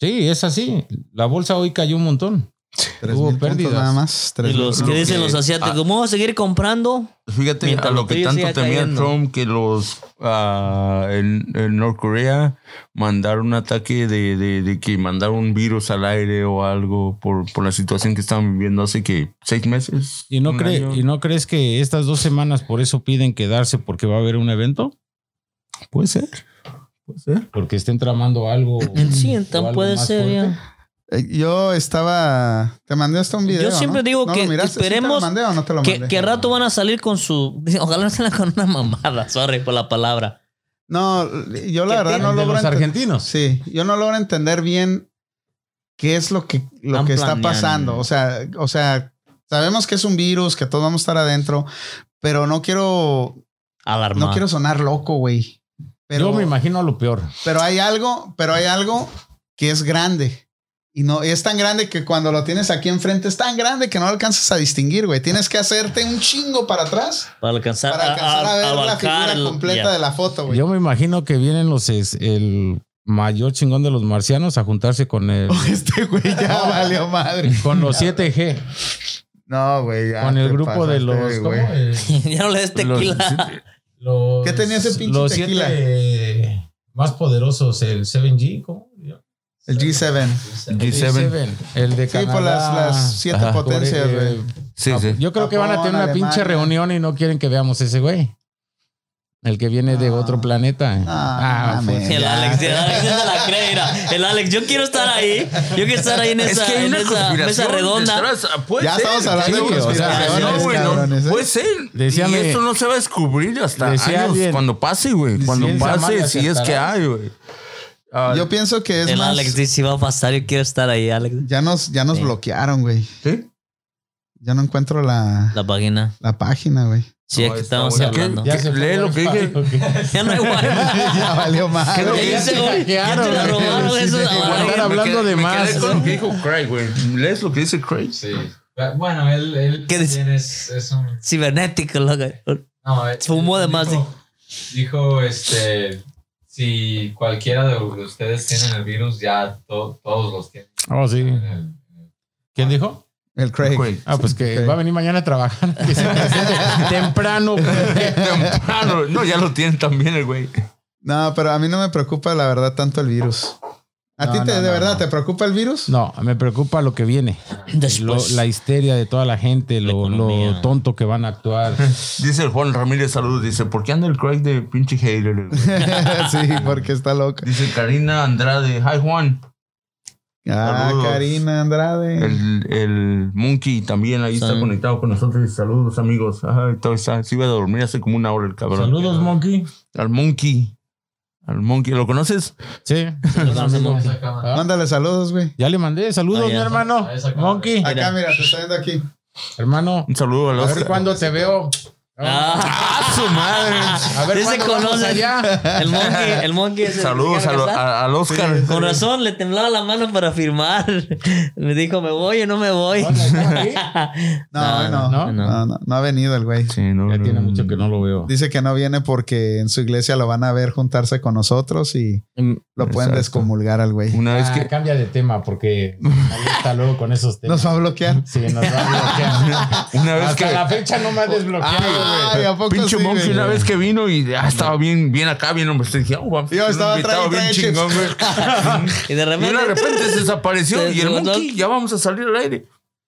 Sí, es así. La bolsa hoy cayó un montón.
Tres
Hubo
mil puntos
pérdidas.
nada más. tres
Y
mil
los
puntos.
que dicen
que-
los asiáticos,
ah.
vamos a seguir comprando.
Fíjate
Mientras
a
el
lo que
petróleo
tanto
siga
temía
cayendo.
Trump que los ah, el, el North Korea mandaron un ataque de, de- de que mandaron un virus al aire o algo por, por la situación que estaban viviendo hace que seis meses.
¿Y no,
un
cree,
año.
¿Y no crees que estas dos semanas por eso piden quedarse porque va a haber un evento?
Puede ser. Puede ser.
Porque estén tramando algo.
Sí,
o
entonces
algo
puede
más
ser. ya.
fuerte.
Eh, Yo estaba. Te mandé hasta un video.
Yo siempre
¿no?
digo
¿No
que
lo miraste? ¿Sí te lo
esperemos
mandé o no te lo
Que,
mandé?
que rato van a salir con su. Ojalá no salgan con una mamada, sorry por la palabra.
No, yo la
Que
verdad
te-
no
de
logro
los
entender.
argentinos.
Sí, yo no logro entender bien qué es lo que, lo
Están
que está
planeando.
pasando. O sea, o sea, sabemos que es un virus, que todos vamos a estar adentro, pero no quiero,
Alarma.
no quiero sonar loco, güey. Pero,
Yo me imagino lo peor.
pero hay algo, pero hay algo que es grande. Y no, es tan grande que cuando lo tienes aquí enfrente es tan grande que no lo alcanzas a distinguir, güey. Tienes que hacerte un chingo para atrás
Para alcanzar,
para alcanzar a, ver la
abarcar
figura
el-
completa
ya.
de la foto, güey.
Yo me imagino que vienen los es- el mayor chingón de los marcianos a juntarse con el
Este güey ya valió madre.
con los 7G,
No, güey. ya
con el
te
grupo
pasaste,
de los ¿cómo?
güey.
Eh,
ya no le des tequila.
los-
¿Qué tenía ese pinche
los
tequila?
siete más poderosos, el 7G, ¿cómo?
El G7.
G7.
el de
Sí, por las, las siete
Ajá.
potencias,
Corea,
güey.
eh,
Sí,
Ah,
sí.
Yo creo que van a
Japón,
tener una pinche
Alemania.
reunión y no quieren que veamos ese güey. El que viene de
No.
otro planeta.
Ah, mames.
pues,
El
ya.
Alex, el Alex no se la cree, mira. El Alex, yo quiero estar ahí. Yo quiero estar ahí en esa, en esa mesa redonda.
detrás. ah, Puede
Ya
ser.
estamos hablando
sí,
de
o sea,
conspiraciones,
No, güey, no.
cabrones, ¿eh?
Puede ser.
Decía
y
mi-
esto no se va a descubrir hasta
Decía
años
alguien-
cuando pase, güey. Cuando
Ciencia
pase,
mala
si es que
aceptarás.
hay, güey.
eh,
Ah,
Yo pienso que es
el
más.
Alex dice: si va a pasar, yo quiero estar ahí, Alex.
Ya nos, ya nos
Sí.
bloquearon, güey.
¿sí?
Ya no encuentro la, la,
La página.
página, güey.
Sí, es
No,
que
está
estamos
bueno.
hablando.
¿Qué?
se fue
Lee lo que
Wi-Fi,
dije.
ok.
Ya no hay
ya
wifi.
valió más.
¿Qué
Creo que
te
ya
dice,
se
güey? Ya te
hackearon,
la
güey.
robaron.
Sí,
Eso
sí,
es
sí,
ahora.
guardar
Me
hablando
quedé-
de
me
más.
quedé con
¿eh?
lo que dijo Craig, güey. ¿Lees lo que dice Craig?
Bueno, él, él
¿Qué dice?
también es, es un.
Cibernético, loco.
No, él-
Fumó de
él
más,
Dijo, dijo, este. Si cualquiera de ustedes tienen el virus, ya to- todos los tienen.
Oh, sí.
en el-
¿Quién dijo?
El Craig.
Craig.
Ah, pues que
Sí.
va a venir mañana a trabajar. Que se presente temprano.
Temprano. Ah, No, ya lo tienen también el güey.
No, pero a mí no me preocupa, la verdad, tanto el virus. ¿A
No,
ti te,
no,
de
no,
verdad
no.
te preocupa el virus?
No, me preocupa lo que viene. Lo-
Después.
la histeria de toda la gente,
La
lo,
economía.
lo tonto que van a actuar.
Dice el Juan Ramírez Salud. Dice, ¿por qué anda el Craig de pinche hater? el güey?
sí, porque está loca.
Dice Karina Andrade. Hi, Juan.
Ah,
Saludos.
Karina Andrade.
El, el Monkey también ahí está
Salud.
conectado con nosotros. Saludos, amigos. Ay, todo está. Se iba a dormir hace como una hora el cabrón.
Saludos, Monkey.
Al Monkey. Al Monkey. ¿Lo conoces?
Sí. Ah,
Mándale saludos, güey.
Ya le mandé saludos,
Ah, ya.
mi hermano.
Ah, esa cámara.
Monkey,
Acá, mira, te estoy viendo aquí.
hermano.
Un saludo al
A ver
Oscar.
cuándo te veo.
Ah,
¡Ah, su madre!
A ver
Ese
cuándo vamos
conoce.
allá.
El monkey, el monkey. es el-
Saludos
¿se
al,
quiere casar?
a- al Oscar.
Con razón, le temblaba la mano para firmar. Me dijo, ¿me voy o no me voy?
No, no, no, no, no, ha venido el güey.
Sí, no,
Ya
no,
tiene
no.
mucho que no lo veo.
Dice que no viene porque en su iglesia lo van a ver juntarse con nosotros y Mm, lo pueden
Exacto.
descomulgar al güey.
Una vez
Ah,
que.
Cambia de tema porque ahí está luego con esos temas.
Nos va a bloquear.
Sí, nos va a bloquear.
Una vez
Hasta
que.
la fecha no me ha desbloqueado,
Ay,
güey.
¿a poco
Pinche
sí,
Monkey
güey?
una vez que vino y ah, estaba bien, bien acá, bien hombre. Dije, oh, vamos a
Yo
tener un
estaba
invitado
trae- trae
bien
chips.
chingón, güey.
Y de
Y
repente.
de repente se desapareció
Se
y el
desbordó.
monkey ya vamos a salir al aire.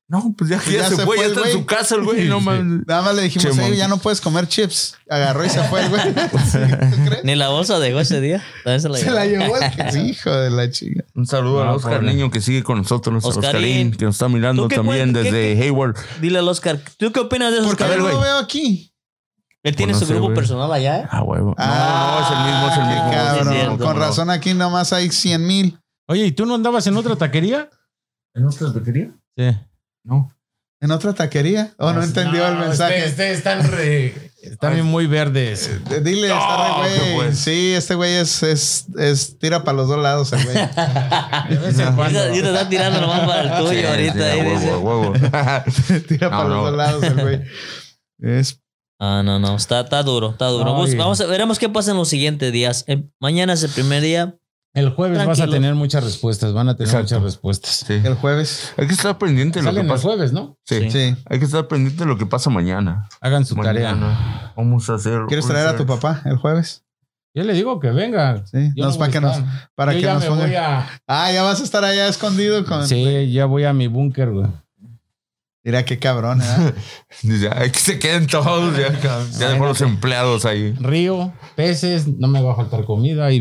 No, pues ya,
Pues
ya se, fue, ya
el
está en
güey.
su casa el güey, no mames.
Nada más le dijimos,
Che,
"Ey,
monkey.
ya no puedes comer chips. Agarró y se fue el güey. ¿Tú crees?
Ni la bolsa dejó ese día. También se la
Se la
llevó.
llevó el que- sí, hijo de la chica.
Un saludo
No,
al Oscar
pobre.
Niño que sigue con nosotros,
¿eh? Oscarín.
Oscarín, que nos está mirando
¿Tú qué
también
cuentas? ¿Qué-
desde Hayward.
Dile al Oscar, ¿tú qué opinas de eso?
¿Por qué
Oscar?
ver,
no lo
güey.
veo aquí?
Él tiene
Pues no
su
sé,
grupo
güey.
personal allá, ¿eh?
Ah, huevo. no, no, es el mismo, es el mismo.
Ay,
Ah, es el
Ah, cabrón.
mismo,
Con
cómo no.
razón aquí nomás hay 100 mil.
Oye, ¿y tú no andabas en otra taquería?
¿En otra taquería?
Sí.
No.
¿En otra taquería? ¿O
Ah,
no entendió el mensaje?
Ustedes están re- están bien muy verdes.
Eh, Dile, está
No,
re
qué
güey.
pues.
Sí, este güey es, es, es- tira para los dos lados el güey.
De vez en
Y
cuando.
te- y te está tirando nomás para el tuyo
Sí, sí,
ahorita. ahí
a huevo,
dice.
a huevo.
tira
No,
para
no.
los dos lados el güey. Es
Ah, no, no. Está, está duro, está duro. Vamos,
Ay.
vamos a veremos qué pasa en los siguientes días. Eh, mañana es el primer día.
El jueves vas a
Tranquilos.
tener muchas respuestas, van a tener
Exacto.
muchas respuestas.
Sí.
El jueves.
Hay que estar pendiente de lo que
Salen el
pasa.
jueves, ¿no?
Sí.
Sí.
Hay que estar pendiente de lo que pasa mañana.
Hagan su tarea.
Mañana. Vamos a hacer.
¿Quieres traer a tu papá el jueves?
Yo le digo que venga.
Sí.
Yo
Nos-
no voy
para
a
que nos,
estar.
para
Yo
que
ya
nos
me
ponga-
voy a-
Ah, ya vas a estar allá escondido con.
Sí, ya voy a mi búnker, güey.
Dirá qué cabrón, ¿eh?
Dice, "Ay, que se queden todos. Ya, ya dejo los empleados ahí.
Río, peces, no me va a faltar comida y.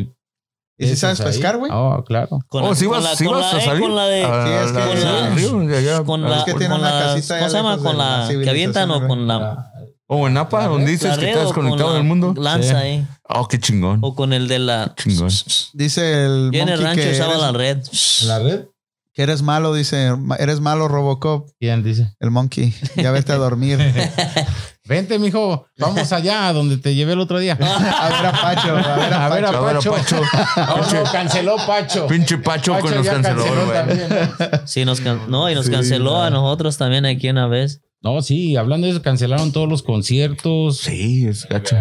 ¿Y si
peces
sabes
ahí.
pescar, güey?
Oh, claro.
Con
oh,
la-
si
con
vas,
la-
sí
con
vas
la-
a
eh,
salir. Ah,
con la de-
A-
Sí, es que-
al- al río, de allá,
con
al-
la,
que tiene
con
una
las-
casita
¿Cómo se
allá
llama?
lejos
Con
de la
la que avientan o
civilización,
con
Ah.
la,
O en Napa, donde dices
la
que
red
estás
o con
conectado
la
del mundo.
Lanza, eh.
Oh, qué chingón.
O con el de la.
Chingón.
Dice el.
Yo en el
monkey
rancho
que
usaba
eres,
la red.
¿La red?
que eres malo, dice. Eres malo, Robocop.
¿Quién dice?
El monkey. Ya vete a dormir.
Vente, mijo, vamos allá a donde te llevé el otro día.
a ver a Pacho. A ver a,
A ver a
Pacho.
A ver, a
Pacho.
Pacho.
Oh, no, canceló Pacho.
Pinche Pacho,
Pacho
con los
ya
canceladores, güey.
también, ¿no?
Sí, nos can- no, y nos
Sí,
canceló a nosotros también aquí una vez.
No, sí, hablando de eso, cancelaron todos los conciertos.
Sí, es gacho.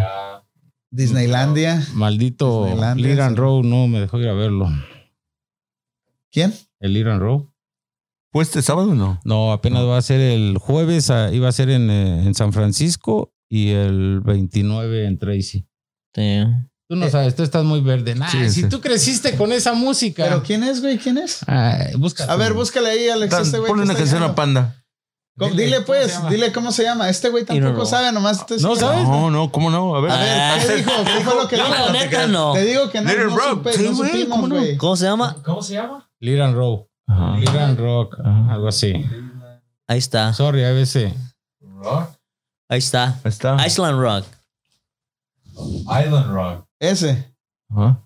Disneylandia.
Maldito
Disneylandia,
Lear and
sí.
Row no me dejó ir a verlo.
¿Quién?
¿El Lear and Row?
¿Fue este sábado o no?
No, apenas va a ser el jueves, ah, iba a ser en, eh, en San Francisco y el 29 en Tracy.
Sí.
Tú
Eh.
no sabes, tú estás muy verde. Nah,
Sí,
si
sí.
tú creciste con esa música.
¿Pero quién es, güey? ¿Quién es?
Ay, busca
A
tú.
ver, búscale ahí, Alex.
Tan-
este güey
Ponle
que
una
está
canción a
llamando.
Panda.
¿Cómo-
Dile,
Dile,
¿cómo
pues,
se llama?
dile cómo se llama. Este güey tampoco
no.
sabe, nomás. te-
No sabe.
No, no, ¿cómo no? A ver.
A ver, ¿qué dijo? ¿Qué fue lo que
Yo, la
dijo?
neta, no.
Te digo que no,
Let it
no,
rock.
supe-
Sí,
no
güey, ¿cómo
supimos,
no?
güey.
¿Cómo se llama?
Lear and Row.
Ah,
Ajá.
Lear and Rock. Algo así.
Ahí está,
Sorry, ABC.
ahí está.
Ahí está.
Island Rock.
Island Rock.
Ese.
Ajá.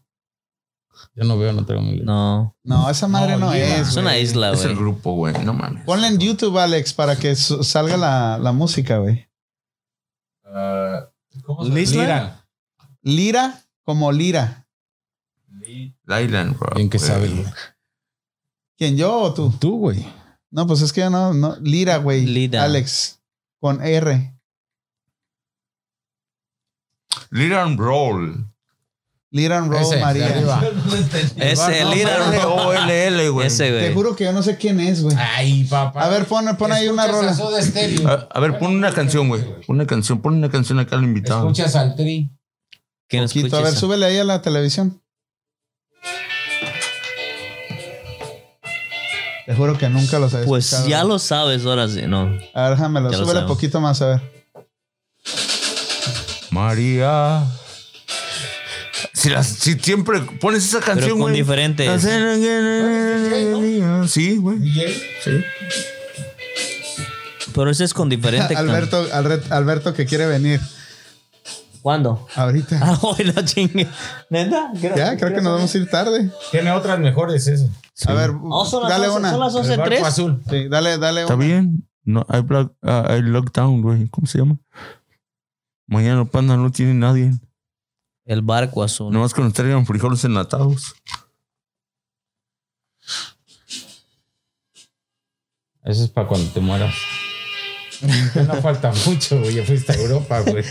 Yo no veo, no tengo mi letra.
No,
No, esa madre no, es.
es una
güey.
isla,
Es el
güey.
grupo, güey. No mames.
Ponle en YouTube, Alex, para que su- salga la, la música, güey.
Uh, ¿Cómo
¿Lisla?
Lear.
Lira como Lira.
Island Rock.
Bien que
güey.
sabe. güey.
¿Quién, yo o tú?
Tú, güey.
No, pues es que yo no, no. Lira, güey.
Lira.
Alex. Con R.
Lead and Roll.
Lira and Roll
Ese, de
María.
arriba.
Ese, el Island Rock.
L-O-L-L, güey.
Ese,
Te
güey.
juro que yo no sé quién es, güey.
Ay, papá.
A ver, pon, pon ahí una
Escuchas
rola. Ah,
a Soda Stereo.
A, a ver, pon una canción, güey. Pon Una canción, pon una canción acá al invitado.
Escuchas al Tri.
Que no
Quito,
escucha
a ver,
esa.
súbele ahí a la televisión. Te juro que nunca los había
Pues
escuchado.
ya lo sabes ahora sí, ¿no?
A ver, déjamelo,
ya lo
súbele
sabemos.
poquito más, a ver.
María. Si, las, si siempre pones esa
Pero
canción,
con
güey.
diferentes.
Sí, güey. Sí.
Pero ese es con diferente.
Alberto, Alre- Alberto que quiere venir
¿Cuándo?
ahorita.
Ah, hoy la chingue. ¿Neta?
Ya, creo que nos vamos a ir tarde.
Tiene otras mejores, eso.
A ver,
Oh, son las
dale
11,
una.
Son las 11.03.
azul.
Sí, dale, dale
Está
una.
bien. No, hay, black- ah, hay lockdown, güey. ¿Cómo se llama? Mañana Panda no tiene nadie.
El barco azul.
Nomás que nos traigan frijoles enlatados.
Eso es para cuando te mueras. Ya no falta mucho, güey. Ya fuiste a Europa, güey.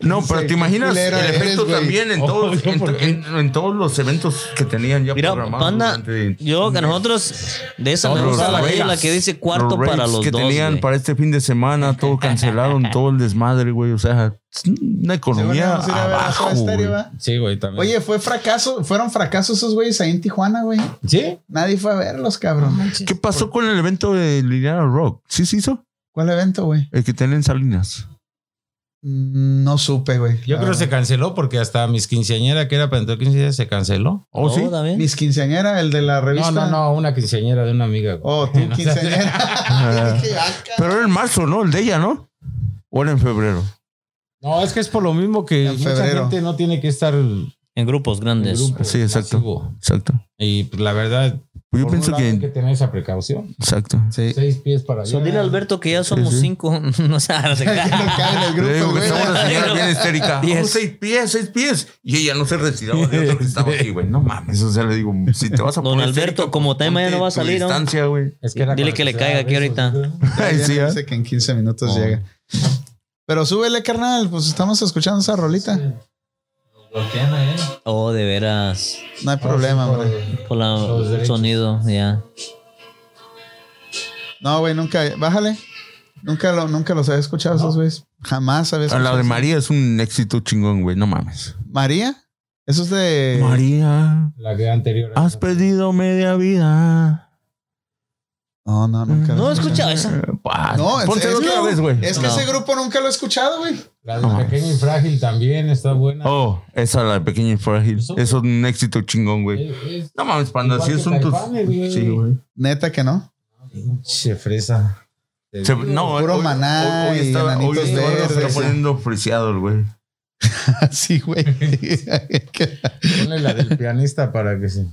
No, pero te imaginas el
culero eres,
efecto
güey.
también en,
Oh,
todos,
yo
en,
por
to- en- en todos los eventos que tenían ya
Mira,
programados.
Panda,
durante-
yo que nosotros de esa me
Todos
gusta
los
la que,
raves.
la que dice cuarto
raves
para los
que
dos.
tenían
güey.
para este fin de semana, todo cancelaron, todo el desmadre, güey. O sea, una
Según
economía
vamos a ir a ver a
abajo,
Soda Stereo,
güey.
¿va?
Sí, güey, también.
Oye, fue fracaso, fueron fracasos esos güeyes ahí en Tijuana, güey.
¿Sí?
Nadie fue a verlos, cabrón.
¿Qué pasó con el evento de Liliana Rock? ¿Sí se hizo?
¿Cuál evento, güey?
El que tienen en Salinas.
Mm, No supe, güey.
Yo
la
creo que se
verdad.
canceló porque hasta mis quinceañera, que era para entrar quinceañera, se canceló.
¿Oh,
No,
sí?
también.
Mis quinceañera, el de la
No,
revista.
no, no, una quinceañera de una amiga. güey.
Oh, tú quinceañera. Dije, ah,
Pero era en marzo, ¿no? El de ella, ¿no? O era en febrero.
No, es que es por lo mismo que
En
mucha
febrero.
gente no tiene que estar en
En grupos grandes.
grupo
Sí, exacto.
masivo.
Exacto.
Y pues, la verdad,
Yo
por
pienso
un lado hay que
que.
tener esa precaución.
Exacto.
Sí.
Seis pies para allá.
So, dile a Alberto que ya somos
sí.
cinco. No sé, no se
Ya no cabe en el
Le
grupo,
digo que
güey.
estaba una señora bien histérica.
Diez.
Oh, seis pies, seis pies. Y ella no se retiraba de otro que estaba aquí, güey. No mames. O sea, le digo, si te vas a
Don Alberto,
histérica,
como tema ya
ponte
no va a
tu
salir, ¿no?
distancia, güey.
Es que era
Dile
cuando
que le
se
caiga
daba
aquí
besos,
ahorita.
¿no?
Ahí
Sí,
viene,
¿eh?
Dice que en 15 minutos
Oh.
llega. Pero súbele, carnal. Pues estamos escuchando esa rolita.
bloquean ahí.
Oh, de veras.
No hay
Ah,
problema, hombre.
Por la-
Los
el
derechos.
sonido, ya.
No, güey, nunca. Bájale. Nunca, lo, nunca los había escuchado esos güeyes. Jamás había escuchado.
La de
eso.
María es un éxito chingón, güey. No mames.
María. Eso es de.
María,
La que anterior. ¿eh?
has perdido media vida.
No, no, nunca.
No he
lo
escuchado esa.
Ah,
No, es-
Pónsela
es
otra
que-
vez, güey.
Es que
No.
ese grupo nunca lo he escuchado, güey.
La
No
de pequeño y frágil también está buena.
Oh, esa la de Pequeña y Frágil.
Eso-
Eso es un éxito chingón, güey.
Es-
No mames, panda,
Igual
si
que
es un tus.
Caifanes, güey.
Sí, güey.
Neta que no.
es- Che, fresa.
Se- No,
Puro maná
hoy,
y
estaba- hoy
enanitos
estaba-
verdes.
está poniendo friseados, güey.
sí, güey.
Ponle la del pianista para que se.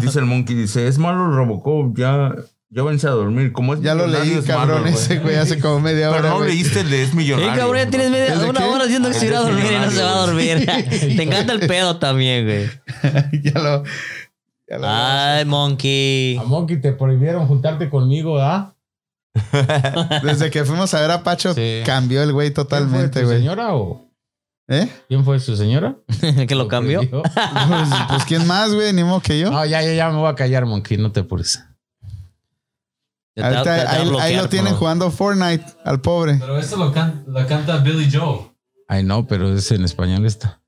Dice el monkey, dice, es malo Robocop, ya, ya váyanse a dormir. Como es
ya lo
millonario,
leí,
es
cabrón,
malo,
ese güey hace como media
Pero
hora.
no
güey.
leíste el de es millonario.
Ey, cabrón, ya tienes media,
¿Es de
una
qué?
hora
Ah,
diciendo que se irá a dormir y no se va a dormir. Te encanta el pedo también, güey.
ya lo. Ya lo
Ay, monkey.
A Monkey te prohibieron juntarte conmigo, ¿ah?
Desde que fuimos a ver a Pacho,
Sí.
cambió el güey
¿Quién fue,
pues,
totalmente,
tu
güey.
señora o
¿Eh?
quién fue su señora?
que lo cambió.
Prohibió.
Pues, pues, quién más, güey, ni modo que yo.
No, Ah, ya, ya, ya me voy a callar, Monkey, no te apures.
Te-
Ahorita
te- te va a
ahí, ahí
bloquear,
lo tienen
bro.
jugando Fortnite al pobre.
Pero esto lo, can- lo canta Billy Joe.
Ay, no, pero es en español esta.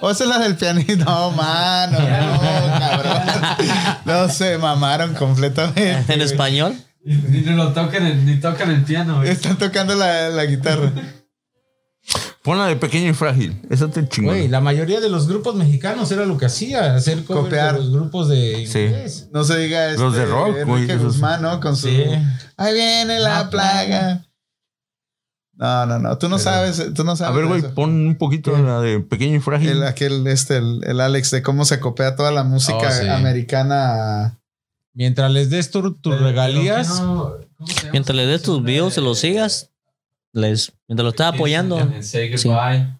O esa es la del pianito. No, mano, no, cabrón. No se mamaron completamente.
¿En español?
Y, ni lo tocan el, ni tocan el piano. güey.
Están tocando la, la guitarra.
Pon la de pequeño y frágil. Esa te chingó.
Güey, la mayoría de los grupos mexicanos era lo que hacía, hacer cover
Copiar.
de los grupos de inglés.
No se diga eso.
Los de rock, güey, esos.
Guzmán, ¿no? Con su.
Sí.
Ahí viene la
Ah,
La
plaga. No, no, no. Tú no
Pero-
sabes. Tú no
A
sabes.
ver,
de
güey,
eso.
pon un poquito de la de pequeño y frágil.
El, aquel, este, el, el Alex, de cómo se copia toda la música
Oh, sí.
americana. a-
Mientras les des tu- tus regalías,
No, ¿cómo se llama? Este,
Mientras le des tus
Siempre-
views, se los sigas. Les, mientras lo estás apoyando.
And say
Sí.
goodbye.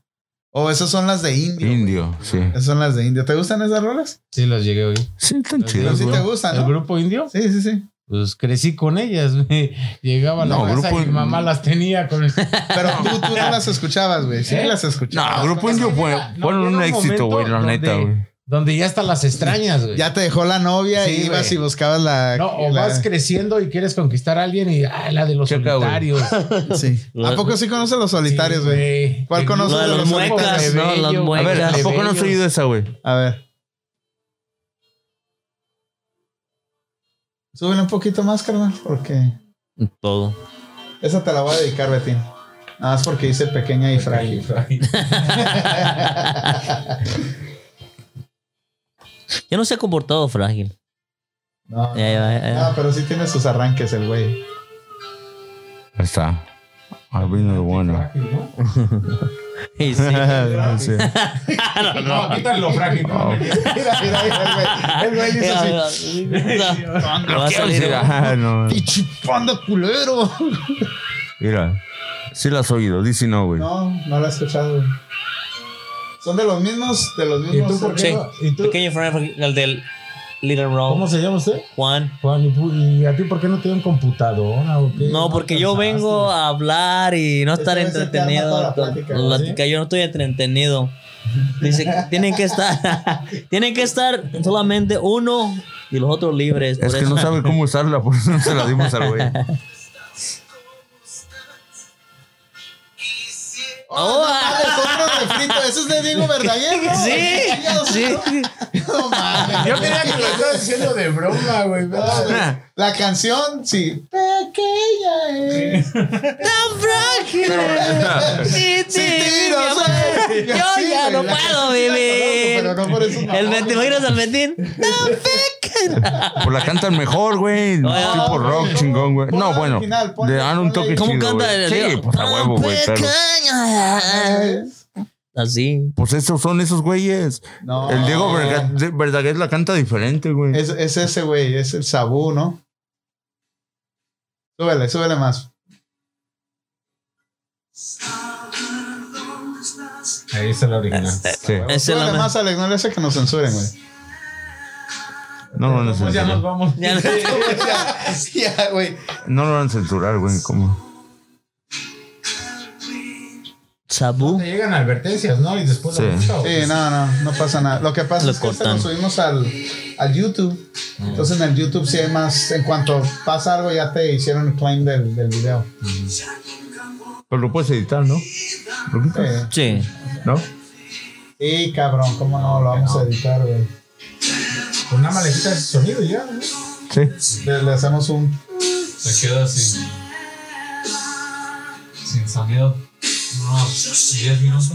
Oh, esas son las de Indio.
Indio, sí.
Esas son las de Indio. ¿Te gustan esas rolas?
sí las llegué hoy.
Sí, están
Pero
chidas,
sí
güey.
te gustan,
¿El
¿no?
grupo indio?
Sí, sí, sí.
Pues crecí con ellas, güey. Llegaba a la
No,
casa
grupo
y mi mamá
in-
las tenía con el...
Pero tú, tú no las escuchabas, güey. Sí,
¿Eh?
las
No,
escuchabas.
Grupo
no,
Indio
no,
fue,
no,
fueron un
llega un
éxito, güey, la
momento
neta,
donde-
güey.
Donde ya hasta las extrañas, güey.
Ya te dejó la novia
Sí,
y ibas
güey.
y buscabas la.
No, o
la-
vas creciendo y quieres conquistar a alguien y ah, la de los
Checa, güey.
solitarios.
Sí. ¿A poco sí conoces los solitarios,
Sí,
güey? ¿Cuál
El
conoces
grupo
de
Lo de
los
los muecas,
solitos,
¿no? Las
Bello.
A ver, ¿a
muecas.
Bellos.
poco no has oído esa, güey?
A ver. Súbele un poquito más, carnal, porque
Todo.
esa te la voy a dedicar, Betín. Nada más porque dice pequeña y frágil.
Ya no se ha comportado frágil.
No,
Ya, ya, ya.
no, pero sí tiene sus arranques el güey.
Ahí está.
Ah,
Ahí vino de bueno.
Y sí.
Sí.
No, quítale lo frágil.
Oh.
Mira, mira, mira, el güey. El güey dice así.
No, va a
Quiero
salir.
decir, ajá, Ah, no.
Ah, ¡Pinche panda culero!
Mira, sí la has oído, dice no, güey.
No, no la he escuchado. güey. Son de los mismos, de los
¿Y
mismos.
tú por qué?
Sí.
no? ¿Y tú?
Pequeño Frank, el del Little
¿Cómo
Rome.
se llama usted?
Juan.
Juan, ¿y pu- ¿y a ti por qué no te dan computadora o qué?
No, porque yo
alcanzaste?
vengo a hablar y no estar
Esa vez se te arma
entretenido.
toda la plática,
La
¿sí?
plática, Yo no estoy entretenido. Dice, tienen que estar, tienen que estar solamente uno y los otros libres.
Es
por
que
eso.
no sabe cómo usarla, por eso no se la dimos al güey.
¡Oh!
Oh,
ah,
ah.
es otro refrito. Eso es de Diego Verdaguer, ¿no?
Sí,
Chingados,
sí.
No mames.
Yo creía que lo estaba diciendo de broma, güey. ¿verdad?
La canción, sí. Pequeña es.
Tan frágil. Sí,
Sí,
sí,
tiro,
mi amor.
sí.
Yo
Sí,
ya
güey,
no
la
puedo
canción sí la
vivir.
conozco, Pero no por eso.
El Betín, ¿te imaginas al Betín? Tan frágil.
Pues la cantan mejor, güey.
Oye,
tipo
oye,
rock
¿cómo?
chingón, güey.
Ponla
No,
al
bueno.
final, ponla-
Le dan un
ponla ahí.
toque
¿Cómo
chido,
canta
güey.
el
Sí, pues a huevo, güey. Pero,
Pequeña. Así.
pues esos son esos güeyes.
No.
El Diego Verga- de- Verdaguer la canta diferente, güey.
Es, es ese, güey. Es el Sabú, ¿no? Súbele, súbele más.
Ahí está la original.
Este,
Sí.
Esa es la
Súbele
me-
más, Alex. No le hace que nos censuren, güey.
No lo van a
Pues ya
censurar.
nos vamos.
Ya no-
ya, ya, güey.
No lo van a censurar, güey. ¿Cómo?
Sabu.
Te llegan advertencias, ¿no? Y después lo
Sí.
busca, ¿o?
Sí, no, no, no pasa nada. Lo que pasa
Lo
es que este lo
cortan.
subimos al, al YouTube. Entonces en el YouTube sí hay más. En cuanto pasa algo, ya te hicieron el claim del, del video.
Pero lo puedes editar, ¿no? ¿Lo quitas?
Sí.
Sí.
¿No?
Y cabrón, ¿cómo no? Lo vamos a editar, güey.
Pues nada más le quitas el sonido y ya. ¿no?
Sí.
Le, le hacemos un.
Se queda sin. sin sonido. Unos 10 minutos.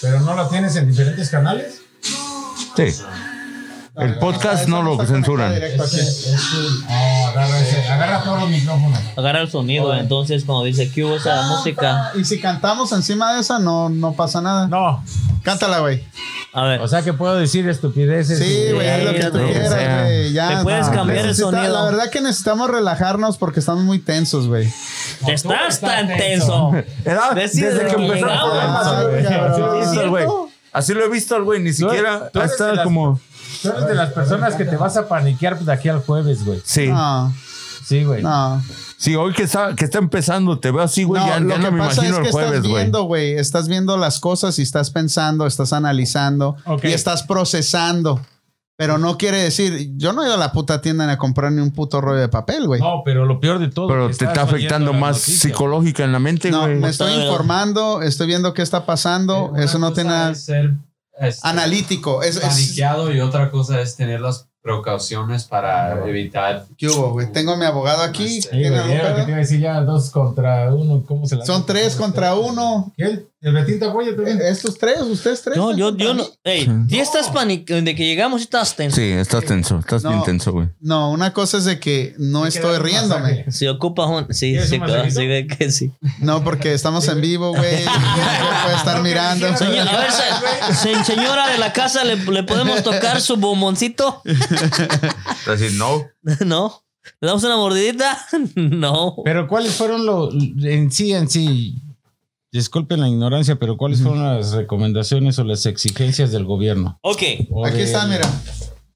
Pero no la tienes en diferentes canales.
Sí. El podcast no lo censuran.
Directo aquí.
Ah,
No, agarra, ese- agarra todos los micrófonos.
Agarra el sonido, entonces cuando dice que hubo esa música.
Y si cantamos encima de esa, no, no pasa nada.
No.
Cántala, güey.
A ver.
O
Pues,
sea que puedo decir estupideces.
Sí,
y-
güey, es lo que tú
lo que
quieras,
sea.
güey. Ya.
Te puedes
no,
cambiar el
necesita-
sonido.
La verdad que necesitamos relajarnos porque estamos muy tensos, güey.
Te estás tan tenso.
Era-
Decide
desde
lo
que
que
empezó el
llegaba.
programa,
Ah,
así lo- así lo he visto al güey. Así lo he visto al güey, ni siquiera
tú eres de
hasta
las-
como.
Tú eres de las personas que te vas a paniquear de aquí al jueves, güey.
Sí,
No,
Sí, güey.
no.
sí, hoy que está, que está empezando, te veo así, güey,
No,
ya,
lo
ya
que
no me
pasa es
imagino
que
el jueves,
estás
güey.
viendo, güey. Estás viendo las cosas y estás pensando, estás analizando
Ok.
y estás procesando. Pero no quiere decir, yo no he ido a la puta tienda a comprar ni un puto rollo de papel, güey. No,
No, pero lo peor de todo.
Pero
que
te
estás
está afectando
oyendo la
más
noticia.
psicológica en la mente, güey.
me estoy
Todo.
informando, estoy viendo qué está pasando.
Una
Eso no
cosa
tiene nada.
es ser, este,
Analítico. Es, es,
paniqueado y otra cosa es tener las precauciones para evitar.
¿Qué hubo, güey? Tengo a mi abogado aquí.
Ah, Sí,
¿Tiene
güey,
algún
era lo que
pedo?
te iba a decir ya dos contra uno. ¿Cómo se la
Son tres contra uno. Eh,
¿Quién? ¿El Betín te apoya también?
Estos tres, ustedes tres.
No, yo, yo no.
no.
Ey, ya estás paniqueado. De que llegamos, estás tenso.
Sí, estás tenso, estás
No.
bien tenso, güey.
No, una cosa es de que no estoy
dar un
riéndome.
masaje.
Si ocupas un. Sí,
¿Quieres
sí,
un
claro,
masajito?
sí, ve que sí.
No, porque estamos en vivo, güey. No puede estar mirando.
Señor- a ver, se- se- señora de la casa, ¿le, le podemos tocar su bomboncito?
Decir, no.
No. ¿Le damos una mordidita? No.
Pero ¿cuáles fueron los en sí en sí? Disculpen la ignorancia, pero ¿cuáles fueron las recomendaciones o las exigencias del gobierno?
Ok.
O
Aquí
del-
está, mira.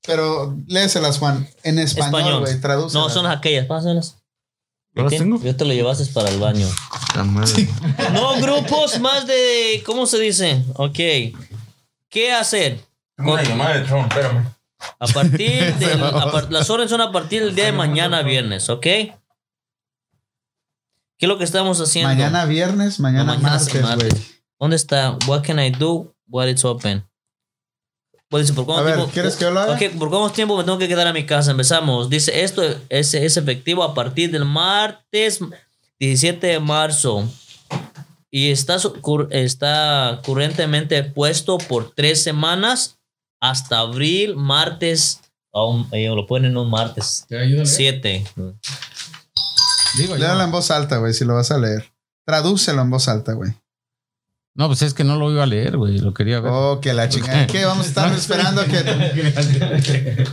Pero léeselas, Juan. En español,
Español.
güey. Traduce.
No, son aquellas. Pásalas.
¿Yo las
¿Qué?
tengo?
Yo te lo llevaste para el baño.
La madre.
No grupos más de. ¿Cómo se dice? Ok. ¿Qué hacer? Una
llamada de Trump, espérame.
A partir de. las órdenes son a partir del día de mañana, viernes, ¿ok? ¿Qué es lo que estamos haciendo?
Mañana viernes, mañana,
No, mañana es
martes,
martes.
güey.
¿Dónde está? What can I do? What is open? Pues dice, ¿por cuánto
A ver,
tiempo-
¿quieres que yo lo haga?
Ok, ¿por cuánto tiempo me tengo que quedar a mi casa? Empezamos. Dice, esto es, es efectivo a partir del martes 17 de marzo. Y está, su- cur- está currentemente puesto por tres semanas hasta abril, martes. o un- eh, lo ponen un martes.
¿Te ayuda?
7.
Digo, yo-
Léalo en voz alta, güey, si lo vas a leer. Tradúcelo en voz alta, güey.
no, pues es que no lo iba a leer, güey, lo quería ver.
Oh, que la chingada. ¿Qué? Vamos a estar esperando que.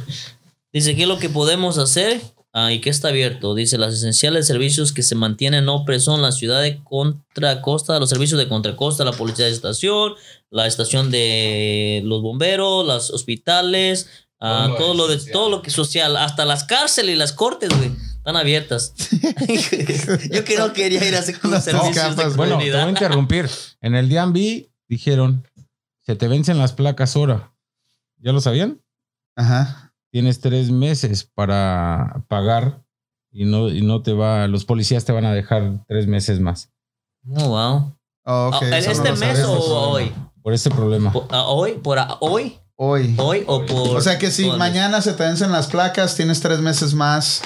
Dice, ¿qué es lo que podemos hacer? Ah, y que está abierto. Dice, las esenciales servicios que se mantienen no preso en la ciudad de Contracosta, los servicios de Contracosta, la policía de estación, la estación de los bomberos, los hospitales, ah, todo, lo de, todo lo que es social, hasta las cárceles y las cortes, güey, están abiertas. Yo que no quería ir a hacer con los servicios
capas,
de
Bueno, Pues, te voy a
comunidad.
interrumpir. En el DMV dijeron, se te vencen las placas ahora. ¿Ya lo sabían?
Ajá.
Tienes tres meses para pagar y no, y no te va, los policías te van a dejar tres meses más
Oh, wow.
Oh, ok,
Ah, ¿en
eso no
¿Este
lo
mes o
sabemos.
hoy?
por este problema.
Por- ah, ¿Hoy? ¿Por ah, hoy?
Hoy.
¿Hoy o por...?
O sea que si
por-
mañana se te vencen las placas, tienes tres meses más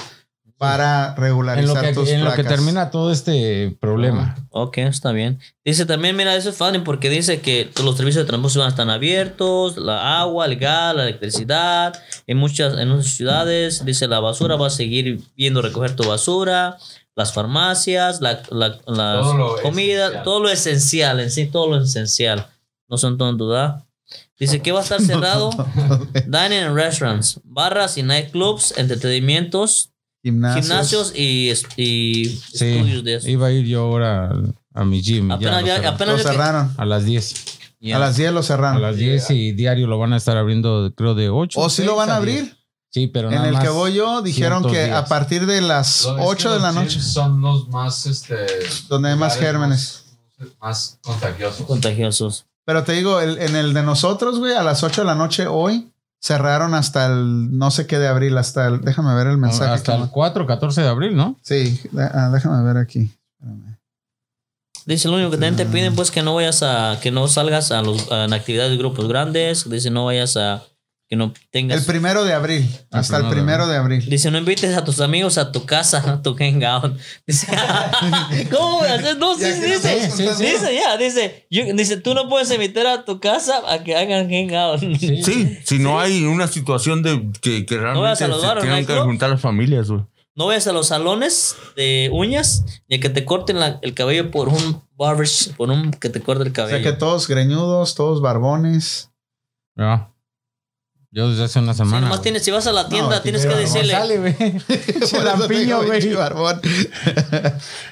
para
En lo
regularizar
que,
tus
en lo que
placas.
termina todo este problema.
Ok, está bien. Dice también, mira, eso es funny porque dice que los servicios de transporte van a estar abiertos, la agua, el gas, la electricidad, en muchas, en muchas ciudades, dice la basura, va a seguir viendo recoger tu basura, las farmacias, la, la- las
Todo lo
comidas,
esencial.
todo lo esencial, en sí, todo lo esencial. No son tontos, ¿verdad? Dice que va a estar cerrado dining and restaurants, barras y nightclubs, entretenimientos,
Gimnasios.
gimnasios y, es- y
Sí,
estudios de eso.
iba a ir yo ahora al- a mi gym. ya
Apenas,
lo
ya-
cerraron.
Lo
apenas ya que-
cerraron.
a las 10.
Ya.
A las 10 lo
A
cerraron.
las 10 y diario lo van a estar abriendo, creo, de 8.
Ah, ¿O si lo van a abrir?
Sí, pero
En
nada
el
más.
que voy yo dijeron que
100 días.
a partir de las
Lo- es que
8 de
los
la
gyms
noche,
Son los más, este.
donde hay más
lugares
gérmenes.
más- más contagiosos.
contagiosos.
Pero te digo, el- en el de nosotros, güey, a las 8 de la noche hoy, cerraron hasta el no sé qué de abril, hasta el. Déjame ver el mensaje.
Ah, Hasta el 4, 14 de abril, ¿no?
Sí, de- ah, déjame ver aquí.
Dice, lo único que también te piden pues que no vayas a, que no salgas a los, a- en actividades de grupos grandes. Dice, no vayas a, que no
El
tengas...
primero de abril, hasta el primero de abril.
Dice, no invites a tus amigos a tu casa, a tu hangout. Dice, ¿cómo voy a hacer? No, sí,
Ya que
dice,
estamos contando.
dice, ya, dice, yo- dice, tú no puedes invitar a tu casa a que hagan hangout.
Sí, si no hay una situación de que, que
vas a
realmente
los
se
bares,
tienen
¿no,
que
hijo?
juntar las familias, güey.
No vayas a los salones de uñas ni a que te corten la- el cabello por un barbers, por un que te corte el
O sea
cabello.
que todos greñudos, todos barbones.
Ya. Yo desde hace una
Sí,
semana.
nomás
güey.
tienes, si vas a la tienda,
aquí
tienes
te
que
va,
decirle.
Sale, güey.
Por eso te
Lampiño,
digo,
güey.
pinche barbón.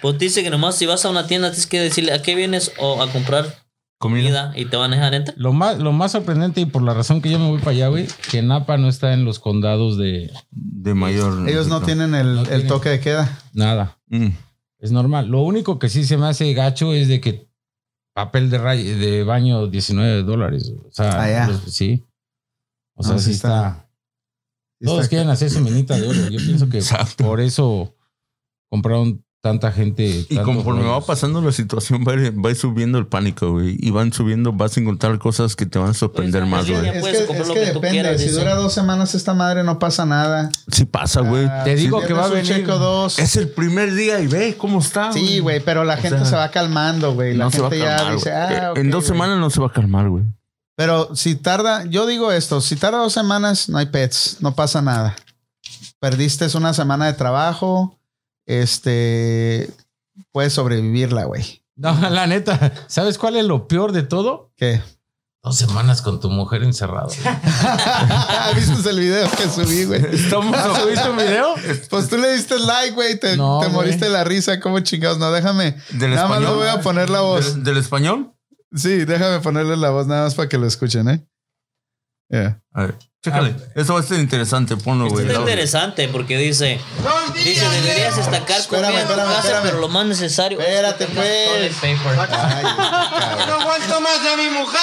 Pues dice que nomás si vas a una tienda, tienes que decirle a qué vienes o a comprar
Comida.
comida y te van a dejar entrar.
Lo más, lo más sorprendente y por la razón que yo me voy para allá, güey, que Napa no está en los condados de
De mayor.
Ellos no tienen el, el
tienen.
toque de queda.
nada.
Mm.
Es normal. Lo único que sí se me hace gacho es de que papel de, ray- de baño 19 dólares. O sea,
Ah, ya.
los- sí. O sea,
No, sí
sí está. Todos
Está-
quieren hacer su minita de oro. Yo pienso que
Exacto.
por eso compraron tanta gente.
Y
tantos
conforme va
rollos.
pasando la situación, va, va subiendo el pánico, güey. Y van subiendo, vas a encontrar cosas que te van a sorprender
Pues,
más,
ya
güey.
Es
Puedes
que,
comprar
es
lo
que
que tú
depende.
quieras,
si
dicen.
dura dos semanas esta madre, no pasa nada.
Sí pasa, güey.
Ah,
Te
si
digo que
tienes
va a
un
venir.
Checo dos.
Es el primer día y ve cómo está.
Sí, güey, pero la
O
gente
sea,
se va calmando, güey. La
No se va a
gente ya
calmar,
dice,
güey. Eh,
ah,
En
ok,
dos
güey.
semanas no se va a calmar, güey.
Pero si tarda, yo digo esto, si tarda dos semanas, no hay pets, no pasa nada. Perdiste una semana de trabajo, este, puedes sobrevivirla, güey.
No, la neta. ¿Sabes cuál es lo peor de todo?
¿Qué?
Dos semanas con tu mujer encerrada.
¿Viste el video que subí, güey?
¿Has visto un video?
Pues tú le diste like, güey. Te,
No,
te
güey.
moriste de la risa. ¿Cómo chingados? No, déjame.
¿Del
Nada más
español?
le voy a poner la voz.
¿Del, del español?
Sí, déjame ponerle la voz nada más para que lo escuchen, ¿eh? Yeah.
A ver,
Ah,
chécale. Eso va a ser interesante, ponlo,
Esto
güey.
está
Audio.
interesante porque dice, dice, deberías destacar
Espérame,
comida en tu
espérame,
casa,
espérame.
pero lo más necesario es que
Espérate,
tengas toilet
pues.
paper".
Ay, cabrón.
aguanto más a mi mujer.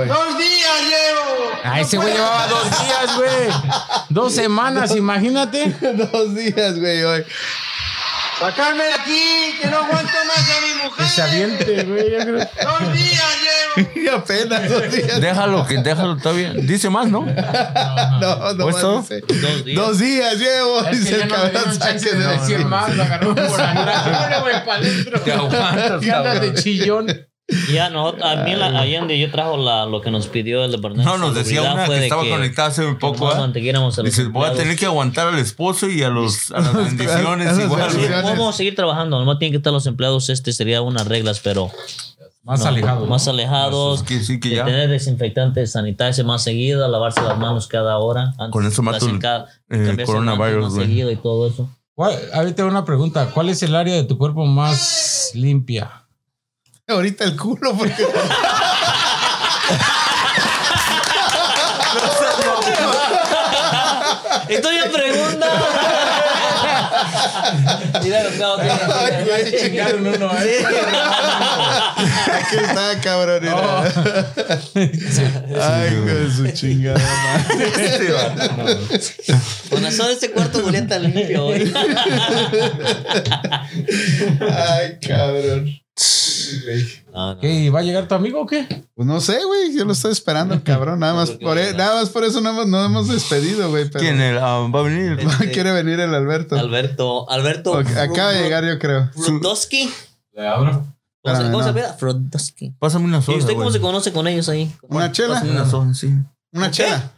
Oye,
Dos días llevo.
Ah, ese güey llevaba dos días, güey. Dos semanas, imagínate.
Dos días, güey, hoy.
Sacarme de aquí, que no aguanto más a mi mujer.
güey. yo creo.
Dos días llevo.
Y apenas dos días.
Déjalo, que déjalo, está bien. Dice más, ¿no?
No, no
¿Pues
más
todo?
dice.
Dos días.
Dos días llevo,
Es que
dice
ya no
el
me
cabrón
dieron chance
Sánchez.
de
No,
decir
no.
más, lo agarró por la duración, güey, para adentro.
Te aguantas,
Y andas
cabrón.
de chillón.
Ya, no, a mí la, ahí donde yo trajo la, lo que nos pidió el departamento.
No, nos
de
decía
seguridad
una
fue
que
de
estaba
que-
conectada hace un
que
poco.
nomás
¿ah?
mantuviéramos a los
Dices, voy a
empleados.
tener que aguantar al esposo y a, los, a las bendiciones igual.
bendiciones.
güey.
No podemos seguir trabajando, nomás tienen que estar los empleados, este sería unas reglas, pero
Más
no,
alejado.
más alejados,
Que sí, que
de
ya.
tener desinfectantes sanitarios más seguido, lavarse las manos cada hora. antes
Con eso
de
mato el,
ca-
eh,
cambiarse
coronavirus,
más
güey.
seguido y todo eso.
¿Cuál- Ahorita tengo una pregunta. ¿Cuál es el área de tu cuerpo más limpia?
Ahorita el culo, porque.
Esto ya pregunta. Mira, no, que-
Ay, güey, chingaron uno, ¿eh? Aquí está, cabrón. mira. Ay, güey, su chingada madre.
Con razón este cuarto huele tan limpio hoy.
Ay, cabrón.
Ah, No, no.
¿Qué? ¿Va a llegar tu amigo o qué?
Pues no sé, güey. Yo lo estoy esperando, el cabrón. Nada más por, e- nada más por eso no hemos, no hemos despedido, güey. pero-
¿Quién? El, ah, ¿Va a venir?
Este,
Quiere venir el Alberto.
Alberto, Alberto.
Ok, acaba de llegar, yo creo.
Frutowski.
Le abro.
¿Cómo se-
Espérame,
cómo se
no.
apela? Frutowski.
Pásame una
¿Y
soda,
usted cómo
güey.
se conoce con ellos ahí?
¿Una chela?
Pásame una soda, sí.
Una chela.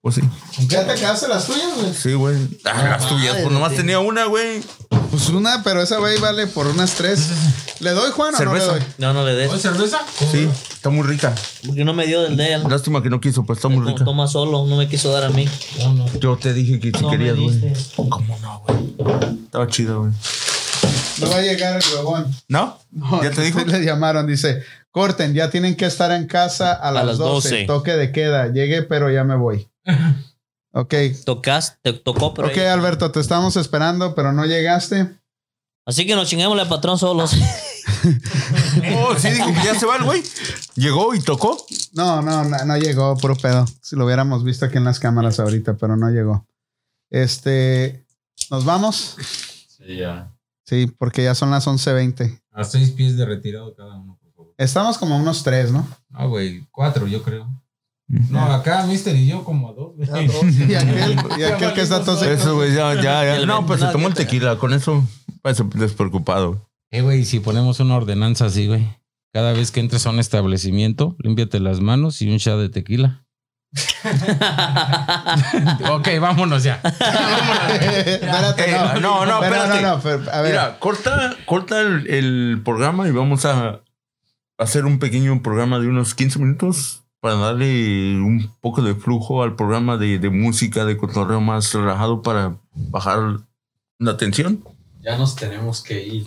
Pues sí.
¿Ya te acabaste las tuyas, güey?
Sí, güey. Ah, las tuyas. Pues nomás tenía una, güey.
Pues una, pero esa güey vale por unas tres. ¿Le doy, Juan, o no le
Cerveza.
doy?
No, no le des.
cerveza?
Sí, está muy rica.
Porque no me dio del de él.
Lástima que no quiso, pero está muy
Como
rica.
Toma solo, no me quiso dar a mí.
Yo te dije que si
No me
querías, güey.
diste.
¿Cómo no, güey? Estaba chido, güey.
No va a llegar el huevón.
¿No? ¿Ya te dijo?
Le llamaron, dice, corten, ya tienen que estar en casa a las,
las
12.
12.
Toque de queda, llegué, pero ya me voy. ok,
Tocas, te tocó, pero.
ok, Alberto, te estamos esperando, pero no llegaste.
Así que nos chingamos al patrón solos.
Oh, sí, dijo que ya se va el güey. Llegó y tocó.
No, no, no, no llegó, puro pedo. Si lo hubiéramos visto aquí en las cámaras ahorita, pero no llegó. Este, ¿nos vamos?
Sí, ya.
Sí, porque ya son las 11.20.
A seis pies de retirado cada uno, por favor.
Estamos como unos tres, ¿no?
Ah, güey, cuatro, yo creo. No, acá Mister y yo como a dos, güey.
Y aquel, y aquel que está todo
Eso, güey, ya, ya, ya. No, pues se tomó el tequila. Con eso, pues, despreocupado.
Eh, güey, si ponemos una ordenanza así, güey. Cada vez que entres a un establecimiento, límpiate las manos y un shot de tequila. ok, vámonos ya.
Espérate,
Eh,
no.
no, no,
Pero
espérate.
no, pero, a ver,
Mira, corta, corta el, el programa y vamos a hacer un pequeño programa de unos 15 minutos para darle un poco de flujo al programa de, de música de cotorreo más relajado para bajar la tensión.
Ya nos tenemos que ir.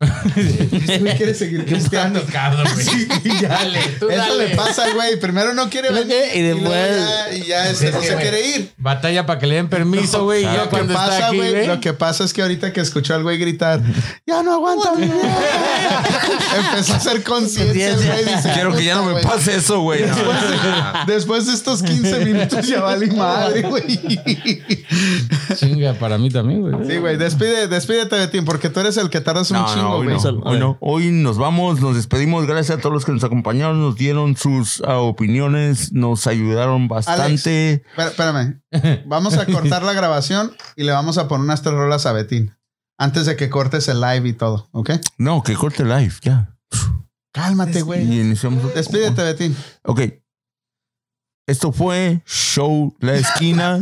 güey quiere seguir
este,
cristiano.
Dale, tú
Eso
dale.
le pasa al güey. Primero no quiere
Lo que-
venir
y
luego
después-
ya- y ya este, no se quiere ir.
Batalla para que le den permiso, güey.
Lo
Ya
que,
cuando está
pasa,
aquí,
güey,
güey.
lo que pasa es que ahorita que escuchó al güey gritar, ya no aguanta mi vieja". Empezó a hacer conciencia,
Conciencia.
güey. dice,
Quiero que ya no me
"Puta, güey".
pase eso, güey. No,
Después, después de estos 15 minutos ya vale madre, güey.
Chinga para mí también, güey.
Sí, güey, despide, despídete de ti, porque tú eres el que tardas un
No, no,
chingo,
hoy
güey.
no, hoy no. Hoy nos vamos, nos despedimos. Gracias a todos los que nos acompañaron, nos dieron sus ah, opiniones, nos ayudaron bastante.
Espera- Espérame, vamos a cortar la grabación y le vamos a poner unas tres rolas a Betín. Antes de que cortes el live y todo, ¿ok?
No, que corte live, ya.
Cálmate, güey.
Y iniciamos.
Despídete, Betín.
Ok. Esto fue Show La Esquina.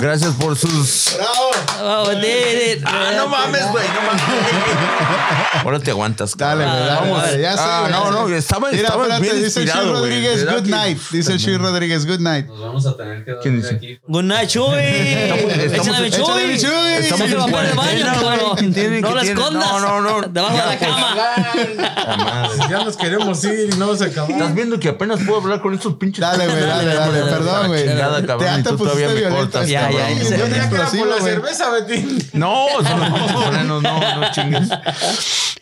Gracias por sus.
Oh, did it.
Ah,
mames, güey. Ah, No mames. Ahora te aguantas,
Dale,
cabrón.
güey, dale,
Vamos.
dale, ya sé,
ah,
güey,
no,
ya
no,
sé.
estaba,
Mira,
estaba
espérate,
bien
dice el Shui
inspirado, güey.
Rodríguez,
¿Verdad
good
que-
night. Dice el Shui Rodríguez, good night.
Nos vamos a tener que
¿Quién
dormir
dice?
aquí.
Good night, Chuy. Échale
Échale
mi
mi
Chuy.
Chuy.
Échale
Estamos
mi
en
papel de baño,
cuarentena, güey.
cabrón.
Tiene
No
que
lo
tiene-
escondas.
No, no, no.
Debajo de
Ya, pues.
la cama.
puta madre.
Ya nos queremos ir y no vamos a
Estás
acabar.
viendo que apenas puedo hablar con estos pinches.
Dale, güey, dale,
Dale,
dale.
dale,
Perdón,
dale,
güey.
chingada, cabrón, y tú todavía me cortas,
Ya,
cabrón.
ya,
Ya, ya, ya.
explosivo, güey.
Betín.
No, son los mismos morenos, no, no chingues.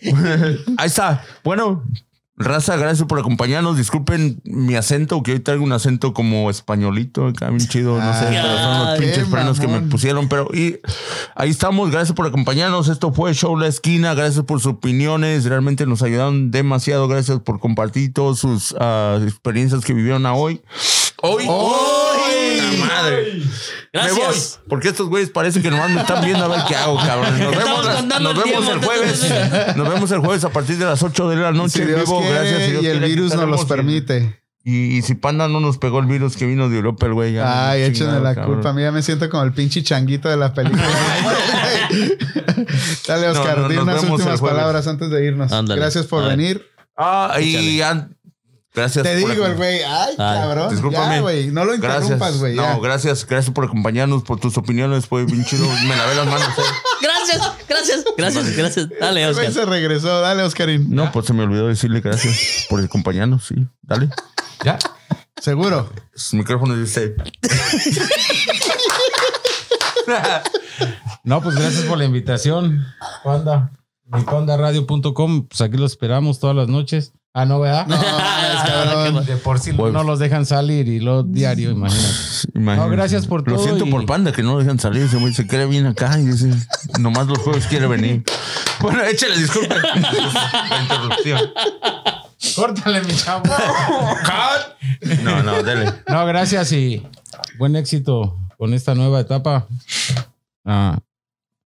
Ahí está. Bueno, raza, gracias por acompañarnos. Disculpen mi acento, que hoy traigo un acento como españolito, acá bien chido, no sé,
Ay,
pero son los
ay,
pinches
Ah, qué
frenos que me
mamón.
pusieron. Pero y ahí estamos, gracias por acompañarnos. Esto fue Show La Esquina, gracias por sus opiniones, realmente nos ayudaron demasiado. Gracias por compartir todas sus ah, experiencias que vivieron a hoy. Hoy, hoy, ¡Puta madre. Me voy,
Gracias.
porque estos güeyes parece que nomás me están viendo a ver qué hago, cabrón. Nos
Estamos
vemos, las-
contando
nos
el
vemos el
tiempo.
jueves. Nos vemos el jueves a partir de las 8 de la noche.
Si
en
Dios
vivo.
quiere
Gracias. si Dios
y el
quiere, aquí
virus nos los
estaremos.
permite.
Y, y si Panda no nos pegó el virus que vino de Europa, el güey. ya,
Ay, échenme
chingado,
la
cabrón.
culpa. A mí ya me siento como el pinche changuito de la película. Dale,
No,
Oscar,
no,
di
nos
unas
vemos el
últimas
jueves.
palabras antes de irnos.
Ándale.
Gracias por
Ándale.
venir.
Ah, y an- gracias.
Te
por
digo, el güey. Ay,
acompañarnos.
cabrón.
Discúlpame.
Ya, güey. No lo interrumpas,
Gracias.
güey. ya.
No, gracias. Gracias por acompañarnos, por tus opiniones. Fue bien chido. Me lavé las manos. eh.
Gracias, gracias, gracias, gracias. Dale,
El güey
Oscar.
se regresó. Dale, Oscarín.
No, pues se me olvidó decirle gracias por acompañarnos. Sí, dale.
¿Ya?
Seguro.
Su micrófono dice.
No, pues gracias por la invitación, Panda. Mi pandaradio.com, pues aquí lo esperamos todas las noches. Ah, no, ¿verdad?
No,
Ah,
mames, cabrón.
De por sí
Pues-
no los dejan salir y lo diario, imagínate.
Imagínate.
No, gracias por
Lo
todo
siento
y-
por Panda que no lo dejan salir. Ese güey se cree bien acá y dice, nomás los juegos quiere venir. Bueno, échale disculpa. La interrupción.
Córtale, mi chavo.
No, no, dale.
No, gracias y buen éxito con esta nueva etapa. Ah,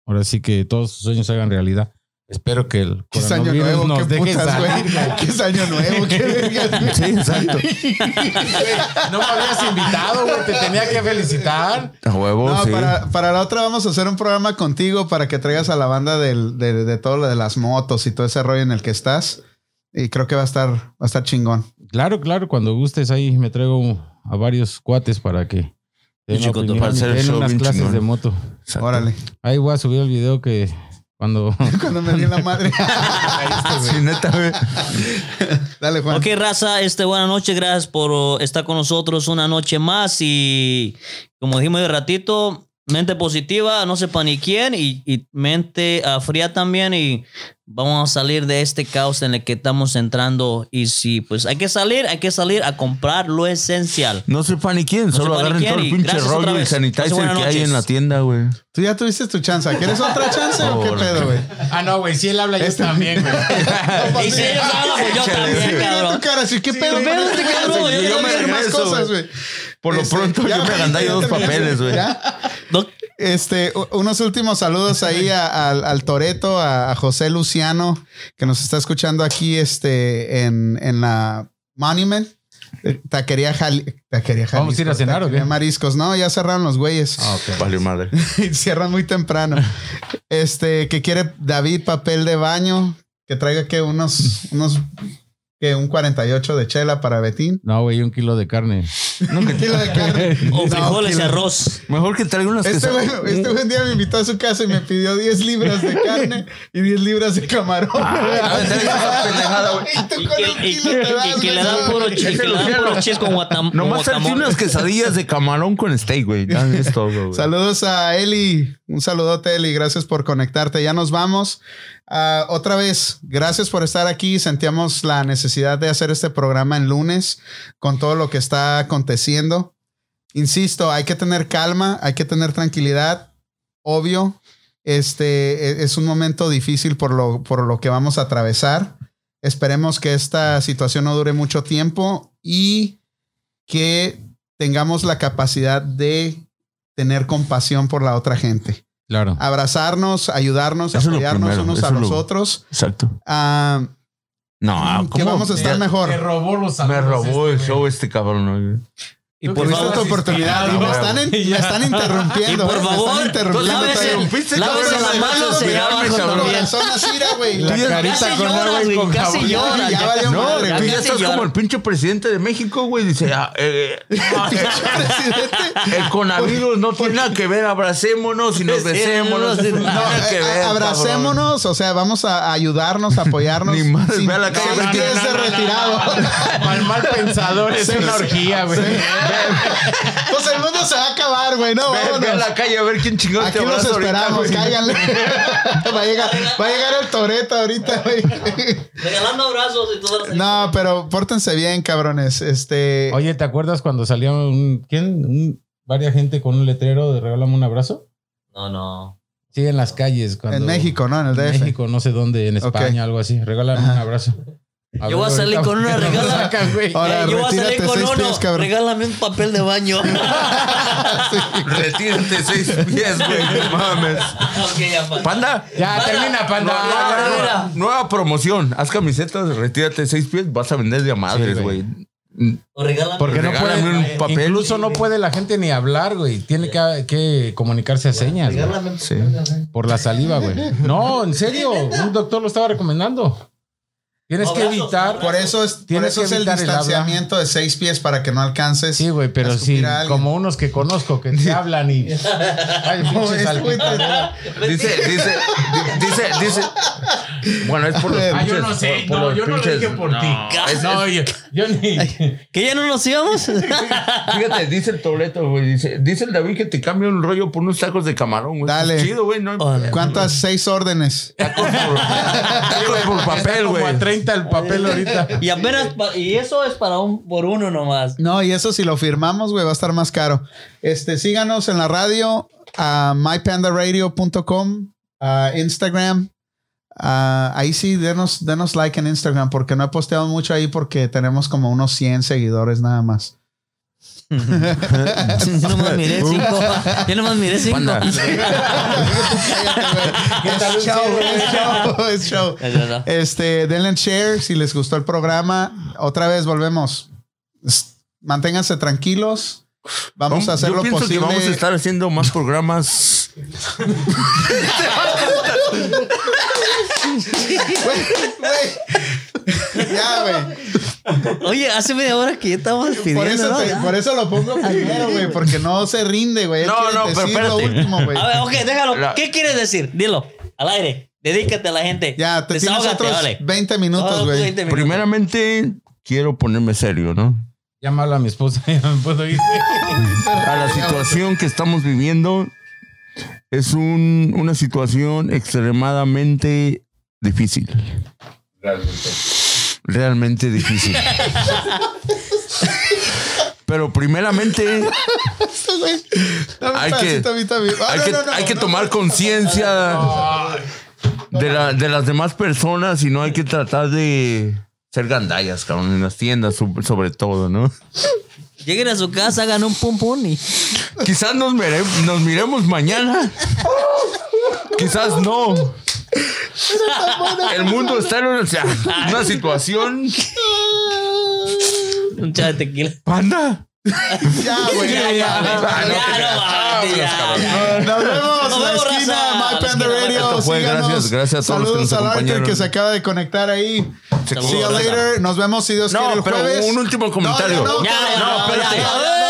ahora sí que todos sus sueños se hagan realidad. Espero que el
¿Qué es año
coronavirus
nuevo?
nos
¿Qué
deje
putas,
salir.
güey? ¿Qué es año nuevo? ¿Qué vergas, güey?
Sí, exacto.
No me habías invitado, güey. Te tenía que felicitar.
A huevo,
No,
Oh, sí.
para, para la otra vamos a hacer un programa contigo para que traigas a la banda del- de, de todo lo de las motos y todo ese rollo en el que estás. Y creo que va a estar, va a estar chingón.
Claro, claro. Cuando gustes ahí me traigo a varios cuates para que den,
Pinche
una opinión,
para hacer el
den
show
unas
bien
clases
chingón.
de moto.
Exacto.
Órale.
Ahí voy a subir el video que cuando...
Cuando me di la madre.
Sí, neta, güey.
Dale, Juan.
Ok, raza, este, buenas noches. Gracias por oh, estar con nosotros una noche más. Y como dijimos de ratito, Mente positiva, no se paniquen y, y mente ah, fría también y vamos a salir de este caos en el que estamos entrando y si pues hay que salir, hay que salir a comprar lo esencial.
No se paniquen,
se
solo agarren
paniquen
todo el
y
pinche
gracias otra
rollo y
vez.
sanitizer
Buenas
que hay
noches.
en la tienda, güey.
Tú ya tuviste tu chance. ¿Quieres otra chance o qué
Por
pedo, güey?
Ah, no, güey. Si él habla,
Este-
yo también, güey.
Y si ellos hablan, pues yo también,
Mira tu
cabrón.
cara, así, ¿qué pedo?
¿qué pedo este cabrón?
Yo,
Yo
yo
ya
me
me
hacer más
regreso,
cosas, güey.
Por lo
Este,
pronto
ya
yo me
me-
agandallo dos
ya terminé.
papeles, güey.
¿Ya?
Doc,
Este, u- unos últimos saludos ahí a- al, al Toreto, a, a José Luciano, que nos está escuchando aquí este, en, en la Monument. eh, Taquería, Jali- taquería
¿Vamos a ir a
Jalisco,
cenar o qué?
Este-
taquería Mariscos. No, ya cerraron los güeyes.
Ah, Vale, madre.
Y Cierran muy temprano. Este, que quiere David papel de baño, que traiga que unos, unos, que un 48 de chela para Betín.
No, güey, un kilo de carne.
Kilo de carne.
o
No,
frijoles y
kilo-
arroz.
Mejor que traiga unas
Este güey,
quesadillas.
este güey un día me invitó a su casa y me pidió 10 libras de carne y 10 libras de camarón.
Ah,
Y tú
Y
con
que,
un
y
kilo
que-
te das,
y que le
güey.
dan puro chis, y que le dan puro chis con guatam- con
Nomás trae
guacamole.
unas quesadillas de camarón con steak, güey. Ya Es todo, güey.
Saludos a Eli. Un saludote, Eli. Gracias por conectarte. Ya nos vamos. Ah, otra vez, gracias por estar aquí. Sentíamos la necesidad de hacer este programa en lunes con todo lo que está aconteciendo. Insisto, hay que tener calma, hay que tener tranquilidad. Obvio, este e- es un momento difícil por lo, por lo que vamos a atravesar. Esperemos que esta situación no dure mucho tiempo y que tengamos la capacidad de tener compasión por la otra gente.
Claro.
Abrazarnos, ayudarnos,
Eso es lo
apoyarnos
primero,
unos
eso
a
es
los
lo-
otros.
Exacto.
Ah,
No, ah,
que
¿cómo?
vamos a estar
Me
mejor.
robó los
Me
saludos
robó el
este, güey.
show este cabrón, güey.
Y por
Por
favor,
tu oportunidad.
sí,
me,
sí,
están en- me están
Y
interrumpiendo.
por
me
favor,
están interrumpiendo.
lávese-
todavía.
Rompiste,
lávese
cabrón,
las
me
manos,
dejaste
se
olvidarme,
llaman
Con
cabrón.
el corazón así, mira, güey.
Tú ya-
Casi lloras, güey, casi
jabón.
lloras.
Ya valió madre,
No, tú
güey.
ya
casi
estás como
lloras.
el pinche presidente de México, güey. Dice, ah, eh, eh, ah,
Presidente.
el coronavirus no tiene nada que ver. Abracémonos y nos besémonos. No,
No, eh, abracémonos, o sea, vamos a ayudarnos, a apoyarnos.
Ni madre,
sin-
ve a la calle,
sin
ve a la-
que
no,
esté
no, no,
retirado.
Mal, mal pensador, es
Sí,
una
sí.
orgía, güey.
Pues el mundo se va a acabar, güey. No,
Ve, ve a
vámonos.
la calle a ver quién chingón
Aquí
te
los
abraza ahorita,
esperamos,
güey.
cáiganle. va, a llegar, va a llegar el Toreto ahorita, güey.
Regalando abrazos y todas las-
No, pero pórtense bien, cabrones. Este.
Oye, ¿te acuerdas cuando salió un, quién, un, varias gente con un letrero de regálame un abrazo?
No, no.
Sí, en las calles. cuando-
en México, ¿no? En el
En
DF.
México, no sé dónde, en España,
Ok.
algo así. Regálame un abrazo. A
Yo voy a
ver,
salir
ahorita,
con una
¿por qué no lo
regala.
sacan, güey?
Ahora,
Eh, yo voy a salir
retírate
con
seis
uno.
pies, cabrón.
Regálame un papel de baño.
Retírate seis pies, güey. No mames.
ok, ya pa-
Panda.
Ya, termina,
No,
panda.
no,
ya,
no,
ya.
no. Nueva promoción. Haz camisetas, retírate seis pies, vas a vender de a madres,
Sí,
güey.
güey.
O regálame.
Porque no
Regálame
puede,
un papel.
incluso no puede la gente ni hablar, güey. Tiene que, que comunicarse a señas, güey.
regálame-
Sí.
Por la saliva, güey. No, en serio. Un doctor lo estaba recomendando. Tienes que
Abrazos,
evitar.
Por eso es, por
Tienes
eso
que
es el
evitar el habla.
distanciamiento de seis pies para que no alcances.
Sí, güey,
a
pero
escupir
sí,
a alguien.
como unos que conozco que te hablan y. Ay,
No,
pinche
Oh, es muy
salpicadera.
Dice, dice, di- dice, dice. Bueno, es por los
A ver.
Ah, yo
pinches-
no sé.
por- por
No,
los
yo no lo
pinches-
dije por ti.
No, yo, yo ni.
¿Que ya no nos íbamos?
Fíjate, dice el Toreto, güey. Dice, dice el David que te cambia un rollo por unos tacos de camarón, güey. Pues
Dale.
Chido, güey. No hay-
Hola.
¿Cuántas seis órdenes?
tacos por, tacos por papel,
Como a
güey.
30 el papel ahorita.
y apenas. pa- Y eso es para un por uno nomás.
No, y eso si lo firmamos, güey, va a estar más caro. Este, síganos en la radio, a mypandaradio.com, a Instagram. Ah, ahí sí, denos, denos like en Instagram, porque no he posteado mucho ahí porque tenemos como unos 100 seguidores nada más.
Yo nomás miré
Uh.
cinco. Yo nomás miré cinco.
Panda.
es show, es show, es show.
Es verdad.
Este, denle share si les gustó el programa. Otra vez volvemos. S- Manténganse tranquilos. Vamos a hacer
Yo
lo
pienso
posible.
que vamos a estar haciendo más programas.
Güey, Ya, güey.
Oye, hace media hora que ya estábamos pidiendo.
Por eso,
¿no?
te- por eso lo pongo primero, güey, porque no se rinde, güey. Él
No,
quiere
no, pero
decir lo
espérate.
último, güey.
A ver, ok, déjalo.
La-
¿Qué quieres decir? Dilo. Al aire. Dedícate a la gente.
Ya, te tienes
Desahógate,
otros
vale.
20
Otros
minutos, güey.
20 minutos.
Primeramente, quiero ponerme serio, ¿no?
Ya me habla mi esposa, ya me puedo ir.
a la situación que estamos viviendo es un- una situación extremadamente difícil. Realmente. Realmente difícil. Pero primeramente hay que,
Ah,
hay que, hay que tomar conciencia de, la- de las demás personas y no hay que tratar de ser gandallas, cabrón, en las tiendas so- sobre todo, ¿no?
Lleguen a su casa, hagan un pum pum y.
Quizás nos, mere- nos miremos mañana. Quizás no. El mundo está en una, una situación.
Un chá de tequila.
Panda.
Ya, güey.
Ya, ya,
ya, ya,
ya, ya,
ya.
no mames, ya, ya.
Nos vemos
Nos
en la
vemos,
esquina,
raza.
My Panda Radio.
Esto fue,
síganos.
gracias, gracias a todos los que
Saludos
nos
al Arthur
acompañaron.
que se acaba de conectar ahí.
Se
See you
colgó, raza.
later. Nos vemos si Dios quiere
No,
el
pero
jueves.
un último comentario.
No, no, no,
Ya,
cabrón,
no,
no,
espérate.
ya, ya,